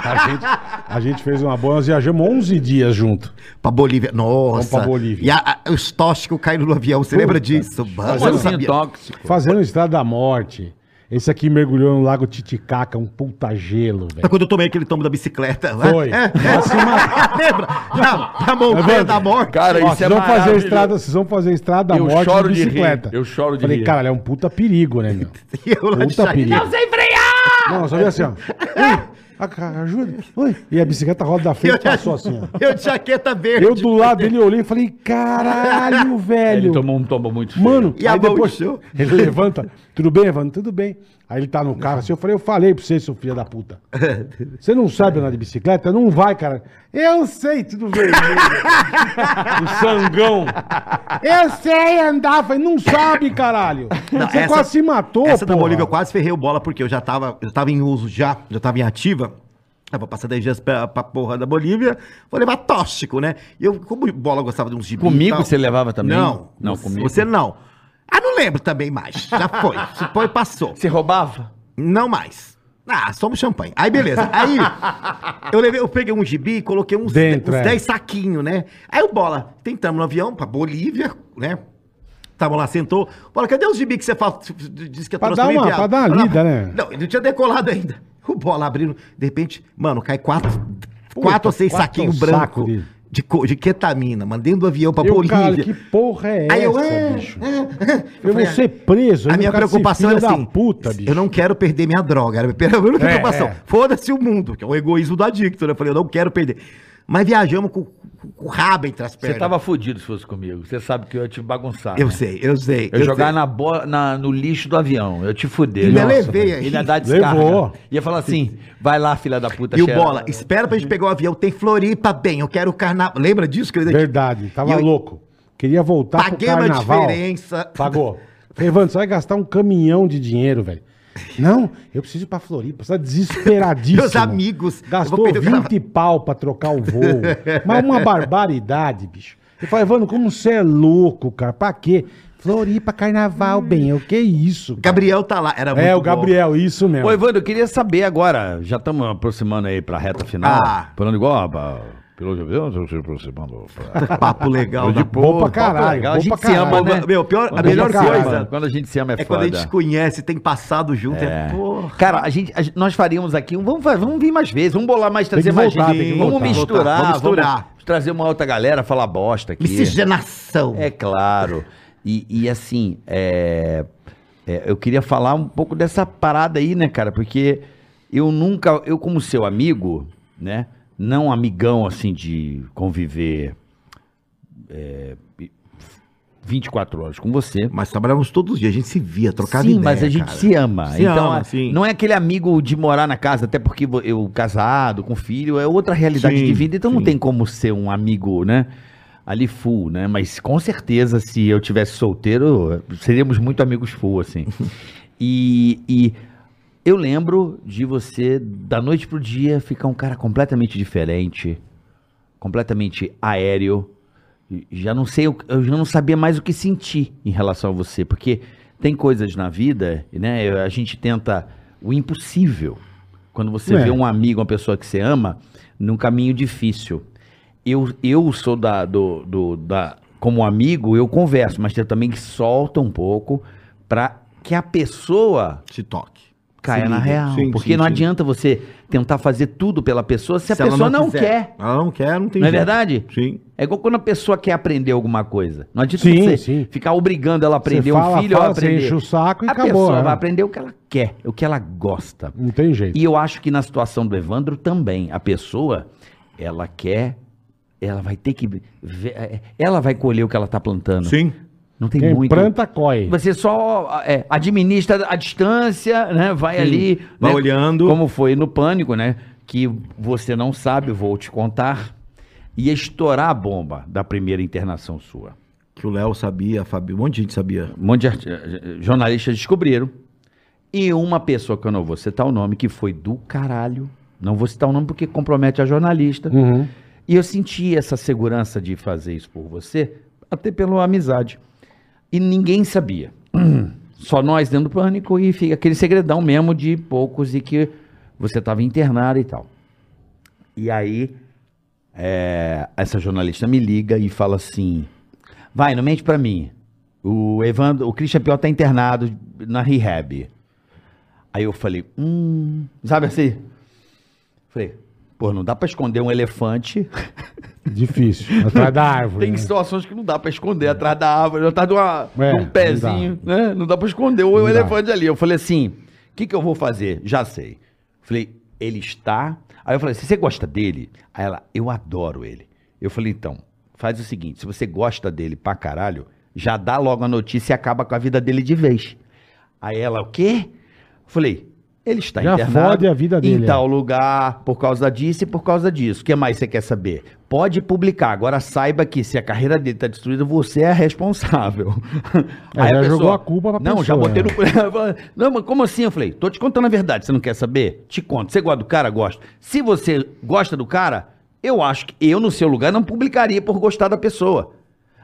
Speaker 2: A gente, a gente fez uma boa, nós viajamos 11 dias junto.
Speaker 4: Pra Bolívia. Nossa.
Speaker 2: Vamos pra Bolívia.
Speaker 4: E a- a- os tóxicos caíram no avião. Você lembra disso? Mano, eu
Speaker 3: Como
Speaker 4: não
Speaker 3: assim,
Speaker 4: sabia.
Speaker 3: tóxico?
Speaker 2: Fazendo Estrada da Morte. Esse aqui mergulhou no Lago Titicaca, um puta gelo,
Speaker 4: Tá
Speaker 2: velho.
Speaker 4: quando eu tomei aquele tombo da bicicleta. né?
Speaker 2: Foi.
Speaker 4: É, é.
Speaker 2: Nós se matamos.
Speaker 4: Lembra? Na, na montanha
Speaker 2: Evandro,
Speaker 4: da morte.
Speaker 2: Ó,
Speaker 3: Cara, isso é
Speaker 2: vocês, vão fazer
Speaker 3: maravilhoso.
Speaker 2: estrada, vocês vão fazer estrada da
Speaker 3: Eu
Speaker 2: morte
Speaker 3: choro
Speaker 2: de
Speaker 3: de rir,
Speaker 2: bicicleta.
Speaker 3: eu choro de
Speaker 2: Falei,
Speaker 3: rir.
Speaker 2: caralho, é um puta perigo, né, meu?
Speaker 4: E eu lá de
Speaker 2: Puta
Speaker 4: Chagas.
Speaker 2: perigo. Não sei frear! Não, só vi assim, ó. Ui, a ca- ajuda. Ui. E a bicicleta roda da frente
Speaker 4: Eu
Speaker 2: e passou assim, ó.
Speaker 4: Eu de jaqueta verde.
Speaker 2: Eu do lado dele olhei e falei, caralho, velho.
Speaker 3: Ele tomou um tombo muito feio.
Speaker 2: Mano,
Speaker 4: E a
Speaker 2: aí
Speaker 4: mão
Speaker 2: depois
Speaker 4: encheu.
Speaker 2: ele levanta, tudo bem, Evandro? Tudo bem. Aí ele tá no carro assim, eu falei, eu falei pra você, seu filho da puta. Você não sabe andar de bicicleta? Não vai, cara. Eu sei, tudo bem. o sangão. Eu sei andar. Eu Falei, não sabe, caralho.
Speaker 4: Não,
Speaker 2: você
Speaker 4: essa-
Speaker 2: quase se matou,
Speaker 4: Essa da
Speaker 2: porra.
Speaker 4: Bolívia eu quase ferrei o bola, porque eu já tava, eu tava em uso já, já tava em ativa. Eu vou passar 10 dias pra, pra porra da Bolívia, vou levar tóxico, né? E eu, como o bola gostava de uns gibis e
Speaker 3: Comigo
Speaker 4: tal-
Speaker 3: você levava também?
Speaker 4: Não,
Speaker 3: Não,
Speaker 4: você-
Speaker 3: comigo.
Speaker 4: Você não. Ah, não lembro também mais. Já foi. Se foi, passou.
Speaker 3: Você roubava?
Speaker 4: Não mais. Ah, somos champanhe. Aí beleza. Aí eu levei, eu peguei um gibi e coloquei uns,
Speaker 2: Dentro,
Speaker 4: uns
Speaker 2: é.
Speaker 4: 10 saquinhos, né? Aí o Bola, tentamos no avião pra Bolívia, né? Tava lá, sentou. Bola, cadê os gibi que você fala, disse que é eu
Speaker 2: Pra
Speaker 4: trouxe
Speaker 2: dar
Speaker 4: pra
Speaker 2: uma-
Speaker 4: enviar?
Speaker 2: pra dar uma
Speaker 4: Bola,
Speaker 2: lida, né?
Speaker 4: Não, ele não tinha decolado ainda. O Bola abrindo, de repente, mano, cai quatro, quatro ou seis
Speaker 2: quatro
Speaker 4: saquinhos
Speaker 2: saco
Speaker 4: brancos
Speaker 2: de-
Speaker 4: de... co- de ketamina, mandei do avião pra
Speaker 2: Eu,
Speaker 4: Bolívia.
Speaker 2: cara, que porra é essa,
Speaker 4: Aí eu, ah,
Speaker 2: bicho?
Speaker 4: ah, ah.
Speaker 2: Eu vou
Speaker 4: falei,
Speaker 2: ser preso.
Speaker 4: a
Speaker 2: aí
Speaker 4: minha
Speaker 2: o é um cara se
Speaker 4: preocupação
Speaker 2: filha
Speaker 4: era assim,
Speaker 2: da puta, bicho.
Speaker 4: eu não quero perder minha droga, era a minha única
Speaker 2: É,
Speaker 4: preocupação.
Speaker 2: é.
Speaker 4: Foda-se o mundo, que é o egoísmo do adicto, né? Eu falei, eu não quero perder. Mas viajamos com, com- com o rabo entre as
Speaker 3: Você
Speaker 4: pernas.
Speaker 3: tava fudido se fosse comigo. Você sabe que eu ia te bagunçar.
Speaker 4: Eu
Speaker 3: né?
Speaker 4: sei, eu sei.
Speaker 3: Eu, jogar
Speaker 4: sei.
Speaker 3: na bola, na- no lixo do avião. Eu te fuder.
Speaker 4: Ainda
Speaker 3: Nossa,
Speaker 4: levei
Speaker 3: velho.
Speaker 4: aí.
Speaker 3: Ainda dá descarga.
Speaker 2: Levou.
Speaker 3: Ia falar assim, vai lá, filha da puta.
Speaker 4: E o
Speaker 3: cheira.
Speaker 4: Bola, espera pra gente pegar o avião, tem Floripa, bem, eu quero o carnaval. Lembra disso? Que eu
Speaker 2: Verdade, tava
Speaker 4: E eu-
Speaker 2: louco. Queria voltar
Speaker 4: Paguei
Speaker 2: pro
Speaker 4: uma
Speaker 2: carnaval.
Speaker 4: diferença.
Speaker 2: Pagou. Falei, Evandro, você vai gastar um caminhão de dinheiro, velho. Não, eu preciso ir pra Floripa, você tá desesperadíssimo.
Speaker 4: Meus amigos, eu
Speaker 2: Gastou
Speaker 4: vou perder o
Speaker 2: 20 pau pra trocar o voo. Mas uma barbaridade, bicho. Eu falei, Evandro, como você é louco, cara? Pra quê? Floripa, carnaval, bem, o que é isso? cara?
Speaker 4: Gabriel tá lá, era muito
Speaker 2: É, o
Speaker 4: bom.
Speaker 2: Gabriel, isso
Speaker 4: é
Speaker 2: mesmo.
Speaker 3: Ô, Evandro, eu queria saber agora. Já estamos aproximando aí pra reta final.
Speaker 4: Ah.
Speaker 3: Falando igual a- a piloto de avião, eu se aproximando. pra-
Speaker 4: Papo legal. né? da
Speaker 2: Bom pra caralho,
Speaker 3: legal, a
Speaker 2: bom
Speaker 3: gente
Speaker 2: pra
Speaker 3: se ama,
Speaker 2: caralho.
Speaker 3: né?
Speaker 4: Meu, a pior- a
Speaker 3: Quando
Speaker 4: melhor
Speaker 3: gente se ama,
Speaker 4: coisa-
Speaker 3: Quando a gente se ama é,
Speaker 4: É
Speaker 3: foda.
Speaker 4: quando a gente conhece, tem passado junto, é, porra.
Speaker 3: Cara, a gente, a gente- nós faríamos aqui. um- Vamos, fa- vamos vir mais vezes, vamos bolar mais, trazer
Speaker 2: que
Speaker 3: mais
Speaker 2: voltar,
Speaker 3: gente.
Speaker 2: tem que
Speaker 3: Vamos
Speaker 2: voltar.
Speaker 3: misturar,
Speaker 4: Vamos misturar.
Speaker 3: vamos trazer uma outra galera, falar bosta aqui.
Speaker 4: Miscigenação.
Speaker 3: É claro. E, e assim, é, é, eu queria falar um pouco dessa parada aí, né, cara? Porque eu nunca, eu como seu amigo, né? Não amigão assim de conviver é, 24 horas com você.
Speaker 4: Mas trabalhávamos todos os dias, a gente se via, trocava
Speaker 3: sim,
Speaker 4: ideia.
Speaker 3: mas a gente
Speaker 4: cara.
Speaker 3: se ama.
Speaker 4: Se
Speaker 3: então,
Speaker 4: ama,
Speaker 3: é-
Speaker 4: sim.
Speaker 3: não é aquele amigo de morar na casa, até porque vo- eu casado, com filho, é outra realidade
Speaker 4: Sim,
Speaker 3: de vida. Então não
Speaker 4: sim.
Speaker 3: tem como ser um amigo, né? Ali full, né? Mas com certeza, se eu tivesse solteiro, seríamos muito amigos full, assim. e, e eu lembro de você, da noite pro dia, ficar um cara completamente diferente, completamente aéreo. Já não sei, o- eu já não sabia mais o que sentir em relação a você, porque tem coisas na vida, né? A gente tenta o impossível. Quando você
Speaker 2: É.
Speaker 3: vê um amigo, uma pessoa que você ama, num caminho difícil. Eu, eu sou da, do, do- da. Como amigo, eu converso, mas eu também solta um pouco pra que a pessoa
Speaker 4: Se toque.
Speaker 3: caia
Speaker 4: Se
Speaker 3: na
Speaker 4: liga.
Speaker 3: real.
Speaker 4: Sim,
Speaker 3: porque
Speaker 4: sim,
Speaker 3: não
Speaker 4: sim.
Speaker 3: adianta você tentar fazer tudo pela pessoa se, a
Speaker 4: ela
Speaker 3: pessoa não,
Speaker 4: quiser.
Speaker 3: quer.
Speaker 4: Ela não quer, não tem
Speaker 3: Não é
Speaker 4: jeito.
Speaker 3: verdade?
Speaker 4: Sim.
Speaker 3: É igual quando a pessoa quer aprender alguma coisa. Não adianta
Speaker 2: Sim,
Speaker 3: você
Speaker 2: sim.
Speaker 3: ficar obrigando ela a aprender,
Speaker 2: Você fala,
Speaker 3: um filho
Speaker 2: fala,
Speaker 3: a
Speaker 2: Você
Speaker 3: aprender.
Speaker 2: enche o saco e
Speaker 3: a
Speaker 2: acabou.
Speaker 3: pessoa
Speaker 2: né?
Speaker 3: vai aprender o que ela quer, o que ela gosta.
Speaker 2: Não tem jeito.
Speaker 3: E eu acho que na situação do Evandro também, a pessoa, ela quer, ela vai ter que, ver- é, ela vai colher o que ela tá plantando.
Speaker 4: Sim.
Speaker 3: Não tem
Speaker 2: Quem
Speaker 3: muito.
Speaker 2: planta, coi.
Speaker 3: Você só é, administra a distância, né? Vai ali.
Speaker 4: Vai
Speaker 3: né?
Speaker 4: olhando.
Speaker 3: Como foi no pânico, né? Que você não sabe, vou te contar. Ia estourar a bomba da primeira internação sua.
Speaker 4: Que o Léo sabia, a Fabi, um monte de gente sabia.
Speaker 3: um monte de arti- eh, jornalistas descobriram. E uma pessoa, que eu não vou citar o nome, que foi do caralho. Não vou citar o nome porque compromete a jornalista.
Speaker 2: Uhum.
Speaker 3: E eu senti essa segurança de fazer isso por você, até pela amizade. E ninguém sabia. Só nós dentro do pânico e fica aquele segredão mesmo de poucos e que você estava internado e tal. E aí, é, essa jornalista me liga e fala assim: vai, não mente pra mim. O Evandro, o Christian Pior tá internado na rehab. Aí eu falei: hum, sabe assim? Falei: pô, não dá pra esconder um elefante.
Speaker 2: Difícil. Atrás da árvore.
Speaker 3: Tem
Speaker 2: né?
Speaker 3: situações que não dá pra esconder atrás da árvore, atrás de, uma-
Speaker 2: É,
Speaker 3: de um pezinho,
Speaker 2: não
Speaker 3: né? Não dá pra esconder o
Speaker 2: dá.
Speaker 3: elefante ali. Eu falei assim: o que, que eu vou fazer? Já sei. Falei, ele está. Aí eu falei assim: você gosta dele? Aí ela, eu adoro ele. Eu falei, então, faz o seguinte: se você gosta dele pra caralho, já dá logo a notícia e acaba com a vida dele de vez. Aí ela, o quê? Falei, ele está
Speaker 2: Já
Speaker 3: internado.
Speaker 2: fode a vida dele,
Speaker 3: Em
Speaker 2: é.
Speaker 3: tal lugar, por causa disso e por causa disso. O que mais você quer saber? Pode publicar. Agora saiba que se a carreira dele está destruída, você é responsável.
Speaker 2: É, já jogou a culpa pra
Speaker 3: Não, já
Speaker 2: pessoa,
Speaker 3: botei
Speaker 2: né?
Speaker 3: no... não, mas como assim? Eu falei, tô te contando a verdade. Você não quer saber? Te conto. Você gosta do cara? Gosto. Se você gosta do cara, eu acho que eu, no seu lugar, não publicaria por gostar da pessoa.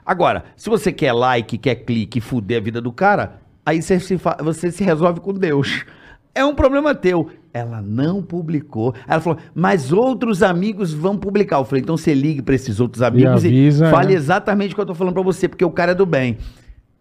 Speaker 3: Agora, se você quer like, quer clique, fuder a vida do cara, aí você se, fa- você se resolve com Deus. É um problema teu. Ela não publicou. Ela falou, mas outros amigos vão publicar. Eu falei, então você ligue pra esses outros amigos e,
Speaker 2: avisa, é.
Speaker 3: fale exatamente o que eu tô falando pra você, porque o cara é do bem.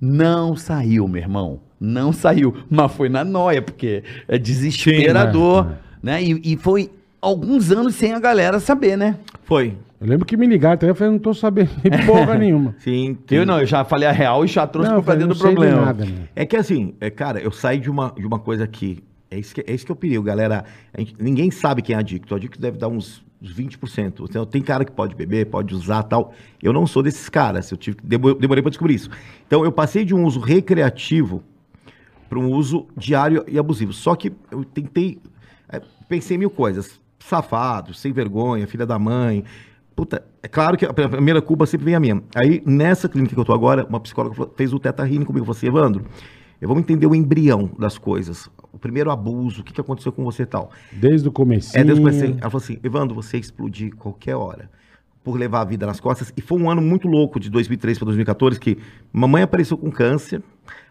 Speaker 3: Não saiu, meu irmão. Não saiu. Mas foi na noia, porque é desesperador.
Speaker 2: Sim, né?
Speaker 3: né? E, e foi alguns anos sem a galera saber, né?
Speaker 4: Foi.
Speaker 2: Eu lembro que me ligaram, até eu falei, não tô sabendo de porra nenhuma.
Speaker 4: Sim. sim.
Speaker 3: Eu não, eu já falei a real e já É. trouxe
Speaker 2: não, eu
Speaker 3: pra
Speaker 2: falei,
Speaker 3: dentro
Speaker 2: não
Speaker 3: do
Speaker 2: sei de
Speaker 3: problema.
Speaker 2: nada, né?
Speaker 4: É que assim, é, cara, eu saio de uma, de uma coisa que é isso que é, isso que é o perigo, galera. A gente- ninguém sabe quem é adicto. O adicto deve dar uns, uns 20%. Então, tem cara que pode beber, pode usar tal. Eu não sou desses caras. Eu tive, que- demo- demorei para descobrir isso. Então, eu passei de um uso recreativo para um uso diário e abusivo. Só que eu tentei, é, pensei em mil coisas. Safado, sem vergonha, filha da mãe. Puta, é claro que a pr- a primeira culpa sempre vem a minha. Aí, nessa clínica que eu tô agora, uma psicóloga falou- fez o teta healing comigo. Falou assim, Evandro, eu vou entender o embrião das coisas. O primeiro abuso, o que, que aconteceu com você e tal.
Speaker 2: Desde o comecinho.
Speaker 4: É, Deus conheceu. Ela falou assim, Evandro, você ia explodir qualquer hora por levar a vida nas costas. E foi um ano muito louco, de 2003 para 2014, que mamãe apareceu com câncer,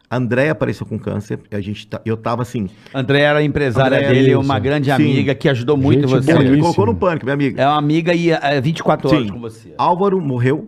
Speaker 4: André apareceu com câncer, e a gente tá- eu tava assim,
Speaker 3: André era a empresária
Speaker 4: André,
Speaker 3: dele, é
Speaker 2: isso.
Speaker 3: uma grande
Speaker 4: Sim.
Speaker 3: amiga que ajudou muito
Speaker 2: Gente
Speaker 3: você.
Speaker 2: boa,
Speaker 4: ela me
Speaker 2: Belíssimo.
Speaker 4: colocou no pânico, minha amiga.
Speaker 3: É uma amiga e é 24 horas
Speaker 4: Sim.
Speaker 3: com você.
Speaker 2: Ah,
Speaker 4: Álvaro morreu,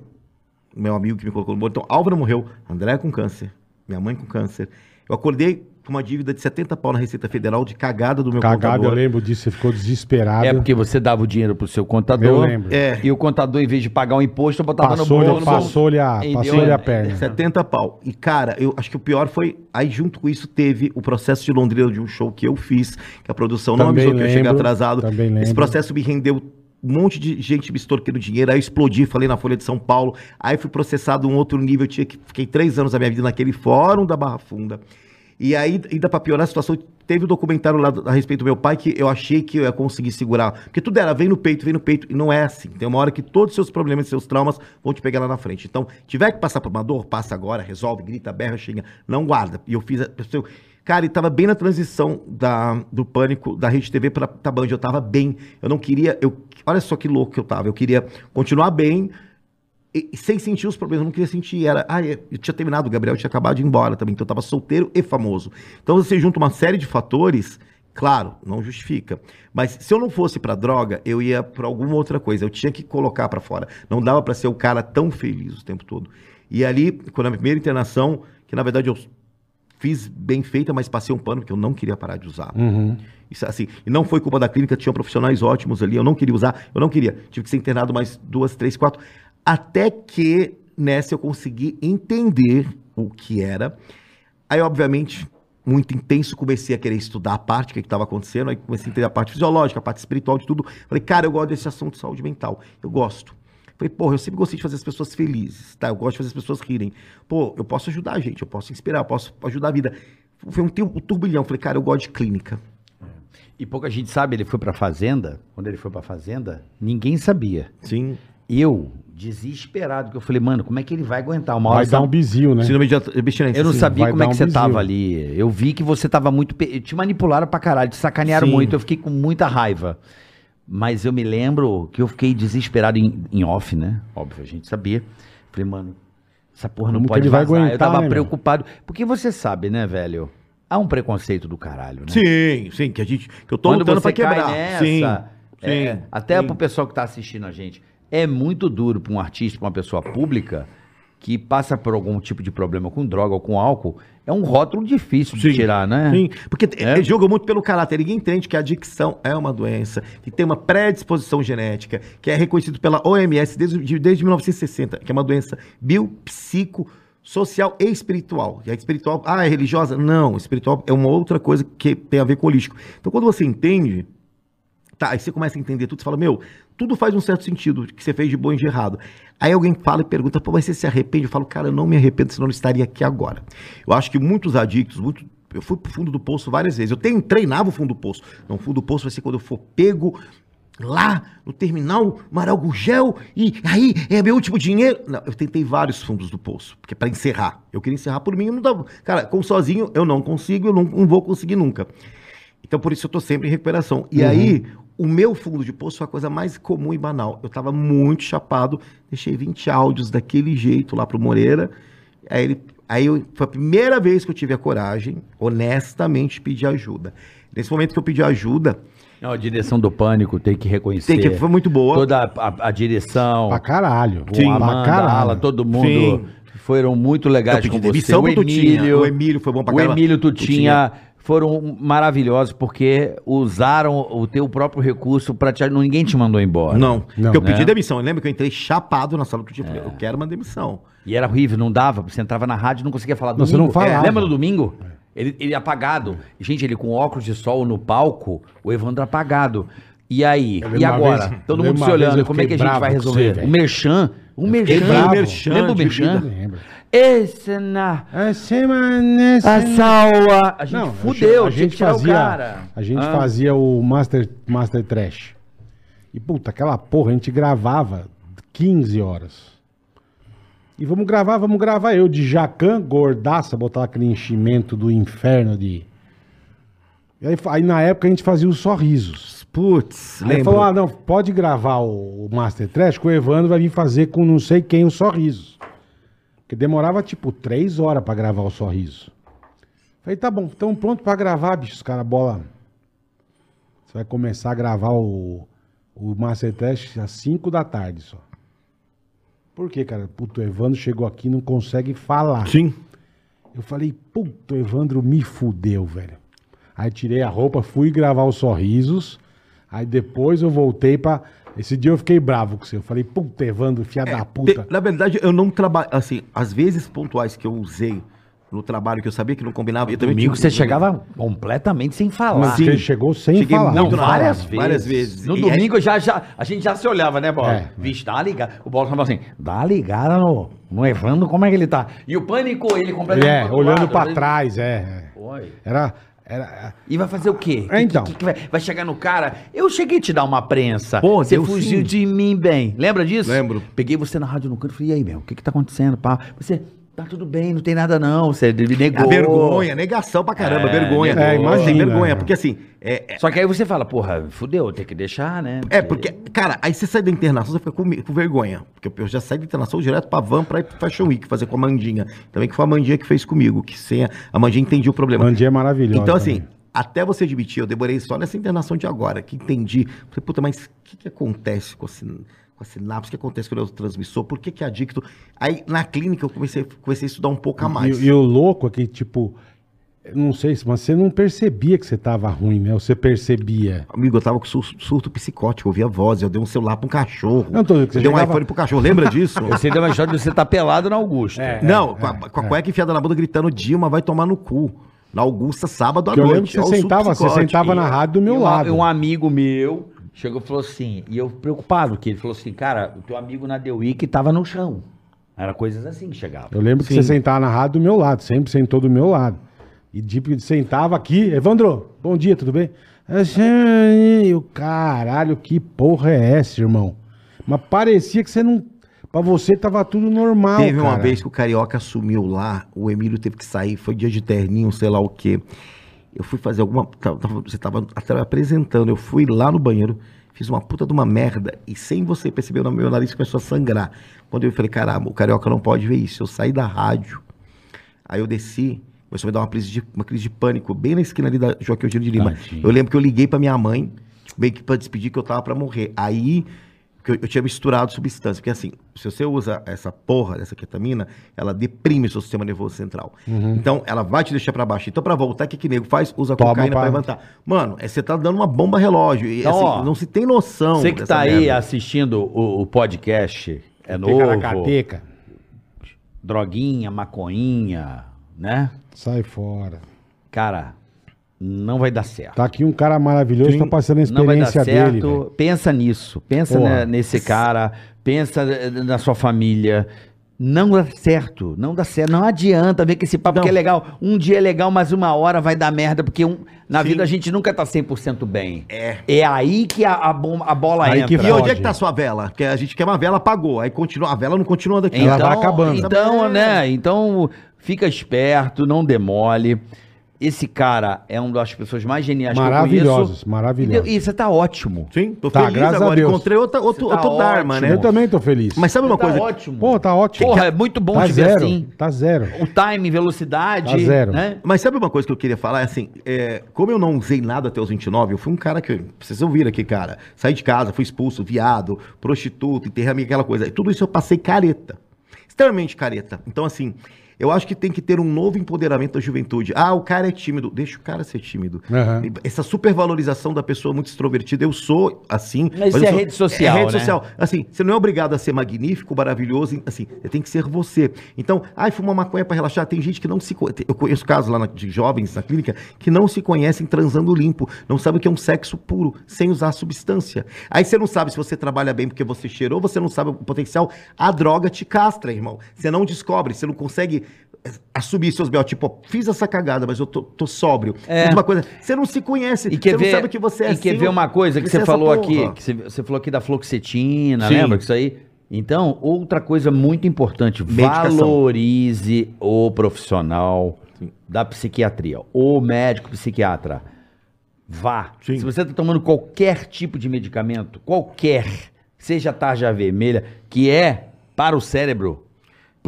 Speaker 4: meu amigo que me colocou no bolo. Então, Álvaro morreu, André com câncer, minha mãe com câncer. Eu acordei com uma dívida de 70 pau na Receita Federal de cagada do meu
Speaker 2: Cagado, eu
Speaker 4: contador.
Speaker 2: lembro disso, você ficou desesperado.
Speaker 3: É porque tá você dava o dinheiro pro seu
Speaker 2: Eu
Speaker 3: contador.
Speaker 2: lembro.
Speaker 4: É.
Speaker 3: E o contador, em vez de pagar o imposto, botava
Speaker 2: Passou-lhe
Speaker 3: no tá É, Então, bolo.
Speaker 2: passou-lhe a,
Speaker 3: E
Speaker 2: passou
Speaker 3: deu-
Speaker 2: a perna.
Speaker 4: 70 pau. E, cara, eu acho que o pior foi. Aí, junto com isso, teve o processo de Londrina de um show que eu fiz, que a produção não
Speaker 2: Também
Speaker 4: avisou que eu cheguei
Speaker 2: lembro,
Speaker 4: atrasado.
Speaker 2: também lembro.
Speaker 4: Esse processo me rendeu um monte de gente me extorquindo dinheiro. Aí eu explodi, falei na Folha de São Paulo. Aí fui processado um outro nível. Eu tinha que, fiquei três anos da minha vida naquele fórum da Barra Funda. E aí, ainda pra piorar a situação, teve o documentário lá do- a respeito do meu pai que eu achei que eu ia conseguir segurar. Porque tudo era, vem no peito, vem no peito. E não é assim. Tem uma hora que todos os seus problemas, seus traumas vão te pegar lá na frente. Então, tiver que passar por uma dor, passa agora, resolve, grita, berra, xinga. Não guarda. E eu fiz. a- eu- Cara, e tava bem na transição da, do pânico da Rede TV pra, pra Band. Eu tava bem. Eu não queria. Eu, olha só que louco que eu tava. Eu queria continuar bem, e- e sem sentir os problemas, eu não queria sentir. Era, ah, é, eu tinha terminado, o Gabriel tinha acabado de ir embora também, então eu tava solteiro e famoso. Então você junta uma série de fatores, claro, não justifica. Mas se eu não fosse pra droga, eu ia pra alguma outra coisa, eu tinha que colocar pra fora. Não dava pra ser o cara tão feliz o tempo todo. E ali, quando a minha primeira internação, que na verdade eu fiz bem feita, mas passei um pano porque eu não queria parar de usar.
Speaker 2: Uhum.
Speaker 4: Isso, assim, e não foi culpa da clínica, tinham profissionais ótimos ali, eu não queria usar, eu não queria. Tive que ser internado mais duas, três, quatro. Até que nessa eu consegui entender o que era. Aí, obviamente, muito intenso, comecei a querer estudar a parte, o que estava acontecendo, aí comecei a entender a parte fisiológica, a parte espiritual de tudo. Falei, cara, eu gosto desse assunto de saúde mental, eu gosto. Falei, porra, eu sempre gostei de fazer as pessoas felizes, tá? Eu gosto de fazer as pessoas rirem. Pô, eu posso ajudar a gente, eu posso inspirar, eu posso ajudar a vida. Foi um, tiu- um turbilhão. Falei, cara, eu gosto de clínica.
Speaker 3: E pouca gente sabe, ele foi pra fazenda. Quando ele foi pra fazenda, ninguém sabia.
Speaker 4: Sim.
Speaker 3: Eu, desesperado, que eu falei, mano, como é que ele vai aguentar uma hora?
Speaker 2: Vai
Speaker 3: tá-"
Speaker 2: dar um bizil, né?
Speaker 4: Síndrome de at- abstinência.
Speaker 3: É. Eu não
Speaker 4: sim.
Speaker 3: sabia
Speaker 2: vai
Speaker 3: como é
Speaker 2: dar
Speaker 3: que
Speaker 2: um
Speaker 3: você
Speaker 2: bizil.
Speaker 3: tava ali. Eu vi que você tava muito. pe- Te manipularam pra caralho, te sacanearam
Speaker 4: Sim.
Speaker 3: muito. Eu fiquei com muita raiva. Mas eu me lembro que eu fiquei desesperado em, em off, né? Óbvio, a gente sabia. Falei, mano, essa porra não
Speaker 2: Como que
Speaker 3: pode
Speaker 2: ele vai
Speaker 3: vazar. eu
Speaker 2: aguentar,
Speaker 3: tava
Speaker 2: né, meu?
Speaker 3: preocupado. Porque você sabe, né, velho? Há um preconceito do caralho, né?
Speaker 4: Sim, sim, que a gente. Que eu tô
Speaker 3: Quando
Speaker 4: lutando
Speaker 3: você
Speaker 4: pra quebrar.
Speaker 3: cai nessa,
Speaker 4: sim.
Speaker 3: é,
Speaker 4: sim,
Speaker 3: até
Speaker 4: sim.
Speaker 3: pro pessoal que tá assistindo a gente, é muito duro pra um artista, pra uma pessoa pública que passa por algum tipo de problema com droga ou com álcool, é um rótulo difícil de
Speaker 4: Sim,
Speaker 3: tirar, né?
Speaker 4: Sim, porque t-
Speaker 3: É.
Speaker 4: eles julgam muito pelo caráter. Ninguém entende que a adicção é uma doença, que tem uma predisposição genética, que é reconhecido pela OMS desde, de- desde 1960, que é uma doença biopsico social e espiritual. E a espiritual, ah, é religiosa? Não, espiritual é uma outra coisa que tem a ver com holístico. Então, quando você entende, tá, aí você começa a entender tudo, você fala, meu, tudo faz um certo sentido, que você fez de bom e de errado. Aí alguém fala e pergunta, pô, mas você se arrepende? Eu falo, cara, eu não me arrependo, senão eu não estaria aqui agora. Eu acho que muitos adictos, muito, eu fui pro fundo do poço várias vezes, eu tenho, treinava o fundo do poço. Não, o fundo do poço vai ser quando eu for pego lá no terminal Maralgugel e aí é meu último dinheiro. Não, eu tentei vários fundos do poço, porque para encerrar. Eu queria encerrar por mim, eu não dava. Cara, com sozinho eu não consigo, eu não, não vou conseguir nunca. Então por isso eu tô sempre em recuperação. E
Speaker 3: Uhum.
Speaker 4: aí, o meu fundo de poço foi a coisa mais comum e banal. Eu tava muito chapado, deixei 20 áudios daquele jeito lá pro Moreira. Aí ele aí eu, foi a primeira vez que eu tive a coragem, honestamente, de pedir ajuda. Nesse momento que eu pedi ajuda,
Speaker 3: Não, a É direção do pânico tem que reconhecer.
Speaker 4: tem que foi muito boa.
Speaker 3: Toda a, a- a direção,
Speaker 2: Pra caralho.
Speaker 3: o
Speaker 2: Sim, pra
Speaker 3: Amanda, a Ala,
Speaker 2: caralho.
Speaker 3: todo mundo foram muito legais
Speaker 4: Eu
Speaker 3: com
Speaker 4: pedi
Speaker 3: você.
Speaker 4: demissão
Speaker 3: O
Speaker 4: pro Tutinha.
Speaker 3: Emílio,
Speaker 4: O Emílio foi bom pra
Speaker 3: O
Speaker 4: caramba.
Speaker 3: Emílio Tutinha foram maravilhosos porque usaram o teu próprio recurso pra te... Ninguém te mandou embora.
Speaker 4: Não,
Speaker 2: Não,
Speaker 4: porque eu
Speaker 3: né?
Speaker 4: pedi demissão. Lembra que eu entrei chapado na sala do dia?
Speaker 3: É.
Speaker 4: Falei, eu quero uma demissão.
Speaker 3: E era horrível, não dava. Você entrava na rádio e não conseguia falar.
Speaker 2: Não, você não falava.
Speaker 3: É, Lembra do domingo? Ele, ele apagado. Gente, ele com óculos de sol no palco, o Evandro apagado. E aí?
Speaker 2: lembro
Speaker 3: E
Speaker 2: uma
Speaker 3: agora?
Speaker 2: vez-
Speaker 3: Todo
Speaker 2: eu
Speaker 3: mundo
Speaker 2: lembro
Speaker 3: se
Speaker 2: uma vez eu
Speaker 3: olhando. Como é que a
Speaker 2: fiquei
Speaker 3: gente
Speaker 2: bravo
Speaker 3: vai
Speaker 2: com você,
Speaker 3: resolver?
Speaker 2: velho.
Speaker 3: o Merchan? O Merchan.
Speaker 2: bravo.
Speaker 3: Lembra o Merchan?
Speaker 2: Lembra.
Speaker 3: Esse na...
Speaker 2: É semana,
Speaker 3: Passaua. A gente
Speaker 2: Não,
Speaker 3: fudeu,
Speaker 2: a
Speaker 3: tinha que
Speaker 2: gente
Speaker 3: tirar
Speaker 2: fazia,
Speaker 3: o cara.
Speaker 2: a gente
Speaker 3: Ah.
Speaker 2: fazia o Master Master Trash. E puta, aquela porra a gente gravava 15 horas. E vamos gravar, vamos gravar eu de Jacan, gordaça, botar aquele enchimento do inferno de E aí, fa- aí na época a gente fazia os sorrisos.
Speaker 4: Putz,
Speaker 2: Aí ele
Speaker 4: lembro.
Speaker 2: falou: ah, não, pode gravar o, o Master Trash, que o Evandro vai vir fazer com não sei quem o sorriso. Porque demorava tipo três horas pra gravar o sorriso. Falei, tá bom, então pronto pra gravar, bicho. Os caras, bola. Você vai começar a gravar o, o Master Trash às 5 da tarde só. Por quê, cara? Puto, o Evandro chegou aqui e não consegue falar.
Speaker 4: Sim.
Speaker 2: Eu falei, puto, Evandro me fudeu, velho. Aí tirei a roupa, fui gravar os sorrisos. Aí depois eu voltei pra. Esse dia eu fiquei bravo com você. Eu falei, puta, Evandro,
Speaker 4: É,
Speaker 2: filha da puta.
Speaker 4: Te- Na verdade, eu não trabalho. Assim, às vezes pontuais que eu usei no trabalho que eu sabia que não combinava. Eu também
Speaker 3: Domingo
Speaker 4: tinha-
Speaker 3: você chegava completamente sem falar.
Speaker 2: Mas ele chegou sem
Speaker 4: Cheguei
Speaker 2: falar.
Speaker 4: muito
Speaker 3: Não,
Speaker 2: Não
Speaker 4: na
Speaker 3: várias
Speaker 4: hora,
Speaker 3: vezes.
Speaker 4: Várias vezes.
Speaker 3: No
Speaker 4: E é aí-
Speaker 3: domingo já, já, a gente já se olhava, né, Bola?
Speaker 2: É.
Speaker 3: Vixe, dá uma ligada. O Bola falava assim, dá uma ligada no, no Evandro, como é que ele tá? E o pânico, ele
Speaker 2: Ele
Speaker 3: completamente...
Speaker 2: é,
Speaker 3: pro outro
Speaker 2: olhando
Speaker 3: lado,
Speaker 2: pra
Speaker 3: né?
Speaker 2: trás, é. é.
Speaker 3: Oi.
Speaker 2: Era. era
Speaker 3: E vai fazer o quê?
Speaker 2: É,
Speaker 3: Que-
Speaker 2: então.
Speaker 3: que- que vai, vai chegar no cara. Eu cheguei a te dar uma prensa.
Speaker 4: Pô,
Speaker 3: você
Speaker 4: deu
Speaker 3: fugiu
Speaker 4: sim.
Speaker 3: de mim bem. Lembra disso?
Speaker 4: Lembro.
Speaker 3: Peguei você na rádio no canto e falei, e aí, meu, o que que tá acontecendo? Pá? Você, tá tudo bem, não tem nada não. Você me negou.
Speaker 4: A Ah, vergonha, negação pra caramba,
Speaker 3: É,
Speaker 4: vergonha.
Speaker 2: negou. É, imagina,
Speaker 4: Tem vergonha,
Speaker 2: é.
Speaker 4: porque assim, é, é,
Speaker 3: Só que aí você fala, porra, fudeu, tem que deixar, né?
Speaker 4: é porque, cara, aí você sai da internação, você fica com, me- com vergonha. Porque eu- eu já saí da internação direto pra van pra ir pro Fashion Week, fazer com a Mandinha. Também que foi a Mandinha que fez comigo, que sem a, a Mandinha entendia o problema.
Speaker 2: Mandinha é maravilhosa.
Speaker 4: Então, assim,
Speaker 2: também.
Speaker 4: até você admitir, eu demorei só nessa internação de agora, que entendi. Falei, puta, mas o que, que acontece com a, sin- com a sinapse? O que acontece com o neurotransmissor? Por que, que é adicto? Aí, na clínica, eu comecei, comecei a estudar um pouco a mais.
Speaker 2: E, e o louco é que, tipo. eu Não sei se, mas você não percebia que você tava ruim, né? Ou Você percebia.
Speaker 4: Amigo, eu tava com sur- surto psicótico, eu ouvia voz, eu dei um celular pra um cachorro.
Speaker 2: Não, tô dizendo que você
Speaker 4: eu dei um
Speaker 2: chegava-
Speaker 4: iPhone pro cachorro, lembra disso?
Speaker 3: Você deu uma história de você tá pelado na Augusta.
Speaker 2: É.
Speaker 4: não, com, a, com a cueca enfiada na bunda, gritando, Dilma vai tomar no cu. Na Augusta, sábado à
Speaker 2: Porque eu lembro
Speaker 4: noite.
Speaker 2: que você
Speaker 4: Ó, o surto
Speaker 2: sentava, você
Speaker 4: psicótico.
Speaker 2: sentava na rádio do meu
Speaker 3: E um,
Speaker 2: lado.
Speaker 3: Um amigo meu chegou e falou assim, e eu preocupado, que ele falou assim, cara, o teu amigo na The Week tava no chão. Era coisas assim que chegava.
Speaker 2: Eu lembro que você sentava na rádio do meu lado, sempre sentou do meu lado. E tipo, sentava aqui, Evandro, bom dia, tudo bem? Eu, caralho, que porra é essa, irmão? Mas parecia que você não. Pra você tava tudo normal.
Speaker 4: Teve uma
Speaker 2: cara.
Speaker 4: vez que o Carioca assumiu lá, o Emílio teve que sair, foi dia de terninho, sei lá o quê. Eu fui fazer alguma. tava- tava- Você tava até apresentando, eu fui lá no banheiro, fiz uma puta de uma merda, e sem você perceber, o meu nariz começou a sangrar. Quando eu falei, caramba, o Carioca não pode ver isso. Eu saí da rádio, aí eu desci, começou a me dar uma crise de, uma crise de pânico, bem na esquina ali da Joaquim Eugênio de Lima.
Speaker 3: Tadinho.
Speaker 4: Eu lembro que eu liguei pra minha mãe, tipo, meio que pra despedir que eu tava pra morrer. Aí, que eu, eu tinha misturado substância. Porque assim, se você usa essa porra, essa ketamina, ela deprime seu sistema nervoso central.
Speaker 3: Uhum.
Speaker 4: Então, ela vai te deixar pra baixo. Então, pra voltar, o que que nego faz? Usa
Speaker 2: Toma
Speaker 4: cocaína pra
Speaker 2: pra-
Speaker 4: levantar. Mano, é, você tá dando uma bomba relógio. E,
Speaker 3: um Então,
Speaker 4: assim,
Speaker 3: ó,
Speaker 4: não se tem noção
Speaker 3: Você que
Speaker 4: dessa
Speaker 3: tá aí
Speaker 4: merda.
Speaker 3: assistindo o, o podcast, é novo,
Speaker 2: Ticaracateca.
Speaker 3: droguinha, maconhinha, né?
Speaker 2: Sai fora.
Speaker 3: Cara, não vai dar certo.
Speaker 2: Tá aqui um cara maravilhoso, tá passando a
Speaker 3: Não vai dar
Speaker 2: experiência
Speaker 3: certo.
Speaker 2: dele. velho.
Speaker 3: pensa nisso, pensa
Speaker 2: Porra.
Speaker 3: né, nesse cara, pensa eh, na sua família. Não dá certo, não dá certo. Não adianta ver que esse papo
Speaker 4: Não.
Speaker 3: que é legal. Um dia é legal, mas uma hora vai dar merda, porque um- na
Speaker 4: Sim.
Speaker 3: vida a gente nunca tá 100% bem.
Speaker 4: É.
Speaker 3: É aí que a, a bom- a bola
Speaker 2: Aí que
Speaker 3: entra.
Speaker 4: E onde é
Speaker 2: Pode.
Speaker 4: que tá a sua vela? Porque a gente quer uma vela, apagou. Aí continua, a vela não continua daqui.
Speaker 2: Ela vai acabando.
Speaker 3: Então, né? Então, fica esperto, não demole. Esse cara é uma das pessoas mais geniais que eu conheço.
Speaker 2: Maravilhosos, maravilhosos.
Speaker 3: E você tá ótimo.
Speaker 4: Sim, tô
Speaker 2: Tá,
Speaker 4: feliz
Speaker 2: graças a
Speaker 4: agora.
Speaker 2: Deus.
Speaker 4: Encontrei outra,
Speaker 3: Você
Speaker 4: outro,
Speaker 3: tá
Speaker 4: outro Dharma,
Speaker 3: ótimo.
Speaker 4: né?
Speaker 2: Eu também tô feliz.
Speaker 4: Mas sabe uma
Speaker 3: Tá
Speaker 4: coisa?
Speaker 3: ótimo.
Speaker 2: Pô, tá ótimo.
Speaker 3: Porra, é muito bom
Speaker 2: tá
Speaker 3: te ver
Speaker 2: zero.
Speaker 3: assim.
Speaker 2: Tá zero.
Speaker 3: O time, velocidade.
Speaker 2: Tá zero.
Speaker 3: Né?
Speaker 4: Mas sabe uma coisa que eu queria falar? É Assim, é, como eu não usei nada até os 29, eu fui um cara que. Vocês ouviram aqui, cara. Saí de casa, fui expulso, viado, prostituto, enterrei amiga, aquela coisa. E tudo isso eu passei careta. Extremamente careta. Então, assim, eu acho que tem que ter um novo empoderamento da juventude. Ah, o cara é tímido. Deixa o cara ser tímido.
Speaker 2: Aham.
Speaker 4: Essa supervalorização da pessoa muito extrovertida. Eu sou assim.
Speaker 3: Mas isso
Speaker 4: eu
Speaker 3: é
Speaker 4: sou-
Speaker 3: rede social,
Speaker 4: É rede
Speaker 3: né?
Speaker 4: social. Assim, você não é obrigado a ser magnífico, maravilhoso, assim, você tem que ser você. Então, ai, fuma maconha pra relaxar. Tem gente que não se conhece. Eu conheço casos lá na- de jovens na clínica que não se conhecem transando limpo, não sabem o que é um sexo puro, sem usar substância. Aí você não sabe se você trabalha bem porque você cheirou, você não sabe o potencial. A droga te castra, irmão. Você não descobre, você não consegue eh, assumir seus B.O. Tipo, ó, fiz essa cagada, mas eu tô, tô sóbrio.
Speaker 3: É.
Speaker 4: Fiz Uma coisa, você não se conhece,
Speaker 3: E quer
Speaker 4: você
Speaker 3: ver,
Speaker 4: não sabe que você é
Speaker 3: e quer ver uma coisa que
Speaker 4: Isso é
Speaker 3: você
Speaker 4: essa
Speaker 3: falou
Speaker 4: porra.
Speaker 3: aqui, que você, você falou aqui da fluoxetina,
Speaker 4: Sim.
Speaker 3: lembra que isso aí? Então, outra coisa muito importante,
Speaker 4: Medicação.
Speaker 3: valorize o profissional da psiquiatria, o médico psiquiatra. Vá.
Speaker 4: Sim.
Speaker 3: Se você está tomando qualquer tipo de medicamento, qualquer, seja tarja vermelha, que é para o cérebro,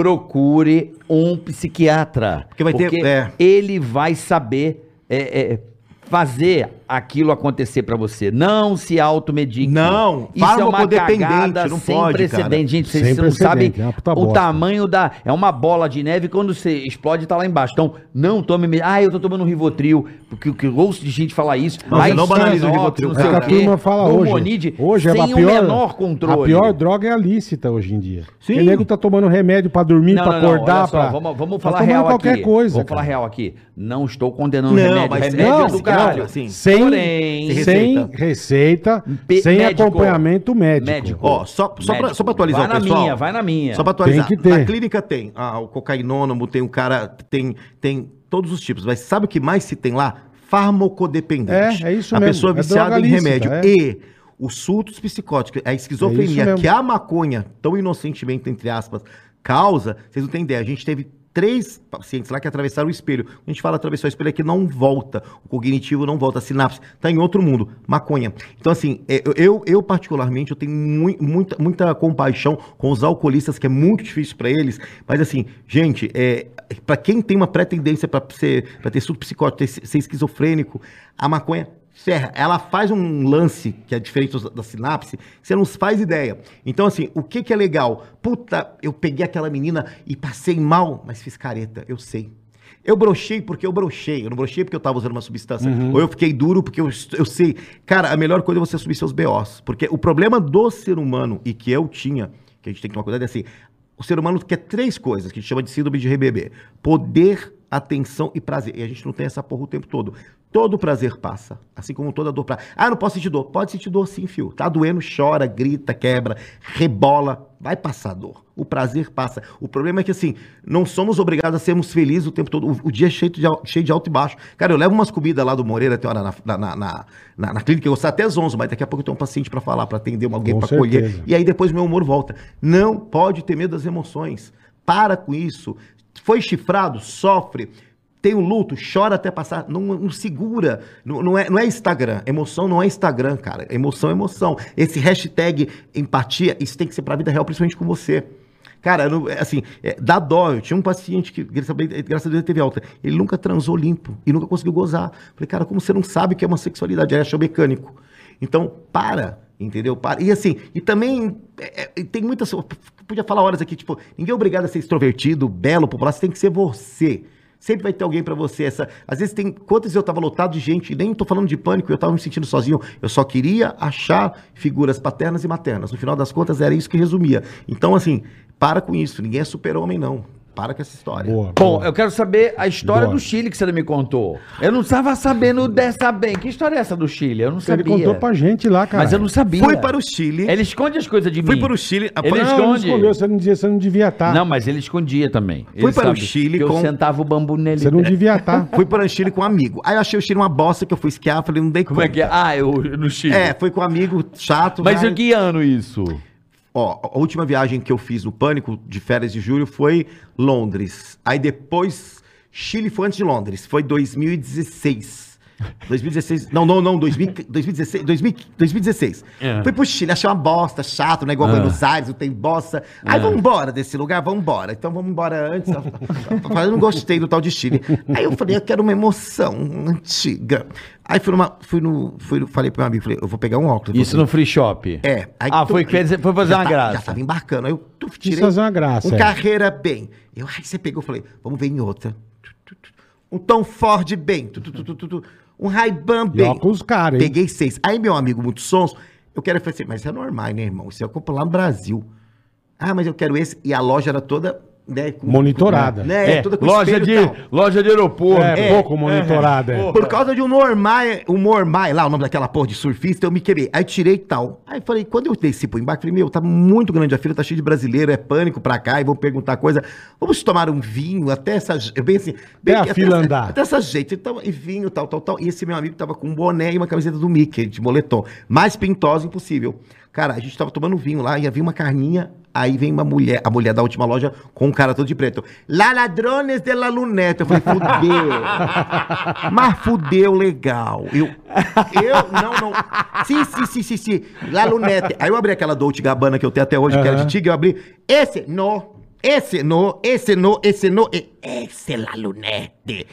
Speaker 3: procure um psiquiatra.
Speaker 4: Porque vai ter- é.
Speaker 3: ele vai saber é, é, fazer aquilo acontecer para você. Não se automedique.
Speaker 4: Não,
Speaker 3: Isso é uma
Speaker 4: farmacodependente,
Speaker 3: cagada
Speaker 4: não
Speaker 3: sem
Speaker 4: pode,
Speaker 3: precedente.
Speaker 4: cara.
Speaker 3: Gente, vocês
Speaker 2: Sem
Speaker 3: vocês não sabem
Speaker 2: precedente, é uma puta
Speaker 3: o
Speaker 2: bosta.
Speaker 3: tamanho da... É uma bola de neve, quando você explode, tá lá embaixo. Então, não tome... me- Ah, eu tô tomando um Rivotril, porque o que eu ouço de gente falar isso.
Speaker 4: Não,
Speaker 3: Aí
Speaker 4: você não
Speaker 3: sai
Speaker 4: banaliza o
Speaker 3: óxido,
Speaker 4: Rivotril,
Speaker 3: não
Speaker 2: É
Speaker 3: sei
Speaker 2: o que
Speaker 3: o
Speaker 2: a
Speaker 3: quê,
Speaker 2: turma fala hoje.
Speaker 3: Normonide,
Speaker 2: hoje é
Speaker 3: sem
Speaker 2: a
Speaker 3: o
Speaker 2: pior,
Speaker 3: menor controle.
Speaker 2: A pior droga é a lícita hoje em dia.
Speaker 4: Sim.
Speaker 2: O nego tá tomando remédio pra dormir,
Speaker 3: Não,
Speaker 2: pra
Speaker 3: não, não,
Speaker 2: acordar,
Speaker 3: olha só,
Speaker 2: pra...
Speaker 3: Vamos, vamos
Speaker 2: Tá
Speaker 3: falar
Speaker 2: tomando
Speaker 3: real
Speaker 2: qualquer
Speaker 3: aqui.
Speaker 2: coisa,
Speaker 3: vamos falar
Speaker 2: cara.
Speaker 3: real aqui. Não estou condenando
Speaker 4: Não,
Speaker 3: remédio.
Speaker 4: mas-
Speaker 3: remédio
Speaker 2: Não,
Speaker 3: é do caralho.
Speaker 4: assim,
Speaker 2: Sem,
Speaker 3: Porém,
Speaker 2: sem
Speaker 4: receita.
Speaker 2: receita,
Speaker 3: Pe-
Speaker 2: sem
Speaker 3: médico.
Speaker 2: acompanhamento médico.
Speaker 3: Médico.
Speaker 4: Ó, só, só, pra,
Speaker 3: Médico.
Speaker 4: só pra atualizar
Speaker 3: Vai
Speaker 4: o
Speaker 3: na
Speaker 4: pessoal.
Speaker 3: minha, vai na minha.
Speaker 4: Só pra atualizar.
Speaker 2: Tem que ter.
Speaker 4: Na clínica tem ah, o cocainônomo, tem o cara, tem, tem todos os tipos. Mas sabe o que mais se tem lá? Farmacodependente.
Speaker 2: É, é isso
Speaker 4: A
Speaker 2: mesmo.
Speaker 4: pessoa
Speaker 2: É
Speaker 4: viciada
Speaker 2: droga
Speaker 4: em
Speaker 2: lícita,
Speaker 4: remédio.
Speaker 2: é.
Speaker 4: E os surtos psicóticos, a esquizofrenia,
Speaker 2: É isso mesmo.
Speaker 4: que a maconha, tão inocentemente, entre aspas, causa, vocês não têm ideia. A gente teve três pacientes lá que atravessaram o espelho. Quando A gente fala atravessar o espelho é que não volta. O cognitivo não volta, a sinapse tá em outro mundo. Maconha. Então, assim, é, eu- eu, eu particularmente, eu tenho mui- muita, muita compaixão com os alcoolistas, que é muito difícil para eles. Mas, assim, gente, é, para quem tem uma pretendência para ser, pra ter surto psicótico, ter, ser esquizofrênico, a maconha Ferra, ela faz um lance que é diferente dos- da sinapse, você não faz ideia. Então, assim, o que, que é legal? Puta, eu peguei aquela menina e passei mal, mas fiz careta, eu sei. Eu brochei porque eu brochei, eu não brochei porque eu tava usando uma substância. Ou eu fiquei duro porque eu, est- eu sei. Cara, a melhor coisa é você assumir seus BOs. Porque o problema do ser humano, e que eu tinha, que a gente tem que tomar cuidado, é assim: o ser humano quer três coisas que a gente chama de síndrome de RBB: poder, atenção e prazer. E a gente não tem essa porra o tempo todo. Todo prazer passa, assim como toda dor passa. Ah, não posso sentir dor. Pode sentir dor sim, fio. Tá doendo, chora, grita, quebra, rebola. Vai passar a dor. O prazer passa. O problema é que, assim, não somos obrigados a sermos felizes o tempo todo. O, o dia é cheio de, al- cheio de alto e baixo. Cara, eu levo umas comidas lá do Moreira, tem hora na, na, na, na, na- na clínica, eu saio até às 11, mas daqui a pouco eu tenho um paciente pra falar, pra atender uma- alguém,
Speaker 2: Com
Speaker 4: pra
Speaker 2: certeza.
Speaker 4: colher. E aí depois meu humor volta. Não pode ter medo das emoções. Para com isso. Foi chifrado? Sofre. Tem o luto, chora até passar, não, não segura. Não, não é, não é Instagram. Emoção não é Instagram, cara. Emoção é emoção. Esse hashtag empatia, isso tem que ser pra vida real, principalmente com você. Cara, eu não- é assim, é, dá dó. Eu tinha um paciente que, graças a Deus, graças a Deus, ele teve alta. Ele nunca transou limpo e nunca conseguiu gozar. Falei, cara, como você não sabe o que é uma sexualidade? Ele achou mecânico. Então, para, entendeu? Para. E assim, e também é, é, tem muitas. eu Podia falar horas aqui, tipo, ninguém é obrigado a ser extrovertido, belo, popular, você tem que ser você. Sempre vai ter alguém pra você. Essa, às vezes tem. Quantas eu tava lotado de gente, nem tô falando de pânico, eu tava me sentindo sozinho. Eu só queria achar figuras paternas e maternas. No final das contas, era isso que resumia. Então, assim, para com isso. Ninguém é super-homem, não. Para com essa história.
Speaker 2: Boa.
Speaker 5: Bom,
Speaker 2: boa.
Speaker 5: eu quero saber a história
Speaker 2: Bora.
Speaker 5: do Chile que você me contou. Eu não estava sabendo dessa bem. Que história é essa do Chile? Eu não
Speaker 2: Ele
Speaker 5: sabia.
Speaker 2: contou pra gente lá, cara.
Speaker 5: Mas eu não sabia.
Speaker 4: Fui para o Chile.
Speaker 5: Ele esconde as coisas de
Speaker 4: Fui
Speaker 5: mim.
Speaker 4: para o Chile. tá?
Speaker 5: Ele é
Speaker 2: Não,
Speaker 5: esconde.
Speaker 2: não escondeu, você não, devia- você não devia tá. estar.
Speaker 5: Não, mas ele escondia também.
Speaker 4: Fui
Speaker 5: Ele
Speaker 4: para o
Speaker 5: sabe
Speaker 4: Chile
Speaker 5: que
Speaker 4: com-
Speaker 5: Eu sentava o bambu nele.
Speaker 2: Você não devia tá. estar.
Speaker 4: Fui para o Chile com um amigo. Aí eu achei o Chile uma bosta que eu fui esquiar, falei, não dei
Speaker 5: Como é que é? Ah, eu no Chile.
Speaker 4: É, foi com um amigo chato.
Speaker 5: mas
Speaker 4: vai.
Speaker 5: eu que ano isso?
Speaker 4: Ó, a última viagem que eu fiz no Pânico de férias de julho foi Londres. Aí depois, Chile foi antes de Londres, foi 2016. 2016, não, não, não, 2000, 2016, 2000, 2016.
Speaker 5: É.
Speaker 4: Fui pro Chile, achei uma bosta, chato, não é igual
Speaker 5: Ah.
Speaker 4: Buenos Aires, não tem bosta.
Speaker 5: É.
Speaker 4: Aí vamos embora desse lugar, vamos embora. Então vamos embora antes. Eu não gostei do tal de Chile. Aí eu falei, eu quero uma emoção antiga. Aí fui numa, fui no, fui, no- falei pro meu amigo, falei, eu vou pegar um óculos.
Speaker 5: Isso no free shop.
Speaker 4: É.
Speaker 5: ah, foi, quer dizer, foi fazer
Speaker 4: já
Speaker 5: uma
Speaker 4: tá-
Speaker 5: graça.
Speaker 4: Já tava embarcando. Aí eu tu, tirei
Speaker 2: fazer uma graça,
Speaker 4: um
Speaker 2: é.
Speaker 4: carreira bem. Eu, ai, você pegou, eu falei, vamos ver em outra. Tu, tu, tu. Um Tom Ford bem. Tu, tu, tu, tu, tu, tu. Um Ray-Ban
Speaker 2: E
Speaker 4: bem.
Speaker 2: óculos caros, hein?
Speaker 4: Peguei seis. Aí meu amigo muito sonso, eu quero eu falei assim, mas isso é normal, né, irmão? Isso eu compro lá no Brasil. Ah, mas eu quero esse. E a loja era toda... Né, com-
Speaker 2: Monitorada.
Speaker 4: Né, toda com
Speaker 5: É, loja,
Speaker 4: espelho
Speaker 5: de,
Speaker 4: e tal.
Speaker 5: loja de aeroporto.
Speaker 2: É, pouco monitorada. é.
Speaker 4: Por causa de um Normai, um Normai, lá o nome daquela porra de surfista, eu me quebrei. Aí tirei e tal. Aí falei, quando eu desci pro embarque, falei, meu, tá muito grande a fila, tá cheio de brasileiro, é pânico pra cá, e vão perguntar coisa. Vamos tomar um vinho, até essa. Eu bem assim. Bem,
Speaker 2: a fila
Speaker 4: essa-
Speaker 2: andar.
Speaker 4: Até essa jeito. Então, e vinho, tal, tal, tal. E esse meu amigo tava com um boné e uma camiseta do Mickey, de moletom. Mais pintosa impossível. Cara, a gente tava tomando vinho lá, ia vir uma carninha. Aí vem uma mulher, a mulher da última loja, com um cara todo de preto. La ladrones de la luneta. Eu falei, fudeu. Mas fudeu legal. Eu, eu não, não. Sim, sim, sim, sim, sim. La Lunete. Aí eu abri aquela Dolce Gabbana que eu tenho até hoje, que era de tigre, eu abri. Esse no, esse no, esse no, esse no, e- esse La Lunete.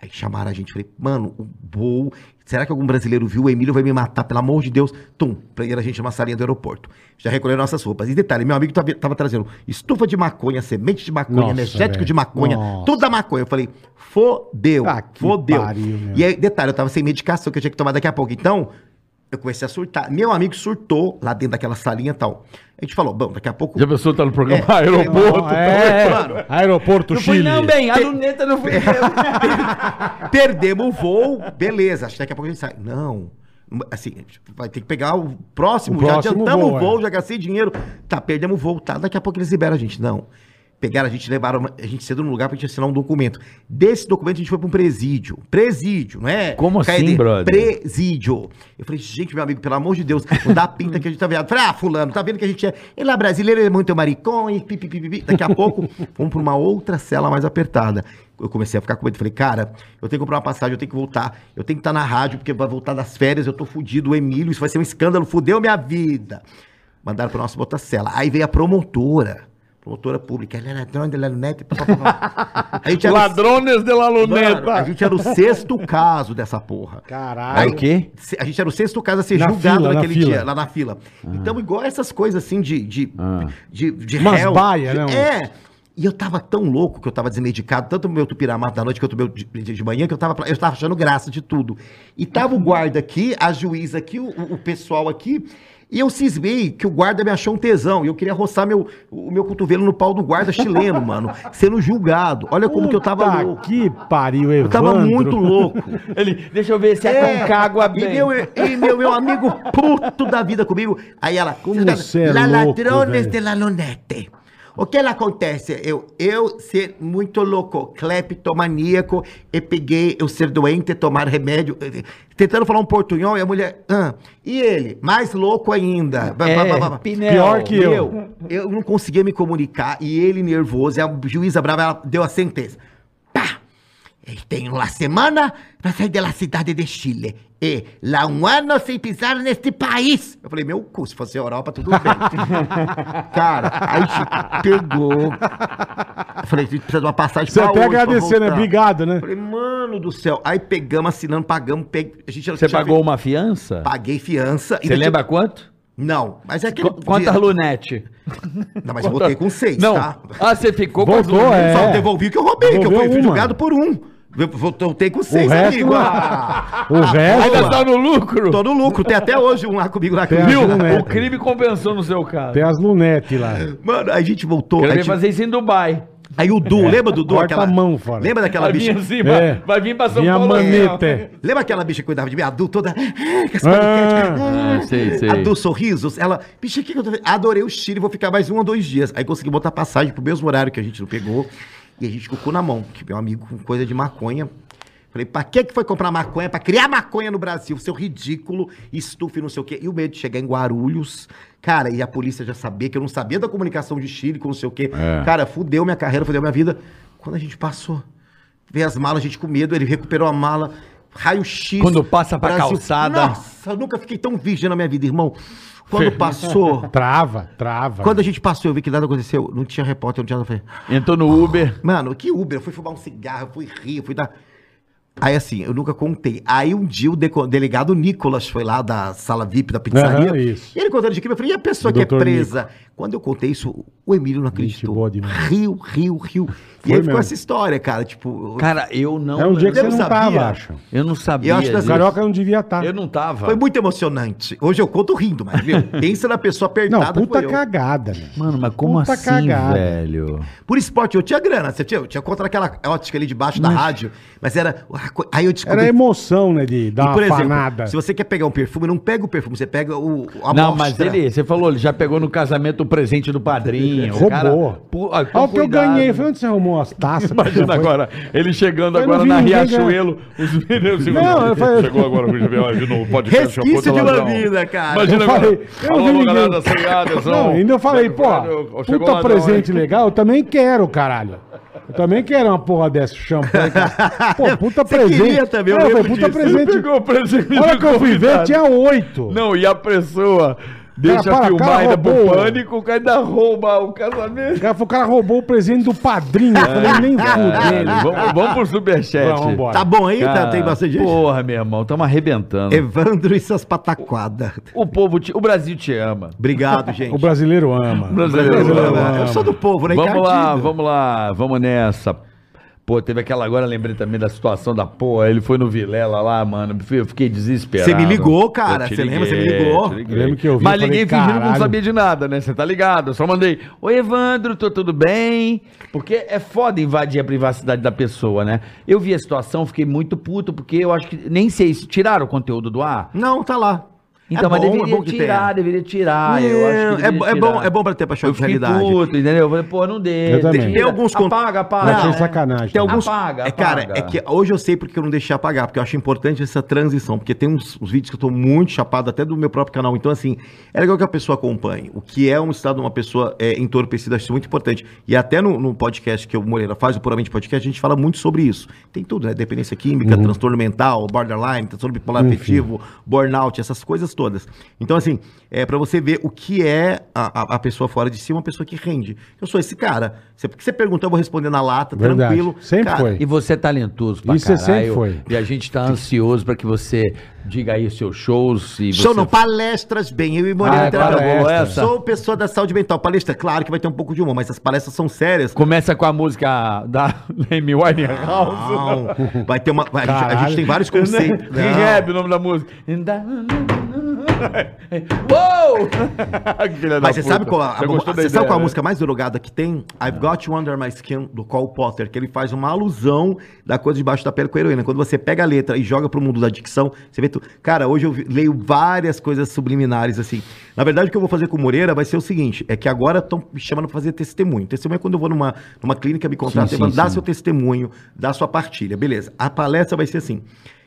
Speaker 4: Aí chamaram a gente, falei, mano, o Bol, será que algum brasileiro viu? O Emílio vai me matar, pelo amor de Deus. Tum, prenderam a gente numa salinha do aeroporto. Já recolheram nossas roupas. E detalhe, meu amigo tava, tava trazendo estufa de maconha, semente de maconha,
Speaker 2: Nossa,
Speaker 4: energético
Speaker 2: velho.
Speaker 4: de maconha,
Speaker 2: Nossa.
Speaker 4: tudo da maconha. Eu falei, fodeu,
Speaker 2: Ah, que
Speaker 4: fodeu.
Speaker 2: pariu, meu.
Speaker 4: e aí, detalhe, eu tava sem medicação que eu tinha que tomar daqui a pouco. Então, eu comecei a surtar. Meu amigo surtou lá dentro daquela salinha e tal. A gente falou, bom, daqui a pouco...
Speaker 5: Já pensou tá no programa
Speaker 4: É,
Speaker 5: aeroporto?
Speaker 2: É,
Speaker 4: Claro.
Speaker 2: Aeroporto
Speaker 5: Não fui
Speaker 2: Chile.
Speaker 5: não, bem, a luneta não foi eu.
Speaker 4: Perdemos o voo, beleza. Acho que daqui a pouco a gente sai. Não. Assim, vai ter que pegar o próximo.
Speaker 2: O
Speaker 4: já
Speaker 2: próximo
Speaker 4: adiantamos
Speaker 2: voo,
Speaker 4: o voo,
Speaker 2: é.
Speaker 4: já gastei dinheiro. Tá, perdemos o voo, tá. Daqui a pouco eles liberam a gente. Não. Pegaram a gente, levaram a gente cedo num lugar pra gente assinar um documento. Desse documento a gente foi pra um presídio. Presídio, não é?
Speaker 5: Como assim,
Speaker 4: KD?
Speaker 5: brother?
Speaker 4: Presídio. Eu falei, gente, meu amigo, pelo amor de Deus, não dá pinta que a gente tá viado. Falei, ah, fulano, tá vendo que a gente é. Ele é brasileiro, ele é muito maricão e pipipipi. Daqui a pouco, vamos pra uma outra cela mais apertada. Eu comecei a ficar com medo. Falei, cara, eu tenho que comprar uma passagem, eu tenho que voltar. Eu tenho que estar na rádio, porque vai voltar das férias, eu tô fudido, o Emílio, isso vai ser um escândalo, fudeu minha vida. Mandaram pra nossa outra cela. Aí veio a promotora. Promotora pública, ela era dona da net. pá, pá, pá. A gente era o-
Speaker 5: Ladrones de la
Speaker 4: Mano, a
Speaker 5: luneta.
Speaker 4: gente era o sexto caso dessa porra.
Speaker 2: Caralho.
Speaker 5: O quê?
Speaker 4: Se- A gente era o sexto caso a ser
Speaker 2: Na
Speaker 4: julgado
Speaker 2: fila, na
Speaker 4: naquele
Speaker 2: fila. Ah.
Speaker 4: dia, lá na fila. Então, igual essas coisas assim de. de, de, de
Speaker 2: Umas baia,
Speaker 4: de-
Speaker 2: né, um-
Speaker 4: É. E eu tava tão louco que eu tava desmedicado, tanto meu tupiramato da noite quanto meu de, de, de manhã, que eu tava, eu tava achando graça de tudo. E tava o guarda aqui, a juíza aqui, o, o- o pessoal aqui. E eu cismei que o guarda me achou um tesão. E eu queria roçar meu, o meu cotovelo no pau do guarda chileno, mano. Sendo julgado. Olha como que eu tava
Speaker 2: Puta
Speaker 4: louco.
Speaker 2: que pariu, Evandro.
Speaker 4: Eu tava muito louco.
Speaker 6: Ele, deixa eu ver se é, Aconcagua
Speaker 4: e
Speaker 6: bem.
Speaker 4: meu, e meu, meu amigo puto da vida comigo. Aí ela, tá
Speaker 2: Como você é
Speaker 4: "La
Speaker 2: louco,
Speaker 4: ladrones
Speaker 2: velho."
Speaker 4: de la lunette. O que ela acontece? Eu, eu ser muito louco, cleptomaníaco, e peguei eu ser doente, tomar remédio, eh, tentando falar um portunhol, e a mulher, "Ah." e ele, mais louco ainda. Ba- ba-
Speaker 3: É,
Speaker 4: ba- ba- ba.
Speaker 6: É, Pinel,
Speaker 2: Pior que eu.
Speaker 4: Eu não conseguia me comunicar e ele nervoso, e a juíza brava, ela deu a sentença. Pá! Ele tem uma semana para sair da cidade de Chile. E lá um ano sem pisar neste país. Eu falei, meu cu, se fosse Europa, tudo bem. Cara, aí pegou. Eu falei, precisa de uma passagem
Speaker 2: Você
Speaker 4: pra
Speaker 2: até
Speaker 4: Tá hoje pra
Speaker 2: agradecer, né?
Speaker 4: voltar.
Speaker 2: Obrigado, né?
Speaker 4: Eu falei, mano do céu. Aí pegamos, assinando, pagamos. Pegue... A gente já
Speaker 6: Você
Speaker 4: tinha
Speaker 6: pagou
Speaker 4: feito-
Speaker 6: uma fiança?
Speaker 4: Paguei fiança. e
Speaker 6: Você
Speaker 4: não
Speaker 6: lembra quanto?
Speaker 4: tinha- Não, mas é que...
Speaker 6: Qu- Quantas lunete?
Speaker 4: Não, mas eu voltei com seis,
Speaker 6: Não.
Speaker 4: tá?
Speaker 6: Ah, você ficou com
Speaker 2: Voltou,
Speaker 6: as lunettes.
Speaker 2: É.
Speaker 4: Só devolvi o que eu roubei, que eu
Speaker 2: Devolveu
Speaker 4: fui, fui
Speaker 2: uma.
Speaker 4: julgado por um. Eu voltei com seis,
Speaker 2: resto
Speaker 4: amigo.
Speaker 2: não.
Speaker 4: Ah,
Speaker 2: O resto.
Speaker 6: Ainda tá no lucro?
Speaker 4: tô no né? lucro, tem até hoje um lá comigo lá. que-
Speaker 2: Tem
Speaker 4: Viu?
Speaker 2: as lunettes.
Speaker 6: O crime compensou no seu caso.
Speaker 2: Tem as lunetes lá.
Speaker 4: Mano, a gente voltou.
Speaker 6: Quero
Speaker 4: a
Speaker 6: ver
Speaker 4: gente-
Speaker 6: fazer isso em Dubai.
Speaker 4: Aí o Du, lembra do Du?
Speaker 2: É. Corta a mão fora.
Speaker 4: Lembra daquela
Speaker 6: vai
Speaker 4: bicha?
Speaker 6: vir assim,
Speaker 2: É.
Speaker 6: vai, vai vir pra São
Speaker 2: Minha
Speaker 6: Paulo.
Speaker 2: maneta.
Speaker 6: assim, ó.
Speaker 2: é.
Speaker 4: Lembra aquela bicha que cuidava de mim? A Du toda. com as
Speaker 2: Ah,
Speaker 4: paniquetes,
Speaker 6: ah, sei, sei.
Speaker 4: A Du sorrisos. Ela. Bicha, o que que eu tô vendo? Adorei o Chile, vou ficar mais um ou dois dias. Aí consegui botar passagem pro mesmo horário que a gente não pegou. E a gente com o cu na mão, que meu amigo com coisa de maconha. Falei, pra que que foi comprar maconha? Pra criar maconha no Brasil, seu ridículo, estufe, não sei o quê. E o medo de chegar em Guarulhos, cara, e a polícia já sabia que eu não sabia da comunicação de Chile, com não sei o quê.
Speaker 6: É.
Speaker 4: Cara, fudeu minha carreira, fudeu minha vida. Quando a gente passou, veio as malas, a gente com medo, ele recuperou a mala, raio-x.
Speaker 6: Quando passa pra calçada.
Speaker 4: Nossa, eu nunca fiquei tão virgem na minha vida, irmão. Quando passou,
Speaker 2: Trava, trava.
Speaker 4: quando a gente passou, eu vi que nada aconteceu. Não tinha repórter, não tinha nada. Eu falei,
Speaker 3: Entrou no Uber.
Speaker 4: Mano, que Uber? Eu fui fumar um cigarro, eu fui rir, eu fui dar. Aí assim, eu nunca contei. Aí um dia o deco- delegado Nicolas foi lá da sala VIP da pizzaria.
Speaker 2: Aham, isso.
Speaker 4: E ele contando de crime, eu falei, e a pessoa
Speaker 2: O
Speaker 4: que é
Speaker 2: doutor
Speaker 4: presa? Quando eu contei isso, o Emílio não acreditou.
Speaker 2: boa demais.
Speaker 4: Riu, riu, riu.
Speaker 2: Foi
Speaker 4: e aí
Speaker 2: mesmo.
Speaker 4: ficou essa história, cara. Tipo,
Speaker 3: Cara, eu não.
Speaker 2: É um dia que
Speaker 4: eu
Speaker 2: você não
Speaker 4: sabia.
Speaker 2: tava, acho.
Speaker 3: Eu não sabia.
Speaker 4: Eu acho que
Speaker 2: O
Speaker 4: das-
Speaker 3: disso.
Speaker 2: Carioca não devia tá. estar.
Speaker 3: Eu não tava.
Speaker 4: foi muito emocionante. Hoje eu conto rindo, mas meu, pensa na pessoa apertada.
Speaker 2: Não, puta
Speaker 4: foi eu.
Speaker 2: cagada, né?
Speaker 3: Mano, mas como
Speaker 2: Puta
Speaker 3: assim,
Speaker 2: cagada.
Speaker 3: velho?
Speaker 4: Por esporte, eu tinha grana. Você tinha, eu tinha conta naquela ótica ali debaixo da rádio. Mas era. ah, Aí eu descobri.
Speaker 2: Era a emoção, né? De dar
Speaker 4: E, por
Speaker 2: uma
Speaker 4: exemplo,
Speaker 2: panada.
Speaker 4: se você quer pegar um perfume, não pega o perfume, você pega o a
Speaker 3: Não,
Speaker 4: amostra.
Speaker 3: mas ele, você falou, ele já pegou no casamento o presente do padrinho. o
Speaker 2: Roubou.
Speaker 3: cara- Pu- ah, então
Speaker 2: Olha o que eu
Speaker 3: cuidado.
Speaker 4: né?
Speaker 2: ganhei. Foi onde você arrumou as taças?
Speaker 3: Imagina
Speaker 2: Foi-
Speaker 3: agora, ele chegando
Speaker 2: Eu não
Speaker 3: agora
Speaker 2: vi
Speaker 3: na
Speaker 2: ninguém
Speaker 3: Riachuelo, os meninos...
Speaker 2: né, Não, eu falei-
Speaker 3: Chegou agora o Javier de novo, pode
Speaker 4: Resquício de uma vida, cara.
Speaker 3: Imagina
Speaker 2: Eu
Speaker 3: agora.
Speaker 2: falei, eu não
Speaker 3: Alô,
Speaker 2: vi ninguém.
Speaker 3: galera, sem Aderson.
Speaker 2: Não, ainda eu falei, pô,
Speaker 3: Chegou
Speaker 2: puta
Speaker 3: ladrão,
Speaker 2: presente né?
Speaker 3: hein?
Speaker 2: legal, eu também quero, caralho. Eu também quero uma porra dessa, champanhe. cara. Pô, puta
Speaker 4: Você
Speaker 2: presente.
Speaker 4: queria também, eu
Speaker 2: Não, eu falei,
Speaker 4: lembro
Speaker 2: puta
Speaker 4: disso.
Speaker 3: Ele
Speaker 2: presente.
Speaker 3: pegou o presente
Speaker 2: A hora
Speaker 3: do
Speaker 2: que eu fui ver,
Speaker 3: convidado.
Speaker 2: tinha oito.
Speaker 3: Não, e a pessoa deixa
Speaker 2: para,
Speaker 3: filmar
Speaker 2: cara
Speaker 3: ainda pro
Speaker 2: roubou.
Speaker 3: pânico, o cara ainda rouba o casamento.
Speaker 2: O cara, o cara roubou o presente do padrinho. Eu falei, nem
Speaker 3: Caralho,
Speaker 2: fudendo.
Speaker 3: vamos, vamos pro superchat.
Speaker 2: Vamos embora.
Speaker 4: Tá bom aí? Tá-
Speaker 3: Cara,
Speaker 4: tem bastante gente?
Speaker 3: Porra, meu irmão, estamos arrebentando.
Speaker 4: Evandro e suas pataquadas.
Speaker 3: O povo, te- o Brasil te ama.
Speaker 4: Obrigado, gente.
Speaker 2: O brasileiro ama.
Speaker 3: O brasileiro ama.
Speaker 4: Eu sou do povo, né?
Speaker 3: Vamos lá,
Speaker 4: Encardido.
Speaker 3: vamos lá, vamos nessa. Pô, teve aquela agora, lembrei também da situação da porra. Ele foi no Vilela lá, mano. Eu fiquei desesperado.
Speaker 4: Você me ligou, cara,
Speaker 3: Eu te
Speaker 4: você lembra? Você me
Speaker 3: liguei,
Speaker 4: ligou?
Speaker 3: te
Speaker 2: Eu lembro que eu vi,
Speaker 3: Mas
Speaker 2: eu falei,
Speaker 3: liguei fingindo que não
Speaker 2: "Caralho."
Speaker 3: sabia de nada, né? Você tá ligado? Eu só mandei, oi Evandro, tô tudo bem? Porque é foda invadir a privacidade da pessoa, né? Eu vi a situação, fiquei muito puto, porque eu acho que, nem sei, se tiraram o conteúdo do ar?
Speaker 4: Não, tá lá.
Speaker 3: Então, mas deveria tirar, deveria tirar. eu acho que
Speaker 4: é,
Speaker 3: deveria
Speaker 4: é bom,
Speaker 3: tirar.
Speaker 4: é bom pra ter pra choque
Speaker 3: Eu
Speaker 4: de
Speaker 3: fiquei
Speaker 4: realidade.
Speaker 3: puto, entendeu? Eu falei, pô, não deixa.
Speaker 2: Eu também.
Speaker 3: Tem
Speaker 4: Tem
Speaker 3: alguns
Speaker 4: alguns cont-
Speaker 3: Apaga, é.
Speaker 2: Eu achei
Speaker 3: apaga.
Speaker 2: sacanagem.
Speaker 4: Tem alguns...
Speaker 3: Apaga,
Speaker 4: é, cara,
Speaker 3: apaga.
Speaker 4: é que hoje eu sei porque eu não deixei apagar, porque eu acho importante essa transição, porque tem uns, uns vídeos que eu tô muito chapado, até do meu próprio canal. Então, assim, é legal que a pessoa acompanhe. O que é um estado de uma pessoa é, entorpecida, acho isso muito importante. E até no, no podcast que o Moreira faz, o Puramente Podcast, a gente fala muito sobre isso. Tem tudo, né? Dependência
Speaker 2: Uhum.
Speaker 4: química, transtorno mental, borderline, transtorno bipolar afetivo, burnout, essas coisas todas. Então, assim, é para você ver o que é a, a- a pessoa fora de si, uma pessoa que rende. Eu sou esse cara. Você, porque você perguntou, eu vou responder na lata,
Speaker 2: Verdade.
Speaker 4: tranquilo.
Speaker 2: Sempre
Speaker 4: Cara,
Speaker 2: foi.
Speaker 3: E você é talentoso pra
Speaker 2: Isso você sempre
Speaker 3: caralho.
Speaker 2: foi.
Speaker 3: E a gente tá ansioso pra que você diga aí seus shows. Se
Speaker 4: Show
Speaker 3: você...
Speaker 4: não, palestras bem, eu e
Speaker 3: Ah,
Speaker 4: Moreira
Speaker 3: é
Speaker 4: Trajano.
Speaker 3: palestra. essa?
Speaker 4: Sou pessoa da saúde mental, palestra, claro que vai ter um pouco de humor, mas as palestras são sérias.
Speaker 3: Começa com a música da da Amy Winehouse.
Speaker 4: Não, vai ter uma, a, gente, a gente
Speaker 2: Caralho.
Speaker 4: né?
Speaker 3: é,
Speaker 4: tem vários conceitos.
Speaker 3: Rehab, o nome da música.
Speaker 7: Uou!
Speaker 4: Mas você sabe qual a, a-
Speaker 3: gostou da
Speaker 4: você
Speaker 3: ideia,
Speaker 4: sabe qual a
Speaker 3: né?
Speaker 4: música mais drogada que tem? I've Got You Under My Skin, do Cole Potter, que ele faz uma alusão da coisa debaixo da pele com a heroína. Quando você pega a letra e joga pro mundo da dicção, você vê tudo. Cara, hoje eu vi- leio várias coisas subliminares, assim. Na verdade, o que eu vou fazer com o Moreira vai ser o seguinte, é que agora estão me chamando pra fazer testemunho. Testemunho é quando eu vou numa, numa clínica, me contratam,
Speaker 7: Sim,
Speaker 4: e falam,
Speaker 7: sim,
Speaker 4: dá
Speaker 7: sim.
Speaker 4: seu testemunho, dá sua partilha, beleza. A palestra vai ser assim.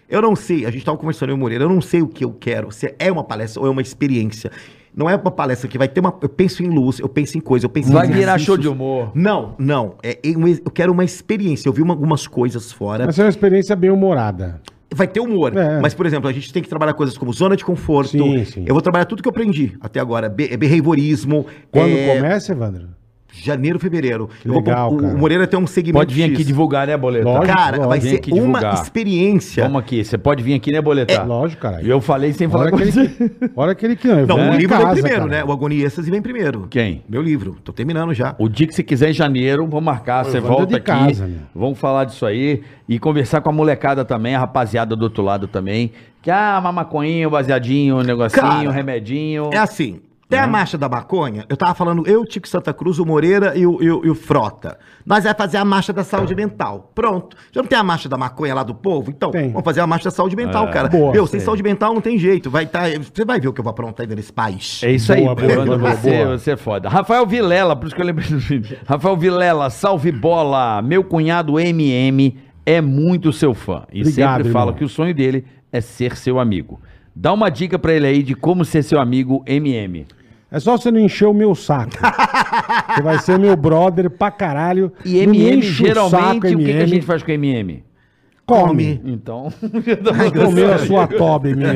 Speaker 4: Eu não sei, a gente estava conversando, eu e o Moreira, eu não sei o que eu quero, se é uma palestra ou é uma experiência. Não é uma palestra que vai ter uma. Eu penso em luz, eu penso em coisa, eu penso
Speaker 7: Vai
Speaker 4: em.
Speaker 7: virar
Speaker 4: exercícios.
Speaker 7: show de humor.
Speaker 4: Não, não. É, é um ex- eu quero uma experiência. Eu vi uma- algumas coisas fora.
Speaker 2: Essa é uma experiência bem humorada.
Speaker 4: Vai ter humor.
Speaker 2: É.
Speaker 4: Mas, por exemplo, a gente tem que trabalhar coisas como zona de conforto.
Speaker 2: Sim, sim.
Speaker 4: Eu vou trabalhar tudo que eu aprendi até agora. Be é behaviorismo.
Speaker 2: Quando
Speaker 4: é,
Speaker 2: começa, Evandro?
Speaker 4: Janeiro, fevereiro.
Speaker 2: Que
Speaker 4: Eu vou pôr-
Speaker 2: legal,
Speaker 4: o-
Speaker 2: cara.
Speaker 4: o Moreira tem um segmento
Speaker 3: Pode vir aqui
Speaker 4: X.
Speaker 3: divulgar, né, Boletar?
Speaker 2: Lógico,
Speaker 4: Cara, vai
Speaker 3: Vem
Speaker 4: ser
Speaker 3: aqui
Speaker 4: uma
Speaker 3: divulgar.
Speaker 4: experiência.
Speaker 3: Vamos aqui, você pode vir aqui, né, Boletar?
Speaker 2: É, Lógico, caralho.
Speaker 3: E eu falei sem falar
Speaker 2: Hora
Speaker 3: com
Speaker 2: que
Speaker 3: você.
Speaker 2: ele, hora que ele que não. eu
Speaker 4: Não,
Speaker 2: vou
Speaker 4: o
Speaker 2: em
Speaker 4: livro vem
Speaker 2: casa,
Speaker 4: primeiro,
Speaker 2: cara.
Speaker 4: né? O Agonia e Êxtase vem primeiro.
Speaker 3: Quem?
Speaker 4: Meu livro. Tô terminando já.
Speaker 3: O dia que você quiser em janeiro, vamos marcar, você
Speaker 2: Evandro é de
Speaker 3: volta aqui.
Speaker 2: casa, meu.
Speaker 3: Vamos falar disso aí e conversar com a molecada também, a rapaziada do outro lado também. Que ah, uma maconhinha, um baseadinho, um negocinho,
Speaker 4: Cara,
Speaker 3: um remedinho.
Speaker 4: É assim, até
Speaker 2: Hum.
Speaker 4: a marcha da maconha, eu tava falando eu, Tico Santa Cruz, o Moreira e o, e o- e o Frota. Nós vai fazer a marcha da saúde mental. Pronto. Já não tem a marcha da maconha lá do povo? Então,
Speaker 2: Tem. É.
Speaker 4: vamos fazer a marcha da saúde mental, cara.
Speaker 2: boa,
Speaker 4: Meu, sem
Speaker 2: sei.
Speaker 4: saúde mental não tem jeito. Vai tá, você vai ver o que eu vou aprontar ainda nesse país.
Speaker 3: É isso aí,
Speaker 2: Boa, boa,
Speaker 3: Evandro,
Speaker 2: boa,
Speaker 3: você,
Speaker 2: boa.
Speaker 3: você é foda. Rafael Vilela, por isso que eu lembrei do vídeo. Rafael Vilela, salve bola. Meu cunhado MM é muito seu fã. E
Speaker 2: Obrigado,
Speaker 3: sempre
Speaker 2: irmão.
Speaker 3: fala que o sonho dele é ser seu amigo. Dá uma dica pra ele aí de como ser seu amigo MM.
Speaker 2: É só você não encher o meu saco. você vai ser meu brother pra caralho.
Speaker 3: E
Speaker 2: Não me
Speaker 3: MM,
Speaker 2: enche o
Speaker 3: geralmente,
Speaker 2: saco,
Speaker 3: o que, que a
Speaker 2: MM.
Speaker 3: gente faz com MM?
Speaker 2: Come.
Speaker 3: Então.
Speaker 2: Comeu a sua toba, MM.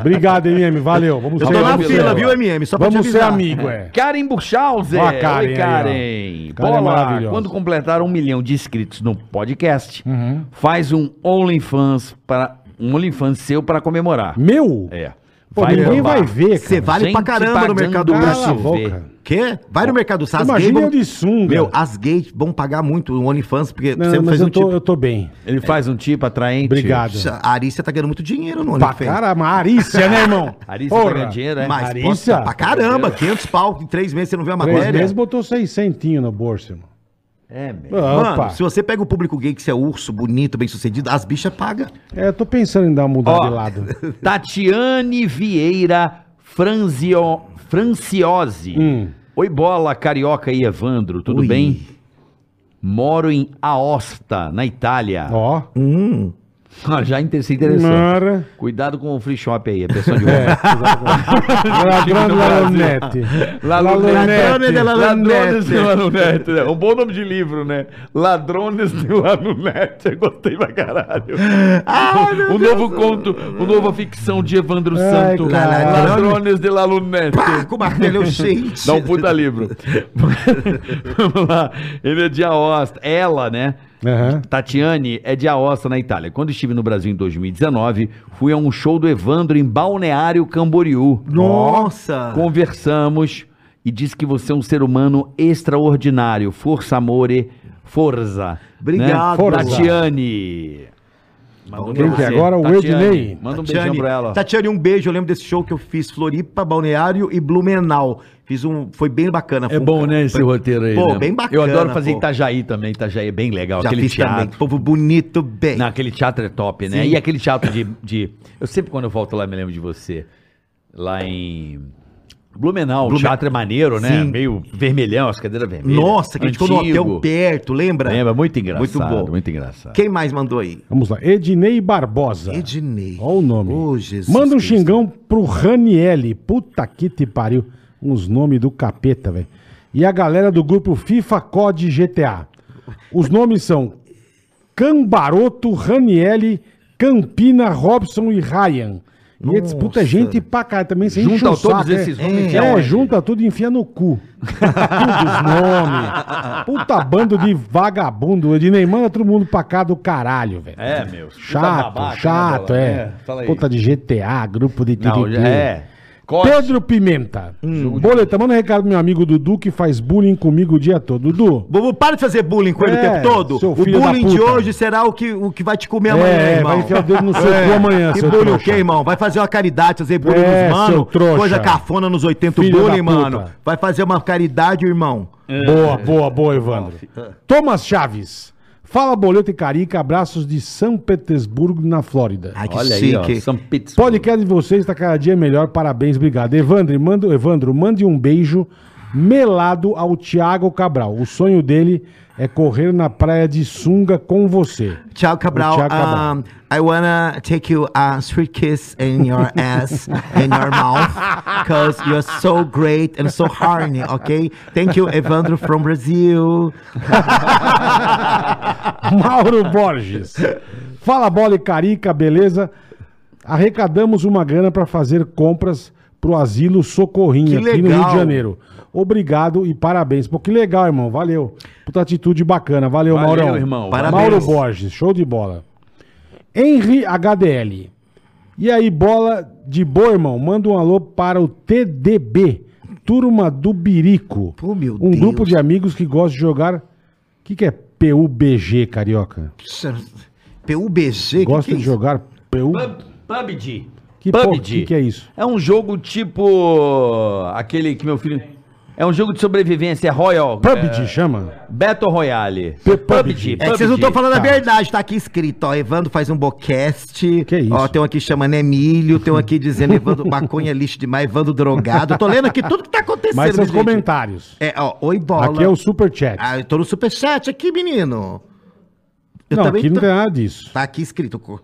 Speaker 2: Obrigado, MM. Valeu. Vamos
Speaker 4: Eu
Speaker 3: Rafael
Speaker 4: tô na
Speaker 3: Vilela.
Speaker 4: fila, viu, MM? Só pra te
Speaker 2: Vamos ser
Speaker 4: avisar.
Speaker 2: amigo, é.
Speaker 3: Karen Burchauser.
Speaker 2: Ó a Karen
Speaker 3: Oi,
Speaker 2: aí,
Speaker 3: Karen.
Speaker 2: ó. Karen é
Speaker 3: Bola,
Speaker 2: maravilhosa.
Speaker 3: quando completar um milhão de inscritos no podcast,
Speaker 2: Uhum.
Speaker 3: faz um OnlyFans para um OnlyFans seu para comemorar.
Speaker 2: Meu?
Speaker 3: É.
Speaker 2: Hum. Pô, ninguém
Speaker 3: bombar.
Speaker 2: vai ver, cara.
Speaker 4: Você vale pra
Speaker 3: Gente
Speaker 4: caramba no
Speaker 3: pagando
Speaker 4: mercado
Speaker 3: pra
Speaker 4: do
Speaker 2: Cala a
Speaker 3: se ver.
Speaker 2: boca.
Speaker 4: Quê? Vai no mercado Sas
Speaker 2: Imagina
Speaker 4: vão-
Speaker 2: eu de sunga.
Speaker 4: Meu, as gays vão pagar muito o OnlyFans, porque
Speaker 2: Não,
Speaker 4: sempre
Speaker 2: mas
Speaker 4: fez
Speaker 2: eu
Speaker 4: um
Speaker 2: tô,
Speaker 4: tipo.
Speaker 2: eu tô bem.
Speaker 3: Ele faz um tipo atraente.
Speaker 2: Obrigado.
Speaker 4: A Arícia tá ganhando muito dinheiro no
Speaker 2: Pra
Speaker 4: OnlyFans.
Speaker 2: caramba, arícia, né, irmão?
Speaker 3: Arícia
Speaker 2: Porra.
Speaker 3: tá ganhando dinheiro, é?
Speaker 4: Mas
Speaker 2: Arícia?
Speaker 4: posta pra caramba, 500 pau em três meses, você não vê a
Speaker 2: Três
Speaker 4: matéria.
Speaker 2: meses botou seiscentinho no bolso, irmão.
Speaker 3: É, meu.
Speaker 4: Mano,
Speaker 2: Opa.
Speaker 4: se você pega o público gay que você é urso, bonito, bem sucedido, as bichas pagam.
Speaker 2: É, eu tô pensando em dar uma mudada
Speaker 3: Ó.
Speaker 2: de lado.
Speaker 3: Tatiane Vieira Franzio... Franciose.
Speaker 2: Hum.
Speaker 3: Oi, bola, carioca e Evandro, tudo
Speaker 4: Ui.
Speaker 3: bem? Moro em Aosta, na Itália.
Speaker 2: Ó.
Speaker 4: Hum.
Speaker 3: Ah, Já interessei interessante.
Speaker 2: Mara.
Speaker 3: Cuidado com o free shop aí, a pessoa de
Speaker 2: É,
Speaker 3: Roma.
Speaker 2: Ladrão Lalonete.
Speaker 4: Ladrone de la-
Speaker 3: Ladrones de Lanunete. né? Um bom nome de livro, né? Ladrones de Lanunete. Eu gostei pra caralho. o novo conto, o nova ficção de Evandro
Speaker 2: Ai,
Speaker 3: Santo.
Speaker 2: cara.
Speaker 3: Ladrones de Lanunete.
Speaker 4: Pá, com o martelo, gente.
Speaker 3: Dá um puta livro. Vamos lá. Ele é de Aosta. Ela, né?
Speaker 2: Aham.
Speaker 3: Tatiane é de Aosta, na Itália. Quando estive no Brasil em 2019, fui a um show do Evandro em Balneário Camboriú.
Speaker 4: Nossa.
Speaker 3: Conversamos e disse que você é um ser humano extraordinário. Força, amore, forza. Né?
Speaker 4: Obrigado.
Speaker 2: Forza.
Speaker 3: Tatiane. Mandou
Speaker 2: Quem
Speaker 3: pra
Speaker 2: que é
Speaker 3: você.
Speaker 2: agora? O
Speaker 3: Tatiane,
Speaker 2: Ednei.
Speaker 3: Manda um beijão
Speaker 4: Tatiane,
Speaker 3: pra ela.
Speaker 4: Tatiane, um beijo. Eu lembro desse show que eu fiz, Floripa, Balneário e Blumenau. Fiz um, foi bem bacana.
Speaker 3: É
Speaker 4: Foi um-
Speaker 3: bom, né, esse
Speaker 4: foi-
Speaker 3: roteiro aí.
Speaker 4: Pô,
Speaker 3: né?
Speaker 4: bem bacana.
Speaker 3: Eu adoro fazer
Speaker 4: pô.
Speaker 3: Itajaí também. Itajaí é bem legal.
Speaker 4: Já
Speaker 3: aquele
Speaker 4: fiz
Speaker 3: teatro.
Speaker 4: também. Povo bonito, bem.
Speaker 3: Não, aquele teatro é top, né?
Speaker 4: Sim.
Speaker 3: E aquele teatro de, de- Eu sempre quando eu volto lá, me lembro de você. Lá em. Blumenau, o
Speaker 4: Blumen-
Speaker 3: teatro é maneiro, né?
Speaker 4: Sim.
Speaker 3: Meio vermelhão, as cadeiras vermelhas.
Speaker 4: Nossa, que a gente ficou no hotel perto, lembra?
Speaker 3: Lembra? Muito engraçado.
Speaker 4: Muito
Speaker 3: Muito
Speaker 4: bom.
Speaker 3: bom. Muito engraçado.
Speaker 4: Quem mais mandou aí?
Speaker 2: Vamos lá. Ednei Barbosa.
Speaker 4: Ednei.
Speaker 2: Ah, Olha o nome.
Speaker 4: Ô, Jesus
Speaker 2: Manda um
Speaker 4: Cristo.
Speaker 2: xingão pro Ranielli. Puta que te pariu. Uns nomes do capeta, velho. E a galera do grupo FIFA COD GTA. Os nomes são Cambaroto, Ranielli, Campina, Robson e Ryan. E eles, puta, é gente pra cá também. Você enche
Speaker 3: Junta
Speaker 2: o
Speaker 3: todos
Speaker 2: saco, né?
Speaker 3: esses nomes e enfia
Speaker 2: É,
Speaker 3: onde?
Speaker 2: junta tudo e enfia no cu. Todos os nomes. Puta bando de vagabundo. Ednei, manda todo mundo pra cá do caralho, velho.
Speaker 3: É, meu. puta
Speaker 2: Chato,
Speaker 3: babaca, né,
Speaker 2: chato,
Speaker 3: Bola?
Speaker 2: é.
Speaker 3: Fala aí.
Speaker 2: Puta de GTA, grupo de
Speaker 3: Não,
Speaker 2: tiriti.
Speaker 3: é. Hum. Corte.
Speaker 2: Pedro Pimenta. Boleta, manda um recado pro meu amigo Dudu que faz bullying comigo o dia todo. Dudu,
Speaker 4: Bubu, para de fazer bullying com ele
Speaker 2: É,
Speaker 4: o tempo todo.
Speaker 2: seu
Speaker 4: O
Speaker 2: filho da
Speaker 4: bullying de
Speaker 2: puta.
Speaker 4: hoje será o que, o que vai te comer
Speaker 2: É,
Speaker 4: amanhã,
Speaker 2: é,
Speaker 4: irmão. É.
Speaker 2: vai enfiar o dedo no seu cu amanhã,
Speaker 4: Que
Speaker 2: seu
Speaker 4: bullying o
Speaker 2: trouxa.
Speaker 4: quê, irmão? Vai fazer uma caridade, fazer bullying
Speaker 2: É,
Speaker 4: nos
Speaker 2: seu
Speaker 4: mano.
Speaker 2: trouxa.
Speaker 4: Coisa cafona nos 80
Speaker 2: Filho da
Speaker 4: bullying,
Speaker 2: puta.
Speaker 4: mano. Vai fazer uma caridade, irmão.
Speaker 3: É.
Speaker 2: boa, boa, boa, Evandro. Thomas Chaves. Fala, Boleta e Carica, abraços de São Petersburgo, na Flórida.
Speaker 4: Ai, que
Speaker 5: Olha aí,
Speaker 4: chique.
Speaker 5: ó, São Petersburgo.
Speaker 2: Podcast de vocês está cada dia melhor, parabéns, obrigado. Evandro, manda, Evandro, mande um beijo melado ao Thiago Cabral. O sonho dele é correr na praia de sunga com você.
Speaker 4: Tchau, Cabral.
Speaker 2: O Thiago Cabral.
Speaker 4: Um, I wanna take you a sweet kiss in your ass, in your mouth, because you're so great and so horny, okay? Thank you, Evandro from Brazil.
Speaker 2: Mauro Borges. Fala, bola e carica, beleza? Arrecadamos uma grana para fazer compras pro Asilo Socorrinho
Speaker 4: Que
Speaker 2: aqui no Rio
Speaker 4: legal.
Speaker 2: de Janeiro. Obrigado e parabéns. Pô, que legal, irmão. Valeu. Puta atitude bacana. Valeu,
Speaker 5: Valeu,
Speaker 2: Maurão.
Speaker 5: irmão.
Speaker 4: Parabéns.
Speaker 2: Mauro Borges, show de bola. Henry HDL. E aí, bola de boa, irmão. Manda um alô para o TDB, Turma do Birico.
Speaker 4: Pô, meu
Speaker 2: um
Speaker 4: Deus.
Speaker 2: grupo de amigos que gosta de jogar. O que, que é PUBG, carioca?
Speaker 4: PUBG, que
Speaker 2: gosta
Speaker 4: que é
Speaker 2: de
Speaker 4: isso?
Speaker 2: jogar PU.
Speaker 5: PUBG.
Speaker 2: Que porra, que que é isso?
Speaker 5: É um jogo tipo aquele que meu filho é um jogo de sobrevivência, é Royal
Speaker 2: PUBG
Speaker 5: é,
Speaker 2: chama?
Speaker 5: Battle Royale.
Speaker 2: P- PUBG.
Speaker 4: É que vocês não estão falando a
Speaker 2: Tá.
Speaker 4: verdade, tá aqui escrito, ó. Evandro faz um boquete.
Speaker 2: Que é isso?
Speaker 4: Ó, tem um aqui chamando Emílio, tem um aqui dizendo Evandro maconha lixo demais, Evandro drogado. Eu tô lendo aqui tudo que tá acontecendo.
Speaker 2: Mas seus
Speaker 4: gente.
Speaker 2: comentários.
Speaker 4: É, ó, oi bola.
Speaker 2: Aqui é o Super Chat.
Speaker 4: Ah, eu tô no superchat aqui, menino. Eu
Speaker 2: não,
Speaker 4: também
Speaker 2: aqui
Speaker 4: tô...
Speaker 2: não tem Ah, nada disso.
Speaker 4: Tá aqui escrito. co-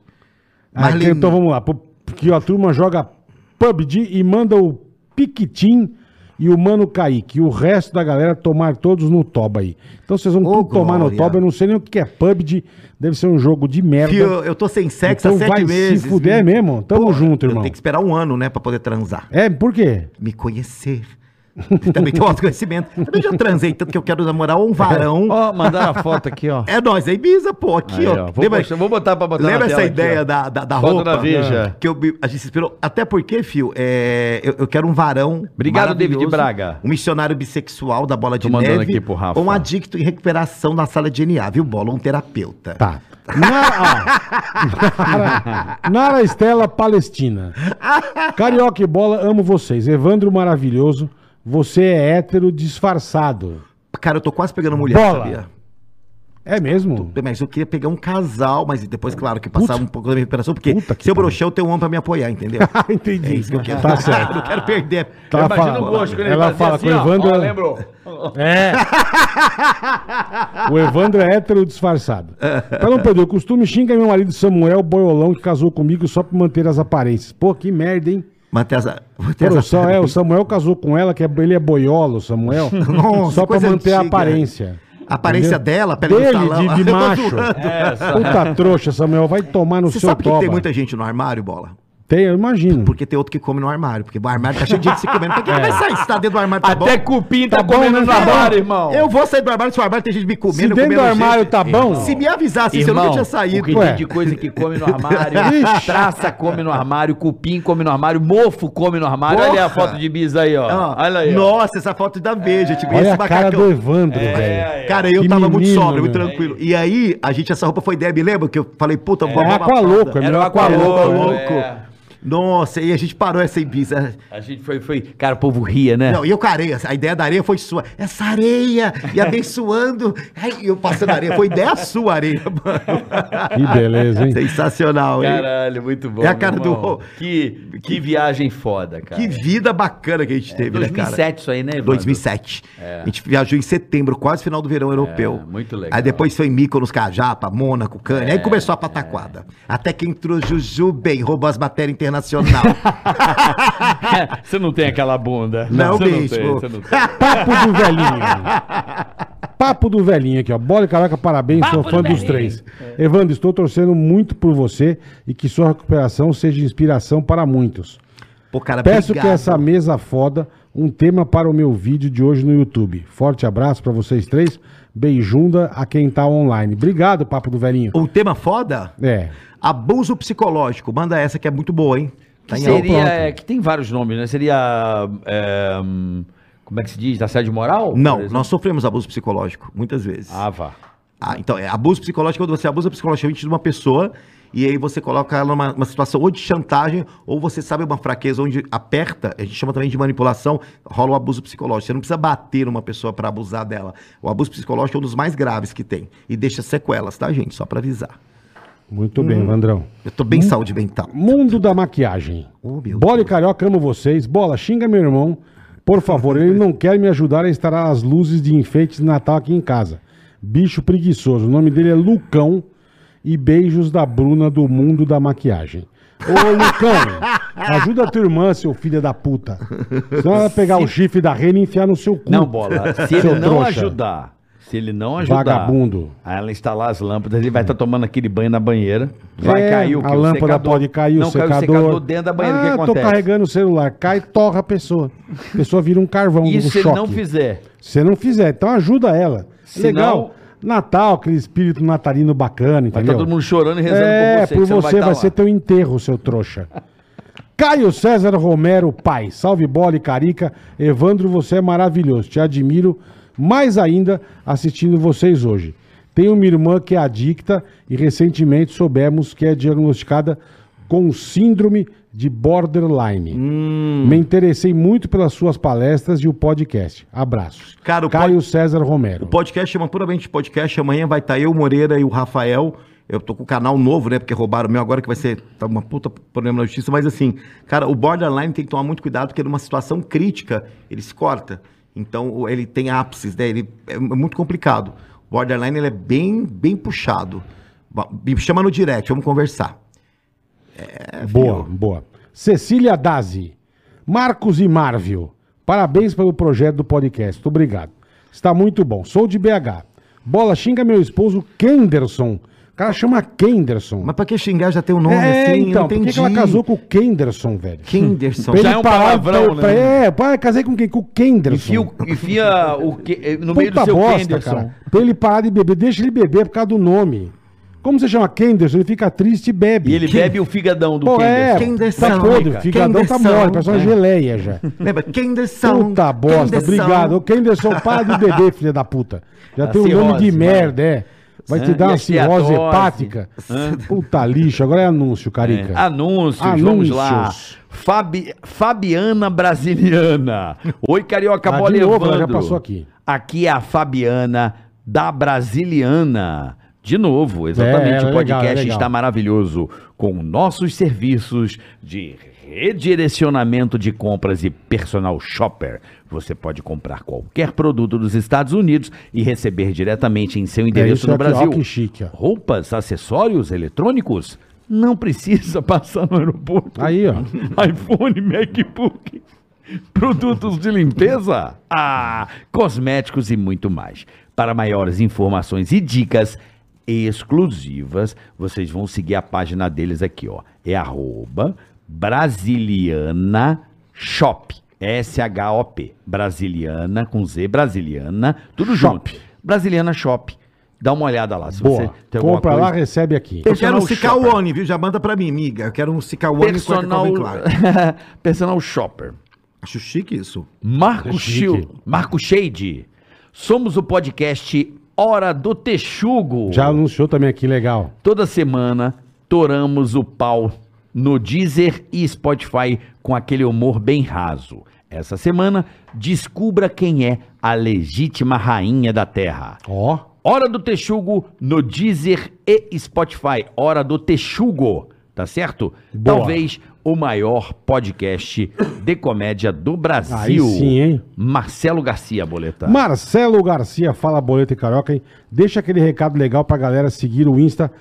Speaker 2: Aqui,
Speaker 4: Marlene.
Speaker 2: então vamos lá. Pô, Porque a turma joga PUBG e manda o Piquitim e o Mano Kaique. E o resto da galera tomar todos no toba aí. Então vocês vão
Speaker 4: Ô,
Speaker 2: tudo tomar no
Speaker 4: glória.
Speaker 2: toba. Eu não sei nem o que é PUBG. Deve ser um jogo de merda.
Speaker 4: Fio, eu tô sem sexo
Speaker 2: então
Speaker 4: há sete
Speaker 2: vai
Speaker 4: meses.
Speaker 2: se fuder mesmo. Tamo junto, irmão.
Speaker 4: Tem que esperar um ano, né, pra poder transar.
Speaker 2: É, por quê?
Speaker 4: Me conhecer. Também tem um autoconhecimento. Também já transei, tanto que eu quero namorar um varão.
Speaker 5: Ó, mandaram a foto aqui, ó.
Speaker 4: É nós, é Ibiza, pô, aqui,
Speaker 5: Aí,
Speaker 4: ó.
Speaker 5: ó. Vou,
Speaker 4: Lembra-
Speaker 5: postar- vou botar pra botar na
Speaker 4: Lembra essa
Speaker 5: tela aqui,
Speaker 4: ideia
Speaker 5: ó.
Speaker 4: da, da, da
Speaker 5: Foto
Speaker 4: roupa? É.
Speaker 5: da Veja.
Speaker 4: Que eu, me- a gente se inspirou. Até porque, fio, é, eu, eu quero um varão.
Speaker 5: Obrigado,
Speaker 4: maravilhoso,
Speaker 5: David Braga.
Speaker 4: Um missionário bissexual da bola de
Speaker 5: Tô mandando
Speaker 4: neve.
Speaker 5: aqui pro Rafa.
Speaker 4: Ou um adicto em recuperação na sala de NA, viu, bola? Um terapeuta.
Speaker 2: Tá. Nara, ó. Nara, Nara Estela Palestina. Carioca e bola, amo vocês. Evandro maravilhoso. Você é hétero disfarçado.
Speaker 4: Cara, eu tô quase pegando mulher,
Speaker 2: Bola.
Speaker 4: sabia?
Speaker 2: É mesmo?
Speaker 4: Mas eu queria pegar um casal, mas depois, claro, que passar
Speaker 2: Puta.
Speaker 4: um pouco da minha recuperação, porque
Speaker 2: Puta que
Speaker 4: se eu
Speaker 2: pariu.
Speaker 4: broxar, eu tenho um homem pra me apoiar, entendeu?
Speaker 2: Entendi.
Speaker 4: É isso que eu quero.
Speaker 2: Tá certo.
Speaker 4: Não quero perder.
Speaker 2: Tá,
Speaker 5: Imagina
Speaker 2: fala-
Speaker 5: o gosto quando ele
Speaker 2: ela
Speaker 5: fazia
Speaker 2: fala
Speaker 5: assim,
Speaker 2: com o
Speaker 5: ó.
Speaker 2: Evandro-
Speaker 5: Ó, lembrou.
Speaker 2: É. O Evandro é hétero disfarçado. Pra não perder o costume, xinga meu marido Samuel Boiolão, que casou comigo só pra manter as aparências. Pô, que merda, hein?
Speaker 4: Matesa,
Speaker 2: Pô, o, Sam- é, o Samuel casou com ela, que é- ele é boiolo, o Samuel.
Speaker 4: Nossa,
Speaker 2: só pra
Speaker 4: coisa
Speaker 2: manter a
Speaker 4: antiga. né?
Speaker 2: aparência.
Speaker 4: A aparência dela, pele
Speaker 2: Dele,
Speaker 4: do salão.
Speaker 2: de, de
Speaker 4: Eu tô
Speaker 2: macho.
Speaker 4: zoando.
Speaker 5: É,
Speaker 2: Puta trouxa, Samuel, vai tomar no
Speaker 4: É, Você
Speaker 2: seu
Speaker 4: sabe
Speaker 2: toba.
Speaker 4: que tem muita gente no armário, bola?
Speaker 2: Tem, eu imagino.
Speaker 4: Porque tem outro que come no armário. Porque o armário tá cheio de gente se comendo. Pra que ele vai sair? Se tá dentro do armário, tá
Speaker 5: Até
Speaker 4: bom?
Speaker 5: cupim tá,
Speaker 2: Tá bom,
Speaker 5: comendo
Speaker 2: né?
Speaker 5: no
Speaker 2: É. Tá
Speaker 5: armário,
Speaker 2: bom.
Speaker 5: irmão.
Speaker 4: Eu vou sair do armário se o armário tem gente me comendo.
Speaker 2: Se dentro do
Speaker 4: comendo
Speaker 2: armário
Speaker 4: gente.
Speaker 2: tá bom...
Speaker 4: Se me avisasse, isso eu
Speaker 5: Irmão,
Speaker 4: nunca assim, tinha
Speaker 5: o que
Speaker 4: saído.
Speaker 2: Ué.
Speaker 5: tem de coisa que come no armário, traça come no armário, cupim come no armário, mofo come no armário. Olha aí a
Speaker 4: Porra.
Speaker 5: foto de bis aí, ó.
Speaker 4: Ah,
Speaker 5: Olha aí. ó.
Speaker 4: Nossa, essa foto da beija. Tipo,
Speaker 2: é? Olha
Speaker 4: esse
Speaker 2: a cara
Speaker 4: macacão.
Speaker 2: do Evandro, velho.
Speaker 5: é, é.
Speaker 4: Cara, eu
Speaker 2: Que
Speaker 4: tava muito
Speaker 2: menino,
Speaker 4: sóbrio, muito
Speaker 2: meu.
Speaker 4: tranquilo. E aí, a gente, essa roupa foi ideia, me lembra? Que eu falei, puta, vou
Speaker 2: É
Speaker 4: arrumar uma
Speaker 2: aqua louco, é
Speaker 4: fralda.
Speaker 5: Era um o
Speaker 2: melhor né? aqua
Speaker 5: Aqualou,
Speaker 4: Louco,
Speaker 2: louco.
Speaker 4: louco.
Speaker 5: é.
Speaker 4: Nossa, e a gente parou essa Ibiza.
Speaker 5: A gente foi, foi. Cara, o povo ria, né?
Speaker 4: Não, e eu com a areia. A ideia da areia foi sua. Essa areia! E abençoando. Ai, eu passando a areia. Foi ideia sua, areia, mano.
Speaker 2: Que beleza, hein?
Speaker 4: Sensacional, hein?
Speaker 5: Caralho, muito bom.
Speaker 4: É a
Speaker 5: meu
Speaker 4: cara do-
Speaker 5: irmão. Que, que viagem foda, cara. É,
Speaker 4: que vida bacana que a gente teve, né,
Speaker 5: 2007
Speaker 4: cara?
Speaker 5: isso aí, né, Evandro?
Speaker 4: 2007. A gente viajou em setembro, quase final do verão europeu.
Speaker 5: É, muito legal. É,
Speaker 4: Aí depois foi em Mykonos, Cajapa, Mônaco, Cannes. aí começou a pataquada. Até que entrou Juju bem, roubou as matérias internacionais.
Speaker 5: você não tem aquela bunda.
Speaker 4: Não,
Speaker 5: você
Speaker 4: bicho.
Speaker 5: Não tem, você não tem.
Speaker 2: Papo do velhinho. Papo do velhinho aqui, ó. Bola e caraca, parabéns, sou fã dos três. Evandro, estou torcendo muito por você e que sua recuperação seja inspiração para muitos.
Speaker 4: Pô, cara,
Speaker 2: Peço
Speaker 4: Tá obrigado.
Speaker 2: que essa mesa foda um tema para o meu vídeo de hoje no YouTube. Forte abraço para vocês três. Beijunda a quem tá online. Obrigado, Papo do Velhinho.
Speaker 4: Um tema foda?
Speaker 2: É.
Speaker 4: Abuso psicológico. Manda essa que é muito boa, hein? Tá
Speaker 3: Que
Speaker 4: em alta.
Speaker 3: seria. é, que tem vários nomes, né? Seria. é, hum, como é que se diz? Da sede moral? por
Speaker 4: Não,
Speaker 3: exemplo?
Speaker 4: nós sofremos abuso psicológico, muitas vezes.
Speaker 3: Ah, vá.
Speaker 4: Ah, então, é abuso psicológico é quando você abusa psicologicamente de uma pessoa e aí você coloca ela numa uma situação ou de chantagem ou você sabe uma fraqueza onde aperta, a gente chama também de manipulação, rola o abuso psicológico. Você não precisa bater numa pessoa pra abusar dela. O abuso psicológico é um dos mais graves que tem e deixa sequelas, tá, gente? Só pra avisar.
Speaker 2: Muito bem, Vandrão.
Speaker 4: Eu tô bem saúde mental.
Speaker 2: Mundo da maquiagem.
Speaker 4: Oh, meu
Speaker 2: Bola e Carioca, amo vocês. Bola, xinga meu irmão. Por favor, ele não quer me ajudar a instalar as luzes de enfeite de Natal aqui em casa. Bicho preguiçoso. O nome dele é Lucão. E beijos da Bruna do Mundo da Maquiagem. Ô, Lucão, ajuda a tua irmã, seu filho da puta. Senão ela vai pegar o chifre da rena e enfiar no seu cu.
Speaker 3: Não, bola. Se
Speaker 2: Seu
Speaker 3: ele não
Speaker 2: trouxa.
Speaker 3: ajudar. Se ele não ajudar.
Speaker 2: Vagabundo.
Speaker 3: A ela instalar as lâmpadas, ele vai estar tomando aquele banho na banheira. Vai
Speaker 2: É,
Speaker 3: cair o quê?
Speaker 2: A
Speaker 3: O
Speaker 2: lâmpada
Speaker 3: secador.
Speaker 2: pode cair,
Speaker 3: não,
Speaker 2: o secador.
Speaker 3: Cai o secador dentro da banheira.
Speaker 2: ah,
Speaker 3: o que
Speaker 2: tô
Speaker 3: acontece?
Speaker 2: carregando o celular. Cai, torra a pessoa. A pessoa vira um carvão
Speaker 3: Isso
Speaker 2: um
Speaker 3: se ele
Speaker 2: choque.
Speaker 3: não fizer. Tá
Speaker 2: Se ele não fizer, então ajuda ela.
Speaker 3: Se
Speaker 2: Legal. Natal, aquele espírito natalino bacana,
Speaker 3: Vai
Speaker 2: entendeu?
Speaker 3: estar todo mundo chorando e rezando
Speaker 2: é,
Speaker 3: que
Speaker 2: por você,
Speaker 3: não
Speaker 2: vai,
Speaker 3: tá lá.
Speaker 2: ser teu enterro, seu trouxa. Caio César Romero, pai. Salve bola e carica. Evandro, você é maravilhoso. Te admiro mais ainda assistindo vocês hoje. Tenho uma irmã que é adicta e recentemente soubemos que é diagnosticada com síndrome de borderline. Me interessei muito pelas suas palestras e o podcast. Abraços.
Speaker 4: Cara, o
Speaker 2: Caio
Speaker 4: pod-
Speaker 2: César Romero.
Speaker 4: O podcast chama puramente podcast. Amanhã vai estar eu, Moreira e o Rafael. Eu tô com o canal novo, né? Porque roubaram o meu agora, que vai ser tá uma puta problema na justiça. Mas assim, cara, o borderline tem que tomar muito cuidado, porque numa situação crítica, ele se corta. Então, o- ele tem ápices, né? Ele é m- muito complicado. O borderline, ele é bem, bem puxado. Ba- Me chama no direct, vamos conversar.
Speaker 2: Boa, boa. Cecília Dazi, Marcos e Marvio, parabéns pelo projeto do podcast. Muito Obrigado. Está muito bom. Sou de BH. Bola xinga meu esposo Kenderson. O cara chama Kenderson.
Speaker 4: Mas pra que xingar já tem um nome
Speaker 2: é,
Speaker 4: assim?
Speaker 2: então, por que que ela casou
Speaker 4: casou
Speaker 2: com o Kenderson, velho?
Speaker 4: Kenderson.
Speaker 2: Pra
Speaker 3: Já
Speaker 2: ele
Speaker 3: é um
Speaker 2: parar-
Speaker 3: palavrão,
Speaker 2: pra-
Speaker 3: né?
Speaker 2: É, pai, casei com quem? Com o Kenderson.
Speaker 3: Enfia, o- enfia o que, no meio do
Speaker 2: Puta
Speaker 3: seu
Speaker 2: bosta,
Speaker 3: Kenderson.
Speaker 2: cara. Pra ele parar de beber, deixa ele beber por causa do nome. Como você chama Kenderson, ele fica triste e bebe.
Speaker 3: E ele bebe o figadão do
Speaker 2: Pô, é,
Speaker 3: Kenderson.
Speaker 4: Kenderson.
Speaker 2: tá podre, o figadão tá
Speaker 4: Kenderson,
Speaker 2: mole, parece uma
Speaker 4: né?
Speaker 2: geleia já.
Speaker 4: Lembra? Kenderson.
Speaker 2: Puta bosta,
Speaker 4: Kenderson.
Speaker 2: obrigado. Ô, Kenderson, para de beber, filha da puta. Já
Speaker 3: A
Speaker 2: tem um nome
Speaker 3: cirrose,
Speaker 2: de
Speaker 3: mano.
Speaker 2: merda, é. Vai te
Speaker 3: Hã?
Speaker 2: dar
Speaker 3: E
Speaker 2: uma
Speaker 3: a
Speaker 2: cirrose
Speaker 3: esteatose.
Speaker 2: hepática. Puta lixo, agora é anúncio, carica.
Speaker 3: Anúncios, vamos lá.
Speaker 2: Anúncios.
Speaker 3: Fabi- Fabiana Brasiliana. Oi, Carioca
Speaker 2: Ah, de
Speaker 3: Bola e
Speaker 2: novo, ela já
Speaker 3: Evandro.
Speaker 2: passou aqui.
Speaker 3: Aqui é a Fabiana da Brasiliana. De novo,
Speaker 2: É,
Speaker 3: exatamente.
Speaker 2: ela é
Speaker 3: o
Speaker 2: legal,
Speaker 3: podcast
Speaker 2: é legal.
Speaker 3: está maravilhoso com nossos serviços de redirecionamento de compras e personal shopper. Você pode comprar qualquer produto dos Estados Unidos e receber diretamente em seu endereço
Speaker 2: É isso
Speaker 3: no
Speaker 2: aqui, ó,
Speaker 3: Brasil.
Speaker 2: que chique, ó.
Speaker 3: Roupas, acessórios, eletrônicos. Não precisa passar no aeroporto
Speaker 2: Aí, ó.
Speaker 3: iPhone, MacBook, produtos de limpeza, ah, cosméticos e muito mais. Para maiores informações e dicas exclusivas, vocês vão seguir a página deles aqui, ó. É arroba Brasiliana Shop. S-H-O-P. Brasiliana com Z, Brasiliana, tudo
Speaker 2: Shop.
Speaker 3: junto. Brasiliana Shop. Dá uma olhada lá. Se você
Speaker 2: Boa.
Speaker 3: tem alguma
Speaker 2: Compra
Speaker 3: coisa.
Speaker 2: lá, recebe aqui.
Speaker 4: Eu quero um
Speaker 3: Personal shopper.
Speaker 4: Cicaone, viu? Já manda pra mim, miga. Eu quero um Cicaone
Speaker 3: Personal,
Speaker 4: Calvin Klein.
Speaker 3: personal Shopper.
Speaker 4: Acho chique isso.
Speaker 3: Marco,
Speaker 2: É chique.
Speaker 3: Shil, Marco Shade. Somos o podcast Hora do Texugo.
Speaker 2: Já anunciou também aqui, legal.
Speaker 3: Toda semana toramos o pau no Deezer e Spotify com aquele humor bem raso. Essa semana, descubra quem é a legítima rainha da terra.
Speaker 2: Ó.
Speaker 3: Hora do Texugo no Deezer e Spotify. Hora do Texugo, tá certo?
Speaker 2: Boa.
Speaker 3: Talvez o maior podcast de comédia do Brasil.
Speaker 2: Aí sim, hein?
Speaker 3: Marcelo Garcia, boleta.
Speaker 2: Marcelo Garcia, fala Boleto e Carioca, hein? Deixa aquele recado legal pra galera seguir o Insta,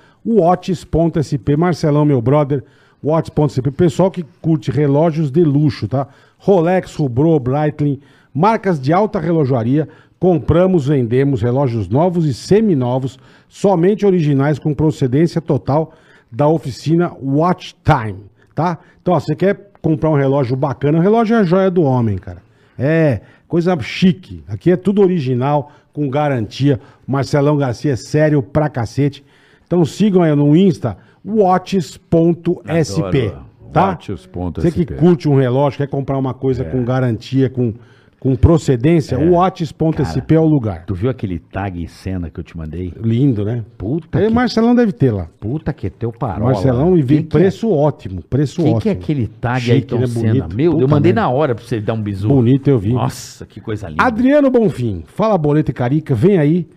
Speaker 2: watts.sp. Marcelão, meu brother, watts.sp. Pessoal que curte relógios de luxo, tá? Rolex, Hublot, Breitling, marcas de alta relojoaria. Compramos, vendemos relógios novos e seminovos, somente originais com procedência total da oficina Watch Time, tá? Então, ó, você quer comprar um relógio bacana, o relógio é a joia do homem, cara. É, coisa chique. Aqui é tudo original, com garantia. Marcelão Garcia é sério pra cacete. Então sigam aí no Insta, watches.sp.
Speaker 3: Adoro.
Speaker 2: tá?
Speaker 3: Watches.sp.
Speaker 2: Você que curte um relógio, quer comprar uma
Speaker 3: É.
Speaker 2: coisa com garantia, com, com procedência, o watches.sp é o lugar.
Speaker 3: Tu viu aquele tag e cena que eu te mandei?
Speaker 2: Lindo, né?
Speaker 3: Puta
Speaker 2: Aí,
Speaker 3: que,
Speaker 2: Marcelão deve ter lá.
Speaker 3: puta que é teu parola.
Speaker 2: Marcelão e vi
Speaker 3: Quem que é-
Speaker 2: preço ótimo, preço
Speaker 3: Quem
Speaker 2: ótimo.
Speaker 3: que é aquele tag
Speaker 2: Chique,
Speaker 3: aí Ayrton
Speaker 2: né?
Speaker 3: Senna?
Speaker 2: Bonito.
Speaker 3: Meu, eu
Speaker 2: Puta
Speaker 3: mandei
Speaker 2: merda.
Speaker 3: na hora pra você dar um bisu.
Speaker 2: Bonito, eu vi.
Speaker 3: Nossa, que coisa linda.
Speaker 2: Adriano Bonfim, fala Boleta e Carica, vem aí.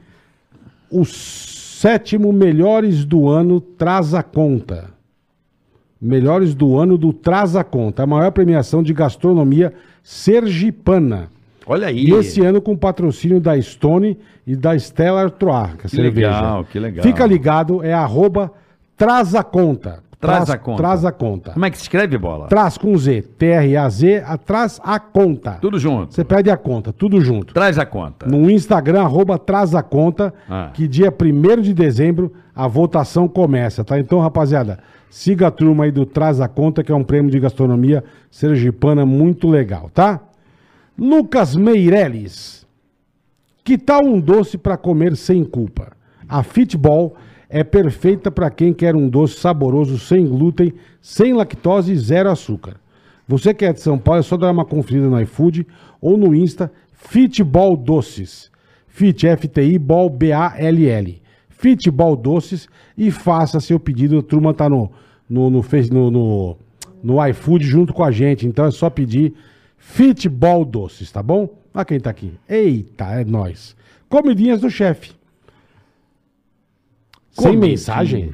Speaker 2: O sétimo melhores do ano traz a conta. Melhores do ano do Traz a Conta, a maior premiação de gastronomia sergipana.
Speaker 3: Olha aí.
Speaker 2: E esse ano com patrocínio da Stone e da Stellar Trois, que é
Speaker 3: Que
Speaker 2: cerveja.
Speaker 3: legal, que legal.
Speaker 2: Fica ligado, é arroba Traz a Conta.
Speaker 3: Traz a Conta.
Speaker 2: Traz a Conta.
Speaker 3: Como é que se escreve bola?
Speaker 2: Traz com Z, T-R-A-Z, atrás a conta.
Speaker 3: Tudo Tá. junto.
Speaker 2: Você pede a conta, tudo junto.
Speaker 3: Traz a conta.
Speaker 2: No Instagram, arroba Traz a Conta,
Speaker 3: Ah.
Speaker 2: que dia 1 de dezembro a votação começa, tá? Então, rapaziada, siga a turma aí do Traz a Conta, que é um prêmio de gastronomia sergipana muito legal, tá? Lucas Meirelles. Que tal um doce para comer sem culpa? A Fitball é perfeita para quem quer um doce saboroso, sem glúten, sem lactose e zero açúcar. Você que é de São Paulo, é só dar uma conferida no iFood ou no Insta Fitball Doces. Fit, F-T-I, Ball, B-A-L-L. Fitball Doces e faça seu pedido. A turma tá no, no, no, Face- no, no, no iFood junto com a gente, então é só pedir Fitball Doces, tá bom? Olha quem tá aqui. Eita, é nós. Comidinhas do chefe. Sem
Speaker 3: Comidinhas.
Speaker 2: mensagem?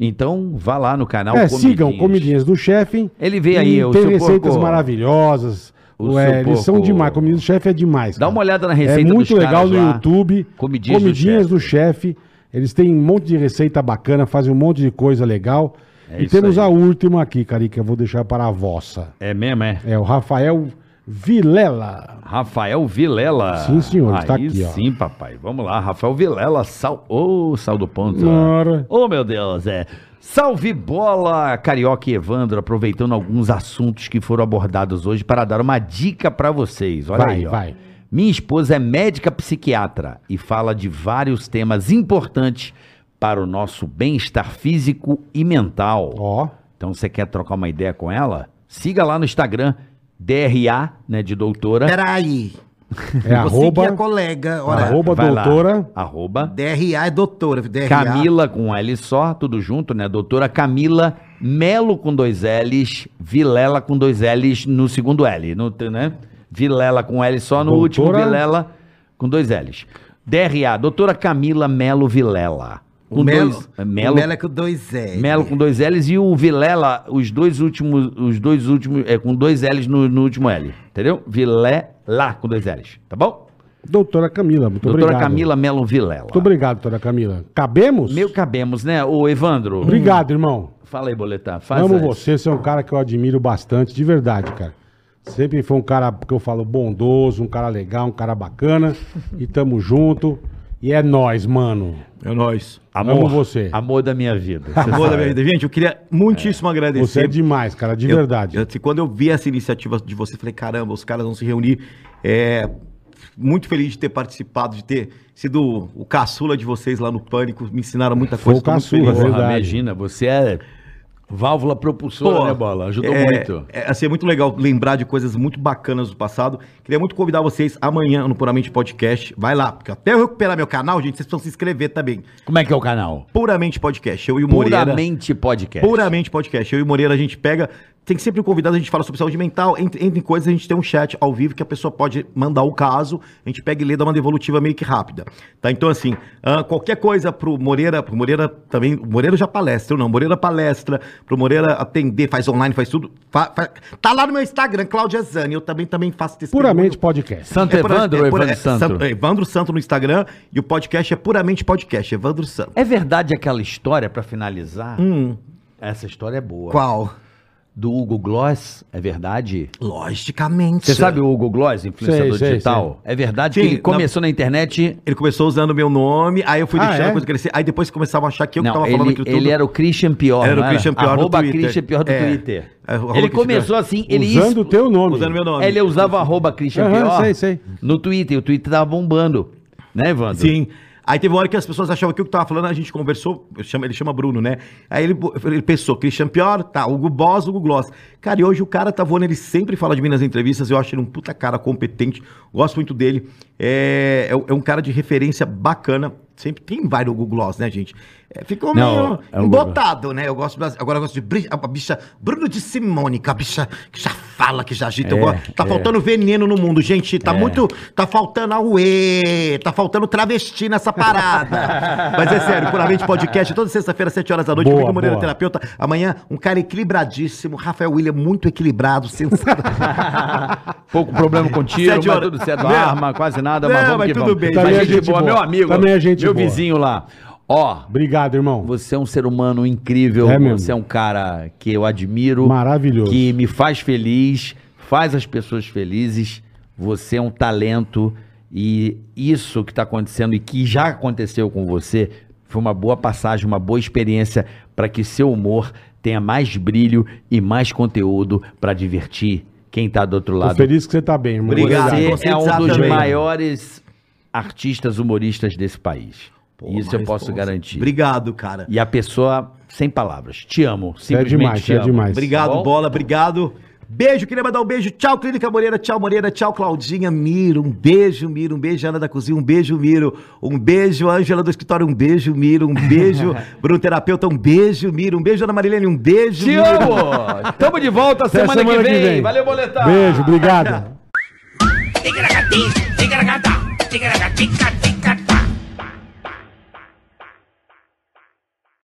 Speaker 3: Então, vá lá no canal
Speaker 2: é, sigam Comidinhas do Chefe.
Speaker 3: Ele vê aí,
Speaker 2: E
Speaker 3: o
Speaker 2: Tem
Speaker 3: seu
Speaker 2: receitas
Speaker 3: porco-
Speaker 2: maravilhosas.
Speaker 3: O
Speaker 2: Ué,
Speaker 3: seu
Speaker 2: eles
Speaker 3: porco-
Speaker 2: são demais. Comidinhas do Chefe é demais.
Speaker 3: Dá
Speaker 2: cara.
Speaker 3: uma olhada na receita
Speaker 2: É
Speaker 3: dos
Speaker 2: muito
Speaker 3: caras
Speaker 2: legal no
Speaker 3: lá.
Speaker 2: YouTube.
Speaker 3: Comidinhas do
Speaker 2: do, Chefe. Eles têm um monte de receita bacana, fazem um monte de coisa legal.
Speaker 3: É
Speaker 2: e
Speaker 3: isso
Speaker 2: temos
Speaker 3: aí.
Speaker 2: a última aqui, Carica, eu vou deixar para a vossa.
Speaker 3: É mesmo, é?
Speaker 2: É o Rafael Vilela.
Speaker 3: Rafael Vilela.
Speaker 2: Sim, senhor, está
Speaker 3: Aí
Speaker 2: aqui, ó.
Speaker 3: sim, papai. Vamos lá, Rafael Vilela, sal... Ô, sal do ponto.
Speaker 2: Ora.
Speaker 3: Ô, meu Deus, é. Salve bola, Carioca e Evandro, aproveitando alguns assuntos que foram abordados hoje para dar uma dica para vocês. Olha
Speaker 2: Vai,
Speaker 3: aí, ó.
Speaker 2: vai.
Speaker 3: Minha esposa é médica psiquiatra e fala de vários temas importantes para o nosso bem-estar físico e mental.
Speaker 2: Ó,
Speaker 3: Então você quer trocar uma ideia com ela? Siga lá no Instagram DRA, né, de doutora.
Speaker 8: Peraí.
Speaker 2: é
Speaker 8: Vou seguir a
Speaker 2: arroba,
Speaker 8: colega. Olha,
Speaker 2: arroba
Speaker 3: Vai lá,
Speaker 2: doutora.
Speaker 3: arroba
Speaker 8: DRA é doutora. DRA.
Speaker 3: Camila com L só, tudo junto, né? Doutora Camila Melo com dois L's, Vilela com dois L's no segundo L, no, né? Vilela com L só no
Speaker 2: Doutora-
Speaker 3: último, Vilela com dois L's. DRA, doutora Camila Melo Vilela.
Speaker 8: O Melo,
Speaker 3: dois- eh,
Speaker 8: Melo.
Speaker 3: Melo,
Speaker 8: O Melo é com dois L.
Speaker 3: Melo com dois L's e o Vilela, os dois últimos, os dois últimos, é com dois L's no, no último L, entendeu? Vilela com dois L's, tá bom?
Speaker 2: Doutora Camila, muito
Speaker 3: Doutora
Speaker 2: obrigado.
Speaker 3: Camila Melo Vilela.
Speaker 2: Muito obrigado, doutora Camila. Cabemos?
Speaker 3: Meu cabemos, né? Ô, Evandro.
Speaker 2: Obrigado, irmão.
Speaker 3: Fala aí, Boletar. Faz
Speaker 2: Amo
Speaker 3: as-
Speaker 2: você, você é um cara que eu admiro bastante, de verdade, cara. Sempre foi um cara que eu falo bondoso, um cara legal, um cara bacana. e tamo junto. E é nóis, mano.
Speaker 4: É nóis.
Speaker 3: Amor,
Speaker 2: Amo você.
Speaker 3: Amor da minha vida. Você
Speaker 8: Amor
Speaker 4: Boa da
Speaker 3: sabe.
Speaker 4: minha vida. Gente, eu queria muitíssimo agradecer.
Speaker 2: Você é demais, cara, de
Speaker 4: Eu-
Speaker 2: verdade.
Speaker 4: eu- quando eu vi essa iniciativa de você, falei, caramba, os caras vão se reunir. É, muito feliz de ter participado, de ter sido o caçula de vocês lá no Pânico. Me ensinaram muita
Speaker 2: Foi
Speaker 4: coisa.
Speaker 2: o
Speaker 4: tô muito
Speaker 2: caçula,
Speaker 4: feliz.
Speaker 2: verdade.
Speaker 3: Porra, imagina, você é válvula propulsora,
Speaker 4: Pô,
Speaker 3: né, Bola? Ajudou
Speaker 4: é,
Speaker 3: muito.
Speaker 4: É, assim, é muito legal lembrar de coisas muito bacanas do passado. Queria muito convidar vocês amanhã no Puramente Podcast. Vai lá, porque até eu recuperar meu canal, gente, vocês precisam se inscrever também.
Speaker 3: Como é que é o canal?
Speaker 4: Puramente Podcast. Eu e o Moreira.
Speaker 3: Puramente podcast.
Speaker 4: Puramente podcast. Eu e o Moreira, a gente pega. Tem sempre um convidado, a gente fala sobre saúde mental. Entre, entre coisas, a gente tem um chat ao vivo que a pessoa pode mandar o caso. A gente pega e lê, dá uma devolutiva meio que rápida. Tá? Então, assim, ah, qualquer coisa pro Moreira, pro Moreira também. O Moreira já palestra, eu não. Moreira palestra, pro Moreira atender, faz online, faz tudo. Fa- fa- Tá lá no meu Instagram, Cláudia Zani. Eu também, também faço testemunho.
Speaker 2: Puramente podcast.
Speaker 3: Santo
Speaker 4: pura-
Speaker 3: Evandro ou
Speaker 4: é pura-
Speaker 3: Evandro
Speaker 4: é
Speaker 3: Santo?
Speaker 4: Santo- é Evandro Santo no Instagram e o podcast é puramente podcast, Evandro Santo.
Speaker 3: É verdade aquela história, pra finalizar?
Speaker 4: Hum,
Speaker 3: Essa história é boa.
Speaker 4: qual?
Speaker 3: Do Hugo Gloss, é verdade?
Speaker 4: Logicamente.
Speaker 3: Você sabe o Hugo Gloss, influenciador
Speaker 2: Sei, sei,
Speaker 3: digital? É verdade
Speaker 4: Sim,
Speaker 3: que ele
Speaker 4: na-
Speaker 3: começou na internet...
Speaker 4: Ele começou usando meu nome, aí eu fui
Speaker 2: Ah,
Speaker 4: deixando
Speaker 2: é?
Speaker 4: a coisa crescer, aí depois começavam a achar que eu
Speaker 3: não,
Speaker 4: que tava
Speaker 3: ele,
Speaker 4: falando aquilo tudo.
Speaker 3: ele era o Christian Pior,
Speaker 4: Era o
Speaker 3: não
Speaker 4: Christian Pior do
Speaker 3: Arroba
Speaker 4: Twitter.
Speaker 3: Christian Pior do
Speaker 4: É.
Speaker 3: Twitter.
Speaker 4: É, arroba
Speaker 3: ele
Speaker 4: Christian
Speaker 3: começou assim, ele...
Speaker 2: Usando o
Speaker 3: expl-
Speaker 2: teu nome.
Speaker 4: usando meu nome.
Speaker 3: Ele é usava arroba Christian
Speaker 2: Aham,
Speaker 3: Pior
Speaker 2: sei, sei.
Speaker 3: no Twitter. e O Twitter tava bombando. Né, Evandro?
Speaker 4: Sim. Aí teve uma hora que as pessoas achavam que o que eu tava falando, a gente conversou, eu chamo- ele chama Bruno, né? Aí ele, ele pensou, Christian Pior, tá, Hugo Boss, Hugo Gloss. Cara, e hoje o cara tá voando, ele sempre fala de mim nas entrevistas, eu acho ele um puta cara competente, gosto muito dele. É, é, um- é um cara de referência bacana, sempre tem vários Hugo Gloss, né, gente? É, ficou
Speaker 3: Não,
Speaker 4: meio
Speaker 3: é o Hugo Gloss.
Speaker 4: embotado lado, né? Eu gosto das- agora eu gosto de bri- a bicha Bruno de Simônica, a bicha que já fala, que já agita. Eu
Speaker 3: É,
Speaker 4: gosto. tá
Speaker 3: é.
Speaker 4: faltando veneno no mundo, gente. Tá muito, tá faltando auê, tá faltando travesti nessa parada. Mas é sério, puramente podcast, toda sexta-feira, 7 horas da noite,
Speaker 2: Boa,
Speaker 4: comigo Moreira
Speaker 2: boa.
Speaker 4: Terapeuta. Amanhã, um cara equilibradíssimo, Rafael William, muito equilibrado, sensacional.
Speaker 3: Pouco problema com tiro,
Speaker 4: Sete
Speaker 3: mas
Speaker 4: horas.
Speaker 3: tudo certo.
Speaker 4: Não.
Speaker 3: Arma, quase nada,
Speaker 4: Não,
Speaker 3: mas vamos
Speaker 4: mas
Speaker 3: que
Speaker 4: tudo
Speaker 3: vamos.
Speaker 4: bem.
Speaker 3: Mas
Speaker 2: Também é
Speaker 3: gente
Speaker 2: gente
Speaker 3: boa,
Speaker 2: boa.
Speaker 3: meu amigo.
Speaker 2: Também é gente
Speaker 3: meu
Speaker 2: boa.
Speaker 3: vizinho lá. Ó,
Speaker 2: Obrigado, irmão.
Speaker 3: você é um ser humano incrível.
Speaker 2: É mesmo.
Speaker 3: você é um cara que eu admiro.
Speaker 2: Maravilhoso.
Speaker 3: Que me faz feliz, faz as pessoas felizes. Você é um talento. E isso que está acontecendo e que já aconteceu com você foi uma boa passagem, uma boa experiência para que seu humor tenha mais brilho e mais conteúdo para divertir quem está do outro
Speaker 2: Tô
Speaker 3: lado.
Speaker 2: feliz que você tá bem, irmão.
Speaker 4: Obrigado.
Speaker 3: Você é um
Speaker 4: conscientizar
Speaker 3: dos
Speaker 4: também.
Speaker 3: maiores artistas humoristas desse país. Isso eu posso garantir.
Speaker 4: Obrigado, cara.
Speaker 3: E a pessoa, sem palavras, te amo. Simplesmente
Speaker 2: demais,
Speaker 3: te
Speaker 2: é
Speaker 3: amo.
Speaker 2: demais.
Speaker 4: Obrigado,
Speaker 3: Tá bom?
Speaker 4: Bola, obrigado. Beijo, queria mandar um beijo. Tchau, Clínica Moreira. Tchau, Moreira. Tchau, Claudinha. Miro. Um beijo, Miro. Um beijo, Ana da Cozinha. Um beijo, Miro. Um beijo, Ângela do Escritório. Um beijo, Miro. Um beijo, Bruno Terapeuta. Um beijo, Miro. Um beijo, Ana Marilene. Um beijo,
Speaker 3: Te amo! Tamo de volta
Speaker 2: Até
Speaker 3: semana, que, vem. Valeu, boletar!
Speaker 2: Beijo, obrigado.
Speaker 9: Ticaracati, ticaracata, ticaracati, ticaracata.